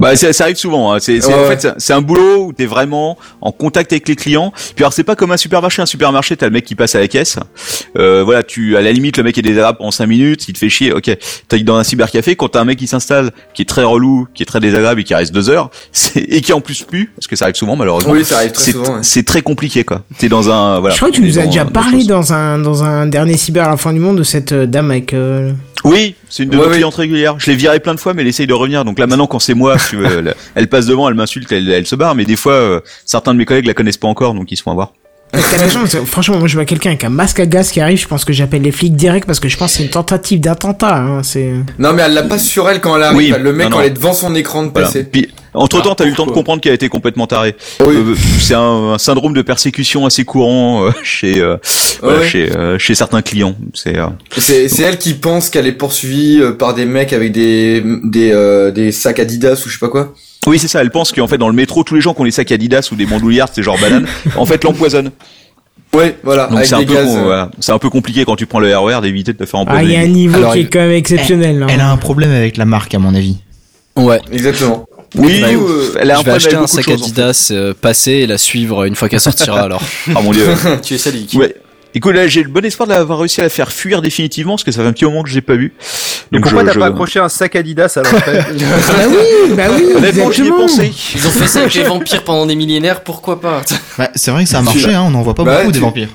S11: Bah ça, ça arrive souvent. hein. C'est c'est- en
S10: Ouais.
S11: fait c'est- c'est un boulot où t'es vraiment en contact avec les clients. Puis alors c'est pas comme un supermarché. Un supermarché t'as le mec qui passe à la caisse. Euh, voilà tu à la limite le mec il désagréable en 5 minutes, il te fait chier. Ok. T'es dans un cybercafé quand t'as un mec qui s'installe qui est très relou, qui est très désagréable et qui reste deux heures c'est- et qui en plus pue parce que ça arrive souvent malheureusement.
S10: Oui, ça arrive très
S11: C'est
S10: souvent. ouais.
S11: c'est très compliqué quoi. T'es dans un voilà.
S2: Je crois que tu
S11: t'es
S2: nous as
S11: dans-
S2: déjà
S11: dans
S2: parlé
S11: chose.
S2: dans un, dans un dernier cyber à la fin du monde de cette euh, dame avec. euh,
S11: Oui, c'est une de
S10: Ouais,
S11: nos
S10: oui.
S11: clientes régulières. Je l'ai virée plein de fois, mais elle essaye de revenir. Donc là, maintenant, quand c'est moi, si tu veux, elle, elle passe devant, elle m'insulte, elle, elle se barre. Mais des fois, euh, certains de mes collègues la connaissent pas encore, donc ils se font avoir.
S2: avec la chance, franchement, moi je vois quelqu'un avec un masque à gaz qui arrive, je pense que j'appelle les flics direct parce que je pense que c'est une tentative d'attentat. Hein, c'est.
S10: Non mais elle l'a pas sur elle quand elle arrive.
S11: Oui,
S10: le mec
S11: non,
S10: quand
S11: non.
S10: elle est devant son écran de
S11: Voilà.
S10: PC.
S11: Puis, entre temps,
S6: Ah,
S11: t'as eu le temps de
S6: pourquoi
S11: comprendre qu'elle a été complètement tarée.
S10: Oui.
S11: Euh, c'est un, un syndrome de persécution assez courant euh, chez euh, voilà,
S10: Ouais.
S11: chez euh, chez certains clients. C'est euh,
S10: C'est c'est elle qui pense qu'elle est poursuivie euh, par des mecs avec des des euh, des sacs Adidas ou je sais pas quoi.
S11: oui, c'est ça. Elle pense qu'en fait, dans le métro, tous les gens qui ont les sacs Adidas ou des bandoulières, c'est genre banane, en fait, l'empoisonnent.
S10: Ouais, voilà,
S11: Donc
S10: avec
S11: c'est un
S10: des
S11: peu
S10: gaz.
S11: con,
S10: euh,
S11: voilà. c'est un peu compliqué quand tu prends le RER d'éviter de te faire
S2: Ah, il y
S11: empoisonner.
S2: a un niveau
S5: Alors, Eh,
S2: qui est quand même exceptionnel.
S5: Elle
S2: hein.
S5: a un problème avec la marque, à mon avis.
S1: Ouais.
S10: Exactement.
S11: oui,
S1: Bah,
S11: euh, elle a un
S1: je vais
S11: problème
S1: acheter
S11: avec
S1: un
S11: beaucoup de
S1: sac
S11: choses. en fait.
S1: Adidas euh, passé et la suivre euh, une fois qu'elle sortira alors.
S11: Ah mon dieu.
S6: Tu es salique.
S11: Ouais. Écoute, là, j'ai le bon espoir d'avoir réussi à la faire fuir définitivement, parce que ça fait un petit moment que je l'ai pas vu.
S7: Mais
S11: Donc,
S7: pourquoi
S11: je-
S7: t'as
S11: je-
S7: pas accroché un sac Adidas alors
S2: Bah oui, bah oui,
S11: Honnêtement, j'y ai
S2: exactement.
S11: pensé.
S6: Ils ont fait ça avec les vampires pendant des millénaires, pourquoi pas
S5: Bah, c'est vrai que ça a marché, hein, on en voit pas
S10: Bah,
S5: beaucoup
S10: tu-
S5: des vampires.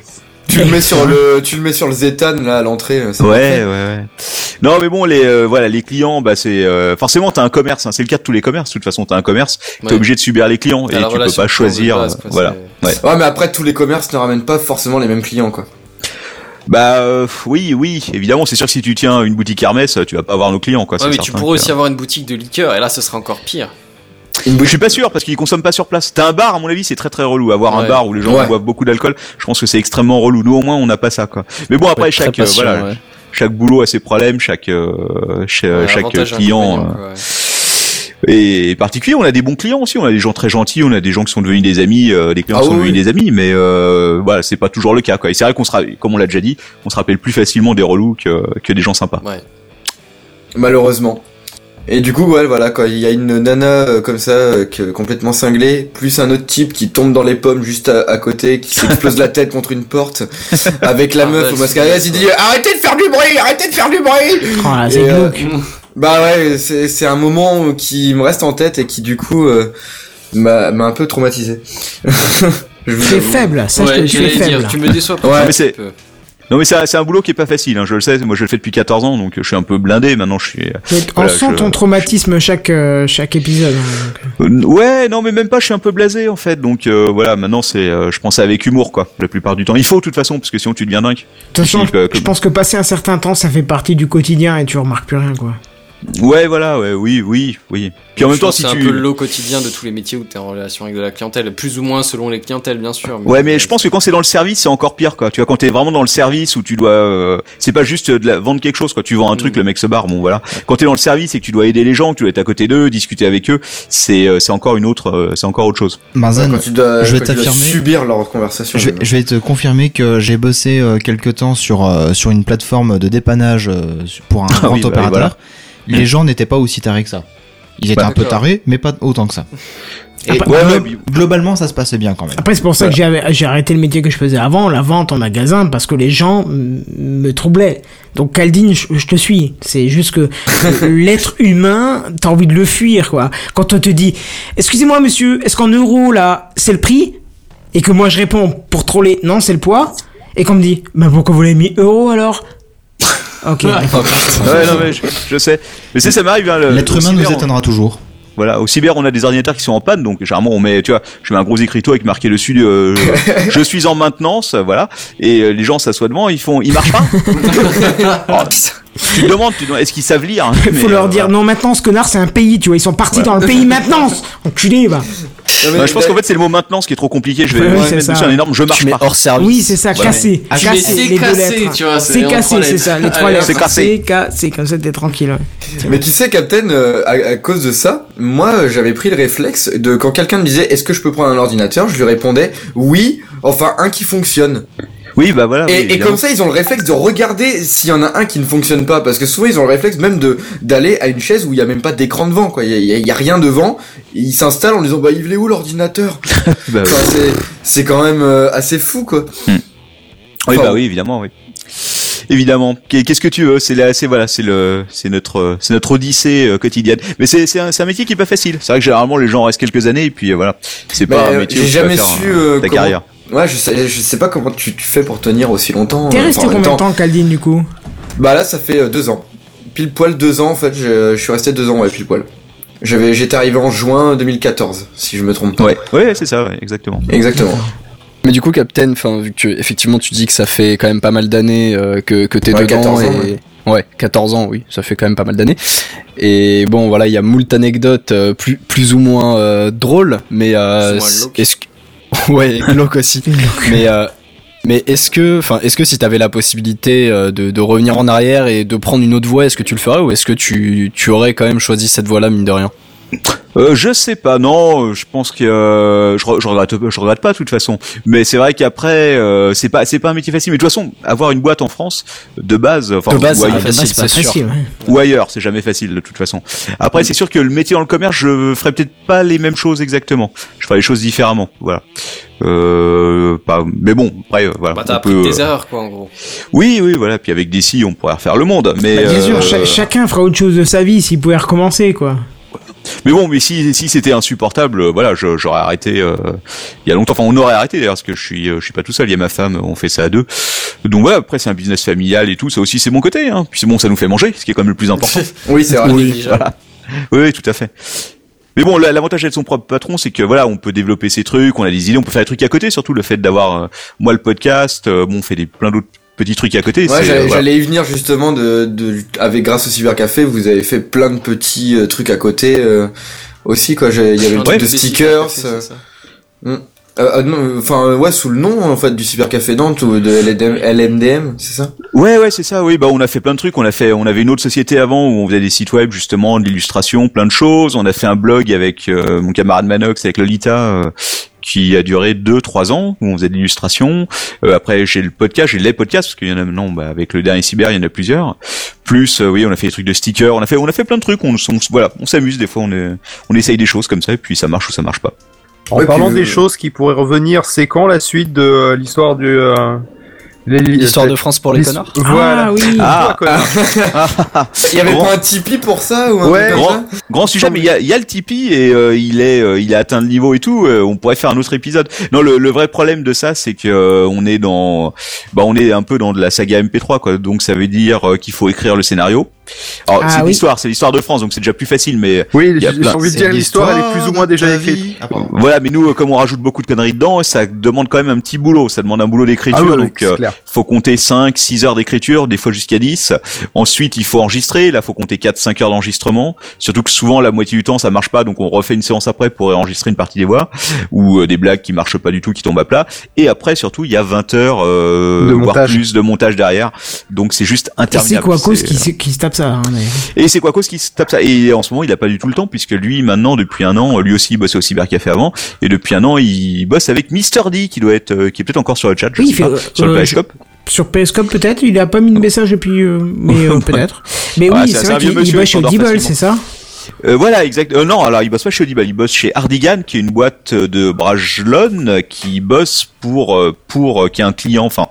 S10: Tu le mets sur le tu le mets sur le Zetan là à l'entrée. euh, c'est
S11: Ouais, ouais, ouais. Non, mais bon, les euh, voilà, les clients, bah c'est euh, forcément t'as un commerce, hein, c'est le cas de tous les commerces. De toute façon, t'as un commerce, t'es
S6: Ouais.
S11: obligé de subir les clients et
S6: T'as la
S11: tu peux
S6: relation
S11: pas choisir.
S6: de base, quoi,
S11: euh, voilà.
S6: c'est-
S10: Ouais, mais après, tous les commerces ne ramènent pas forcément les mêmes clients, quoi.
S11: Bah euh, oui, oui, évidemment, c'est sûr que si tu tiens une boutique Hermès, tu vas pas avoir nos clients, quoi.
S6: Ouais,
S11: c'est
S6: mais tu
S11: certain
S6: pourrais
S11: que-
S6: aussi avoir une boutique de liqueur et là ce sera encore pire.
S11: Je suis pas sûr parce qu'ils consomment pas sur place. T'as un bar, à mon avis, c'est très très relou. Avoir un
S6: Ouais.
S11: bar où les gens
S10: Ouais.
S11: boivent beaucoup d'alcool, je pense que c'est extrêmement relou. Nous, au moins, on n'a pas ça, quoi. Mais bon, après,
S1: Ouais, très
S11: chaque euh,
S1: patient,
S11: voilà,
S1: ouais.
S11: chaque boulot a ses problèmes, chaque euh, cha-
S6: Ouais,
S11: chaque
S6: avantage,
S11: client
S6: inconvénient, quoi, ouais.
S11: euh, est particulier. On a des bons clients aussi, on a des gens très gentils, on a des gens qui sont devenus des amis, euh, des clients
S10: Ah
S11: qui sont
S10: oui,
S11: devenus
S10: oui.
S11: des amis, mais euh, voilà, c'est pas toujours le cas, quoi. Et c'est vrai qu'on se, ra- comme on l'a déjà dit, on se rappelle plus facilement des relous que, que des gens sympas.
S10: Malheureusement. Et du coup, ouais, voilà, quoi. Il y a une nana euh, comme ça, euh, que- complètement cinglée, plus un autre type qui tombe dans les pommes juste à, à côté, qui s'explose la tête contre une porte, avec la
S6: Ah,
S10: meuf
S6: bah,
S10: au mascara.
S6: c'est-
S10: Il dit Arrêtez de faire du bruit, arrêtez de faire du bruit
S2: Oh là, c'est
S10: Et, euh,
S2: glauque.
S10: Bah ouais, c'est c'est un moment qui me reste en tête et qui, du coup, euh, m'a m'a un peu traumatisé. Je vous
S2: Tu es
S10: avoue.
S2: faible, sache
S6: Ouais,
S2: que tu es
S6: j'allais dire,
S2: faible.
S6: tu me déçois pas
S10: Ouais,
S6: un
S11: mais
S6: petit
S11: c'est-
S6: peu.
S11: Non, mais c'est un- c'est un boulot qui est pas facile, hein, je le sais. Moi, je le fais depuis 14 ans, donc je suis un peu blindé. Maintenant, je suis
S2: Donc,
S11: Voilà,
S2: on sent
S11: je-
S2: ton traumatisme chaque, euh, chaque épisode. hein, donc.
S11: Euh, Ouais, non, mais même pas. Je suis un peu blasé en fait. Donc euh, voilà, maintenant c'est, euh, je pense avec humour quoi. La plupart du temps, il faut de toute façon parce que sinon tu deviens dingue.
S2: De toute façon,
S6: bah,
S11: Philippe, euh,
S2: je
S11: que-
S2: pense que passer un certain temps, ça fait partie du quotidien et tu remarques plus rien, quoi.
S11: Ouais, voilà, ouais, oui, oui, oui. Puis en même temps, si
S6: c'est
S11: tu.
S6: un peu le lot quotidien de tous les métiers où tu es en relation avec de la clientèle, plus ou moins selon les clientèles, bien sûr. mais-
S11: Ouais, mais je pense que quand c'est dans le service, c'est encore pire, quoi. Tu vois, quand t'es vraiment dans le service où tu dois, euh, c'est pas juste de la, vendre quelque chose, quoi. Tu vends un
S6: Mm.
S11: truc, le mec se barre, bon voilà. Quand t'es dans le service et que tu dois aider les gens, que tu dois être à côté d'eux, discuter avec eux, c'est, euh, c'est encore une autre, euh, c'est encore autre chose.
S10: Marzen,
S11: Quand
S10: tu dois,
S11: je vais
S10: quand tu dois
S11: t'affirmer-
S10: subir leur conversation.
S11: Je vais-
S10: même.
S5: Je vais te confirmer que j'ai bossé euh, quelque temps sur euh, sur une plateforme de dépannage euh, pour un
S11: Ah
S5: grand
S11: oui, bah oui,
S5: opérateur.
S11: voilà.
S1: Mm.
S5: Les gens n'étaient pas aussi tarés que ça. Ils étaient
S11: Ouais.
S5: un peu
S11: D'accord.
S5: tarés, mais pas autant que ça. Et
S2: Après-
S5: Ah, glo- globalement, ça se passait bien quand même.
S2: Après, c'est pour
S11: Bah.
S2: ça que j'avais- j'ai arrêté le métier que je faisais avant, la vente en magasin, parce que les gens mm, me troublaient. Donc, Caldine, je, je te suis. C'est juste que euh, l'être humain, t'as envie de le fuir, quoi. Quand on te dit, excusez-moi, monsieur, est-ce qu'en euros, là, c'est le prix Et que moi, je réponds pour troller, non, c'est le poids. Et qu'on me dit, bah pourquoi vous l'avez mis euros alors Ok.
S11: ouais, non, mais je, je sais. Mais c'est, ça m'arrive.
S1: Ah, euh,
S11: hein, le-
S5: L'être
S11: au
S5: humain nous
S11: cyber, on-
S5: éteindra toujours.
S11: Voilà, au cyber, on a des ordinateurs qui sont en panne, donc généralement on met, tu vois, je mets un gros écriteau avec marqué dessus, euh, je suis en maintenance, voilà, et euh, les gens s'assoient devant, ils font, ils marchent pas. Oh, tu te demandes, tu te demandes, est-ce qu'ils savent lire
S2: Il faut
S11: Mais,
S2: leur
S11: euh,
S2: dire, non, maintenant, ce connard, c'est un pays, tu vois, ils sont partis dans
S11: Voilà.
S2: le pays maintenant Enculé, va
S11: Non, mais Bah, je pense qu'en fait c'est le mot maintenance qui est trop compliqué. Je vais
S2: Oui,
S11: je vais
S2: c'est
S11: mettre
S2: ça.
S11: dessus un énorme je marche
S1: mets
S11: pas.
S1: hors service.
S2: Oui, c'est ça,
S11: Ah Ouais.
S2: cassé.
S11: Ah, je
S2: cassé,
S11: l'ai-
S6: c'est
S2: les deux
S6: cassé,
S2: lettres.
S6: tu vois, c'est
S2: C'est
S6: en
S2: cassé,
S6: trois
S2: c'est
S6: lettres.
S2: ça, les trois
S6: Allez,
S2: lettres.
S6: c'est cassé.
S2: C'est cassé, comme ça t'es tranquille. ouais.
S10: Mais tu sais, Captain, euh, à, à cause de ça, moi, euh, j'avais pris le réflexe de quand quelqu'un me disait Est-ce que je peux prendre un ordinateur Je lui répondais Oui, enfin un qui fonctionne.
S11: Oui, bah voilà. oui,
S10: Et- et,
S11: évidemment.
S10: comme ça, ils ont le réflexe de regarder s'il y en a un qui ne fonctionne pas, parce que souvent ils ont le réflexe même de d'aller à une chaise où il y a même pas d'écran devant, quoi. Il y a- il y, a- il y a rien devant. Et Ils s'installent en disant bah il est où l'ordinateur
S11: Bah oui.
S10: Enfin, c'est- C'est quand même euh, assez fou, quoi.
S11: Oui,
S10: Enfin,
S11: bah oui, évidemment, oui. Évidemment. Qu'est- Qu'est-ce que tu veux C'est la- c'est voilà, c'est le, c'est notre, euh, c'est notre odyssée euh, quotidienne. Mais c'est, c'est un, c'est un métier qui est pas facile. C'est vrai que généralement les gens restent quelques années et puis euh, voilà, c'est
S10: bah,
S11: pas un
S10: euh,
S11: métier. où
S10: J'ai
S11: tu vas
S10: jamais
S11: faire,
S10: su
S11: euh,
S10: euh,
S11: ta
S10: comment-
S11: carrière.
S10: Ouais, je sais, je sais pas comment tu, tu fais pour tenir aussi longtemps.
S2: T'es
S10: euh,
S2: resté
S10: enfin, en même
S2: combien de
S10: temps.
S2: temps, Caldine, du coup
S10: Bah là, ça fait euh, deux ans. Pile poil deux ans, en fait, je, je suis resté deux ans, ouais, pile poil. J'avais, j'étais arrivé en juin 2014, si je me trompe pas.
S11: Ouais, ouais, c'est ça, ouais, exactement.
S10: Exactement.
S1: Mais du coup, Captain, enfin, vu que tu- effectivement tu dis que ça fait quand même pas mal d'années euh, que, que t'es
S10: Ouais,
S1: dedans
S10: 14 ans,
S1: et ouais, 14 ans, oui, ça fait quand même pas mal d'années. Et bon, voilà, il y a moult anecdotes euh, plus plus ou moins euh, drôles, mais euh,
S6: Plus ou moins
S1: est-ce
S6: glauques.
S1: que- ouais, glauque aussi. mais euh, mais est-ce que, enfin, est-ce que si t'avais la possibilité euh, de, de revenir en arrière et de prendre une autre voie, est-ce que tu le ferais ou est-ce que tu tu aurais quand même choisi cette voie-là mine de rien?
S11: Euh, je sais pas, non. euh, Je pense que euh, je, re- je regrette, je regrette pas de toute façon. Mais c'est vrai qu'après, euh, c'est pas, c'est pas un métier facile. Mais de toute façon, avoir une boîte en France de base, enfin,
S1: De base,
S11: ou
S1: c'est
S11: ailleurs-
S1: pas facile,
S2: c'est pas
S1: c'est sûr.
S2: facile, ouais.
S11: ou ailleurs, c'est jamais facile de toute façon. Après, c'est sûr que le métier dans le commerce, je ferais peut-être pas les mêmes choses exactement. Je ferais les choses différemment, voilà. Euh, pas- mais bon, après, euh, voilà.
S6: Bah,
S11: on
S6: t'as appris de
S11: peut,
S6: tes
S11: euh,
S6: erreurs, quoi, en gros.
S11: Oui, oui, voilà. Puis avec des si, on pourrait refaire le monde. Mais
S2: Bah, Bien sûr,
S11: euh,
S2: cha- chacun fera autre chose de sa vie s'il pouvait recommencer, quoi.
S11: Mais bon, mais si, si c'était insupportable, euh, voilà, je- j'aurais arrêté euh, il y a longtemps. Enfin, on aurait arrêté d'ailleurs, parce que je suis, euh, je suis pas tout seul. Il y a ma femme, on fait ça à deux. Donc voilà, après c'est un business familial et tout. Ça aussi, c'est mon côté. Hein. Puis c'est bon, ça nous fait manger, ce qui est quand même le plus important.
S10: Oui, c'est vrai.
S11: Voilà. Oui, oui, tout à fait. Mais bon, la- l'avantage d'être son propre patron, c'est que voilà, on peut développer ses trucs, on a des idées, on peut faire des trucs à côté. Surtout le fait d'avoir euh, moi le podcast, euh, bon, on fait des plein d'autres petits trucs à côté.
S10: Ouais,
S11: c'est, euh,
S10: j'allais,
S11: voilà.
S10: j'allais y venir justement de, de, avec grâce au cybercafé, vous avez fait plein de petits euh, trucs à côté euh, aussi, quoi. J'ai- Il y avait le
S11: Ouais.
S10: truc de stickers. euh, euh, euh, non, Enfin, euh, ouais, sous le nom en fait du cybercafé Nantes ou de LDM, LMDM, c'est ça
S11: Ouais, ouais, c'est ça. Oui, bah on a fait plein de trucs. On a fait, on avait une autre société avant où on faisait des sites web justement, de l'illustration, plein de choses. On a fait un blog avec euh, mon camarade Manox, avec Lolita, euh, qui a duré deux, trois ans où on faisait de l'illustration. Euh, après, j'ai le podcast, j'ai les podcasts parce qu'il y en a maintenant. Bah, avec le dernier cyber, il y en a plusieurs. Plus, euh, oui, on a fait des trucs de stickers. On a fait, on a fait plein de trucs. On, s- on s- voilà, on s'amuse des fois. On, est- on essaye des choses comme ça, et puis ça marche ou ça marche pas.
S7: En
S10: Ouais,
S7: parlant
S10: puis,
S7: des
S10: euh,
S7: choses qui pourraient revenir, c'est quand la suite de euh, l'histoire du. euh, les-
S1: L'histoire de France pour les
S7: l'his-
S1: connards.
S7: Voilà.
S2: Ah oui
S11: Ah,
S7: connard.
S10: Il y avait
S11: Grand-
S10: pas un Tipeee pour ça ou un
S7: Ouais.
S10: truc comme ça
S11: Grand, grand sujet, mais il y a, il y a le Tipeee et euh, il est, euh, il a atteint le niveau et tout. euh, on pourrait faire un autre épisode. Non, le, le vrai problème de ça, c'est que euh, on est dans, bah, on est un peu dans de la saga MP3 quoi. Donc ça veut dire euh, qu'il faut écrire le scénario. Alors,
S2: Ah
S11: c'est
S2: oui.
S11: l'histoire, c'est l'histoire de France, donc c'est déjà plus facile, mais.
S7: Oui,
S11: il y a
S7: j'ai
S11: plein-
S7: envie de
S11: c'est
S7: dire l'histoire, elle est plus ou moins
S5: Ah,
S7: déjà écrite.
S1: Ah,
S11: Voilà, mais nous, euh, comme on rajoute beaucoup de conneries dedans, ça demande quand même un petit boulot. Ça demande un boulot d'écriture,
S7: Ah ouais, ouais,
S11: donc
S7: c'est
S11: euh,
S7: clair.
S11: faut compter 5, 6 heures d'écriture, des fois jusqu'à 10. Ensuite, il faut enregistrer. Là, faut compter 4, 5 heures d'enregistrement. Surtout que souvent, la moitié du temps, ça marche pas, donc on refait une séance après pour enregistrer une partie des voix ou euh, des blagues qui marchent pas du tout, qui tombent à plat. Et après, surtout, il y a 20 heures, euh,
S7: De
S11: voire
S7: montage.
S11: plus de montage derrière. Donc c'est juste
S2: Et C'est
S11: interminable.
S2: quoi cause
S11: C'est- euh,
S2: qui, se- qui se tape ça hein, d'ailleurs.
S11: et c'est Quacos qui se tape ça. Et en ce moment, il a pas du tout le temps puisque lui, maintenant, depuis un an, lui aussi, il bossait au cybercafé avant. Et depuis un an, il bosse avec Mister D, qui doit être, euh, qui est peut-être encore sur le chat, je
S2: Oui,
S11: sais
S2: il fait,
S11: pas,
S2: euh,
S11: Ah, sur le
S2: euh,
S11: Periscope.
S2: Sur Periscope peut-être, il a pas mis de message depuis, euh, mais euh, peut-être. Mais
S11: Ouais,
S2: oui,
S11: Ah, c'est-
S2: c'est
S11: c'est un
S2: vrai
S11: vieux
S2: qu'il
S11: monsieur,
S2: il
S11: il
S2: va chez
S11: s'endort
S2: Audible,
S11: facilement.
S2: c'est ça
S11: Euh, voilà, exact. Euh, non, alors il bosse pas chez Audible, il bosse chez Hardigan, qui est une boîte euh, de Bragelonne euh, qui bosse pour euh, pour euh, qui est un client. Enfin,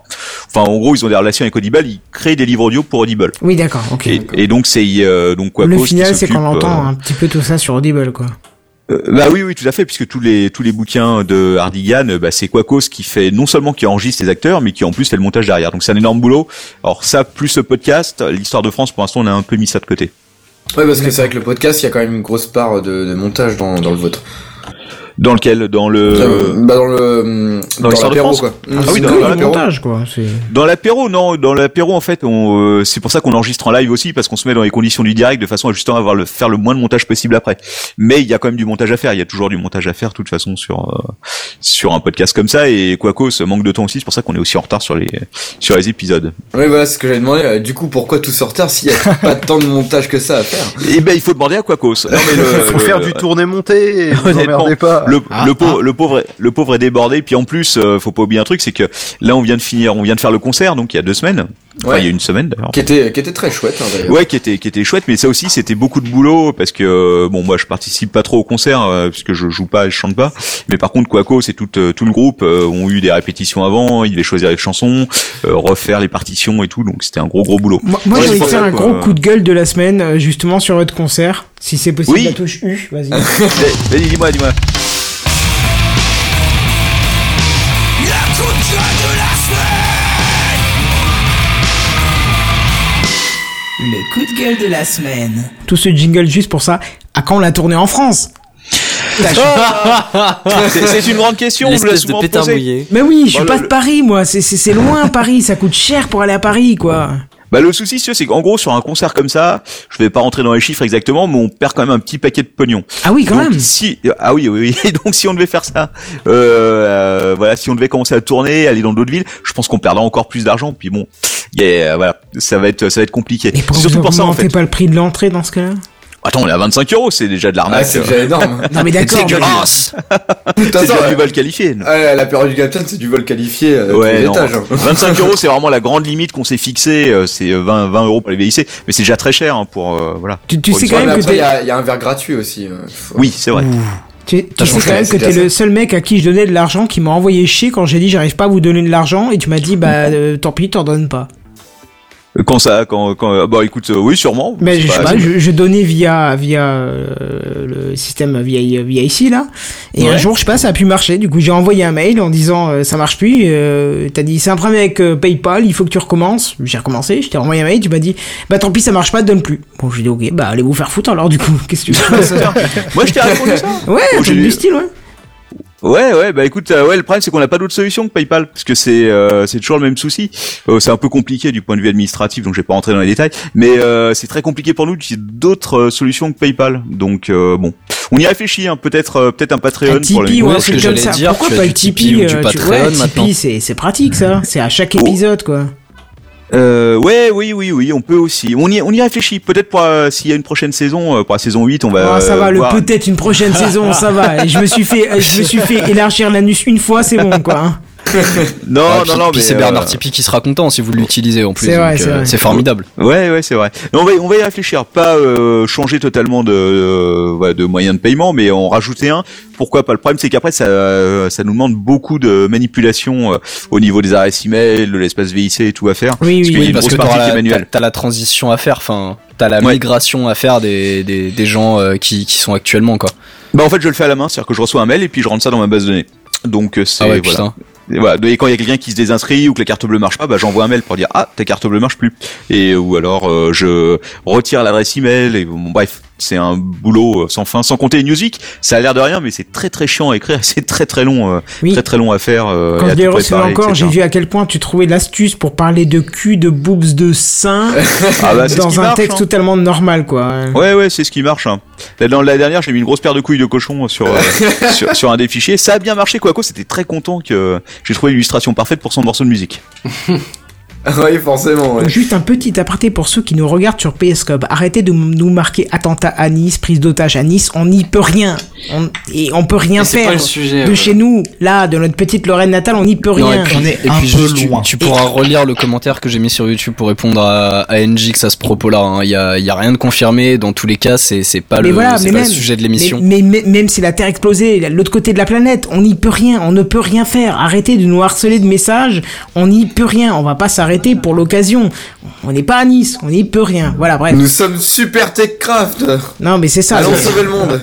S11: enfin, en gros, ils ont des relations avec Audible. Ils créent des livres audio pour Audible.
S2: Oui, d'accord, ok.
S11: Et, et donc c'est euh, donc Quacos
S2: le
S11: qui
S2: final, c'est qu'on hein.
S11: s'occupe,
S2: entend
S11: euh,
S2: un petit peu tout ça sur Audible, quoi.
S11: Euh, bah oui, oui, tout à fait, puisque tous les tous les bouquins de Hardigan, euh, bah, c'est Quacos qui fait non seulement qui enregistre les acteurs, mais qui en plus fait le montage derrière. Donc c'est un énorme boulot. Alors ça, plus le podcast, l'histoire de France, pour l'instant, on a un peu mis ça de côté.
S10: Ouais, parce que c'est vrai que le podcast, il y a quand même une grosse part de, de montage dans, dans le vôtre.
S11: Dans lequel, dans le
S10: Euh, bah dans le
S11: dans l'histoire de
S10: l'apéro,
S11: France
S10: quoi. Mmh.
S11: Ah oui,
S2: C'est
S11: dans
S2: cool, le
S11: l'apéro.
S2: montage, quoi. c'est-
S11: Dans l'apéro, non, dans l'apéro en fait, on, euh, c'est pour ça qu'on enregistre en live aussi parce qu'on se met dans les conditions du direct de façon à justement avoir le faire le moins de montage possible après. Mais il y a quand même du montage à faire, il y a toujours du montage à faire de toute façon sur euh, sur un podcast comme ça et Quacos manque de temps aussi, c'est pour ça qu'on est aussi en retard sur les sur les épisodes.
S10: Ouais, voilà c'est ce que j'avais demandé. euh, Du coup, pourquoi tout ce retard s'il y a pas tant de montage que ça à faire
S11: Eh ben, il faut demander à Quacos. Non, mais le-
S7: euh, Faut faire
S11: le-
S7: du Ah, tourné-monté, et vous
S11: Honnêtement,
S7: emmerdez pas.
S11: Le, le, pauvre, le pauvre, le pauvre est débordé. Puis en plus, euh, faut pas oublier un truc, c'est que là, on vient de finir, on vient de faire le concert, donc il y a deux semaines, enfin
S10: Ouais.
S11: il y a une semaine d'ailleurs.
S10: Qui était, qui était très chouette, hein, d'ailleurs.
S11: Ouais, qui était qui était chouette, mais ça aussi c'était beaucoup de boulot parce que euh, bon moi je participe pas trop au concert euh, puisque je joue pas, et je chante pas. Mais par contre Quaco, c'est tout euh, tout le groupe euh, ont eu des répétitions avant, ils devaient choisir les chansons, euh, refaire les partitions et tout, donc c'était un gros gros boulot.
S2: Moi, moi
S11: Ouais,
S2: j'ai
S11: c'est
S2: envie de
S11: pour
S2: faire
S11: ça,
S2: un
S11: quoi.
S2: gros coup de gueule de la semaine, euh, justement, sur votre concert. Si c'est possible,
S11: Oui.
S2: la touche U, vas-y.
S11: Vas-y, dis-moi, dis-moi.
S2: Le coup de gueule de la semaine. Tout ce jingle juste pour ça. À quand la tournée en France
S11: C'est c'est une grande question, je vous la
S6: L'espèce de
S11: souvent
S6: pétard
S11: posée.
S6: mouillé.
S2: Mais oui, je suis
S11: Bon,
S2: pas
S11: le-
S2: de Paris, moi. C'est- C'est c'est loin, Paris. Ça coûte cher pour aller à Paris, quoi.
S11: Bah le souci c'est c'est qu'en gros sur un concert comme ça, je vais pas rentrer dans les chiffres exactement, mais on perd quand même un petit paquet de pognon.
S2: Ah oui, quand
S11: Donc,
S2: même.
S11: Si ah oui oui oui. Et donc si on devait faire ça, euh, euh, voilà, si on devait commencer à tourner, aller dans d'autres villes, je pense qu'on perdra encore plus d'argent. Puis bon, il y a- euh, voilà, ça va être ça va être compliqué.
S2: Mais
S11: C'est
S2: pourquoi
S11: surtout
S2: vous
S11: pour ça en
S2: augmentez
S11: fait.
S2: pas le prix de l'entrée dans ce cas-là
S11: Attends, on est à 25 euros, c'est déjà de
S10: Ah,
S11: l'arnaque.
S10: c'est déjà énorme. hein.
S2: Non, mais d'accord.
S10: C'est
S11: dégueulasse.
S10: Putain,
S11: C'est
S10: ça,
S11: déjà
S10: ouais.
S11: du vol qualifié. non
S10: Ouais, la période du Captain, c'est du vol qualifié euh, tous les
S11: non.
S10: étages. hein.
S11: 25 euros, c'est vraiment la grande limite qu'on s'est fixée. euh, C'est 20, 20 euros pour les VIC, mais c'est déjà très cher hein, pour euh, voilà.
S2: Tu- tu
S11: Pour
S2: sais
S11: une
S2: quand
S10: Ouais,
S2: même
S10: mais
S2: que
S10: après,
S2: t'es-
S10: il y, a- il y a un verre gratuit aussi. euh.
S11: Oui, c'est vrai.
S2: Tu, tu sais
S10: change
S2: quand
S10: rien,
S2: même
S10: c'est
S2: que
S10: déjà
S2: t'es
S10: ça.
S2: le seul mec à qui je donnais de l'argent qui m'a envoyé chier quand j'ai dit j'arrive pas à vous donner de l'argent et tu m'as dit bah euh, tant pis t'en donnes pas.
S11: Quand ça, quand, quand, bah écoute, euh, oui, sûrement.
S2: Mais
S11: C'est
S2: je sais
S11: pas-
S2: pas, je, je donnais via via euh, le système via via ici là et un
S11: Ouais.
S2: jour je sais pas ça a pu marcher du coup j'ai envoyé un mail en disant euh, ça marche plus euh, t'as dit c'est un problème avec euh, PayPal il faut que tu recommences j'ai recommencé je t'ai envoyé un mail tu m'as dit bah tant pis ça marche pas donne plus bon j'ai dit ok bah allez vous faire foutre alors du coup qu'est-ce que tu veux
S11: Moi, je t'ai raconté ça.
S2: ouais un
S11: Bon,
S2: truc
S11: j'ai-
S2: du style ouais
S11: Ouais, ouais, bah écoute, euh, ouais, le problème c'est qu'on n'a pas d'autre solution que PayPal, parce que c'est euh, c'est toujours le même souci. Euh, c'est un peu compliqué du point de vue administratif, donc je vais pas rentrer dans les détails, mais euh, c'est très compliqué pour nous d'utiliser d'autres euh, solutions que PayPal. Donc euh, bon, on y réfléchit, hein, peut-être euh, peut-être un Patreon
S2: Un
S11: pour
S2: Tipeee
S11: le-
S2: ou un
S6: Ouais, ce
S2: truc
S6: que
S2: comme
S6: j'allais
S2: ça.
S6: dire,
S2: Pourquoi
S6: tu as
S2: pas
S6: du
S2: le
S6: Tipeee
S2: Tipeee
S6: ou du
S2: euh, tu-
S6: Patreon
S2: ouais,
S6: maintenant.
S2: Tipeee, c'est c'est pratique ça. C'est à chaque épisode quoi.
S11: Euh, ouais, oui, oui, oui, on peut aussi. On y on y réfléchit. Peut-être pour euh, s'il y a une prochaine saison, euh, pour la saison 8, on va.
S2: Ah, ça va,
S11: euh,
S2: le
S11: voir-
S2: peut-être une prochaine saison, ça va. Et Je me suis fait, euh, je me suis fait élargir l'anus une fois, c'est bon quoi. hein.
S11: Non,
S1: Ah,
S11: non,
S1: puis-
S11: non,
S1: puis
S11: mais,
S1: c'est Bernard
S11: euh,
S1: Tipeee qui sera content si vous l'utilisez en plus.
S2: C'est vrai,
S1: donc,
S2: c'est
S1: euh,
S2: vrai.
S1: C'est formidable.
S11: Ouais, ouais, c'est vrai. Mais on va, on va y réfléchir. Pas euh, changer totalement de, euh, voilà, de moyen de paiement, mais en rajouter un. Pourquoi pas Le problème, c'est qu'après, ça, euh, ça nous demande beaucoup de manipulations euh, au niveau des adresses email, de l'espace VIC et tout à faire.
S2: Oui, oui,
S11: qu'il y a
S2: oui.
S11: une
S1: parce que
S11: grosse
S1: t'auras
S11: partie qui
S1: la-
S11: est
S1: t'as
S11: manuelle.
S1: t'as la transition à faire, enfin, t'as la
S11: Ouais.
S1: migration à faire des, des, des gens euh, qui, qui sont actuellement, quoi.
S11: Bah, en fait, je le fais à la main, c'est-à-dire que je reçois un mail et puis je rentre ça dans ma base de données. Donc, euh, c'est
S1: Ah ouais,
S11: voilà.
S1: putain.
S11: Et voilà. Et quand il y a quelqu'un qui se désinscrit ou que la carte bleue marche pas, bah j'envoie un mail pour dire ah ta carte bleue marche plus. Et ou alors euh, je retire l'adresse email et bon, bref, c'est un boulot euh, sans fin. Sans compter les Newsweek, ça a l'air de rien, mais c'est très très chiant à écrire, c'est très très long, euh,
S2: Oui.
S11: très très long à faire. euh,
S2: Quand
S11: et à
S2: je l'ai
S11: tout
S2: reçu
S11: préparer,
S2: encore, j'ai
S11: etc.
S2: vu à quel point tu trouvais l'astuce pour parler de cul, de boobs, de seins
S11: Ah bah, c'est ce
S2: dans
S11: qui
S2: un
S11: marche,
S2: texte
S11: hein.
S2: totalement normal, quoi.
S11: Ouais ouais c'est ce qui marche. Hein. Là, dans la dernière j'ai mis une grosse paire de couilles de cochon sur, euh, sur sur un des fichiers. Ça a bien marché quoi quoi. C'était très content que j'ai trouvé l'illustration parfaite pour son morceau de musique.
S10: oui, forcément. ouais.
S2: Juste un petit aparté pour ceux qui nous regardent sur PSCOB. Arrêtez de m- nous marquer attentat à Nice, prise d'otage à Nice. On n'y peut rien. On, et on peut rien
S6: Et c'est
S2: faire.
S6: pas le sujet,
S2: de
S6: ouais.
S2: chez nous, là, de notre petite Lorraine natale, on n'y peut
S1: Non,
S2: rien.
S1: et puis, et puis juste, tu- Tu, pourras relire le commentaire que j'ai mis sur YouTube pour répondre à, à NGX à ce propos-là. hein. Il y, a, il y a rien de confirmé. Dans tous les cas, c'est c'est pas,
S2: mais
S1: le,
S2: voilà,
S1: c'est
S2: mais
S1: pas
S2: même,
S1: le sujet de l'émission.
S2: Mais, mais- mais- même si la Terre explosait, l'autre côté de la planète, on n'y peut rien, on ne peut rien faire. Arrêtez de nous harceler de messages, on n'y peut rien, on va pas s'arrêter pour l'occasion. On n'est pas à Nice, on n'y peut rien. Voilà, bref.
S10: Nous sommes super Techcraft.
S2: Non, mais c'est ça.
S10: Allons
S2: mais-
S10: sauver le monde.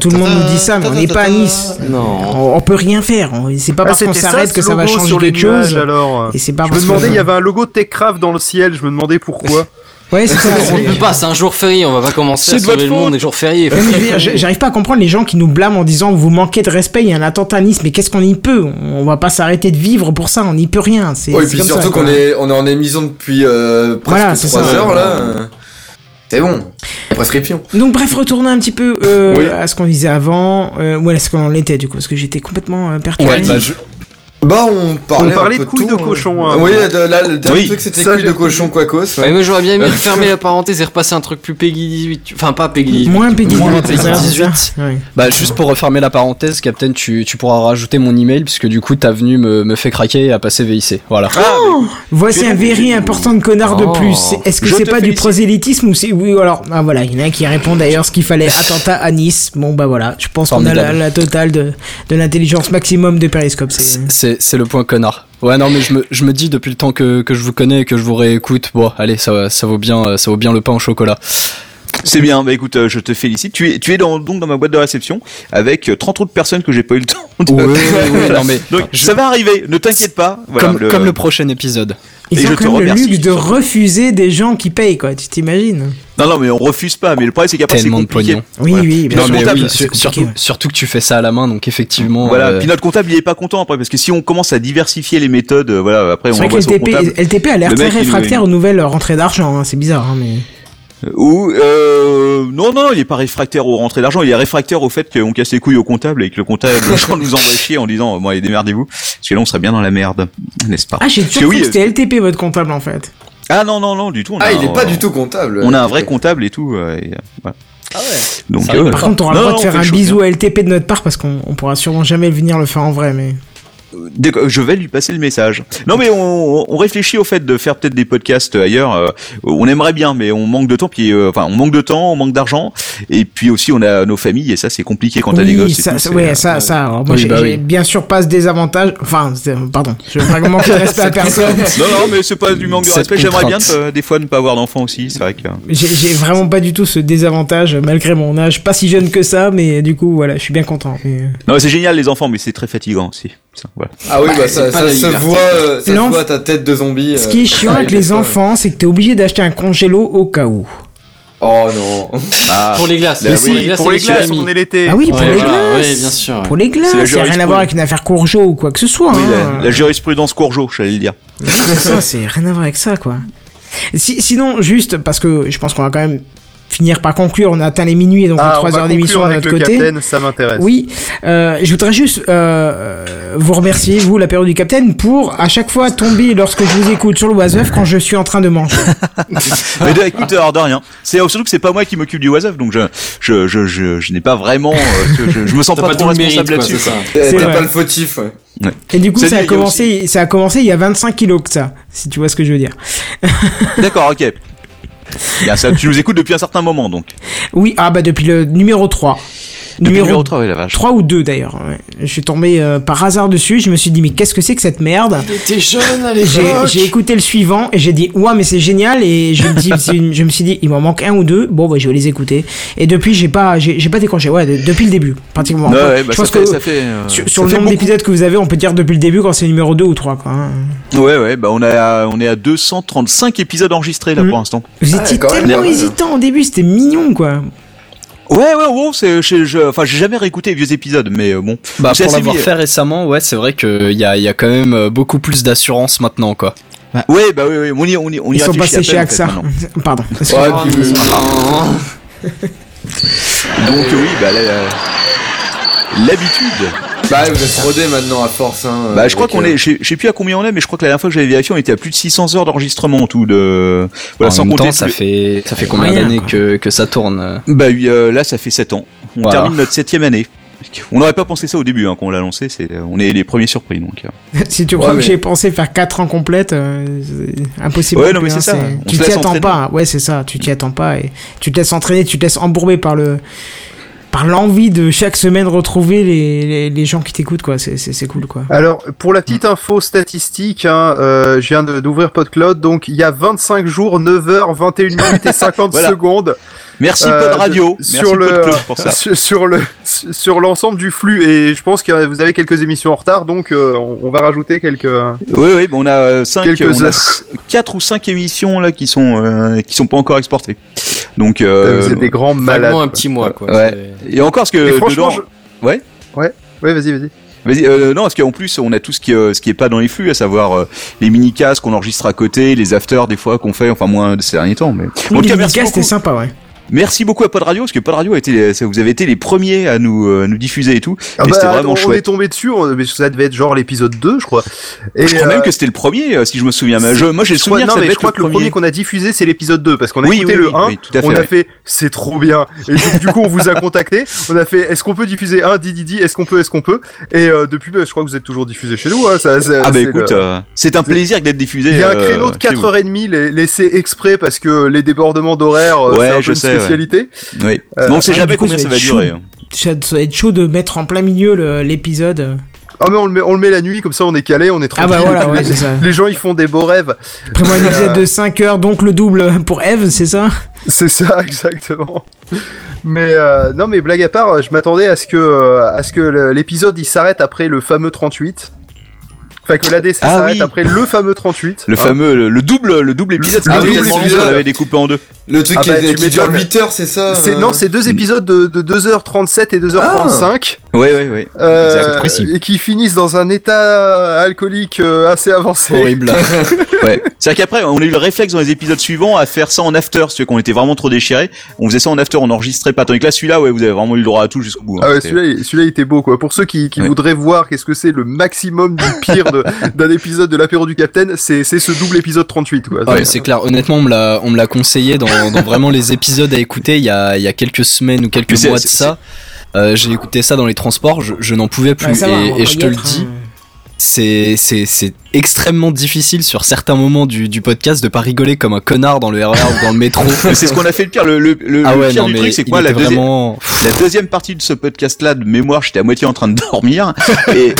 S2: Tout le monde nous dit ça, mais on n'est pas à Nice.
S6: Non.
S2: On, on peut rien faire. on- C'est pas
S7: Ah,
S2: parce qu'on
S7: c'était ça,
S2: s'arrête
S7: ce
S2: que ça va
S7: logo
S2: changer
S7: sur les
S2: quelque chose.
S7: nuages, alors.
S2: Et c'est pas
S7: Je me
S2: parce
S7: demandais,
S2: que-
S7: il y avait un logo Techcraft dans le ciel, je me demandais pourquoi.
S2: Ouais, c'est ça.
S6: On peut pas, c'est un jour férié, on va pas commencer
S7: C'est
S6: à
S7: de votre
S6: sauver le monde des jours fériés.
S2: Ouais, mais je veux dire, j'ai- J'arrive pas à comprendre les gens qui nous blâment en disant vous manquez de respect, il y a un attentat à Nice, mais qu'est-ce qu'on y peut On on va pas s'arrêter de vivre pour ça, on n'y peut rien. C'est
S10: Oh, et
S2: c'est
S10: puis
S2: comme ça,
S10: surtout
S2: quoi.
S10: qu'on est, on est en émission depuis euh,
S2: Voilà,
S10: presque
S2: c'est
S10: 3
S2: ça.
S10: heures là. C'est bon. Prescription.
S2: Donc bref, retournons un petit peu euh,
S10: Oui.
S2: à ce qu'on disait avant, euh, ou à ce qu'on en était du coup, parce que j'étais complètement euh, perturbé.
S10: Ouais, bah, je- bah, on parlait,
S7: On parlait
S10: un peu
S7: de couilles
S10: tout,
S7: de
S10: hein.
S7: cochon, hein.
S10: Oui, de- là, le dernier
S11: Oui.
S10: truc c'était
S7: Ça,
S10: couilles de
S7: j'ai-
S10: cochon, quacos. ouais.
S6: Ouais, mais j'aurais bien aimé fermer la parenthèse et repasser un truc plus Peggy 18. tu- Enfin, pas Peggy 18.
S2: Moins pédicule.
S6: Moins
S2: c'est ça, c'est ça.
S6: 18.
S2: Ouais.
S1: Bah juste pour refermer la parenthèse, Captain, tu, tu pourras rajouter mon email puisque du coup t'as venu me, me fait craquer à passer VIC. Voilà.
S2: Voici un very important de connard
S6: Oh.
S2: de plus. C'est- Est-ce que
S11: Je
S2: c'est
S11: te
S2: pas du
S11: félicite.
S2: prosélytisme ou c'est oui ou alors ah voilà, il y en a qui répond d'ailleurs ce qu'il fallait. Attentat à Nice. Bon bah voilà, je pense qu'on a la,
S1: Formidable.
S2: la totale de, de l'intelligence maximum de Periscope. C'est
S1: C'est c'est le point connard. Ouais non mais je me, je me dis depuis le temps que, que je vous connais et que je vous réécoute, bon allez ça, va- ça vaut bien euh, ça vaut bien le pain au chocolat.
S11: C'est bien, bah écoute, euh, je te félicite. Tu es, tu es dans, donc dans ma boîte de réception avec euh, 30 autres personnes que j'ai pas eu le temps de...
S1: Ouais, ouais, ouais, non, mais-
S11: donc, ça va arriver, ne t'inquiète pas. Voilà,
S1: comme, comme le prochain épisode.
S11: Et
S2: Ils
S11: je
S2: ont
S11: te
S2: quand même le
S11: remercie,
S2: luxe de
S11: surtout.
S2: refuser des gens qui payent quoi. Tu t'imagines
S11: Non, non, mais on refuse pas, mais le problème c'est qu'après c'est
S1: Tellement de
S11: compliqué.
S1: pognon.
S2: Oui
S11: Voilà.
S2: oui. bien
S11: Non,
S2: sûr.
S11: mais
S2: Comptable,
S11: oui,
S2: c'est compliqué,
S1: surtout,
S2: ouais.
S1: surtout que tu fais ça à la main donc effectivement.
S11: Voilà,
S1: euh,
S11: puis notre comptable il est pas content après parce que si on commence à diversifier les méthodes, euh, voilà, après on
S2: C'est vrai que
S11: envoie ça au
S2: LTP,
S11: comptable.
S2: LTP a l'air
S11: Le
S2: très
S11: mec, il-
S2: réfractaire aux nouvelles rentrées d'argent. hein, C'est bizarre hein, mais.
S11: Ou euh, non, non, non, il est pas réfractaire aux rentrées d'argent, il est réfractaire au fait qu'on casse les couilles au comptable et que le comptable genre, nous envoie chier en disant bon allez démerdez-vous, parce que là on serait bien dans la merde, n'est-ce pas
S2: Ah j'ai
S11: Parce que
S2: toujours cru
S11: oui,
S2: que c'était LTP votre comptable en fait.
S11: Ah non non non du tout. on
S10: Ah,
S11: a
S1: Bah,
S10: il est
S11: un-
S10: pas
S1: euh,
S10: du tout comptable.
S11: On a un vrai comptable et tout. euh, et, euh, voilà.
S2: Ah
S11: Donc
S1: Ça
S11: euh,
S1: arrive.
S2: Par contre, on aura
S11: non,
S2: le droit
S11: non,
S2: de
S11: on
S2: faire
S11: fait
S2: un
S11: les choses
S2: bisou à LTP de notre part parce qu'on on pourra sûrement jamais venir le faire en vrai, mais.
S11: bien. Euh, D'accord, je vais lui passer le message. Non mais on, on réfléchit au fait de faire peut-être des podcasts ailleurs. euh, on aimerait bien, mais on manque de temps. Puis euh, enfin, on manque de temps, on manque d'argent, et puis aussi on a nos familles et ça c'est compliqué quand t'as des
S2: Oui,
S11: gosses. et
S2: ça,
S11: tout,
S2: ça-
S11: c'est- euh,
S2: ouais, ça, ça. alors, moi,
S1: Oui,
S2: j'ai
S1: bah
S2: j'ai
S1: oui.
S2: bien sûr pas ce désavantage. Enfin, c'est- pardon, je vais pas manquer de respect à personne.
S11: Non, non, mais c'est pas du manque de
S1: Cette
S11: respect. J'aimerais bien
S1: contrainte.
S11: euh, des fois ne pas avoir d'enfant aussi. C'est vrai que.
S2: J'ai j'ai vraiment pas du tout ce désavantage, malgré mon âge, pas si jeune que ça, mais du coup, voilà, je suis bien content. mais, euh,
S11: Non, c'est génial les enfants, mais c'est très fatigant aussi. Ça, voilà.
S10: Ah oui, bah, ça,
S6: c'est pas
S10: ça
S6: la
S10: se
S6: liberté.
S10: voit, euh, ça se
S2: L'enf-
S10: voit ta tête de zombie.
S2: Ce
S10: euh,
S2: qui est chiant
S10: ah,
S2: avec
S10: il
S2: les
S10: ça.
S2: enfants, c'est que t'es obligé d'acheter un congélo au cas où.
S10: Oh non.
S11: Ah,
S6: Pour les glaces.
S11: Mais
S6: pour les
S11: si,
S6: glaces,
S7: Pour
S6: et
S7: les glaces,
S6: tsunamis.
S7: on est l'été.
S2: Ah oui, pour
S6: Ouais,
S2: les
S6: voilà,
S2: glaces.
S6: ouais, bien sûr.
S2: Pour les glaces, ça a rien
S11: la
S2: à
S11: jurisprudence.
S2: voir avec une affaire Courgeot ou quoi que ce soit.
S11: oui,
S2: hein.
S11: la, la jurisprudence Courgeot, j'allais le dire.
S2: Oui, c'est ça, c'est rien à voir avec ça, quoi. Si- sinon, juste parce que je pense qu'on va quand même finir par conclure, on a atteint les minuit et donc
S7: Ah, on
S2: 3
S7: va
S2: heures
S7: conclure
S2: d'émission à
S7: avec
S2: notre
S7: le
S2: côté.
S7: Capitaine, ça m'intéresse.
S2: Oui, euh, je voudrais juste euh, vous remercier, vous, la période du Capitaine, pour à chaque fois tomber lorsque je vous écoute sur le oiseuf quand je suis en train de manger.
S11: Mais de- écoute, alors de rien. C'est euh, surtout que c'est pas moi qui m'occupe du WhatsApp, donc je, je, je, je, je n'ai pas vraiment. euh, je- je, je me sens
S6: T'as
S11: pas,
S6: pas
S11: trop
S6: tout le mérite,
S11: responsable
S6: quoi, c'est
S11: là-dessus.
S6: ça.
S10: T'es
S2: C'est
S10: t'es
S2: vrai.
S10: pas le fautif. ouais.
S2: Et du coup,
S11: C'est
S2: ça a,
S11: bien, il y a
S2: commencé, ça a commencé il y a 25 kilos que ça, si tu vois ce que je veux dire.
S11: quoi. D'accord, ok. Bien, ça, tu nous écoutes depuis un certain moment, donc.
S2: Oui, ah bah depuis le numéro 3. numéro
S11: numéro trois, oui, la vache.
S2: 3 ou 2 d'ailleurs. ouais. Je suis tombé euh, par hasard dessus, je me suis dit mais qu'est-ce que c'est que cette merde
S6: T'es jeune à
S2: J'ai- J'ai
S6: l'époque
S2: écouté le suivant et j'ai dit ouah mais c'est génial et je me, dis- c'est une- je me suis dit il m'en manque un ou deux bon bah je vais les écouter et depuis j'ai pas j'ai j'ai pas décroché ouais de- depuis le début pratiquement.
S11: Ouais,
S2: Enfin,
S11: ouais, bah,
S2: je
S11: ça
S2: pense
S11: fait-
S2: que
S11: ça fait, euh,
S2: sur,
S11: ça
S2: sur le
S11: fait
S2: nombre
S11: beaucoup.
S2: d'épisodes que vous avez on peut dire depuis le début quand c'est numéro 2 ou 3 quoi. hein.
S11: Ouais, ouais, bah on est à, on est à 235 épisodes enregistrés là pour l'instant.
S2: Vous étiez tellement hésitant au début c'était mignon quoi.
S11: Ouais, ouais, ouais, c'est, je, je- enfin, j'ai jamais réécouté les vieux épisodes, mais euh, bon.
S1: Bah,
S11: C'est
S1: pour
S11: assez
S1: l'avoir
S11: vieux.
S1: fait récemment, ouais, c'est vrai qu'il y a, y a quand même euh, beaucoup plus d'assurance maintenant, quoi.
S11: Ouais, bah oui, oui, on y, on y, on y
S2: Ils sont
S11: réfléchit à
S2: passés chez
S11: peine, en fait,
S2: AXA.
S11: maintenant.
S2: Pardon.
S10: euh,
S11: Donc euh, oui, bah la- la- l'habitude.
S10: Bah, vous êtes rodés maintenant à force. Hein,
S11: Bah,
S10: euh,
S11: je crois
S10: avec,
S11: qu'on
S10: euh,
S11: est, je sais- je sais plus à combien on est, mais je crois que la dernière fois que j'avais vérifié, on était à plus de 600 heures d'enregistrement en tout de, voilà,
S1: en
S11: sans
S1: même
S11: compter.
S1: temps,
S11: tous
S1: ça
S11: les-
S1: fait, ça fait combien
S2: Rien,
S1: d'années
S2: quoi.
S1: que, que ça tourne euh
S11: Bah oui, euh, là, ça fait 7 ans. On
S1: Voilà.
S11: termine notre septième année. On n'aurait pas pensé ça au début, hein, quand on l'a lancé. C'est, on est les premiers surpris, donc. euh.
S2: si tu crois
S10: Ouais,
S2: que
S10: mais-
S2: j'ai pensé faire 4 ans complètes, euh, c'est impossible.
S11: Ouais, non, mais
S2: Hein,
S11: c'est ça. On
S2: Tu
S11: se
S2: t'y
S11: laisse
S2: attends
S11: entraîner.
S2: pas. Ouais, c'est ça. Tu t'y attends pas et tu te laisses entraîner, tu te laisses embourber par le par l'envie de chaque semaine retrouver les, les, les gens qui t'écoutent quoi. C'est c'est c'est cool quoi.
S7: Alors, pour la petite info statistique, hein, euh, je viens de- d'ouvrir PodCloud, donc il y a 25 jours, 9 heures, 21 minutes et 50
S11: Voilà.
S7: secondes.
S11: Merci
S7: euh,
S11: Pod Radio,
S7: de-
S11: merci
S7: sur le,
S11: Pod Club pour ça.
S7: sur- sur le, sur l'ensemble du flux. Et je pense que vous avez quelques émissions en retard, donc euh, on, on va rajouter quelques.
S11: Oui, oui, bon, on a 5,
S7: Quelques
S11: on a
S7: heures.
S11: 4 ou 5 émissions là qui sont euh, qui sont pas encore exportées. Donc euh,
S7: vous êtes des grands malades.
S6: Bah, un petit mois, quoi.
S11: ouais. Et encore parce
S7: Et
S11: que
S7: franchement,
S11: dedans, ouais.
S7: Oui, vas-y, vas-y.
S11: Vas-y, euh, non, parce qu'en plus, on a tout ce qui, euh, ce qui est pas dans les flux, à savoir euh, les mini-casts qu'on enregistre à côté, les afters des fois qu'on fait, enfin moins de ces derniers temps. Mais... En tout cas, merci
S2: c'était
S11: beaucoup,
S2: sympa ouais.
S11: merci beaucoup à Pod Radio, parce que Pod Radio a été, les- vous avez été les premiers à nous, euh, nous diffuser et tout.
S7: Ah
S11: et
S7: bah,
S11: c'était
S7: attends,
S11: vraiment
S7: on est
S11: chouette.
S7: tombé dessus, on- mais ça devait être genre l'épisode 2, je crois. Et,
S11: Je crois même
S7: euh,
S11: que c'était le premier, euh, si je me souviens. bien. Je- moi, j'ai le
S7: je crois- non,
S11: souvenir que ça
S7: mais
S11: devait
S7: je
S11: être
S7: crois que le premier qu'on a diffusé, c'est l'épisode 2, parce qu'on a
S11: Oui,
S7: écouté
S11: oui,
S7: le
S11: oui,
S7: 1,
S11: oui, tout à fait,
S7: on a
S11: ouais.
S7: fait c'est trop bien. Et donc, du coup, on vous a contacté, on a fait est-ce qu'on peut diffuser un Didi, Didi, est-ce qu'on peut, est-ce qu'on peut Et euh, depuis, bah, je crois que vous êtes toujours diffusé chez nous. hein, ça- ça-
S11: Ah bah
S7: c'est
S11: écoute,
S7: le-
S11: euh, c'est un plaisir d'être diffusé.
S7: Il y a un
S11: euh,
S7: créneau de
S11: chez vous.
S7: 4h30 la- laissé exprès parce que les débordements d'horaire, euh,
S11: Ouais,
S7: c'est un peu
S11: je
S7: une
S11: sais, ouais.
S7: spécialité.
S11: Oui.
S7: Euh,
S11: Mais on sait
S2: ouais,
S11: jamais
S2: du coup,
S11: combien
S2: ça
S11: ça
S2: va
S11: va
S2: être
S11: durer. hein.
S2: Ça ça va être chaud de mettre en plein milieu le- l'épisode.
S7: Ah mais on le, met, on le met la nuit, comme ça on est calé, on est
S2: Ah
S7: tranquille.
S2: bah voilà ouais c'est ça.
S7: Les gens ils font des beaux rêves.
S2: Prévois un épisode de 5 heures donc le double pour Eve c'est ça.
S7: C'est ça, exactement. Mais euh, non, mais blague à part, je m'attendais à ce que euh, à ce que le- l'épisode il s'arrête après le fameux 38. Enfin que l'ADC
S11: Ah
S7: s'arrête
S11: oui.
S7: après le fameux 38.
S11: Le
S7: hein.
S11: fameux, le, le double, le double épisode.
S10: Le
S11: Ah oui,
S10: double
S11: tellement long
S10: épisode.
S11: qu'on l'avait découpé en deux.
S10: Le truc
S7: Ah
S10: qui,
S7: bah,
S10: est-
S7: tu
S10: qui dure
S7: m'étonnes.
S10: 8 heures, c'est ça
S7: Ah. C'est-
S10: euh,
S7: non, c'est deux épisodes de, de 2h37 et 2h35
S11: Ouais, ouais, ouais.
S7: euh,
S11: Ah. Exact, précis.
S7: et qui finissent dans un état alcoolique euh, assez avancé.
S1: Horrible.
S11: Ouais. C'est-à-dire qu'après, on a eu le réflexe dans les épisodes suivants à faire ça en after, ceux qu'on était vraiment trop déchirés. On faisait ça en after, on enregistrait pas. Tandis que là, celui-là, ouais, vous avez vraiment eu le droit à tout jusqu'au bout. hein.
S7: Ah ouais,
S11: C'est-
S7: celui-là, il- celui-là il était beau quoi. Pour ceux qui, qui
S11: Ouais.
S7: voudraient voir qu'est-ce que c'est le maximum du pire de- d'un épisode de l'apéro du Capitaine, c'est c'est ce double épisode 38 quoi.
S1: Ah, mais c'est clair, honnêtement, on me l'a, on me l'a conseillé dans, dans vraiment les épisodes à écouter il y a, il y a quelques semaines ou
S11: Mais
S1: quelques
S11: c'est-
S1: mois de
S11: c'est-
S1: ça. Euh, j'ai écouté ça dans les transports, je, je n'en pouvais plus.
S2: Ouais, ça va, on
S1: et,
S2: va
S1: et je
S2: y
S1: te le
S2: être,
S1: dis,
S2: hein.
S1: c'est, c'est, c'est extrêmement difficile sur certains moments du, du podcast de pas rigoler comme un connard dans le RER ou dans le métro.
S11: Mais c'est ce qu'on a fait le pire. Le, le, le-
S1: ah
S11: le
S1: ouais,
S11: pire
S1: non,
S11: du
S1: mais
S11: truc, c'est que
S1: il
S11: moi, la,
S1: était
S11: deuxième-
S1: vraiment.
S11: la deuxième partie de ce podcast-là, de mémoire, j'étais à moitié en train de dormir. Et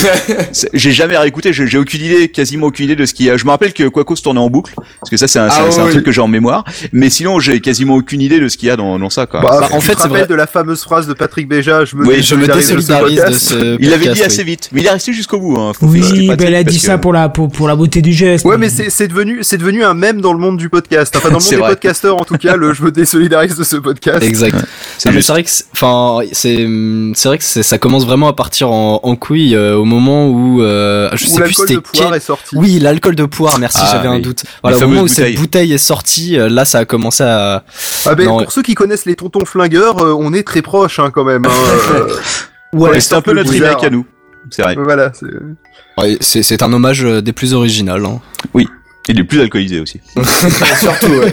S11: c'est- j'ai jamais réécouté. J'ai j'ai aucune idée, quasiment aucune idée de ce qui. Je me rappelle que Quaco se tournait en boucle, parce que ça, c'est un, c'est
S10: Ah
S11: un- c'est un
S10: oui.
S11: truc que j'ai en mémoire. Mais sinon, j'ai quasiment aucune idée de ce qu'il y a dans, dans ça. Quoi.
S7: Bah,
S1: Bah, en
S7: en
S1: fait,
S7: fait,
S1: c'est
S7: te rappelles
S1: vrai.
S7: de la fameuse phrase de Patrick Béja, je me,
S11: Oui,
S1: Je me
S7: désolidarise de ce
S1: désolidarise de
S7: podcast.
S1: ce.
S11: Il l'avait dit
S1: podcast,
S11: assez
S1: oui.
S11: vite, mais il est resté jusqu'au bout. Hein. Faut- faut- c'était
S2: Oui,
S11: pratique
S2: bah, elle a
S11: parce
S2: dit
S11: que-
S2: ça pour la pour, pour la beauté du geste.
S7: Ouais, mais c'est c'est devenu, c'est devenu un mème dans le monde du podcast. Enfin, dans le monde
S11: C'est
S7: des
S11: vrai.
S7: podcasteurs, en tout cas, le je me désolidarise de ce podcast.
S1: Exact.
S11: C'est
S1: Ah, mais
S11: juste.
S1: C'est vrai que, c'est- enfin, c'est, hum, c'est vrai que c'est- ça commence vraiment à partir en, en couille euh, au moment où, euh, je
S7: Où
S1: sais plus
S7: l'alcool
S1: c'était
S7: de poire
S1: quel-
S7: est sorti.
S1: Oui, l'alcool de poire. Merci,
S11: Ah,
S1: j'avais un
S11: oui.
S1: doute. Voilà, au
S11: fameuses
S1: moment où
S11: bouteilles.
S1: cette bouteille est sortie, euh, là, ça a commencé à.
S7: Ah ben,
S1: Non,
S7: pour ceux qui connaissent les tontons flingueurs, euh, on est très proche hein, quand même. hein, euh,
S11: Ouais,
S7: les
S11: c'est un peu
S7: sortes
S11: notre
S7: bizarres.
S11: remake à nous. C'est vrai.
S7: Voilà. c'est-
S1: ouais, c'est, c'est un hommage euh, des plus originales. hein.
S11: Il est plus alcoolisé aussi.
S10: Surtout, ouais.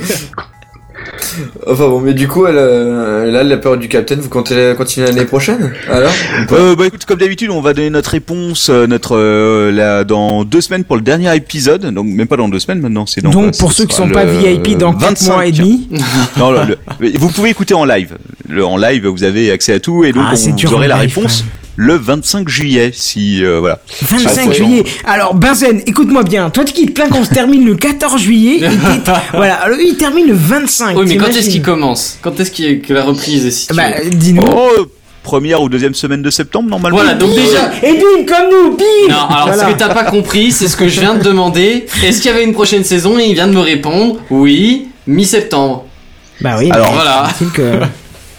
S10: Enfin bon, mais du coup, elle, euh, là, la période du Capitaine, vous comptez la- continuer l'année prochaine Alors ou pas
S11: Euh, bah écoute, comme d'habitude, on va donner notre réponse euh, notre euh, là, dans deux semaines pour le dernier épisode. Donc même pas dans deux semaines maintenant, c'est dans.
S2: Donc,
S11: euh,
S2: pour
S11: ce
S2: ceux qui
S11: sera
S2: sont pas
S11: le
S2: VIP, dans quatre
S11: 25.
S2: mois et demi.
S11: non, le- le- mais vous pouvez écouter en live. Le, en live, vous avez accès à tout et donc
S2: Ah,
S11: on-
S2: c'est dur
S11: vous aurez
S2: en
S11: la
S2: live,
S11: réponse le 25 juillet. Si euh, voilà.
S2: 25
S11: Ouais.
S2: juillet. Alors, Benzen, écoute-moi bien. Toi, tu quittes plein qu'on se termine le 14 juillet. et t'es- voilà, alors, lui, il termine le 25.
S6: Oui, mais quand
S2: t'imagines
S6: est-ce qu'il commence Quand est-ce qu'il que la reprise est située
S2: Bah, dis-nous.
S11: Oh, première ou deuxième semaine de septembre normalement.
S6: Voilà, donc déjà.
S2: Et bim, comme nous, bim
S6: Non, alors
S2: Voilà.
S6: ce que t'as pas compris, c'est ce que je viens de demander. Est-ce qu'il y avait une prochaine saison Et il vient de me répondre oui, mi-septembre.
S2: Bah oui.
S11: Alors,
S2: mais
S6: voilà.
S2: c'est que-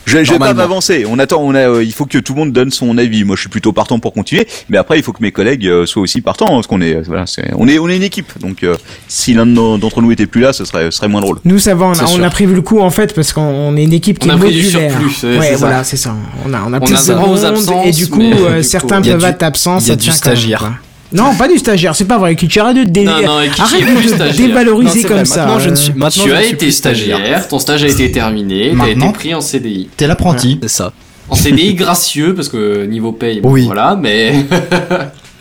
S11: Je, je vais pas
S6: Normalement.
S11: m'avancer. On attend. On a. euh, il faut que tout le monde donne son avis. Moi, je suis plutôt partant pour continuer. Mais après, il faut que mes collègues euh, soient aussi partants, hein, parce qu'on est. euh, Voilà, c'est- on est. On est une équipe. Donc, euh, si l'un de nos- d'entre nous était plus là, ce serait, ce serait moins drôle.
S2: Nous, ça va, on
S11: C'est
S2: a, on
S11: sûr.
S2: a prévu le coup en fait parce qu'on on est une équipe qui
S6: On
S2: est
S6: a pris du
S2: modulaire.
S6: surplus, c'est-
S2: ouais,
S6: c'est ça.
S2: voilà, c'est ça. On a, on a
S6: On
S2: plus
S6: a
S2: de
S6: droit aux
S2: monde,
S6: absences,
S2: et du coup, euh,
S6: mais, du coup,
S2: certains
S1: il y a
S2: peuvent
S1: du-
S2: être absents.
S1: il y a
S2: ça
S1: du
S2: tient quand même,
S1: stagiaire.
S2: quoi. non, pas du stagiaire, c'est pas vrai. Qui arrête de, dé-
S6: Non, non, et qui-
S2: arrête
S6: qui est plus
S2: de
S6: stagiaire.
S2: dévaloriser
S1: Non, c'est
S2: comme
S1: vrai,
S2: ça.
S1: maintenant, je ne suis-
S2: euh.
S1: maintenant,
S6: tu
S1: je
S6: as
S1: suis
S6: été
S1: plus stagiaire.
S6: stagiaire, ton stage a été terminé, t'as
S5: Maintenant.
S6: été pris en CDI.
S5: T'es l'apprenti.
S1: C'est ça.
S6: En CDI gracieux, parce que niveau paye, bon,
S1: Oui.
S6: voilà, mais.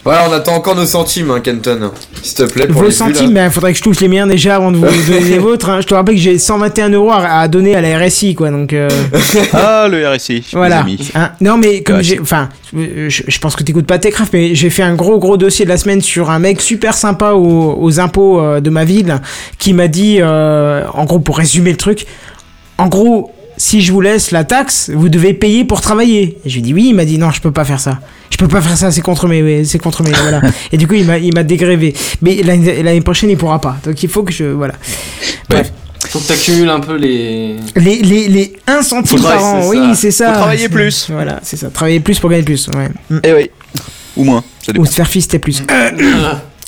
S10: Voilà, on attend encore nos centimes, hein, Kenton. S'il te plaît, pour
S2: Vos
S10: les vues, là.
S2: centimes, ben, faudrait que je touche les miens déjà avant de vous donner les vôtres. hein. Je te rappelle que j'ai 121 euros à à donner à la RSI, quoi. Donc euh,
S11: Ah, le RSI. Mes
S2: voilà.
S11: amis.
S2: Hein, non, mais comme
S11: Ouais,
S2: j'ai, enfin, euh, je, je pense que t'écoutes pas Techcraft, mais j'ai fait un gros gros dossier de la semaine sur un mec super sympa aux, aux impôts euh, de ma ville qui m'a dit, euh, en gros, pour résumer le truc, en gros. Si je vous laisse la taxe, vous devez payer pour travailler. Et je lui ai dit oui, il m'a dit non, je peux pas faire ça. Je peux pas faire ça, c'est contre mes, c'est contre mes, voilà. Et du coup, il m'a, il m'a dégrévé. Mais l'année l'année prochaine, il pourra pas. Donc il faut que je, voilà.
S6: Faut que t'accumules un peu les.
S2: Les, les, les 1 centime
S11: Faudrait-
S2: par an,
S6: c'est
S2: oui,
S6: ça.
S2: c'est ça.
S11: Faut travailler
S2: C'est-
S11: plus.
S2: Voilà, c'est ça. Travailler plus pour gagner plus, ouais. Mm.
S11: Eh oui. Ou moins. Ça dépend.
S2: Ou se faire fister plus.
S6: Mm.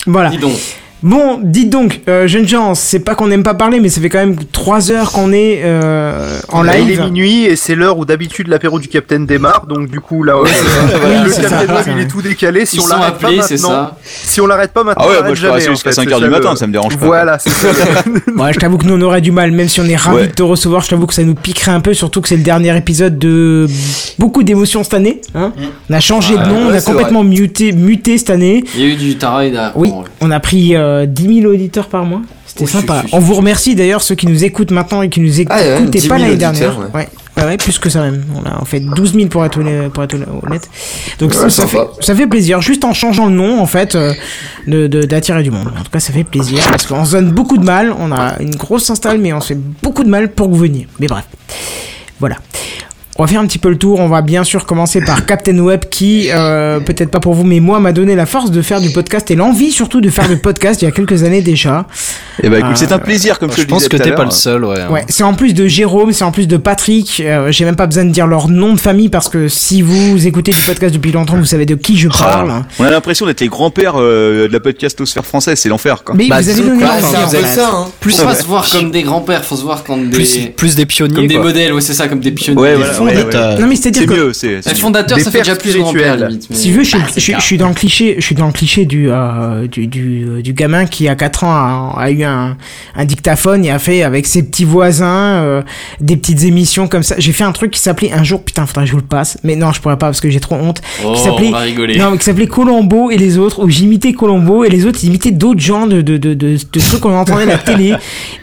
S2: voilà.
S6: Dis donc.
S2: Bon, dites donc, euh, jeunes gens, c'est pas qu'on n'aime pas parler, mais ça fait quand même 3 heures qu'on est euh, en
S7: Là, il est
S2: live.
S7: minuit et c'est l'heure où d'habitude l'apéro du Capitaine démarre, donc du coup là, euh,
S2: voilà,
S7: le
S2: c'est ça,
S7: Capitaine
S2: c'est
S7: il
S2: vrai.
S7: est tout décalé. Si
S6: Ils
S7: on
S6: sont
S7: l'arrête pas
S6: appelés, c'est
S7: maintenant,
S6: ça.
S7: si on l'arrête pas maintenant,
S11: Ah ouais,
S7: on
S11: moi
S7: l'arrête
S11: je peux rester
S7: jamais. en
S11: jusqu'à
S7: fait,
S11: 5
S7: c'est
S11: heures du
S7: ça,
S11: matin,
S7: le-
S11: ça me dérange pas.
S7: Voilà, c'est ça. le-
S2: Ouais, je t'avoue que nous on aurait du mal, même si on est ravis
S11: Ouais.
S2: de te recevoir, je t'avoue que ça nous piquerait un peu, surtout que c'est le dernier épisode de beaucoup d'émotions cette année. hein. on a changé de
S10: Ah,
S2: nom,
S10: ouais,
S2: on a
S10: c'est
S2: complètement muté, muté cette année.
S6: Il y a eu du taré d'à-
S2: Oui,
S6: bon, ouais.
S2: on a pris euh, 10 000 auditeurs par mois. C'était
S6: Oh,
S2: sympa.
S6: chut, chut,
S2: On vous remercie d'ailleurs ceux qui nous écoutent maintenant et qui nous éc-
S10: Ah, ouais,
S2: écoutaient
S10: 10
S2: pas
S10: 000
S2: l'année
S10: auditeurs,
S2: dernière. Ouais. Ouais, ouais, plus que ça même. On a en fait 12 000 pour être, honnête- pour être honnête. Donc ça,
S10: Ouais,
S2: ça fait,
S10: sympa.
S2: ça fait plaisir, juste en changeant le nom en fait, euh, de- de- d'attirer du monde. En tout cas, ça fait plaisir parce qu'on se donne beaucoup de mal. On a une grosse install, mais on se fait beaucoup de mal pour que vous veniez. Mais bref, voilà. On va faire un petit peu le tour. On va bien sûr commencer par Captain Web qui, euh, peut-être pas pour vous, mais moi, m'a donné la force de faire du podcast et l'envie surtout de faire du podcast il y a quelques années déjà.
S11: Eh ben,
S2: Ah,
S11: écoute, c'est un plaisir, comme je,
S1: Je
S11: le
S1: pense
S11: disais
S1: que
S11: tout à
S1: t'es pas
S11: l'heure.
S1: le seul, ouais.
S2: Ouais, c'est en plus de Jérôme, c'est en plus de Patrick. euh, J'ai même pas besoin de dire leur nom de famille parce que si vous écoutez du podcast depuis longtemps, vous savez de qui je parle.
S11: Ah, on a l'impression d'être les grands-pères euh, de la podcastosphère française, c'est l'enfer quoi.
S2: Mais
S1: Bah,
S2: vous avez donné
S1: quoi,
S2: leur
S1: c'est
S2: nom,
S1: un
S2: en
S1: peu
S2: fait.
S10: ça, hein.
S6: Faut pas se voir comme des grands-pères, faut se voir comme des.
S1: Plus, plus des
S6: comme
S1: pionniers.
S6: des
S1: quoi.
S6: modèles, ouais, c'est ça, comme des pionniers.
S11: Ouais,
S6: Des fonds-
S11: voilà, ouais, ouais.
S5: Fondateur.
S2: Non mais c'est à dire
S11: C'est
S2: que
S11: mieux, c'est. c'est-
S6: Les fondateurs,
S7: Des
S6: ça fait déjà
S7: pères
S6: plus grand-père, à la
S7: spirituels.
S6: limite. mais-
S2: Si tu veux, je, suis-
S6: Bah, c'est
S2: je-
S6: grave.
S2: je suis dans le cliché, je suis dans le cliché du, euh, du, du, euh, du gamin qui à 4 ans a, a eu un, un dictaphone et a fait avec ses petits voisins euh, des petites émissions comme ça. J'ai fait un truc qui s'appelait un jour, putain, faudrait que je vous le passe, mais non, je pourrais pas parce que j'ai trop honte. qui
S6: Oh,
S2: s'appelait
S6: on va rigoler.
S2: non, mais qui s'appelait Colombo et les autres où j'imitais Colombo et les autres ils imitaient d'autres gens de de de, de, de trucs qu'on entendait à la télé.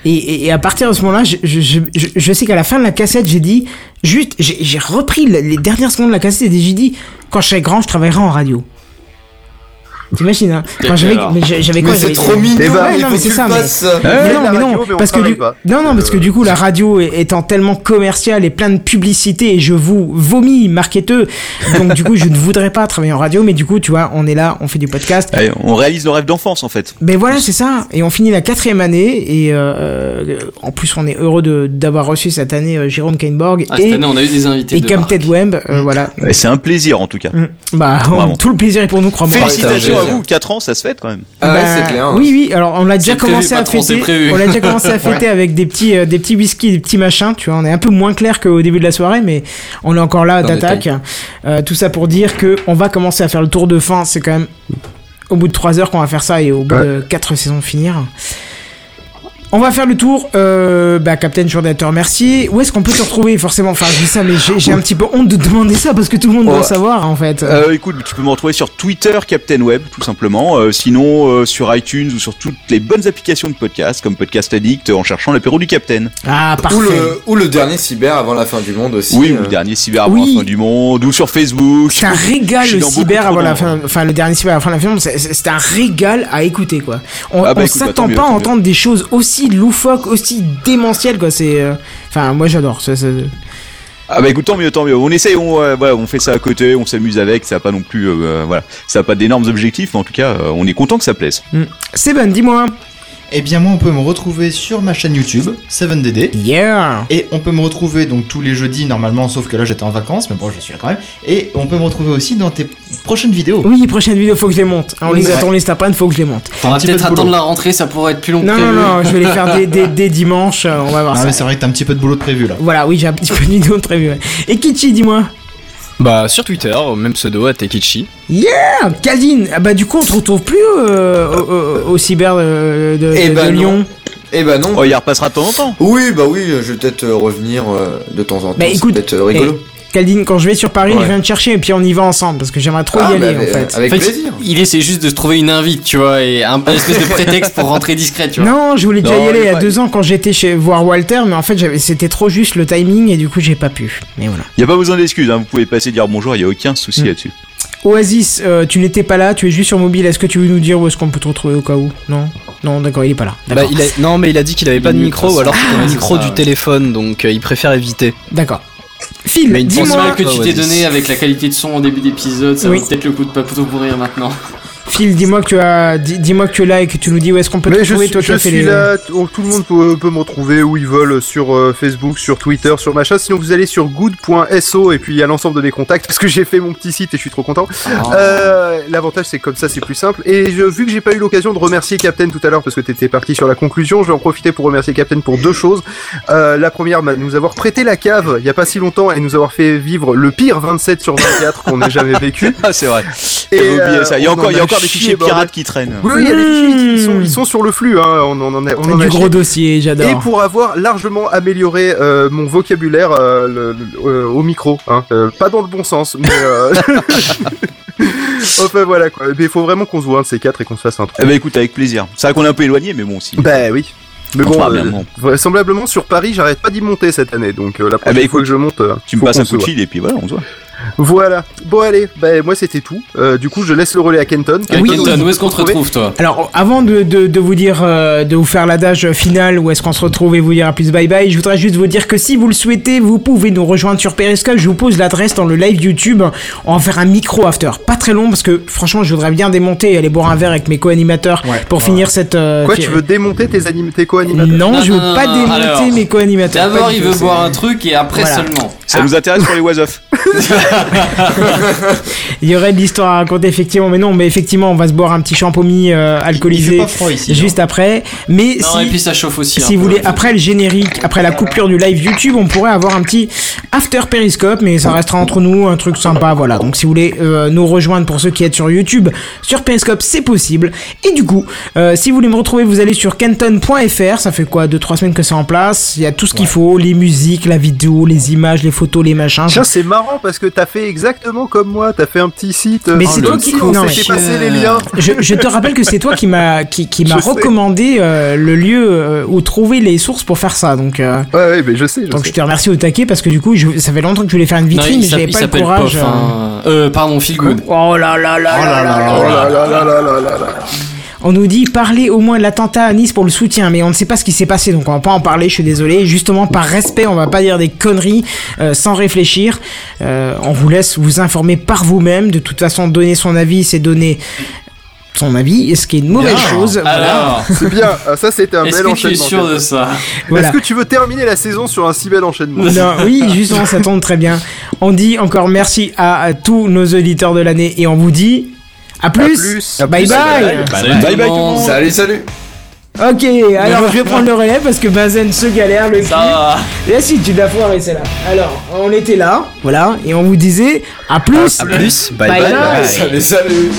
S2: Et, et, et à partir de ce moment-là, je je, je, je- je sais qu'à la fin de la cassette, j'ai dit juste j'ai j'ai repris le- les dernières secondes de la cassette et j'ai dit quand je serai grand, je travaillerai en radio. T'imagines hein Quand j'avais
S6: alors.
S2: mais j'a- j'avais quoi
S10: Mais c'est
S2: j'avais-
S10: trop mignon,
S7: Eh ben,
S2: Ouais,
S10: il
S2: non,
S10: faut
S2: mais
S10: que
S2: c'est
S10: tu
S2: ça,
S10: le
S2: mais- eh
S10: fasses. Euh,
S2: mais
S7: Mais
S2: non,
S7: la
S2: mais
S7: radio,
S2: non,
S7: mais on
S2: parce que
S7: travaille
S2: du...
S7: pas. Euh.
S2: non, non, parce que du coup, la radio est- étant tellement commerciale et plein de publicité, et je vous vomis, marketeux. Donc, du coup, je ne voudrais pas travailler en radio, mais du coup, tu vois, on est là, on fait du
S7: Euh.
S2: podcast.
S11: Allez, on réalise nos rêves d'enfance en fait.
S2: Mais voilà, c'est ça. Et on finit la quatrième année, et euh, en plus, on est heureux de- d'avoir reçu cette année euh, Jérôme Kainborg
S6: Ah, cette
S2: et,
S6: année, on a eu des invités.
S2: et
S6: de marque.
S2: Captain Web.
S7: Mm.
S2: euh, voilà.
S11: Et c'est un plaisir en tout cas.
S2: Mm. Bah,
S11: Bravo.
S2: tout le plaisir est pour nous, crois-moi.
S11: Félicitations
S10: Ouais,
S11: à
S10: c'est un
S11: vous, 4 ans, ça se fait quand même.
S10: Ah ouais,
S2: Bah,
S10: c'est clair.
S2: Oui, oui. Alors, on l'a déjà
S6: C'est prévu,
S2: commencé à
S6: patron, c'est
S2: fêter.
S6: prévu.
S2: On l'a déjà commencé à fêter avec des petits, euh, des petits whisky, des petits machins. Tu vois, on est un peu moins clair qu'au début de la soirée, mais on est encore là
S1: Dans le
S2: d'attaque. Euh, tout ça pour dire que on va commencer à faire le tour de fin. C'est quand même au bout de 3 heures qu'on va faire ça et au bout de 4 saisons de finir. On va faire le tour. Euh, bah, Captain Journator, merci. Où est-ce qu'on peut te retrouver forcément Enfin, je dis ça, mais j'ai j'ai un petit peu honte de demander ça parce que tout le monde
S11: Ouais.
S2: doit savoir en fait.
S11: Euh, écoute, tu peux me retrouver sur Twitter, Captain Web, tout simplement. Euh, sinon, euh, sur iTunes ou sur toutes les bonnes applications de podcast, comme Podcast Addict, en cherchant l'apéro du Captain.
S2: Ah,
S10: Ou le, ou le dernier cyber avant la fin du monde aussi.
S11: Oui,
S10: euh.
S11: ou le dernier cyber avant la fin du monde, ou sur Facebook.
S2: C'est un régal
S11: Je suis
S2: le
S11: dans beaucoup
S2: cyber
S11: trop
S2: avant la
S11: d'endroits.
S2: fin, enfin le dernier cyber avant la fin du monde, c'est- c'est c'est un régal à écouter quoi. On,
S11: Ah bah
S2: on
S11: écoute, bah,
S2: s'attend
S11: tant mieux,
S2: pas à
S11: tant mieux.
S2: entendre des choses aussi loufoques, aussi démentielles quoi. C'est, euh, enfin moi j'adore. ça, ça-
S11: Ah bah écoute, tant mieux, tant mieux. On essaye, on, euh, voilà, on fait ça à côté, on s'amuse avec, ça a pas non plus, euh, euh, voilà, ça a pas d'énormes objectifs, mais en tout cas, euh, on est content que ça plaise.
S2: Seven, Mm. dis-moi.
S5: Eh bien, moi, on peut me retrouver sur ma chaîne YouTube, 7DD.
S2: Yeah
S5: Et on peut me retrouver donc tous les jeudis, normalement, sauf que là, j'étais en vacances, mais bon, je suis là quand même. Et on peut me retrouver aussi dans tes prochaines vidéos.
S2: Oui, prochaine vidéo, faut que je les monte. hein, on les
S5: Ouais.
S2: attend, on les tape pas, faut que je les monte.
S5: T'auras un petit peu
S6: Peut-être
S5: de boulot.
S6: attendre la rentrée, ça pourrait être plus long. que
S2: Non, non,
S6: prévu.
S2: non, je vais les faire dès, dès, dès dimanche, euh, on va voir
S5: Ah,
S2: ça.
S5: mais c'est vrai que t'as un petit peu de boulot de prévu là.
S2: Voilà, oui, j'ai un petit peu de vidéo de prévu. ouais. Et Kichi, dis-moi.
S1: Bah, sur Twitter, au même pseudo, à Tekichi.
S2: Yeah Kadine Ah bah du coup, on te retrouve plus euh, au, au- au cyber euh, de,
S10: Eh
S2: de-
S10: ben
S2: de
S10: non.
S2: Lyon.
S10: Eh ben non.
S11: Oh, il repassera de temps en temps.
S10: Oui, bah oui, je vais peut-être euh, revenir euh, de temps en temps.
S2: Bah,
S10: c'est
S2: écoute, eh,
S10: peut-être euh, rigolo.
S2: Kadine, quand je vais sur Paris,
S10: Ouais.
S2: je viens te chercher et puis on y va ensemble parce que j'aimerais trop
S10: Ah,
S2: y
S10: bah,
S2: aller
S10: avec-
S2: en fait.
S10: Avec
S6: En fait,
S10: plaisir.
S6: Il essaie juste de se trouver une invite, tu vois, et un, un espèce de prétexte pour rentrer discret, tu vois.
S2: Non, je voulais déjà
S1: Non,
S2: y aller il y a
S1: ouais.
S2: deux ans quand j'étais chez voir Walter, mais en fait j'avais- c'était trop juste le timing et du coup j'ai pas pu. Mais voilà.
S11: Il y a pas besoin d'excuses, hein, vous pouvez passer dire bonjour, il y a aucun souci là-dessus.
S2: Oasis, euh, tu n'étais pas là, tu es juste sur mobile. Est-ce que tu veux nous dire où est-ce qu'on peut te retrouver au cas où Non, non, d'accord, il est pas là.
S1: Bah,
S2: D'accord.
S1: il a... Non, mais il a dit qu'il avait pas de
S6: mute,
S1: micro,
S6: ça.
S1: ou alors c'était
S6: Ah,
S1: le
S6: c'est
S1: micro
S6: ça,
S1: du
S6: ouais.
S1: téléphone, donc euh, il préfère éviter.
S2: D'accord. Phil,
S1: Mais il
S6: Pense mal
S2: dis-moi,
S6: que tu t'es
S1: Oasis.
S6: donné avec la qualité de son au début d'épisode, ça
S2: Oui.
S6: vaut peut-être le coup de pas plutôt pourrir maintenant.
S2: Phil, dis-moi que tu as, dis- dis-moi que tu es là et que tu nous dis où est-ce qu'on peut te
S7: Mais je,
S2: retrouver.
S7: suis-
S2: toi, tu
S7: je
S2: as fait
S7: suis
S2: les-
S7: là, t- oh, tout le monde peut, peut me retrouver où ils veulent sur euh, Facebook, sur Twitter, sur machin. Sinon, vous allez sur good.so et puis il y a l'ensemble de mes contacts parce que j'ai fait mon petit site et je suis trop content.
S11: Ah.
S7: Euh, L'avantage, c'est que comme ça, c'est plus simple. Et je, vu que j'ai pas eu l'occasion de remercier Captain tout à l'heure parce que t'étais parti sur la conclusion, je vais en profiter pour remercier Captain pour deux choses. Euh, la première, bah, nous avoir prêté la cave il y a pas si longtemps et nous avoir fait vivre le pire 27 sur 24 qu'on ait jamais vécu.
S11: Ah, c'est vrai.
S7: Et,
S11: J'avais oublié
S7: euh,
S11: ça. Il y a
S7: on
S11: encore,
S7: en
S11: il y a encore des
S7: chié,
S11: fichiers
S7: bordel.
S11: pirates qui traînent.
S7: Oui, oui, il y a des
S2: Mmh.
S7: fichiers, ils sont, ils sont sur le flux, hein. on, on en a, on en a
S2: du gros
S7: acheté.
S2: dossier,
S7: Et
S2: j'adore.
S7: pour avoir largement amélioré euh, mon vocabulaire euh, le- le- euh, au micro, hein. Euh, pas dans le bon sens, mais euh... enfin voilà quoi. Mais il faut vraiment qu'on se voit un de ces quatre et qu'on se fasse un truc.
S11: Eh ben écoute, avec plaisir. C'est vrai qu'on est un peu éloigné, mais bon, si.
S7: Bah oui. Mais
S11: On
S7: bon,
S11: fera
S7: euh,
S11: bien, bon.
S7: vraisemblablement sur Paris, j'arrête pas d'y monter cette année, donc euh, la prochaine
S11: bah,
S7: fois
S11: écoute,
S7: que je monte, euh,
S11: Tu me
S7: faut
S11: passes
S7: qu'on
S11: un
S7: se
S11: coup de
S7: voit.
S11: fil et puis voilà, on se voit.
S7: Voilà. Bon allez, bah moi c'était tout. Euh, du coup, je laisse le relais à Kenton.
S6: Euh,
S7: Kenton,
S6: Kenton,
S7: vous
S6: où est-ce qu'on te
S7: pouvez-
S6: retrouve, toi
S2: Alors, avant de, de, de vous dire, euh, de vous faire l'adage final où est-ce qu'on se retrouve et vous dire à plus bye bye, je voudrais juste vous dire que si vous le souhaitez, vous pouvez nous rejoindre sur Periscope. Je vous pose l'adresse dans le live YouTube. On va faire un micro after. Pas très long parce que franchement, je voudrais bien démonter et aller boire un verre avec mes co-animateurs pour finir cette. euh,
S7: Quoi,
S2: fi-
S7: tu veux démonter tes, anim... tes co-animateurs
S2: Non,
S6: Non,
S2: je veux
S6: non,
S2: pas
S6: non,
S2: démonter
S6: alors,
S2: mes co-animateurs. pas
S6: D'abord,
S2: du
S6: il
S2: tout,
S6: veut
S2: c'est-
S6: boire un truc et après
S2: Voilà.
S6: seulement.
S11: Ça
S7: Ah.
S11: nous intéresse pour les was
S2: Il y aurait de l'histoire à raconter, effectivement, mais non, mais effectivement, on va se boire un petit champomis euh, alcoolisé
S5: il fait pas froid ici,
S2: juste après. Mais
S6: Non,
S2: si,
S6: et puis ça chauffe aussi.
S2: si
S6: un
S2: vous
S6: peu.
S2: voulez, après le générique, après la coupure du live YouTube, on pourrait avoir un petit after périscope, mais ça restera entre nous, un truc sympa, voilà. Donc si vous voulez euh, nous rejoindre pour ceux qui êtes sur YouTube, sur périscope, c'est possible. Et du coup, euh, si vous voulez me retrouver, vous allez sur kenton.fr, ça fait quoi, 2-3 semaines que c'est en place, il y a tout ce qu'il faut, les musiques, la vidéo, les images, les photos, les machins.
S7: Tiens, c'est marrant parce que t'as fait exactement comme moi, t'as fait un petit site. Euh,
S2: Mais c'est
S7: le
S2: toi qui-
S7: site, on
S2: non,
S7: s'est
S2: mais-
S7: fait passer les liens.
S2: je, je te rappelle que c'est toi qui m'a qui, qui m'a
S7: Je sais.
S2: recommandé euh, le lieu euh, où trouver les sources pour faire ça. Donc euh,
S7: Ouais, ouais, mais je sais, je
S2: donc
S7: sais.
S2: je te remercie au taquet parce que du coup je- ça fait longtemps que je voulais faire une
S6: Non,
S2: vitrine
S6: il
S2: mais
S6: s'appelle-
S2: j'avais
S6: il
S2: pas le courage.
S6: s'appelle Pof,
S2: euh.
S6: hein. Euh, pardon, Feel Good.
S2: Oh là là là là là là.
S7: Oh là là là là là là là.
S2: On nous dit parler au moins de l'attentat à Nice pour le soutien, mais on ne sait pas ce qui s'est passé, donc on va pas en parler. Je suis désolé. Justement, par respect, on va pas dire des conneries euh, sans réfléchir. Euh, on vous laisse vous informer par vous-même. De toute façon, donner son avis, c'est donner son avis, et ce qui est une mauvaise chose. Voilà.
S6: Alors,
S7: C'est bien, Ah, ça c'était un
S6: est-ce
S7: bel
S6: que tu es
S7: enchaînement.
S6: sûr de ça
S2: Voilà.
S7: Est-ce que tu veux terminer la saison sur un si bel enchaînement
S2: Non, oui, justement, ça tombe très bien. On dit encore merci à, à tous nos auditeurs de l'année et on vous dit à plus.
S7: plus.
S2: bye, Bah, bye
S11: Bye bye tout le monde.
S10: Salut, salut.
S2: Ok, alors je vais prendre le relais parce que Bazen se galère le
S6: Ça va.
S2: cul. Là, si tu l'as foiré celle-là. Alors, on était là, voilà, et on vous disait à plus.
S1: Plus,
S2: Bye
S1: bye.
S2: bye.
S10: Salut, salut.